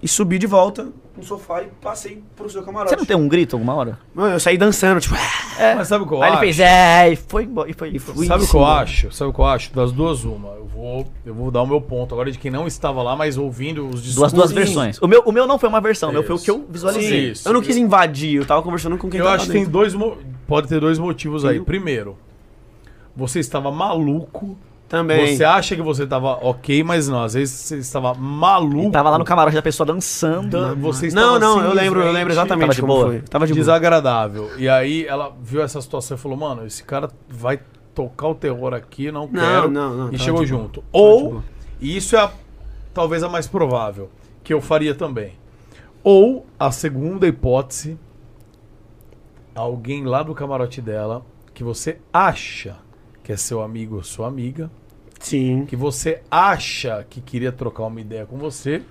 S2: e subi de volta no sofá e passei pro seu camarote.
S8: Você não tem um grito alguma hora?
S2: Mano, eu saí dançando, tipo,
S6: mas sabe o que eu
S8: aí
S6: acho?
S8: ele fez, é, e foi embora. E foi, e foi.
S6: Sabe o
S8: Sim,
S6: que eu
S8: mano.
S6: acho? Sabe o que eu acho? Das duas, uma. Eu vou, eu vou dar o meu ponto agora de quem não estava lá, mas ouvindo os discursos.
S8: Duas, duas versões. O meu, o meu não foi uma versão, o meu foi o que eu visualizei.
S6: Isso.
S2: eu não quis invadir, eu tava conversando com quem
S6: Eu
S2: tava
S6: acho que
S2: lá
S6: tem
S2: dentro.
S6: dois. mo- Pode ter dois motivos aí. Primeiro, você estava maluco.
S2: Também.
S6: Você acha que você estava ok, mas não. Às vezes você estava maluco.
S8: E Tava lá no camarote da pessoa dançando.
S2: Então,
S6: Dan- Você
S2: Não,
S6: estava
S2: não, eu lembro, eu
S6: simplesmente
S2: lembro exatamente
S8: Tava de
S2: como
S8: boa?
S2: foi. Tava de boa.
S6: Desagradável. E aí ela viu essa situação e falou: Mano, esse cara vai tocar o terror aqui, não, quero.
S2: não, não,
S6: e
S2: tava
S6: chegou
S2: de boa.
S6: junto.
S2: de
S6: Ou,
S2: boa.
S6: e isso é a- talvez a mais provável, que eu faria também. Ou a segunda hipótese, alguém lá do camarote dela, que você acha que é seu amigo ou sua amiga,
S2: Sim.
S6: que você acha que queria trocar uma ideia com você,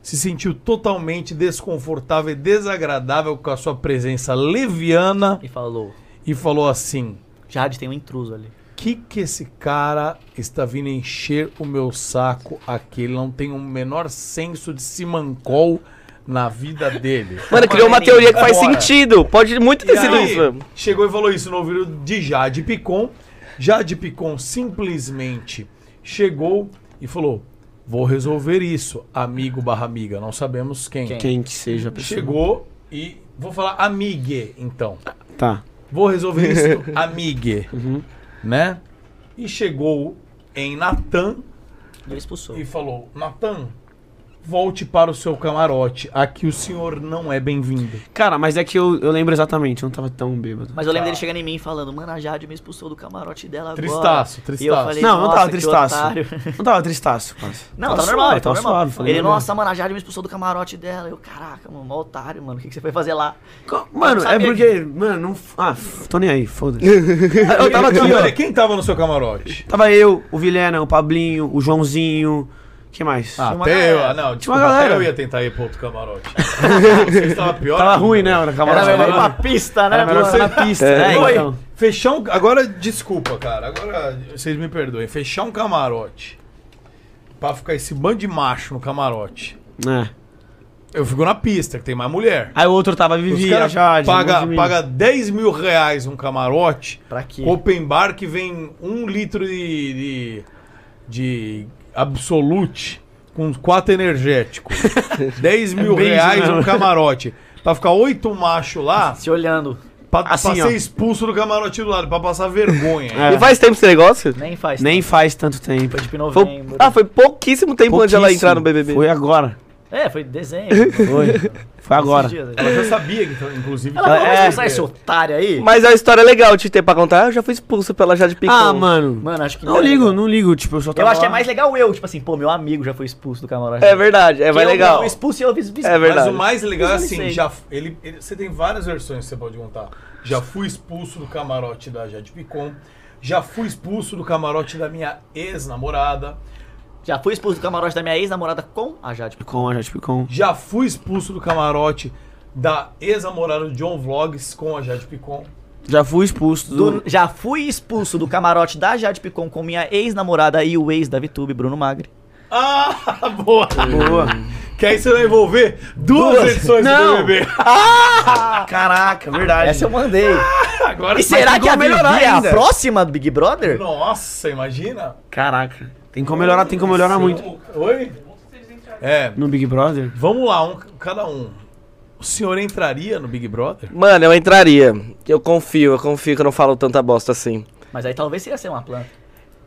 S6: se sentiu totalmente desconfortável e desagradável com a sua presença leviana
S8: E falou,
S6: e falou assim:
S8: Jade, tem um intruso ali.
S6: que que esse cara está vindo encher o meu saco aqui? Ele não tem o menor senso de simancol na vida dele.
S4: Mano, criou uma teoria que faz
S6: Agora.
S4: sentido. Pode muito ter
S6: E
S4: sido
S6: aí,
S4: tá isso. mesmo.
S6: Chegou e falou isso no ouvido de Jade Picon. Jade Picon simplesmente chegou e falou: Vou resolver isso, amigo barra amiga. Não sabemos quem.
S2: Quem que seja a pessoa.
S6: Chegou e vou falar amigue, então.
S2: Tá.
S6: Vou resolver isso, amigue. Né? E chegou em Natan
S8: Ele expulsou.
S6: e falou: Natan, volte para o seu camarote. Aqui o senhor não é bem-vindo.
S2: Cara, mas é que eu, eu lembro exatamente, eu não tava tão bêbado.
S8: Mas eu lembro dele chegando em mim e falando, mano, a Jade me expulsou do camarote dela agora.
S6: Tristaço, tristaço.
S8: E eu falei,
S2: Não, eu não
S8: "Nossa,
S2: tava
S8: que
S2: tristaço.
S8: otário."
S2: Não tava tristaço, quase.
S8: Não, tava normal,
S2: Tá suave,
S8: tava normal.
S2: suave, falei,
S8: ele, é
S2: normal.
S8: nossa, mano, a Jade me expulsou do camarote dela. Eu, caraca, mano, mó otário, mano. O que, que você foi fazer lá?
S2: Co- Mano, é
S8: sabia
S2: porque. Mano, não. f- Ah, f- tô nem aí, foda-se.
S6: Eu
S2: tava aqui, ó.
S6: Quem tava no seu camarote?
S2: Tava eu, o Vilhena, o Pablinho, o Joãozinho. que mais?
S6: Ah,
S8: uma
S6: até eu,
S8: galera.
S6: ah, não, desculpa,
S2: uma
S6: até
S2: galera.
S6: eu ia tentar ir pro outro camarote. Você estava pior.
S2: tava
S6: ainda.
S2: ruim, né? O
S8: Era melhor ir
S2: camarote
S8: pra pista, né?
S2: Era melhor
S8: mano?
S2: ser na pista,
S6: É,
S2: né?
S6: Oi,
S2: Então.
S6: fechar um... Agora, desculpa, cara, agora vocês me perdoem. Fechar um camarote pra ficar esse bando de macho no camarote.
S2: É.
S6: Eu fico na pista, que tem mais mulher.
S2: Aí o outro tava
S6: Os
S2: Vivi, a
S6: caras
S2: Jade. um monte
S6: paga,
S2: de
S6: paga 10 mil reais um camarote,
S8: Pra quê?
S6: open bar que vem um litro de, de, de absolute com quatro energéticos. 10 mil
S2: É bem isso
S6: reais um
S2: mesmo.
S6: camarote. Pra ficar oito macho lá,
S8: Se olhando.
S6: pra, pra
S2: Assim, ó.
S6: ser expulso do camarote do lado, pra passar vergonha.
S2: É.
S4: E faz tempo esse negócio?
S8: Nem faz.
S2: menino. Nem faz tanto tempo.
S8: Foi tipo
S4: Foi-
S8: novembro.
S4: ah, foi pouquíssimo tempo antes de ela entrar no BBB.
S2: Foi agora.
S8: É, foi dezembro.
S2: Foi. Foi agora.
S8: Esses dias,
S6: Ela já sabia, que, então, inclusive.
S2: Ah,
S8: Ela
S2: é
S6: que-
S8: falou, vai expulsar esse otário aí?
S4: Mas é uma história legal de ter pra contar. Eu já fui expulso pela Jade Picon.
S2: Ah, mano.
S8: Mano, acho que
S2: Não
S8: é
S2: ligo,
S8: legal.
S2: não ligo. Tipo, eu só
S8: Eu
S2: tava
S8: acho que é
S2: lá.
S8: mais legal eu, tipo assim, pô, meu amigo já foi expulso do camarote.
S4: É verdade, é
S8: Que
S4: mais
S8: eu
S4: legal.
S8: não expulso e eu fiz
S4: É
S6: Mas
S4: verdade.
S6: o mais legal é
S8: Mas eu não
S6: assim,
S8: sei.
S6: já, ele, ele- você tem várias versões que você pode contar. Já fui expulso do camarote da Jade Picon, já fui expulso do camarote da minha ex-namorada,
S8: Já fui expulso do camarote da minha ex-namorada com a Jade.
S2: Tipo, Com a Jade Picon.
S6: já fui expulso do camarote da ex-namorada do John Vlogs com a Jade Picon.
S2: Já fui expulso do.
S8: Do- já fui expulso do camarote da Jade Picon com minha ex-namorada e o ex da VTube, Bruno Magri.
S6: Ah, boa!
S2: Boa.
S6: Que aí você vai envolver duas,
S2: Duas?
S6: edições
S2: Não.
S6: do BBB.
S2: Caraca, verdade.
S8: Essa eu mandei.
S6: Agora
S8: E
S6: você-
S8: será que a Vivi
S2: melhorar
S8: é a
S2: ainda.
S8: próxima do Big Brother?
S6: Nossa, imagina?
S2: Caraca. É, Tem como melhorar, tem como melhorar muito.
S6: Oi? É,
S2: No Big Brother?
S6: Vamos lá, um, cada um. O senhor entraria no Big Brother?
S4: Mano, eu entraria. Eu confio, eu confio que eu não falo tanta bosta assim.
S8: Mas aí talvez seria ser uma planta.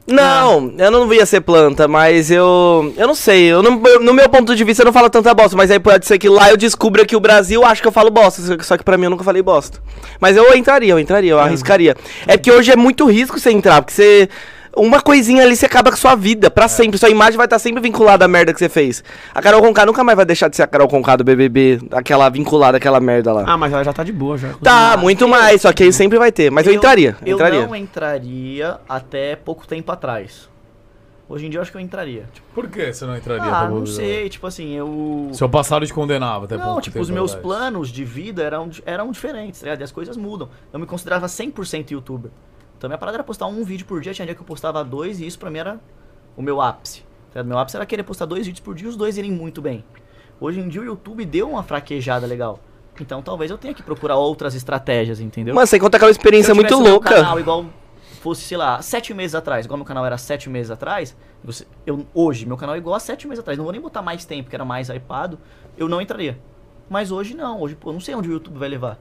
S4: Não, eu não ia ser planta, mas eu. Eu não sei. Eu não- eu- no meu ponto de vista, eu não falo tanta bosta, mas aí pode ser que lá eu descubra que o Brasil acha que eu falo bosta. só que- Só que pra mim eu nunca falei bosta. Mas eu entraria, eu entraria,
S8: Uhum.
S4: eu arriscaria. É porque hoje é muito risco você entrar, porque você. Uma coisinha ali você acaba com sua vida,
S8: É.
S4: pra sempre. Sua imagem vai estar sempre vinculada à merda que você fez. A Carol Conká nunca mais vai deixar de ser a Carol Conká do BBB, aquela vinculada àquela merda lá.
S2: Ah, mas ela já tá de boa já.
S4: tá, muito mais, só que aí sempre vai ter. Mas eu, entraria,
S8: Eu
S4: entraria.
S8: não entraria até pouco tempo atrás. Hoje em dia eu acho que eu entraria. Tipo,
S6: Por que você não entraria? é.
S8: ah,
S6: pra
S8: não
S6: Big
S8: sei, tipo assim, eu...
S6: Brother? Seu passado te condenava até
S8: Não,
S6: pouco
S8: tipo,
S6: tempo
S8: os meus
S6: atrás.
S8: planos de vida eram, eram diferentes, tá ligado? E as coisas mudam. Eu me considerava 100% youtuber. Então minha parada era postar um vídeo por dia, tinha dia que eu postava dois, e isso pra mim era o meu ápice. tá ligado? Meu ápice era querer postar dois vídeos por dia e os dois irem muito bem. Hoje em dia o YouTube deu uma fraquejada legal. Então talvez eu tenha que procurar outras estratégias, entendeu?
S4: Mano, sem contar aquela
S8: Se
S4: experiência
S8: eu
S4: muito
S8: tivesse meu
S4: louca.
S8: canal igual fosse, sei lá, sete meses atrás, igual meu canal era sete meses atrás, você- eu, hoje, meu canal é igual a sete meses atrás, não vou nem botar mais tempo, que era mais hypado, eu não entraria. Mas hoje não, hoje, pô, eu não sei onde o YouTube vai levar.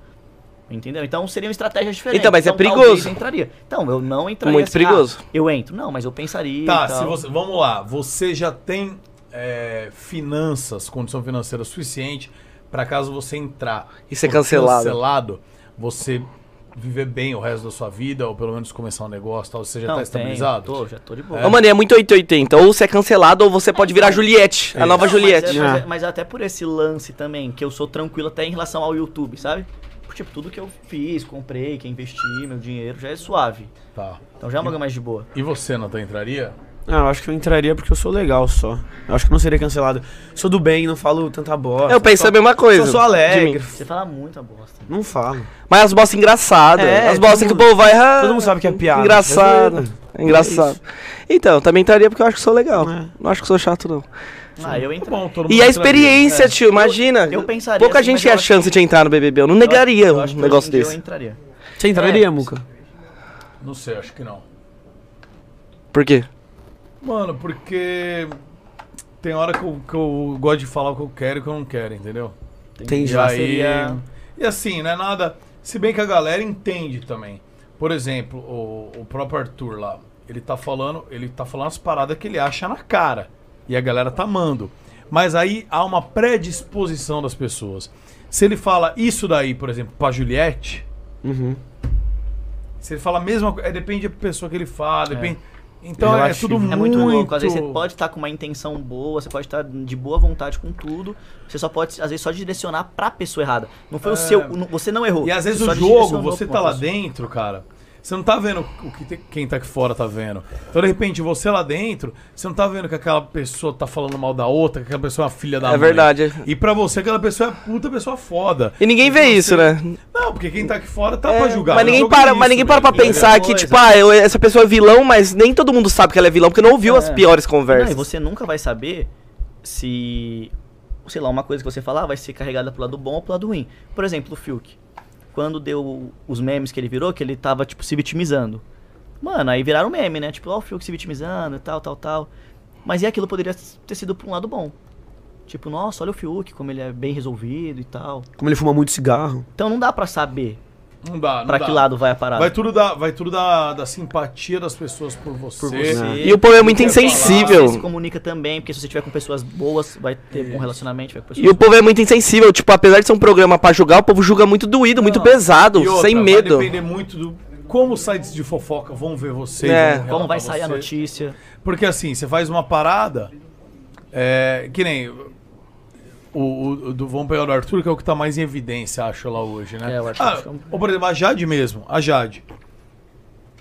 S8: Entendeu? Então seriam estratégias diferentes.
S4: Então, mas é
S8: talvez
S4: perigoso.
S8: Eu entraria. Então, eu não entraria.
S4: Muito perigoso.
S8: ah, eu entro. Não, mas eu pensaria.
S6: Tá,
S8: e tal.
S6: se você, vamos lá. Você já tem é, finanças, condição financeira suficiente pra caso você entrar
S4: E ser
S6: for
S4: cancelado.
S6: cancelado, você viver bem o resto da sua vida, ou pelo menos começar um negócio e tal. Você já
S8: não,
S6: tá
S8: tenho,
S6: estabilizado?
S8: tô, já tô de boa.
S4: Ô, mano, e é muito 880. Ou você é cancelado, ou você pode virar Juliette, a nova
S8: Não, mas é-
S4: Juliette.
S8: Mas, é-
S2: Ah.
S8: mas até por esse lance também, que eu sou tranquilo até em relação ao YouTube, sabe? Por, tipo, tudo que eu fiz, comprei, que investi, meu dinheiro, já é suave.
S6: Tá.
S8: Então já é uma coisa mais de boa.
S6: E você, Natan, entraria?
S2: Ah, eu acho que eu entraria porque eu sou legal só. Eu acho que eu não seria cancelado. Sou do bem, não falo tanta bosta.
S4: Eu penso
S2: só,
S4: a mesma coisa.
S2: Só sou
S4: É de
S2: alegre.
S4: mim.
S8: Você fala muita bosta.
S2: Não falo.
S4: Mas as bostas engraçadas.
S2: É,
S4: as bostas
S2: todo
S4: que o
S2: mundo-
S4: povo vai. ah,
S2: Todo mundo sabe que é piada.
S4: Engraçado. É engraçado. então, também estaria porque eu acho que sou legal. Não acho que sou chato, não.
S8: Ah, eu entrei.
S6: Tá Bom, então. todo mundo
S4: E a
S6: entraria.
S4: experiência, tio, imagina.
S8: eu pensaria
S4: Pouca
S8: assim, mas
S4: gente
S8: eu
S4: tem a
S8: acho
S4: chance de entrar no BBB. Eu não negaria
S8: Eu acho
S4: um
S8: que hoje
S4: negócio
S8: em dia
S4: desse.
S8: Eu entraria.
S2: Você entraria, Muca?
S6: Não sei, acho que não.
S4: Por quê?
S6: Mano, porque tem hora que eu, que eu gosto de falar o que eu quero e o que eu não quero, entendeu?
S2: Entendi.
S6: E aí.
S8: seria-
S6: E assim, não é nada. Se bem que a galera entende também. Por exemplo, o, o próprio Arthur lá, ele tá falando, ele tá falando as paradas que ele acha na cara. E a galera tá amando. Mas aí há uma predisposição das pessoas. Se ele fala isso daí, por exemplo, pra Juliette,
S8: Uhum.
S6: se ele fala a mesma coisa, depende da pessoa que ele fala, depende. Então é
S2: Relativo.
S6: tudo muito.
S8: É muito, louco. Às vezes você pode estar com uma intenção boa, você pode estar de boa vontade com tudo. Você só pode, às vezes, só direcionar pra pessoa errada. Não foi o seu. não- Você não errou.
S6: É. E às vezes
S8: Você
S6: o
S8: só
S6: jogo,
S8: direcionou
S6: você
S8: pra
S6: tá
S8: uma
S6: lá
S8: pessoa.
S4: assim.
S6: dentro, cara. Você não tá vendo o que te- quem tá aqui fora tá vendo. Então, de repente, você lá dentro, você não tá vendo que aquela pessoa tá falando mal da outra, que aquela pessoa é uma filha da
S4: É
S6: mãe.
S4: verdade.
S6: E pra você, aquela pessoa é puta pessoa foda.
S4: E ninguém vê isso, né?
S6: Não, porque quem tá aqui fora tá
S4: É,
S6: pra julgar.
S4: mas
S6: O
S4: ninguém
S6: jogo
S4: para,
S6: é
S4: mas
S6: isso,
S4: ninguém
S6: velho.
S4: para pra
S6: Entendeu?
S4: pensar que, tipo, ah, eu- essa pessoa é vilão, mas nem todo mundo sabe que ela é vilão, porque não ouviu as piores conversas.
S8: Não, e você nunca vai saber se, sei lá, uma coisa que você falar vai ser carregada pro lado bom ou pro lado ruim. Por exemplo, o Fiuk. Quando deu os memes que ele virou, que ele tava, tipo, se vitimizando. Mano, aí viraram meme, né? Tipo, ó, o Fiuk se vitimizando e tal, tal, tal. Mas e aquilo poderia ter sido pra um lado bom. Tipo, nossa, olha o Fiuk, como ele é bem resolvido e tal.
S2: Como ele fuma muito cigarro.
S8: Então não dá pra saber
S6: Não dá, não
S8: pra
S6: dá.
S8: que lado vai a
S4: tá.
S8: parada.
S6: Vai tudo, da, vai tudo da, da simpatia das pessoas por você. Né?
S8: você.
S4: E o povo é muito
S6: Não quer falar.
S8: Você se
S4: insensível.
S8: comunica também, porque se você tiver com pessoas boas, vai ter bom relacionamento, vai com pessoas
S4: E o povo é muito insensível, tipo, apesar de ser um programa pra julgar, o povo julga muito doído, muito pesado,
S6: E outra,
S4: sem medo.
S6: Vai depender muito do como os sites de fofoca vão ver vocês.
S4: É.
S6: vão
S8: Como vai
S6: relatar
S8: sair a
S6: vocês.
S8: notícia?
S6: Porque assim, você faz uma parada. é, que nem. O, o- o do, vamos pegar o do Arthur, que é o que tá mais em evidência, acho lá hoje, né?
S8: É, o Arthur
S6: ah,
S8: fica um-
S6: Ou por exemplo, a Jade mesmo, a Jade.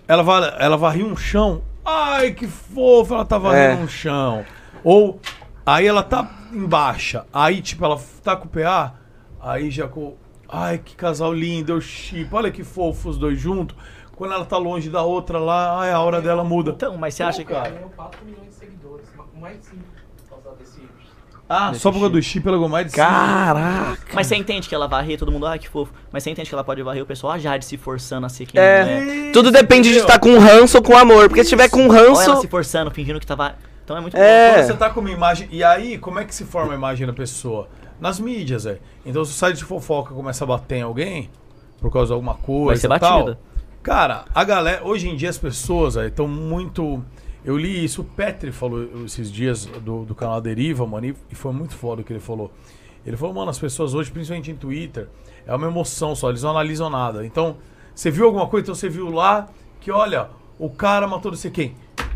S6: Ela, va- ela varria um chão. Ai, que fofo, ela tá varrendo
S4: É.
S6: um chão. Ou aí ela tá em baixa. Aí, tipo, ela tá com o PA. Aí já com. Ai, que casal lindo, eu chipo. Olha que fofo os dois juntos. Quando ela tá longe da outra lá, ai, a hora dela muda.
S8: Então, mas você acha que.
S6: cara.
S7: Ganhou 4 milhões de seguidores, mais 5 por causa desse.
S6: Ah, só por causa do chip ela ganhou mais de cinco.
S2: Caraca.
S8: Mas você entende que ela varrer, todo mundo, ah, que fofo. Mas você entende que ela pode varrer o pessoal, a Jade se forçando a ser quem
S4: É.
S8: ela é.
S4: Tudo depende de estar com um ranço ou com amor, porque se tiver com um
S8: Ou ela
S4: ranço,
S8: se forçando, fingindo que tava. Então é muito
S4: É.
S6: Quando você tá com uma imagem. E aí, como é que se forma a imagem da pessoa? Nas mídias, velho. Então, se o site de fofoca começa a bater em alguém, por causa de alguma coisa.
S8: Vai ser
S6: e
S8: batida.
S6: Tal, cara, a galera. Hoje em dia as pessoas estão muito. Eu li isso, o Petri falou esses dias do, do canal Deriva, mano, e- e foi muito foda o que ele falou. Ele falou, mano, as pessoas hoje, principalmente em Twitter, é uma emoção só, eles não analisam nada. Então, você viu alguma coisa, então você viu lá que, olha, o cara matou não sei quem.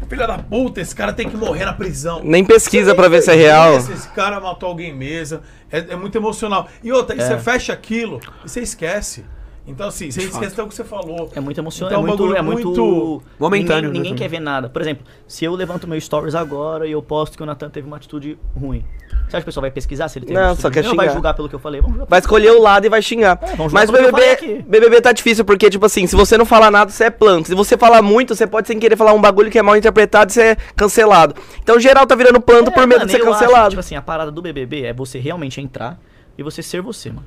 S6: Filha da puta, esse cara tem que morrer na prisão.
S4: nem pesquisa pra ver se é real.
S6: Esse, esse cara matou alguém mesmo. É, é muito emocional. E outra, e
S4: É.
S6: você fecha aquilo e você esquece. Então, assim, você esquece até o que você falou.
S8: É muito emocionante,
S6: Então,
S8: é muito.
S6: bagulho
S8: é muito...
S6: muito
S2: momentâneo,
S8: Ninguém,
S2: né,
S8: ninguém quer ver nada. Por exemplo, se eu levanto meu stories agora e eu posto que o Natan teve uma atitude ruim. Você acha que o pessoal vai pesquisar se ele teve uma
S4: Não, só
S8: atitude
S4: quer
S8: ruim? Não vai
S4: xingar.
S8: julgar pelo que eu falei. Vamos julgar
S4: Vai escolher o lado e vai xingar.
S8: É, vamos
S4: Mas o
S8: jogar pro que eu
S4: BBB,
S8: falei aqui.
S4: BBB tá difícil, porque, tipo assim, se você não falar nada, você é planta. Se você falar muito, você pode sem querer falar um bagulho que é mal interpretado e você é cancelado. Então, geral tá virando planta por
S8: É,
S4: medo
S8: mano,
S4: de ser
S8: eu acho que,
S4: cancelado.
S8: tipo assim, a parada do BBB é você realmente entrar e você ser você, mano.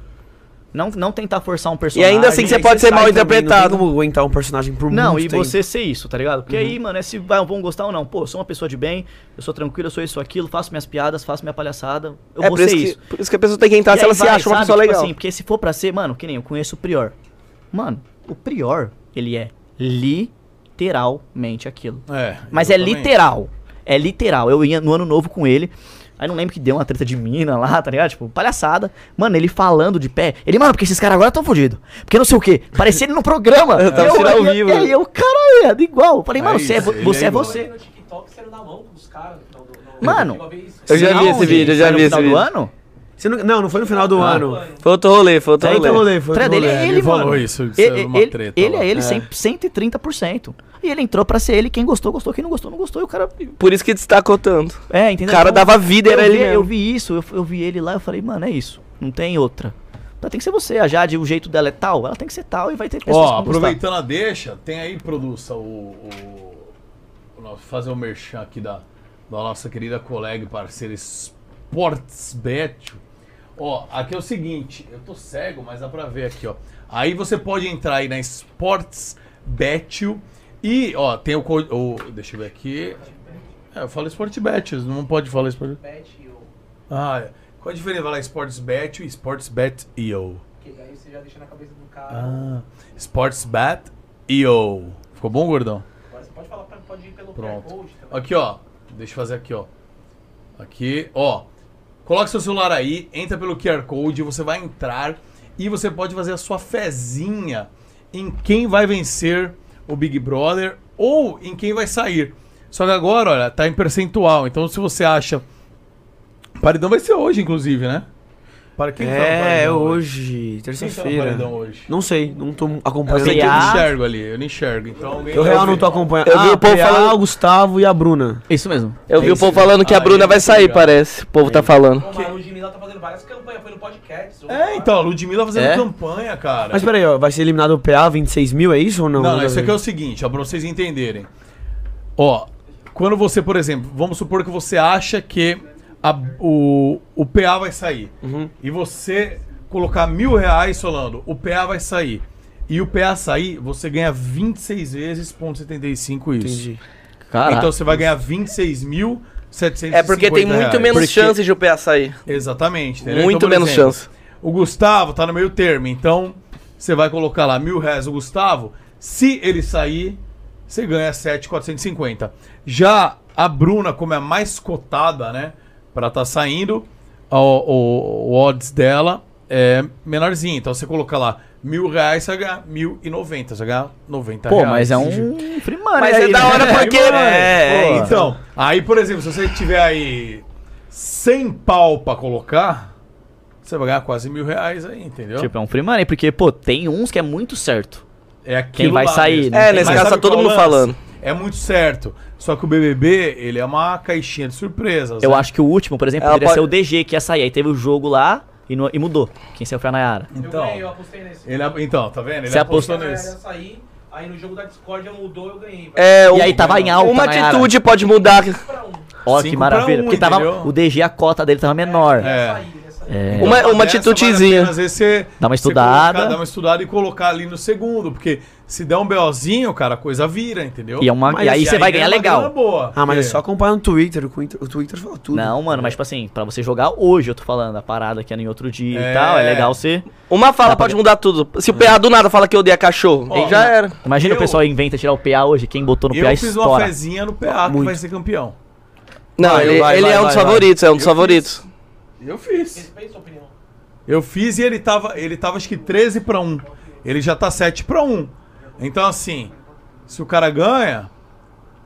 S8: Não, não tentar forçar um
S4: e
S8: personagem. né?
S4: ainda assim, você
S2: Aí
S4: pode ser
S2: sai
S4: mal
S2: também, Não
S4: interpretado.
S2: tem como aguentar um personagem por muito
S8: Não, e
S2: tempo.
S8: você ser isso, tá ligado?
S4: Uhum.
S8: Porque aí, mano, é se vai- vão gostar ou não. Pô, eu sou uma pessoa de bem, eu sou tranquilo, eu sou isso, aquilo, faço minhas piadas, faço minha palhaçada. Eu
S4: é
S8: vou
S4: por
S8: ser
S4: isso, que,
S8: isso.
S4: por isso que a pessoa tem que entrar
S8: E
S4: Tá, se ela
S8: aí
S4: se
S8: vai,
S4: acha uma
S8: sabe?
S4: pessoa
S8: Tipo
S4: legal.
S8: assim, porque se for pra ser, mano, que nem eu conheço o Prior. Mano, o Prior, ele é literalmente aquilo.
S6: É,
S8: Mas é
S6: exatamente.
S8: literal. É literal. Eu ia no ano novo com ele. Aí não lembro que deu uma treta de mina lá, tá ligado? Tipo, palhaçada. Mano, ele falando de pé. Ele, mano, porque esses caras agora estão fodidos. Porque não sei o quê. Parecia ele no programa.
S4: Eu tava assistindo ao
S8: olhei-
S4: vivo.
S8: E aí eu, caralho, é igual. Eu falei,
S6: É
S8: mano, você é,
S6: isso,
S8: vo-
S6: ele
S8: você.
S6: é
S8: É
S6: igual.
S8: você.
S7: No TikTok saíram na mão dos caras. no final do- no-
S8: Mano.
S7: Eu vi isso.
S4: Eu já vi esse
S8: Aonde?
S4: vídeo, eu já
S8: Foi no
S4: vi esse
S8: final do
S4: vídeo.
S8: ano?
S2: Você não, não, não foi no final do ano.
S4: Foi outro rolê, foi outro
S2: Foi outro
S4: rolê.
S2: rolê, foi outro
S8: Treta dele
S2: rolê.
S8: é ele,
S6: Ele falou
S8: mano.
S6: isso, isso
S8: ele,
S6: é uma
S8: ele-
S6: treta
S8: ele
S6: lá.
S8: é ele, 100, 130%. E ele entrou pra ser ele, quem gostou, gostou, quem não gostou, não gostou. E o cara.
S4: Por isso que destacou tanto.
S8: É, entendeu?
S4: O cara dava vida, era
S8: eu
S4: ele
S8: vi,
S4: mesmo.
S8: Eu vi isso, eu, eu vi ele lá, eu falei, mano, é isso. Não tem outra. Então tem que ser você. A Jade, o jeito dela é tal, ela tem que ser tal e vai ter
S6: Ó,
S8: que vão gostar.
S6: aproveitando a deixa, tem aí, produça, o, o- nosso- fazer o merchan aqui da, da nossa querida colega e parceira Sportsbet. Ó, aqui é o seguinte, eu tô cego, mas dá pra ver aqui, ó. Aí você pode entrar aí na Sportsbet e, ó, tem o, co- o deixa eu ver aqui. É, eu falo Sportbet, não pode falar Sportbet. Ah, é. qual a diferença lá Sportsbet e Sportsbet.io?
S7: Que daí você já deixa na cabeça do cara.
S6: Ah, Sportsbet.io. Ficou bom, gordão?
S7: Agora você pode falar, pra- pode ir pelo
S6: Pronto.
S7: também.
S6: Aqui, ó. Deixa eu fazer aqui, ó. Aqui, ó. Coloca seu celular aí, entra pelo QR Code, você vai entrar e você pode fazer a sua fezinha em quem vai vencer o Big Brother ou em quem vai sair. Só que agora, olha, tá em percentual. Então, se você acha. Paredão vai ser hoje, inclusive, né? Para quem que tá no
S2: É, é
S6: paredão
S2: hoje,
S6: Quem tá no
S2: terça-feira.
S6: paredão hoje?
S2: Não sei, não tô
S6: Eu
S4: É
S6: sei que eu
S2: acompanhando.
S8: PA.
S6: não enxergo ali, eu não enxergo. Então, alguém
S2: Eu
S6: vai
S2: real não
S6: ver.
S2: tô acompanhando.
S4: Eu vi
S2: Ah,
S4: o povo
S2: PA,
S4: falando-
S2: o Gustavo e a Bruna.
S8: Isso mesmo.
S4: Eu vi
S6: É
S4: o
S6: isso,
S4: povo
S6: né?
S4: falando que a
S6: Aí
S4: Bruna vai
S6: tá
S4: sair,
S6: ligado.
S4: parece. O povo tá falando.
S7: Pô, mas o Ludmilla tá fazendo várias campanhas, foi no podcast.
S6: É, então, a Ludmilla fazendo
S4: É?
S6: campanha, cara.
S2: Mas peraí, ó, vai ser eliminado o PA, 26 mil, é isso ou não?
S6: Não,
S2: Nada
S6: não,
S2: a
S6: isso aqui
S2: ver.
S6: é o seguinte, ó, pra vocês entenderem. Ó, quando você, por exemplo, vamos supor que você acha que a- o, o PA vai sair.
S4: Uhum.
S6: E você colocar mil reais falando, o PA vai sair. E o PA sair, você ganha 26 vezes, ponto 75 isso.
S2: Entendi.
S8: Caraca.
S6: Então você vai ganhar 26.750
S4: É porque tem muito
S6: reais.
S4: menos chances de o PA sair.
S6: Exatamente. entendeu?
S4: Muito
S6: Então, por
S4: menos
S6: exemplo,
S4: chance.
S6: O Gustavo tá no meio termo, então você vai colocar lá mil reais o Gustavo. Se ele sair, você ganha 7,450. Já a Bruna, como é a mais cotada, né? Pra tá saindo, a- o, o odds dela é menorzinho. Então você coloca lá mil reais, você vai ganhar 1.090. Você vai ganhar 90
S8: Pô,
S6: reais.
S8: mas é um free money
S4: Mas é
S8: aí,
S4: da
S8: né?
S4: hora porque-
S8: É,
S4: É,
S8: pô.
S4: é,
S6: Então, aí, por exemplo, se você tiver aí 100 pau pra colocar, você vai ganhar quase mil reais aí, entendeu?
S8: Tipo, é um free money, porque, pô, tem uns que é muito certo.
S6: é aquilo
S8: quem vai
S6: lá
S8: sair,
S6: mesmo.
S8: né? É,
S4: nesse
S6: Mas
S4: caso tá
S6: sabe
S4: todo
S6: qual
S4: mundo
S6: é o lance?
S4: falando.
S6: É muito certo. Só que o BBB, ele é uma caixinha de surpresas.
S8: Eu
S6: né?
S8: acho que o último, por exemplo,
S4: Ela
S8: poderia
S4: pode-
S8: ser o DG que ia sair. Aí teve o jogo lá e, no- e mudou. Quem saiu foi a Nayara.
S6: Então,
S7: eu apostei nesse.
S6: ele, ap- então tá vendo? Ele
S8: Você
S6: apostou
S8: apostou-
S6: nisso.
S7: sair, aí no jogo da Discord eu mudou, eu ganhei.
S4: É,
S8: E
S4: um-
S8: aí tava em alta,
S4: uma
S8: Nayara.
S4: atitude pode mudar.
S7: um.
S8: Ó,
S6: Cinco
S8: que maravilha.
S6: pra um,
S8: porque tava,
S6: entendeu?
S8: o DG, a cota dele tava menor.
S6: É.
S8: É.
S4: Uma, uma
S6: Dessa
S4: atitudezinha.
S6: vale a pena, Às vezes você.
S8: Dá uma
S6: você
S8: estudada.
S6: colocar- dá uma estudada e colocar ali no segundo. Porque se der um BOzinho, cara, a coisa vira, entendeu?
S8: E, é uma,
S2: Mas
S8: e aí
S2: e
S8: você vai
S6: ganha
S8: ganhar
S6: uma grana
S8: legal.
S6: Boa,
S2: Ah, mas é
S6: porque-
S2: só acompanhar no Twitter, o Twitter, o Twitter fala tudo.
S8: Não, mano, mas tipo assim, pra você jogar hoje, eu tô falando, a parada que era em outro dia
S6: É.
S8: e tal, é legal você.
S4: Uma fala pode mudar tudo. Se o PA do nada fala que odeia cachorro,
S6: Ó,
S4: já era.
S8: Imagina
S6: Eu-
S8: o pessoal inventa tirar o PA hoje, quem botou no
S6: Eu
S8: PA
S6: fiz uma
S8: estoura.
S6: fezinha no PA que
S2: Muito.
S6: vai ser campeão.
S4: Não,
S2: Vai,
S4: ele,
S2: vai,
S4: ele
S2: vai,
S4: é um
S2: vai,
S4: dos
S2: vai.
S4: favoritos, é um dos favoritos.
S6: Eu fiz.
S7: Respeita sua opinião.
S6: Eu fiz e ele tava, ele tava acho que 13 pra 1. Ele já tá 7 pra 1. Então assim, se o cara ganha.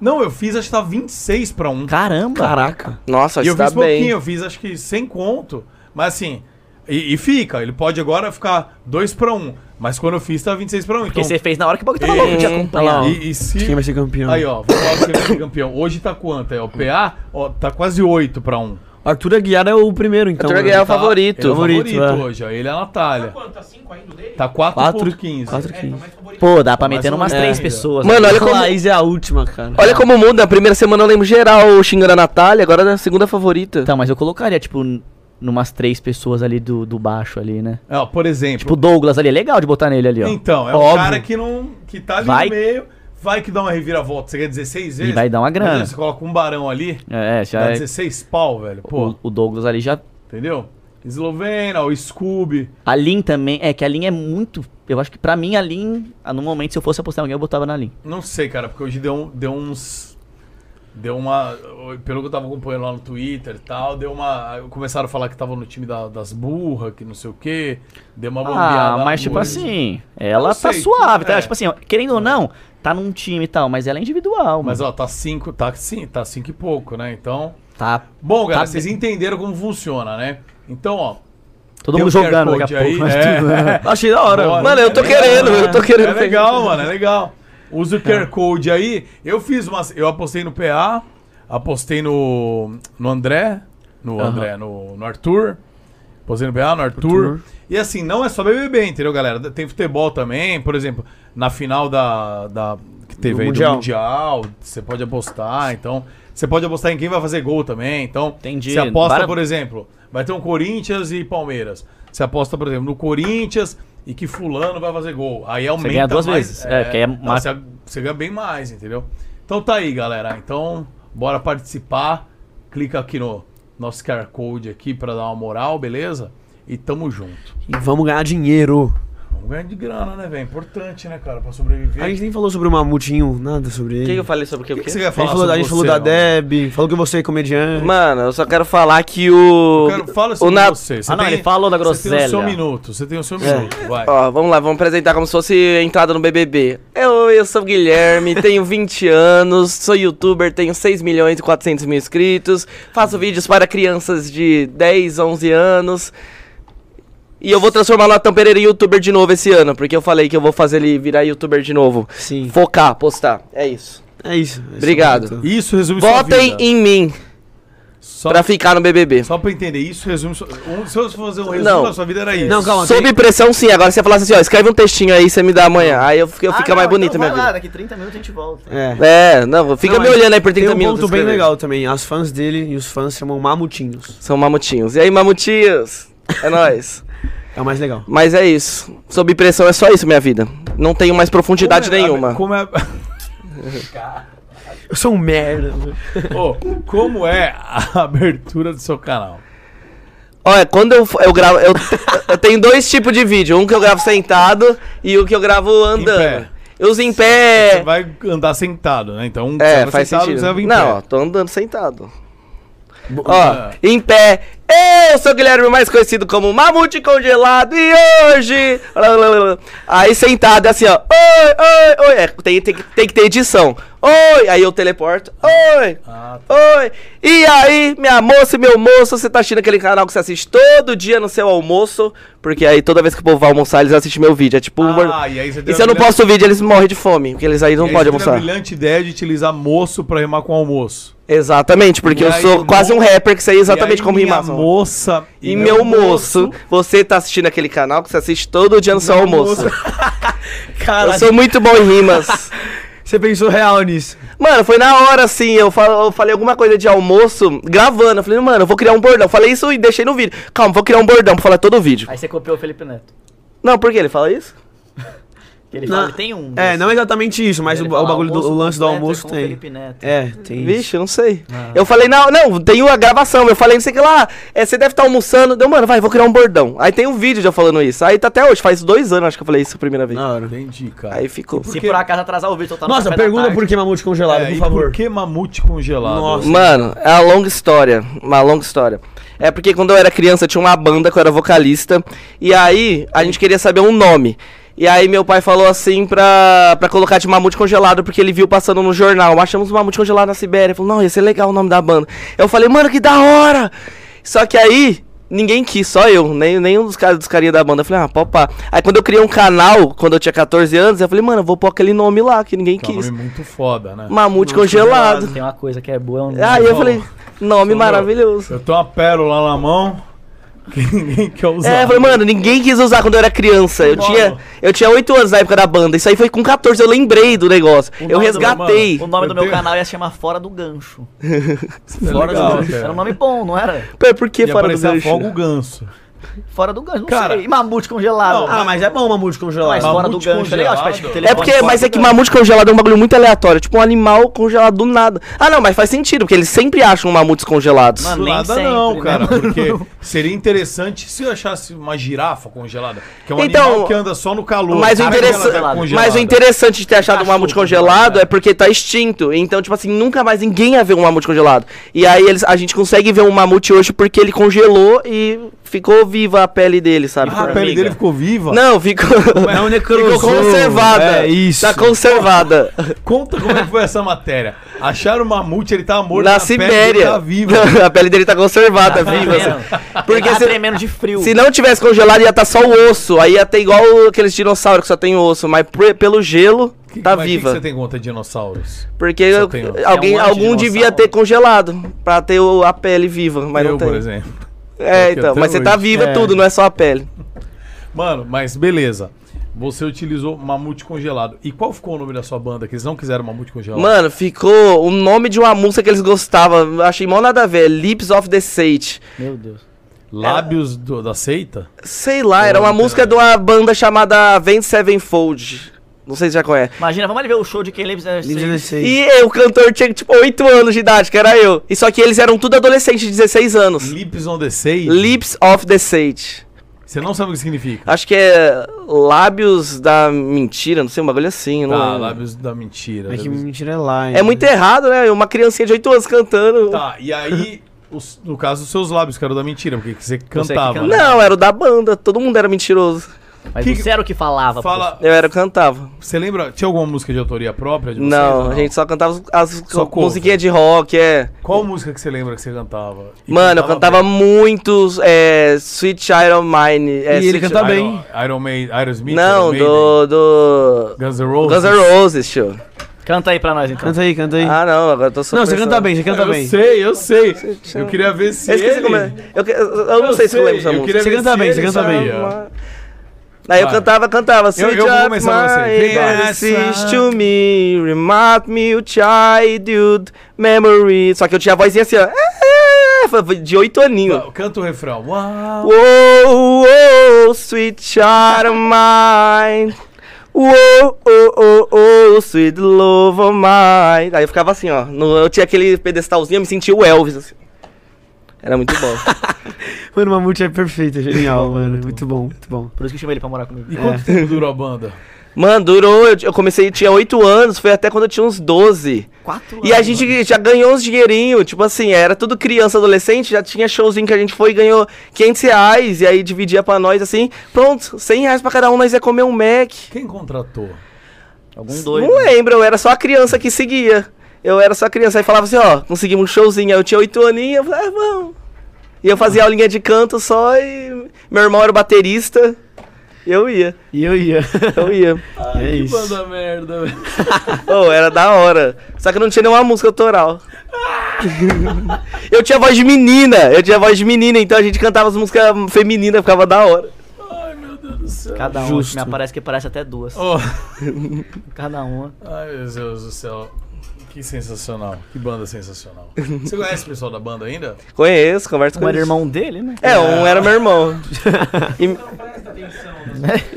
S6: Não, eu fiz acho que tá 26 pra 1.
S8: Caramba!
S2: Caraca.
S4: Nossa,
S6: E eu
S4: está
S6: fiz
S2: tá
S6: pouquinho,
S4: bem.
S6: eu fiz acho que 100 conto. Mas assim, e, e fica, ele pode agora ficar 2 pra 1. Mas quando eu fiz tá 26 pra 1.
S8: Porque
S6: Então,
S8: você fez na hora que o bagulho tava
S6: Hum,
S8: louco de
S2: tá
S8: acompanhar.
S2: lá, ó.
S6: e, e se.
S2: Quem vai ser campeão?
S6: Aí ó, vou falar pra você vai ser campeão. Hoje tá quanto? É o PA? Ó, tá quase 8 pra 1.
S2: Arthur Aguiar é o primeiro, então.
S4: Arthur
S2: né?
S4: Aguiar é o
S6: Tá-
S4: favorito.
S6: Ele é o favorito,
S2: Favorito, é.
S6: hoje, ó. Ele é a Natália.
S7: Quanto? Tá 5 ainda o dele?
S6: Tá
S2: Quatro-
S6: 4.15.
S2: 4
S7: É, tá
S2: 15.
S7: mais favorito.
S8: Pô, dá pra
S6: Mais
S8: meter
S6: ou
S8: umas
S6: menos,
S8: três
S6: é.
S8: pessoas.
S4: Mano,
S8: né?
S4: olha como,
S2: Laís é a última, cara.
S4: olha como muda. A primeira semana eu lembro geral xingando a Natália, agora é a segunda favorita.
S8: Então, mas eu colocaria, tipo, n- numas três pessoas ali do, do baixo ali, né?
S6: É, ó, por exemplo,
S8: Tipo, o Douglas ali, é legal de botar nele ali, ó.
S6: Então, é um
S8: Óbvio.
S6: cara que não. que tá ali
S8: Vai-
S6: no meio, vai que dá uma reviravolta. Você quer 16 vezes?
S8: E vai dar uma grana.
S6: Imagina, Você coloca um barão ali,
S8: É, é, já
S6: dá
S8: é,
S6: 16 pau, velho. Pô,
S8: o, o Douglas ali já.
S6: entendeu? Eslovena, o Scooby.
S8: A Lin também. É que a Lin é muito. Eu acho que pra mim a Lin, ah, no momento, se eu fosse apostar em alguém, eu botava na Lin.
S6: Não sei, cara, porque hoje deu, um- deu uns. Deu uma. Pelo que eu tava acompanhando lá no Twitter e tal, deu uma. Começaram a falar que tava no time da- das burras, que não sei o quê. Deu uma
S8: Ah,
S6: bombeada.
S8: mas tipo
S6: muito.
S8: assim, ela
S6: Eu
S8: tá
S6: sei,
S8: suave, tá?
S6: é.
S8: Tipo assim, ó, querendo ou não, tá num time e tal, mas ela é individual,
S6: Mas
S8: mano.
S6: ó, tá 5, tá sim, tá 5 e pouco, né? Então.
S8: Tá
S6: Bom, galera,
S8: Tá
S6: vocês entenderam como funciona, né? Então, ó,
S8: todo
S6: Tem
S8: mundo
S6: um QR
S8: jogando daqui a
S6: Code aí,
S8: pouco.
S6: é.
S2: Achei da hora.
S6: Bora.
S4: Mano, eu tô
S6: É
S4: querendo,
S6: legal,
S4: eu tô querendo. É.
S6: É legal, mano, é legal. Usa o QR Code aí. Eu fiz umas. Eu apostei no PA, apostei no. no André. No André, no, no Arthur. Apostei ah, no PA, no Arthur. E assim, não é só BBB, entendeu, galera? Tem futebol também. Por exemplo, na final da. da que Teve
S2: Do
S6: aí
S2: Mundial.
S6: do Mundial, você pode apostar, então. Você pode apostar em quem vai fazer gol também. Então,
S8: Entendi.
S6: você aposta,
S8: Bara-
S6: por exemplo, vai ter um Corinthians e Palmeiras. Você aposta, por exemplo, no Corinthians e que fulano vai fazer gol. Aí é aumenta
S8: ganha duas
S6: mais-
S8: vezes. É, que é
S6: então
S8: ma-
S6: você, você ganha bem mais, entendeu? Então tá aí, galera. Então, bora participar. Clica aqui no nosso QR Code aqui pra dar uma moral, beleza? E tamo junto.
S2: E vamos ganhar dinheiro.
S6: Vamos ganhar de grana, né, velho? Importante, né, cara, pra sobreviver.
S2: A gente nem falou sobre o Mamutinho, nada sobre ele.
S4: O que que eu falei sobre o que?
S6: O que,
S4: o
S6: que
S4: quê?
S6: você quer
S2: a gente
S6: falar
S2: falou, da- a
S6: sobre
S2: gente falou
S6: você,
S2: da
S6: Ronaldo?
S2: Deb, falou que você é comediante.
S4: Mano, eu só quero falar que o.
S6: Cara, fala
S4: o
S6: sobre
S4: Na-
S6: você.
S8: Ah, não, ele falou da
S6: Você tem o seu
S8: groselha.
S6: minuto, você tem o seu minuto, vai.
S4: Ó, vamos lá, vamos apresentar como se fosse a entrada no BBB. Eu, eu sou o Guilherme, tenho 20 anos, sou youtuber, tenho 6 milhões e 400 mil inscritos, faço vídeos para crianças de 10, 11 anos. E eu vou transformar o Natan Pereira em youtuber de novo esse ano, porque eu falei que eu vou fazer ele virar youtuber de novo.
S2: Sim.
S4: Focar, postar. É isso.
S2: É isso. é isso.
S4: Obrigado.
S6: Isso resume
S4: Votem
S6: sua vida.
S4: em mim
S6: Só,
S4: pra ficar no BBB.
S6: só pra entender, isso resume sua... um- se eu fosse fazer um resumo
S4: Não.
S6: da sua vida, era isso.
S2: Não, calma.
S4: Sob pressão, sim. Agora se você falasse assim, ó, escreve um textinho aí, você me dá amanhã. Aí eu, fico- eu
S8: Ah,
S4: fica
S8: não,
S4: mais
S8: então
S4: bonita
S8: vai
S4: minha
S8: lá,
S4: vida.
S8: daqui 30 minutos a gente volta.
S2: É.
S4: É, não, fica
S2: Não,
S4: me
S2: mas
S4: olhando aí por 30
S2: Tem um
S4: minutos.
S2: ponto bem
S4: escrevendo.
S2: legal também. As fãs dele e os fãs chamam Mamutinhos.
S4: São mamutinhos. E aí, mamutinhos? É nóis.
S2: É o mais legal.
S4: Mas é isso. Sob pressão é só isso, minha vida. Não tenho mais profundidade
S6: Como é-
S4: nenhuma.
S6: Como é...
S2: Eu sou um merda.
S6: Ô, como é a abertura do seu canal?
S4: Olha, quando eu, eu gravo. Eu, eu tenho dois tipos de vídeo. Um que eu gravo sentado e o que eu gravo andando.
S6: pé.
S4: Eu uso em
S6: Você
S4: pé.
S6: vai andar sentado, né? Então, um
S4: É,
S6: vai
S4: faz
S6: sentado,
S4: sentido.
S6: você vai em
S4: Não,
S6: pé.
S4: ó, tô andando sentado. Ó,
S6: Ah.
S4: em pé. Eu sou o Guilherme, mais conhecido como Mamute Congelado, e hoje. Lá, lá, lá, lá. Aí sentado é assim, ó. Oi, oi, oi. É, tem, tem que- tem que ter edição. Oi, aí eu teleporto. Oi,
S6: Ah, tá.
S4: oi. E aí, minha moça e meu moço, você tá assistindo aquele canal que você assiste todo dia no seu almoço? Porque aí toda vez que o povo vai almoçar, eles assistem meu vídeo. É tipo. uma-
S6: Ah, e aí você
S4: E
S6: deu
S4: se eu
S6: a
S4: não
S6: brilhante-
S4: posto o vídeo, eles morrem de fome, porque eles aí não
S6: e aí
S4: podem
S6: você teve
S4: almoçar.
S6: a brilhante ideia de utilizar moço pra rimar com almoço.
S4: Exatamente, porque
S6: E
S4: eu
S6: aí
S4: sou
S6: o
S4: quase um
S6: moço-
S4: rapper que sei exatamente
S6: E aí
S4: como
S6: minha
S4: rimar.
S6: moça...
S4: E meu moço, você tá assistindo aquele canal que você assiste todo dia no seu almoço. Eu
S2: Cara,
S4: sou muito bom em rimas.
S2: você pensou real nisso.
S4: Mano, foi na hora assim, eu, fal- eu falei alguma coisa de almoço, gravando. Eu falei, mano, eu vou criar um bordão. Falei isso e deixei no vídeo. Calma, vou criar um bordão pra falar todo o vídeo.
S8: Aí você copiou o Felipe Neto.
S4: Não, por que ele fala isso?
S8: Que ele,
S2: Não.
S8: fala, ele tem um.
S2: É,
S8: desses.
S2: não exatamente isso, mas o,
S8: Ele
S2: o
S8: fala,
S2: bagulho do o
S8: almoço
S2: lance do
S8: completo
S2: almoço
S8: com
S2: tem.
S8: Felipe Neto.
S2: É, tem. isso.
S4: Vixe, eu não sei. Eu falei, não, não, tem a gravação. Eu falei, não sei o que lá, é, você deve estar almoçando. Deu, mano, vai, vou criar um bordão. Aí tem um vídeo já falando isso. Aí tá até hoje, faz dois anos acho que eu falei isso a primeira vez.
S2: Na hora.
S6: Entendi, cara.
S4: Aí ficou.
S8: Se por acaso atrasar o vídeo, eu tá no
S2: Nossa,
S8: café da
S2: pergunta
S8: tarde.
S2: por que mamute congelado,
S6: É,
S2: por
S6: e
S2: favor.
S6: Por que mamute congelado?
S2: Nossa.
S4: Mano, é uma longa história. Uma longa história. É porque quando eu era criança tinha uma banda que eu era vocalista. E aí a gente queria saber um nome. E aí meu pai falou assim pra, pra colocar de mamute congelado, porque ele viu passando no jornal. Achamos um mamute congelado na Sibéria. Ele Falou, não, ia ser legal o nome da banda. Eu falei, mano, que da hora! Só que aí. Ninguém quis, só eu, nem, nenhum dos caras dos carinha da banda. Eu falei, ah, popá. Aí quando eu criei um canal, quando eu tinha 14 anos, eu falei, mano, eu vou pôr aquele nome lá que ninguém
S6: Que é um
S4: quis.
S6: nome muito foda, né?
S4: Mamute congelado.
S8: Tem uma coisa que é boa, é um.
S4: Aí Ah, eu
S6: Bom.
S4: falei, nome
S6: Falou.
S4: maravilhoso.
S6: Eu tenho uma pérola na mão que ninguém quer usar.
S4: É, eu falei, mano, ninguém quis usar quando eu era criança. Eu
S6: Mano.
S4: tinha, eu tinha 8 anos na época da banda. Isso aí foi com 14, eu lembrei do negócio.
S8: O
S4: eu
S8: nome do-
S4: resgatei.
S8: O nome do
S6: Eu
S8: meu
S6: tenho-
S8: canal ia se chamar Fora do Gancho.
S6: fora legal, do
S8: Era um nome bom, não era?
S4: Pera, Por que
S6: Tá E
S4: fora do
S6: aparecer
S4: gancho?
S6: fogo ganso.
S8: Fora do Gancho, não
S6: Cara-
S8: sei. E Mamute congelado.
S6: Não,
S2: Ah, mas é bom mamute congelado.
S8: mas Fora do
S6: Mamute
S8: Gancho, é legal. Tipo,
S6: congelado.
S8: acho que
S4: É
S8: telefone
S4: porque,
S8: fora
S4: mas
S8: do
S4: é que
S8: gancho.
S4: mamute congelado é um bagulho muito aleatório. Tipo um animal congelado do nada. Ah, não, mas faz sentido, porque eles sempre acham mamutes congelados.
S8: Mano,
S6: Do
S8: nem
S6: nada
S8: sempre,
S6: não,
S8: né,
S6: cara, porque seria interessante se eu achasse uma girafa congelada, que é um
S4: Então,
S6: animal que anda só no calor.
S4: mas o
S6: Cara, que
S4: interessa-
S6: ela tá congelada.
S4: Mas o interessante de ter achado um
S8: Cachorro
S4: mamute congelado é porque tá extinto. Então, tipo assim, nunca mais ninguém ia ver um mamute congelado. E aí eles, a gente consegue ver um mamute hoje porque ele congelou e ficou viva a pele dele, sabe?
S6: Ah, a pele dele ficou viva.
S4: Não, ficou.
S2: É
S4: Ficou
S2: um necrosou.
S4: conservada.
S2: É isso.
S4: Tá conservada.
S6: Conta como é que foi essa matéria. Acharam o mamute, ele tava morto
S4: Na
S6: mas a pele dele
S4: Sibéria.
S6: Tá viva.
S4: a pele dele tá conservada, viva. assim.
S8: tremendo.
S4: Porque
S8: Tá
S4: se-
S8: tremendo de frio.
S4: Se não tivesse congelado, ia estar só o osso. Aí ia ter igual aqueles dinossauros que só tem osso. Mas pre- pelo gelo,
S6: Que-
S4: tá
S6: mas o
S4: viva.
S6: Que que você tem contra dinossauros?
S4: Porque
S6: Só
S4: eu-
S6: tem um.
S4: alguém,
S8: É um
S4: algum
S8: antidinossauro.
S4: devia ter congelado pra ter o- a pele viva, mas
S6: eu,
S4: não tem.
S6: por exemplo.
S4: É,
S6: Eu
S4: então,
S6: tenho
S4: mas você tá
S6: hoje.
S4: viva
S6: É.
S4: tudo, não é só a pele.
S6: Mano, mas beleza. Você utilizou mamute congelado. E qual ficou o nome da sua banda? Que eles não quiseram mamute congelado.
S4: Mano, ficou o nome de uma música que eles gostavam. eu Achei mó nada a ver. Lips of the Sate.
S8: Meu Deus.
S6: Lábios do- da seita?
S4: Sei lá, era uma
S6: Olha.
S4: música de uma banda chamada Vent Sevenfold. Não sei se já conhece.
S8: Imagina, vamos ali ver o show de quem lembra.
S4: E eu, o cantor tinha tipo 8 anos de idade, que era eu. E só que eles eram tudo adolescentes de 16 anos.
S6: Lips on the Seita?
S4: Lips of the Sage.
S6: Você não sabe o que significa.
S4: Acho que é lábios da mentira, não sei, um bagulho assim. Não
S6: Tá,
S4: lembro.
S6: lábios da mentira.
S2: É que
S6: Lábios-
S2: mentira é lá,
S4: É muito errado, né? Uma criancinha de 8 anos cantando.
S6: Tá, e aí, os- no caso, os seus lábios, que eram da mentira, porque que você cantava.
S8: canta.
S6: né?
S4: Não, era o da banda, todo mundo era mentiroso.
S8: Mas
S6: Que-
S8: que... era o que falava.
S6: Fala,
S4: Eu era, eu cantava.
S6: você lembra, tinha alguma música de autoria própria de vocês, ou
S4: Não, a gente só cantava as
S6: Só
S4: co-
S6: cover.
S4: musiquinhas de rock, é.
S6: Qual música que você lembra que você cantava? E
S4: Mano, eu cantava
S6: bem?
S4: muitos é, Sweet Child of Mine. É,
S2: E ele
S4: Sweet-
S2: cantava- bem.
S6: Iron, Iron Maiden, Iron Smith,
S4: Não,
S6: Iron Maiden,
S4: do, do...
S6: Guns N' Roses.
S4: Guns N' Roses, tio.
S8: Canta aí pra nós, então.
S2: Canta aí, canta aí.
S4: Ah, não, agora eu tô só
S2: não, você
S4: pensando.
S2: canta bem, você canta
S6: Eu
S2: bem.
S6: sei, eu sei. Eu queria ver se
S4: Eu esqueci
S6: ele...
S4: como é. Eu, que- eu- eu não sei, se eu lembro essa música. um
S6: queria
S2: Você
S6: ver
S2: canta
S6: se
S2: bem,
S6: ele
S2: você canta bem.
S6: sabia.
S4: Aí eu
S6: Vai.
S4: cantava, cantava.
S6: Eu- eu vou começar com você. Vem, vai.
S4: Assist to me, remind me of childhood memory. Só que eu tinha a vozinha assim, ó. De oito aninhos.
S6: Canta o refrão. Uau.
S4: Uou, uou, sweet child of mine. Uou, uou, uou, uou, sweet love of mine. Aí eu ficava assim, ó. no- eu tinha aquele pedestalzinho, eu me sentia o Elvis, assim. Era muito bom.
S2: Mano, o Mamute é perfeito, é genial, mano. Muito bom, muito bom.
S8: Por isso que eu chamei ele pra morar comigo.
S6: E
S4: É.
S6: quanto tempo durou a banda?
S4: Mano, durou, eu, eu comecei, eu tinha 8 anos, foi até quando eu tinha uns 12.
S8: Quatro
S4: E a gente já ganhou uns dinheirinho, tipo assim, era tudo criança, adolescente, já tinha showzinho que a gente foi e ganhou 500 reais, e aí dividia pra nós, assim, pronto, 100 reais pra cada um, nós ia comer um Mac.
S6: Quem contratou?
S8: Algum doido.
S4: Não lembro, eu era só a criança que seguia. Eu era só a criança, aí falava assim, ó, conseguimos um showzinho, aí eu tinha 8 aninhos, eu falava, ah, vamos. E eu fazia aulinha de canto só e meu irmão era o baterista, eu ia,
S2: E eu ia.
S4: eu ia.
S2: é isso.
S6: merda, velho.
S4: Pô, era da hora. Só que não tinha nenhuma música autoral. eu tinha voz de menina, eu tinha voz de menina, então a gente cantava as músicas femininas, ficava da hora.
S8: Cada um.
S2: Justo.
S8: Me aparece que parece até duas.
S6: Oh.
S8: Cada uma.
S6: Ai, meu Deus do céu. Que sensacional. Que banda sensacional. Você conhece o pessoal da banda ainda?
S4: Conheço, converso com
S8: Como era
S4: eles.
S8: irmão dele, né?
S4: É, um era meu irmão. E,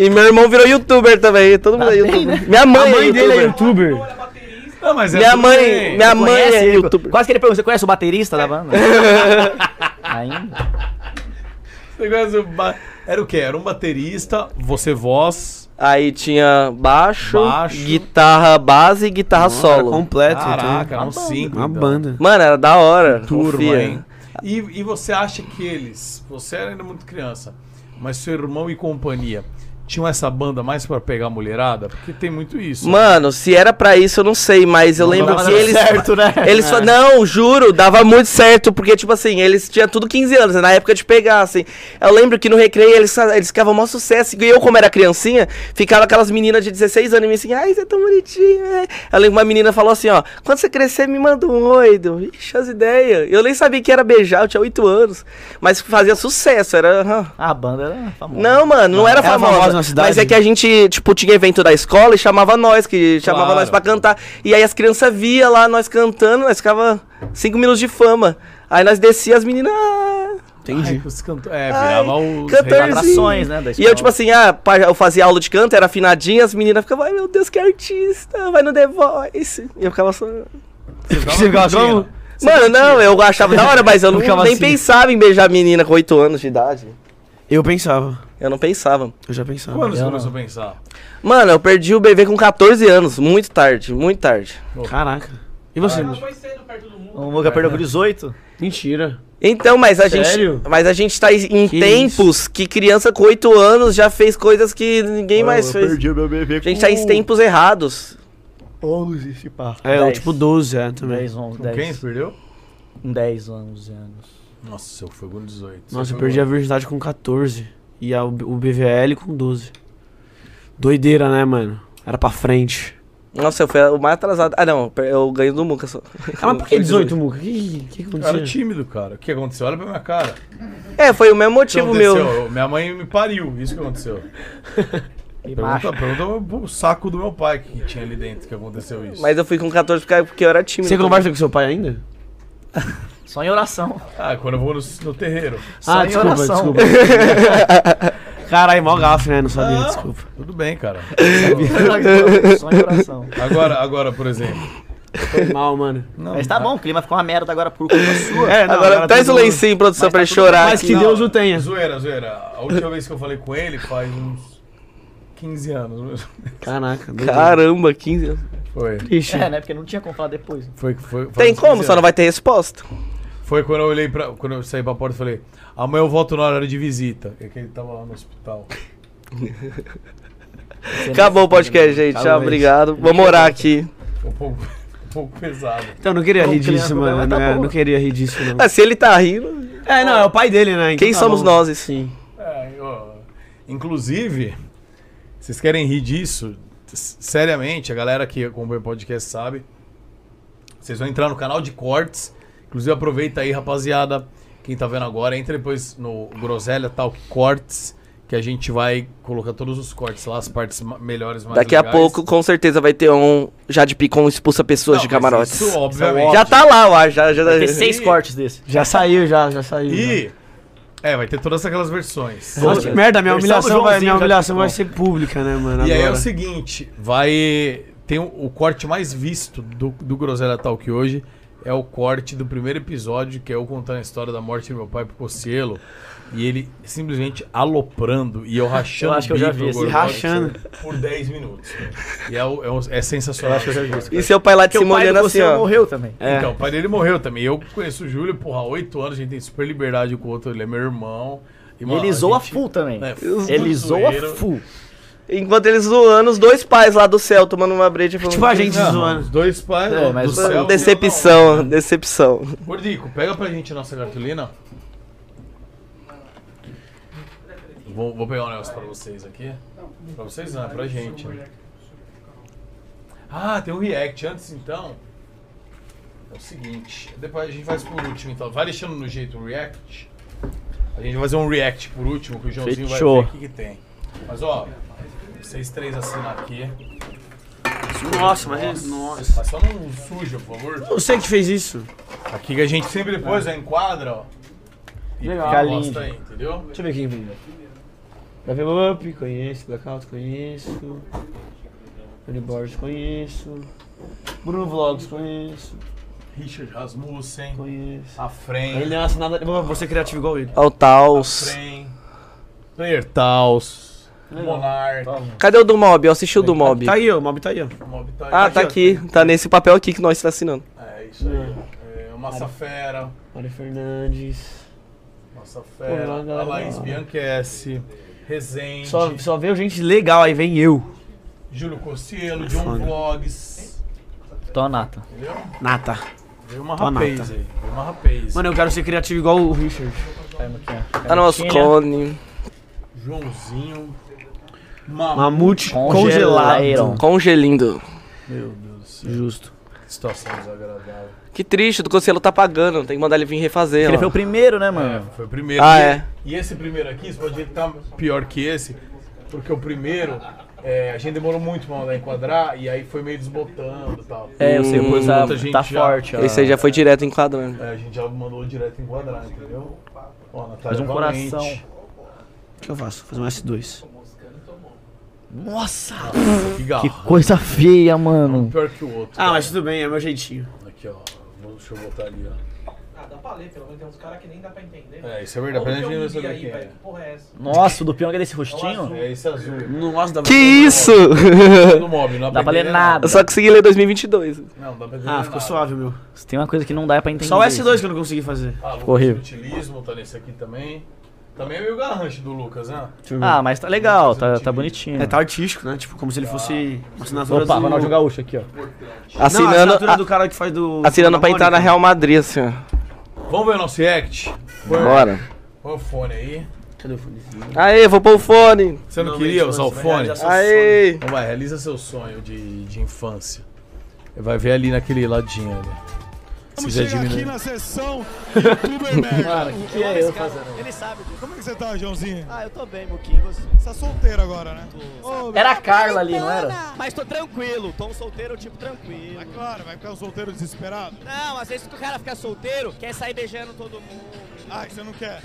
S4: e meu irmão virou youtuber também, todo mundo é
S8: bem,
S4: youtuber. Minha mãe,
S2: A mãe
S4: é
S2: dele é
S4: youtuber.
S2: youtuber.
S6: Não, mas é
S4: Minha
S6: tudo
S4: mãe,
S6: bem.
S4: minha mãe
S8: Conhece
S4: é
S8: ele?
S4: youtuber.
S8: Quase que ele pergunta, você conhece o baterista da banda? Ainda.
S6: Você conhece o ba- Era o quê? Era um baterista, você voz.
S4: Aí tinha baixo,
S6: Baixo.
S4: guitarra base e guitarra solo.
S2: Completo.
S6: Caraca,
S2: então.
S6: um cinco.
S2: Uma
S6: então.
S2: banda.
S4: Mano, era da hora.
S6: Turma,
S4: confia.
S6: hein? E, e você acha que eles, você era ainda muito criança, mas seu irmão e companhia tinham essa banda mais pra pegar a mulherada? Porque tem muito isso.
S4: Mano, se era pra isso, eu não sei, mas eu lembro
S8: dava
S4: que
S8: nada
S4: eles.
S8: certo, né?
S4: Eles fa- Não, juro, dava muito certo, porque, tipo assim, eles tinham tudo 15 anos, né, na época de pegar, assim. Eu lembro que no recreio eles, fa- eles ficavam mó sucesso. E eu, como era criancinha, ficava aquelas meninas de 16 anos e me assim, ai, você é tão bonitinho, né? Eu lembro que uma menina falou assim, ó, quando você crescer, me manda um oido. Ixi, as ideias. Eu nem sabia que era beijar, eu tinha 8 anos. Mas fazia sucesso, era. aham.
S8: Ah, A banda era famosa.
S4: Não, mano, não era
S2: Era
S4: famosa.
S2: famosa na cidade?
S4: Mas é que a gente, tipo, tinha evento da escola e chamava nós, que chamava
S6: Claro.
S4: nós pra cantar. E aí as crianças via lá nós cantando, nós ficava cinco minutos de fama. Aí nós descia as meninas. ah,
S6: Ai, os canto... É,
S4: Ai,
S6: virava os
S4: cantorzinho.
S6: reis-
S8: Atrações, né? da
S4: E eu,
S8: escola.
S4: tipo assim, ah, pá, eu fazia aula de canto, era afinadinha, as meninas ficavam, ai meu Deus, que artista, vai no The Voice. E eu ficava só.
S2: Você ficava
S6: curtindo.
S2: como?
S4: Mano, não, eu achava da hora, mas eu não,
S2: Ficava
S4: nem
S2: assim.
S4: pensava em beijar menina com 8 anos de idade.
S2: Eu pensava.
S4: Eu não pensava.
S2: Eu já pensava.
S6: Quando você
S8: Eu
S6: começou a pensar?
S4: Mano, eu perdi o bebê com 14 anos, muito tarde, muito tarde.
S2: Caraca. E você?
S7: Ela foi cedo perto do mundo.
S8: O Muga perdeu com 18.
S2: Mentira.
S4: Então, mas a
S2: Sério?
S4: gente, mas a gente tá em
S2: Que
S4: tempos que criança com 8 anos já fez coisas que ninguém mais fez.
S8: meu bebê
S4: A gente tá em tempos errados.
S8: 11, se pá.
S2: É, eu,
S4: Dez.
S2: tipo 12, é, também.
S8: 10, 11,
S6: Com quem você
S8: 10.
S6: perdeu?
S8: Um 10, 11 anos.
S6: Nossa, eu fui com 18.
S2: Nossa, eu
S6: Foi
S2: perdi a virgindade com 14. E a- o BVL com 12. Doideira, né, mano? Era pra frente.
S4: Nossa, eu fui o mais atrasado. Ah, não, per- eu ganho do Muca só.
S2: Ah, mas por que 18, Muca? O que, que, que
S6: Eu era
S2: aconteceu?
S6: tímido, cara. O que aconteceu? Olha pra minha cara. O que
S4: É, foi o mesmo motivo meu.
S6: aconteceu? Minha mãe me pariu. Isso que aconteceu.
S8: E macho.
S6: Pergunta, pergunta o saco do meu pai que tinha ali dentro que aconteceu isso.
S4: Mas eu fui com 14 porque- porque eu era tímido.
S2: Você conversa com seu pai ainda?
S8: Só em oração.
S6: Ah, quando eu vou no, no terreiro.
S8: Só em oração.
S2: Ah, Caralho, mó gafe, né? Não sabia, desculpa.
S6: Tudo bem, cara.
S8: Só em oração.
S6: Agora, agora, por exemplo.
S2: Foi mal, mano.
S6: Não,
S8: Mas tá bom, o clima ficou uma merda agora por culpa sua.
S2: É, não,
S4: Agora
S2: era
S4: traz o
S2: tudo-
S4: lencinho, produção,
S8: Mas
S4: pra
S8: tá
S4: ele
S8: tudo
S4: chorar.
S2: Mas
S4: aqui.
S2: que Deus o tenha.
S6: Zoeira, zoeira. A última vez que eu falei com ele faz uns 15 anos.
S2: Caraca, doideira.
S4: Caramba, 15 anos.
S6: Foi.
S2: Triste.
S8: É, né? Porque não tinha como falar depois.
S6: Foi, foi,
S4: Tem como, só não vai ter resposta.
S6: Foi quando eu olhei pra. Quando eu saí pra porta e falei, amanhã eu volto na hora de visita. É que ele tava lá no hospital.
S4: Acabou o podcast, gente. Tchau,
S6: Acabou isso.
S4: obrigado. Vamos orar aqui.
S6: Foi um pouco, um pouco pesado.
S2: Então, não queria
S8: Não,
S2: rir
S8: criança,
S2: disso,
S8: mas
S2: mano.
S8: tá
S2: Não, é,
S8: bom.
S2: não queria rir disso, não.
S4: Ah, se ele tá rindo.
S2: É, não, é o pai dele, né? Então
S4: Quem
S2: tá
S4: somos
S2: bom.
S4: nós?
S2: Sim.
S6: É, ó, inclusive, vocês querem rir disso? S- Seriamente, a galera que acompanha o podcast sabe. Vocês vão entrar no canal de cortes. Inclusive, aproveita aí, rapaziada. Quem tá vendo agora, entra depois no Groselha Talk Cortes, que a gente vai colocar todos os cortes lá, as partes ma- melhores, mais
S4: Daqui a
S6: legais.
S4: pouco, com certeza, vai ter um Jade Picon expulsa pessoas
S6: Não,
S4: de
S6: mas
S4: camarotes.
S6: Isso, obviamente.
S4: Já tá lá, eu acho. Já, já,
S8: Tem seis cortes desse.
S2: Já saiu, já, já saiu. já.
S6: E. É, vai ter todas aquelas versões.
S2: Nossa, que merda, minha
S8: Versão do
S2: humilhação, vai, minha
S8: Joãozinho, já-
S2: humilhação vai
S8: Bom.
S2: ser pública, né, mano?
S6: E aí é o
S2: agora.
S6: seguinte, vai. Tem o, o corte mais visto do, do Groselha Talk hoje. É o corte do primeiro episódio, que é eu contando a história da morte do meu pai pro Cocielo. E ele simplesmente aloprando e eu rachando
S8: Eu acho que eu já
S6: bico
S8: vi esse
S6: gordo,
S2: rachando.
S6: por 10 minutos. cara. E é, o- é, um- é sensacional. acho que eu já vi.
S4: E seu pai lá de
S8: Porque o
S4: cima
S8: pai
S4: olhando
S8: do
S4: assim,
S8: Cossel
S4: ó.
S8: morreu também.
S6: Então, o pai dele morreu também. Eu conheço o Júlio, porra, há 8 anos, a gente tem super liberdade com o outro, ele é meu irmão.
S8: E ele zoa full também.
S6: né?
S8: Ele zoa full.
S4: Enquanto eles zoando, os dois pais lá do céu tomando uma breja. e falando,
S2: Tipo a gente
S6: Os
S2: zoando.
S6: dois pais,
S8: É,
S6: ó,
S8: mas
S6: do céu,
S4: Decepção, decepção.
S6: Gordico, pega pra gente a nossa cartolina. Vou, vou pegar um negócio pra vocês aqui. Pra vocês não, é pra gente. né? Ah, tem um react. Antes então, é o seguinte. Depois a gente faz por último então. Vai deixando no jeito o react. A gente vai fazer um react por último, que o Joãozinho vai
S2: Fechou.
S6: ver o que, que tem. Mas ó, vocês três assinar aqui.
S2: Nossa, mas. é- Nossa.
S6: Mas só não suja, por favor.
S2: Você que fez isso.
S6: Aqui que a gente sempre depois ó, enquadra, ó. E
S2: Legal.
S6: e
S8: Fica lindo.
S6: mostra aí, entendeu?
S2: Deixa eu ver quem vem. Davi Up, conheço. Blackout, conheço. Tony Borges, conheço. Bruno Vlogs, conheço.
S6: Richard Rasmussen,
S2: Conheço.
S6: a
S2: Ele
S6: Fren,
S2: não é assinado. Eu Vou ser criativo igual ele.
S4: Ó, o Taos.
S6: Fren, Player Taos, Monarch,
S4: Cadê o do Mob? Eu assisti o do Mob.
S2: Tá aí, ó. O Mob tá aí, ó.
S6: Mob Tiger.
S4: Ah, tá aqui. Tá nesse papel aqui que nós tá assinando.
S6: É isso aí. É, o Massa Fera,
S2: Mário Fernandes.
S6: Massa
S2: Pô,
S6: Fera,
S2: lá, galera,
S6: Alaís
S2: lá.
S6: Bianchessi, Rezende,
S2: Só, só veio gente legal, aí vem eu.
S6: Júlio Cossielo, John
S2: Foda.
S6: Vlogs.
S8: Tonata.
S6: Entendeu?
S2: Nata.
S6: Veio uma
S2: Tonata.
S6: rapaz aí. Veio uma rapaz.
S2: Mano, eu quero ser criativo igual o Richard.
S4: Ah, não, os clones.
S6: Joãozinho. Mamãe.
S2: Mamute
S8: Congelaram.
S2: congelado.
S4: Congelindo.
S6: Meu Deus do céu.
S2: Justo.
S6: Que situação desagradável.
S4: Que triste, o Conselho tá pagando. Tem que mandar ele vir refazer.
S8: Ele
S4: Ó.
S8: foi o primeiro, né, mano?
S6: É, foi o primeiro.
S4: Ah,
S6: e,
S4: é.
S6: e esse primeiro aqui, você pode ver que tá pior que esse, porque o primeiro, é, a gente demorou muito pra mandar enquadrar, e aí foi meio desbotando e tal.
S8: É, eu sei,
S4: Hum,
S8: pois tá,
S6: muita gente
S8: tá
S6: já-
S8: forte, ó.
S4: Esse aí já foi direto enquadrando.
S6: É, a gente já mandou direto enquadrar, entendeu? Ó, Natália
S8: Faz um
S6: Valente.
S8: coração.
S2: O que eu faço? Vou Fazer um S2.
S8: Nossa!
S6: Que garra.
S8: Que coisa feia, mano.
S6: Pior que o outro.
S2: Ah, mas tudo bem, é meu jeitinho.
S6: Aqui, ó. Vou- Deixa eu botar ali, ó.
S7: Ah, dá pra ler, pelo menos tem uns caras que nem dá pra entender. né?
S6: É, isso é verdade. Pena a gente não saber quem é.
S7: porra é essa?
S8: Nossa, o do Pyong é desse rostinho?
S6: É esse azul.
S2: Nossa, dá
S4: Que isso?
S6: Do mob, não
S8: Dá pra ler
S6: aprender
S8: nada.
S4: Eu só consegui ler 2022.
S6: Não, não dá pra entender
S2: Ah, ficou
S6: nada.
S2: suave, meu.
S8: Tem uma coisa que não dá pra entender.
S2: Só o S2 que eu não consegui fazer.
S6: Ah, Lucas
S8: horrível.
S6: Utilismo tá nesse aqui também. Também é meio garrancho do Lucas, né?
S8: Ah, mas tá legal, tá, tá bonitinho.
S2: É, tá artístico, né? Tipo, como se ele fosse uma assinatura
S8: Opa,
S2: do...
S8: Ronaldinho Gaúcho aqui, ó.
S2: Não, a
S4: Assinando,
S2: assinatura tá
S4: a-
S2: do cara que faz do...
S4: assinando pra entrar na Real Madrid, assim, ó.
S6: Vamos ver o nosso react? Põe-
S4: Bora.
S6: Põe o fone aí.
S2: Cadê o fonezinho?
S4: Aê, vou pôr o fone.
S6: Você não,
S2: Não,
S6: queria
S2: mente,
S6: usar o
S2: mas
S6: fone?
S2: verdade,
S4: Aê.
S6: Então vai, realiza seu sonho de, de infância. Vai ver ali naquele ladinho ali.
S9: Vamos chegar aqui na sessão youtuber merda.
S8: o que é eu fazendo?
S9: Ele sabe disso. Como é que você tá, Joãozinho?
S8: Ah, eu tô bem, Muquinho. você?
S9: Você tá solteiro agora, né? Ô, tá
S8: Era a Carla ali, não era? Mas tô tranquilo, tô um solteiro, tipo, tranquilo.
S9: É claro, vai ficar um solteiro desesperado.
S8: Não, às vezes que o cara fica solteiro, quer sair beijando todo mundo.
S9: Ah, você não quer.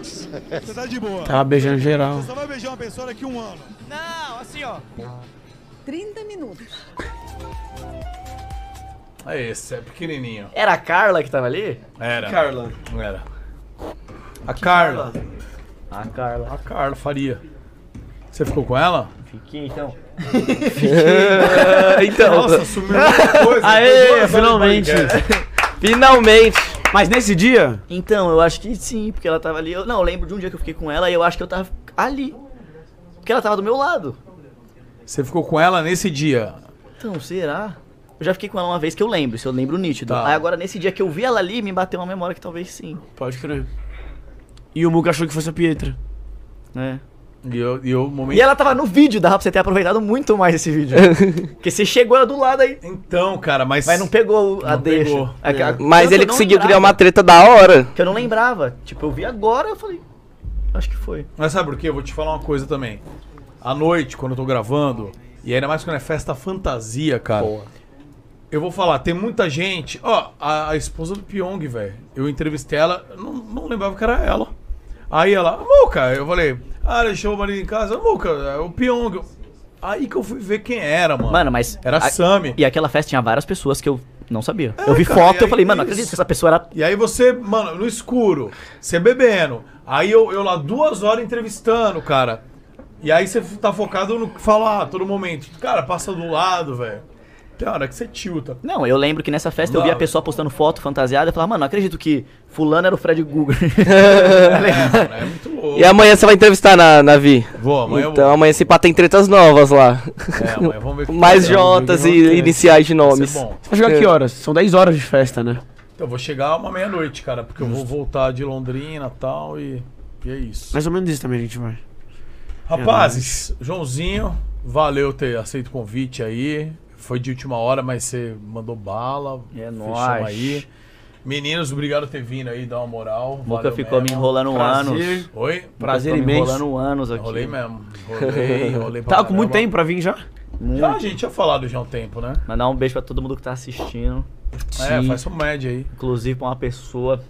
S9: Você tá de boa.
S2: Tava beijando geral.
S9: Você só vai beijar uma pessoa daqui a um ano.
S8: Não, assim, ó.
S10: 30 minutos.
S6: É esse, é pequenininho.
S8: Era a Carla que tava ali?
S6: Era.
S2: Carla.
S6: Era. A Carla.
S8: A Carla.
S6: A Carla Faria. Você ficou com ela?
S8: Fiquei, então.
S4: então,
S6: sumiu muita coisa.
S2: Aê, finalmente.
S6: É.
S4: finalmente.
S2: Mas nesse dia,
S8: Então, eu acho que sim, porque ela tava ali. Eu, não, eu lembro de um dia que eu fiquei com ela e eu acho que eu tava ali. Porque ela tava do meu lado.
S6: Você ficou com ela nesse dia.
S8: Então, será? Eu já fiquei com ela uma vez que eu lembro, se eu lembro nítido.
S6: Tá.
S8: Aí agora, nesse dia que eu vi ela ali, me bateu uma memória que talvez sim.
S2: pode crer. E o Muca achou que fosse a Pietra.
S8: né?
S6: E eu, e eu momento.
S8: E ela tava no vídeo, dava pra você ter aproveitado muito mais esse vídeo. porque você chegou ela do lado aí.
S6: Então, cara, mas.
S8: Mas não pegou o- a
S6: Não
S8: deixa.
S6: pegou.
S8: É que a-
S4: Mas
S8: tanto
S4: ele
S8: eu não
S4: conseguiu
S8: lembrava,
S4: criar uma treta da hora.
S8: Que eu não lembrava. Tipo, eu vi agora, eu falei. Acho que foi.
S6: Mas sabe por quê? Eu vou te falar uma coisa também. À noite, quando eu tô gravando, e ainda mais quando é festa fantasia, cara. Eu vou falar, tem muita gente. Ó, a, a esposa do Pyong, velho. Eu entrevistei ela, eu não, não lembrava que era ela. Aí ela, Muca, eu falei, ah, deixou o marido em casa, Muca, é o Pyong. Aí que eu fui ver quem era, mano.
S8: Mano, mas.
S6: Era
S8: a-
S6: Sammy.
S8: E aquela festa tinha várias pessoas que eu não sabia. eu vi
S6: É, cara,
S8: foto
S6: e
S8: eu falei,
S6: aí
S8: mano, não
S6: isso.
S8: acredito que essa pessoa era.
S6: E aí você, mano, no escuro, você bebendo. Aí eu, eu lá duas horas entrevistando, cara. E aí você tá focado no que falar a todo momento. Cara, passa do lado, velho. Tem hora que você tilta.
S8: Não, eu lembro que nessa festa eu vi a
S6: Não.
S8: pessoa postando foto fantasiada e falava, mano, não acredito que Fulano era o Fred Guga.
S6: É, mano, é muito louco.
S4: E amanhã você vai entrevistar na, na Vi.
S6: Vou, amanhã
S4: então
S6: eu
S4: amanhã se pá tem tretas novas lá.
S6: vou. É, amanhã vamos ver o que
S4: Mais
S6: que é, vamos ver o
S4: Jotas
S6: que
S4: e
S6: acontece.
S4: iniciais de
S6: Vai
S4: nomes.
S6: ser é bom.
S2: Vai jogar que horas? São 10 horas de festa, né?
S6: Então eu vou chegar uma meia-noite, cara, porque eu vou voltar de Londrina e tal e. E é isso.
S2: Mais ou menos isso também a gente vai.
S6: Rapazes, Joãozinho, valeu ter aceito o convite aí. Foi de última hora, mas você mandou bala.
S8: É
S6: fechamos
S8: nóis.
S6: aí. Meninos, obrigado por ter vindo aí, dar uma moral.
S8: Boca
S6: valeu
S8: ficou me
S6: mesmo.
S8: enrolando
S2: Prazer.
S8: anos.
S6: Oi?
S2: Prazer
S8: Ficou Me
S2: imenso.
S8: enrolando anos aqui.
S6: Enrolei mesmo. Enrolei, enrolei pra
S2: Tava com muito tempo
S6: caramba.
S2: pra vir já?
S6: Já a gente tinha falado já há um tempo, né?
S8: Mandar um beijo pra todo mundo que tá assistindo.
S6: É, faz sua média aí.
S8: Inclusive pra uma pessoa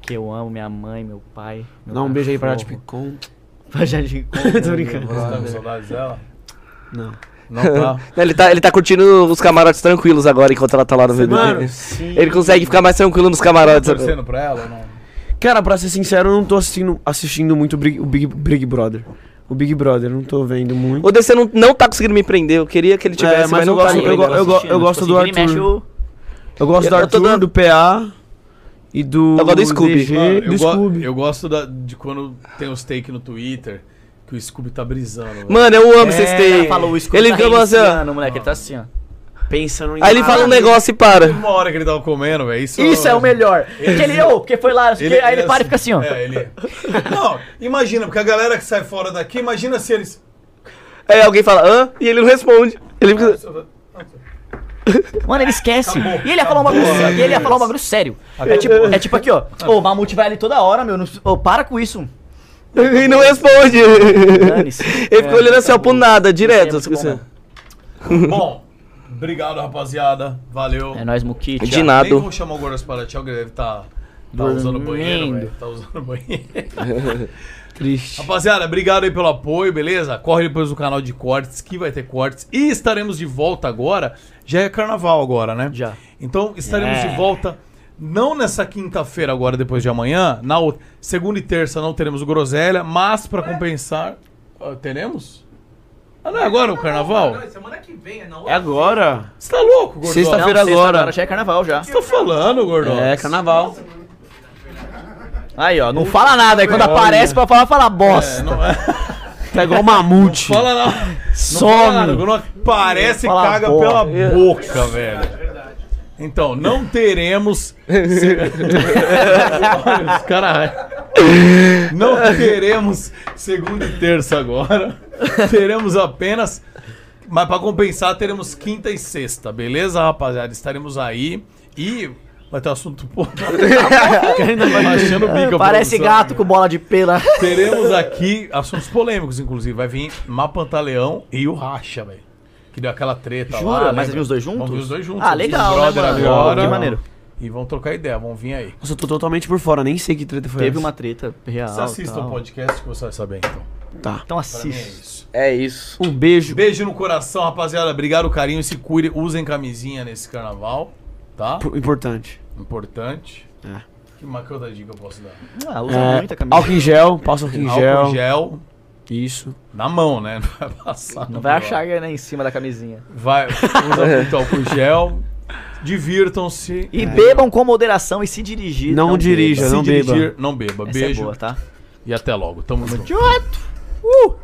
S8: que eu amo, minha mãe, meu pai. meu
S2: Dá um beijo aí pra Jade
S8: cachorro.
S2: Picon.
S8: Pra Jade
S2: Tô brincando.
S6: Você tá com saudades dela?
S2: Não.
S6: Não tá.
S4: Ele tá, ele tá curtindo os camarotes tranquilos agora enquanto ela tá lá no VB.
S2: sim.
S4: Ele consegue ficar mais tranquilo nos camarotes.
S6: tá Torcendo pra ela ou não?
S2: Cara, pra ser sincero, eu não tô assistindo, assistindo muito o Big, o Big, Big Brother. O Big Brother, eu não tô vendo muito.
S4: O DC não, não tá conseguindo me prender. Eu queria que ele tivesse,
S2: É,
S4: mas,
S2: mas
S4: não
S2: eu
S4: tá
S2: gosto-
S4: me
S2: eu go-
S4: prendendo.
S2: eu go- gosto do
S8: Tipo assim, Ele mexe
S2: Arthur.
S8: o...
S2: Eu gosto
S4: eu
S2: do
S4: tô
S2: Arthur,
S4: dando-
S2: do PA e do.
S4: Eu gosto do Scooby.
S2: DG,
S6: Mano, eu,
S2: do
S6: go-
S2: Scooby.
S6: eu gosto da- de quando tem os take no Twitter que o Scooby tá brisando. velho.
S4: Mano, eu amo vocês
S8: É,
S4: terem.
S8: Falou, o escudo
S4: Ele
S8: tá
S4: fica assim, ó.
S8: reiniciando, moleque. Ele tá assim, ó.
S2: Pensando em.
S4: Aí ele
S2: nada.
S4: fala um negócio e para.
S6: Uma hora que ele tava comendo, velho. Isso,
S8: Isso é o melhor. Porque ele, ô, porque foi lá, não sei o quê, aí ele para e fica assim, ó.
S6: É, ele. Não, imagina, porque a galera que sai fora daqui, imagina se eles.
S4: Aí alguém fala, hã? E ele não responde. Ele fica...
S8: Mano, ele esquece.
S6: Acabou.
S8: e ele ia falar um bagulho
S6: Acabou.
S8: sério. E ele ia falar um bagulho sério. É tipo, é tipo aqui, ó. Ô, o Mamute vai ali toda hora, meu. não- Ô, para com isso.
S4: E não responde. ele
S8: Dane-se.
S4: fica olhando assim, ó, pro nada, direto.
S8: Isso é muito
S4: assim.
S8: bom, né?
S6: Bom, obrigado, rapaziada. Valeu.
S8: É nóis, Mukit.
S4: De
S8: ó.
S6: Nem
S4: nada.
S6: vou chamar o Goras Paraty, alguém deve tá. Tá usando o banheiro, velho. Tá usando o banheiro.
S2: Triste.
S6: Rapaziada, obrigado aí pelo apoio, beleza? Corre depois no canal de cortes, que vai ter cortes. E estaremos de volta agora. Já é carnaval agora, né?
S8: Já.
S6: Então estaremos
S8: É.
S6: de volta. Não nessa quinta-feira, agora depois de amanhã. Na outra. Segunda e terça não teremos o groselha, mas pra compensar. ó, teremos? Ah, não é agora o carnaval?
S7: Semana que vem, é na
S2: É agora?
S6: Você tá louco, gordão?
S2: Sexta-
S8: Não,
S2: Feira agora.
S8: Já é carnaval já.
S6: Você tá falando, gordão?
S2: É, carnaval.
S8: Aí, ó. Não fala nada. Aí quando aparece pra falar, fala bosta.
S6: É, não é.
S2: Tá igual mamute.
S6: Fala não.
S2: Some.
S6: Não fala, não parece e
S8: Fala
S6: caga
S8: bosta.
S6: pela boca, velho. Então, não teremos. se- Olha, Os caras. Não teremos segunda e terça agora. Teremos apenas. Mas pra compensar, teremos quinta e sexta, beleza, rapaziada? Estaremos aí. E vai ter um assunto pô, Baixando o bico,
S8: Ah,
S6: a
S8: Parece
S6: produção.
S8: gato com bola de pela.
S6: Teremos aqui assuntos polêmicos, inclusive. Vai vir Mapantaleão e o Racha, velho. Que deu aquela treta lá.
S8: Jura? Mas
S6: lembra?
S8: vêm os dois juntos?
S6: Vão vir os dois juntos.
S8: Ah,
S6: Os
S8: legal,
S6: brother
S8: né, mano?
S6: agora.
S8: Que maneiro.
S6: E vão trocar ideia, vão vir aí.
S2: Nossa, eu tô totalmente por fora, nem sei que treta foi
S8: Teve
S2: essa.
S8: uma treta real.
S6: Você assista
S8: tal.
S6: É. o podcast que você vai saber, então.
S2: Tá.
S6: Pra mim
S8: Então
S6: é
S8: assiste.
S6: isso.
S4: É isso.
S2: Um beijo.
S6: Beijo no coração, rapaziada. Obrigado, carinho. Se cuide, usem camisinha nesse carnaval, tá?
S2: P- Importante.
S6: Importante.
S2: É.
S6: Que uma que outra dica eu posso dar?
S8: Ah, usa
S2: É,
S8: muita camisa.
S2: álcool em gel, passa álcool em
S6: Álcool
S2: gel.
S6: gel
S2: Isso.
S6: na mão, né? Não vai passar.
S8: Não
S6: no
S8: vai
S6: braço.
S8: achar né, em cima da camisinha.
S6: Vai, usa muito álcool em gel. Divirtam-se.
S8: E bebam com moderação e se dirigir.
S2: É. Não
S8: beba.
S2: dirija.
S6: Se
S2: não beba.
S6: dirigir, não beba.
S8: Essa é
S6: Beijo
S8: boa, tá?
S6: e até logo. Tamo junto.
S8: Tchau. Uh!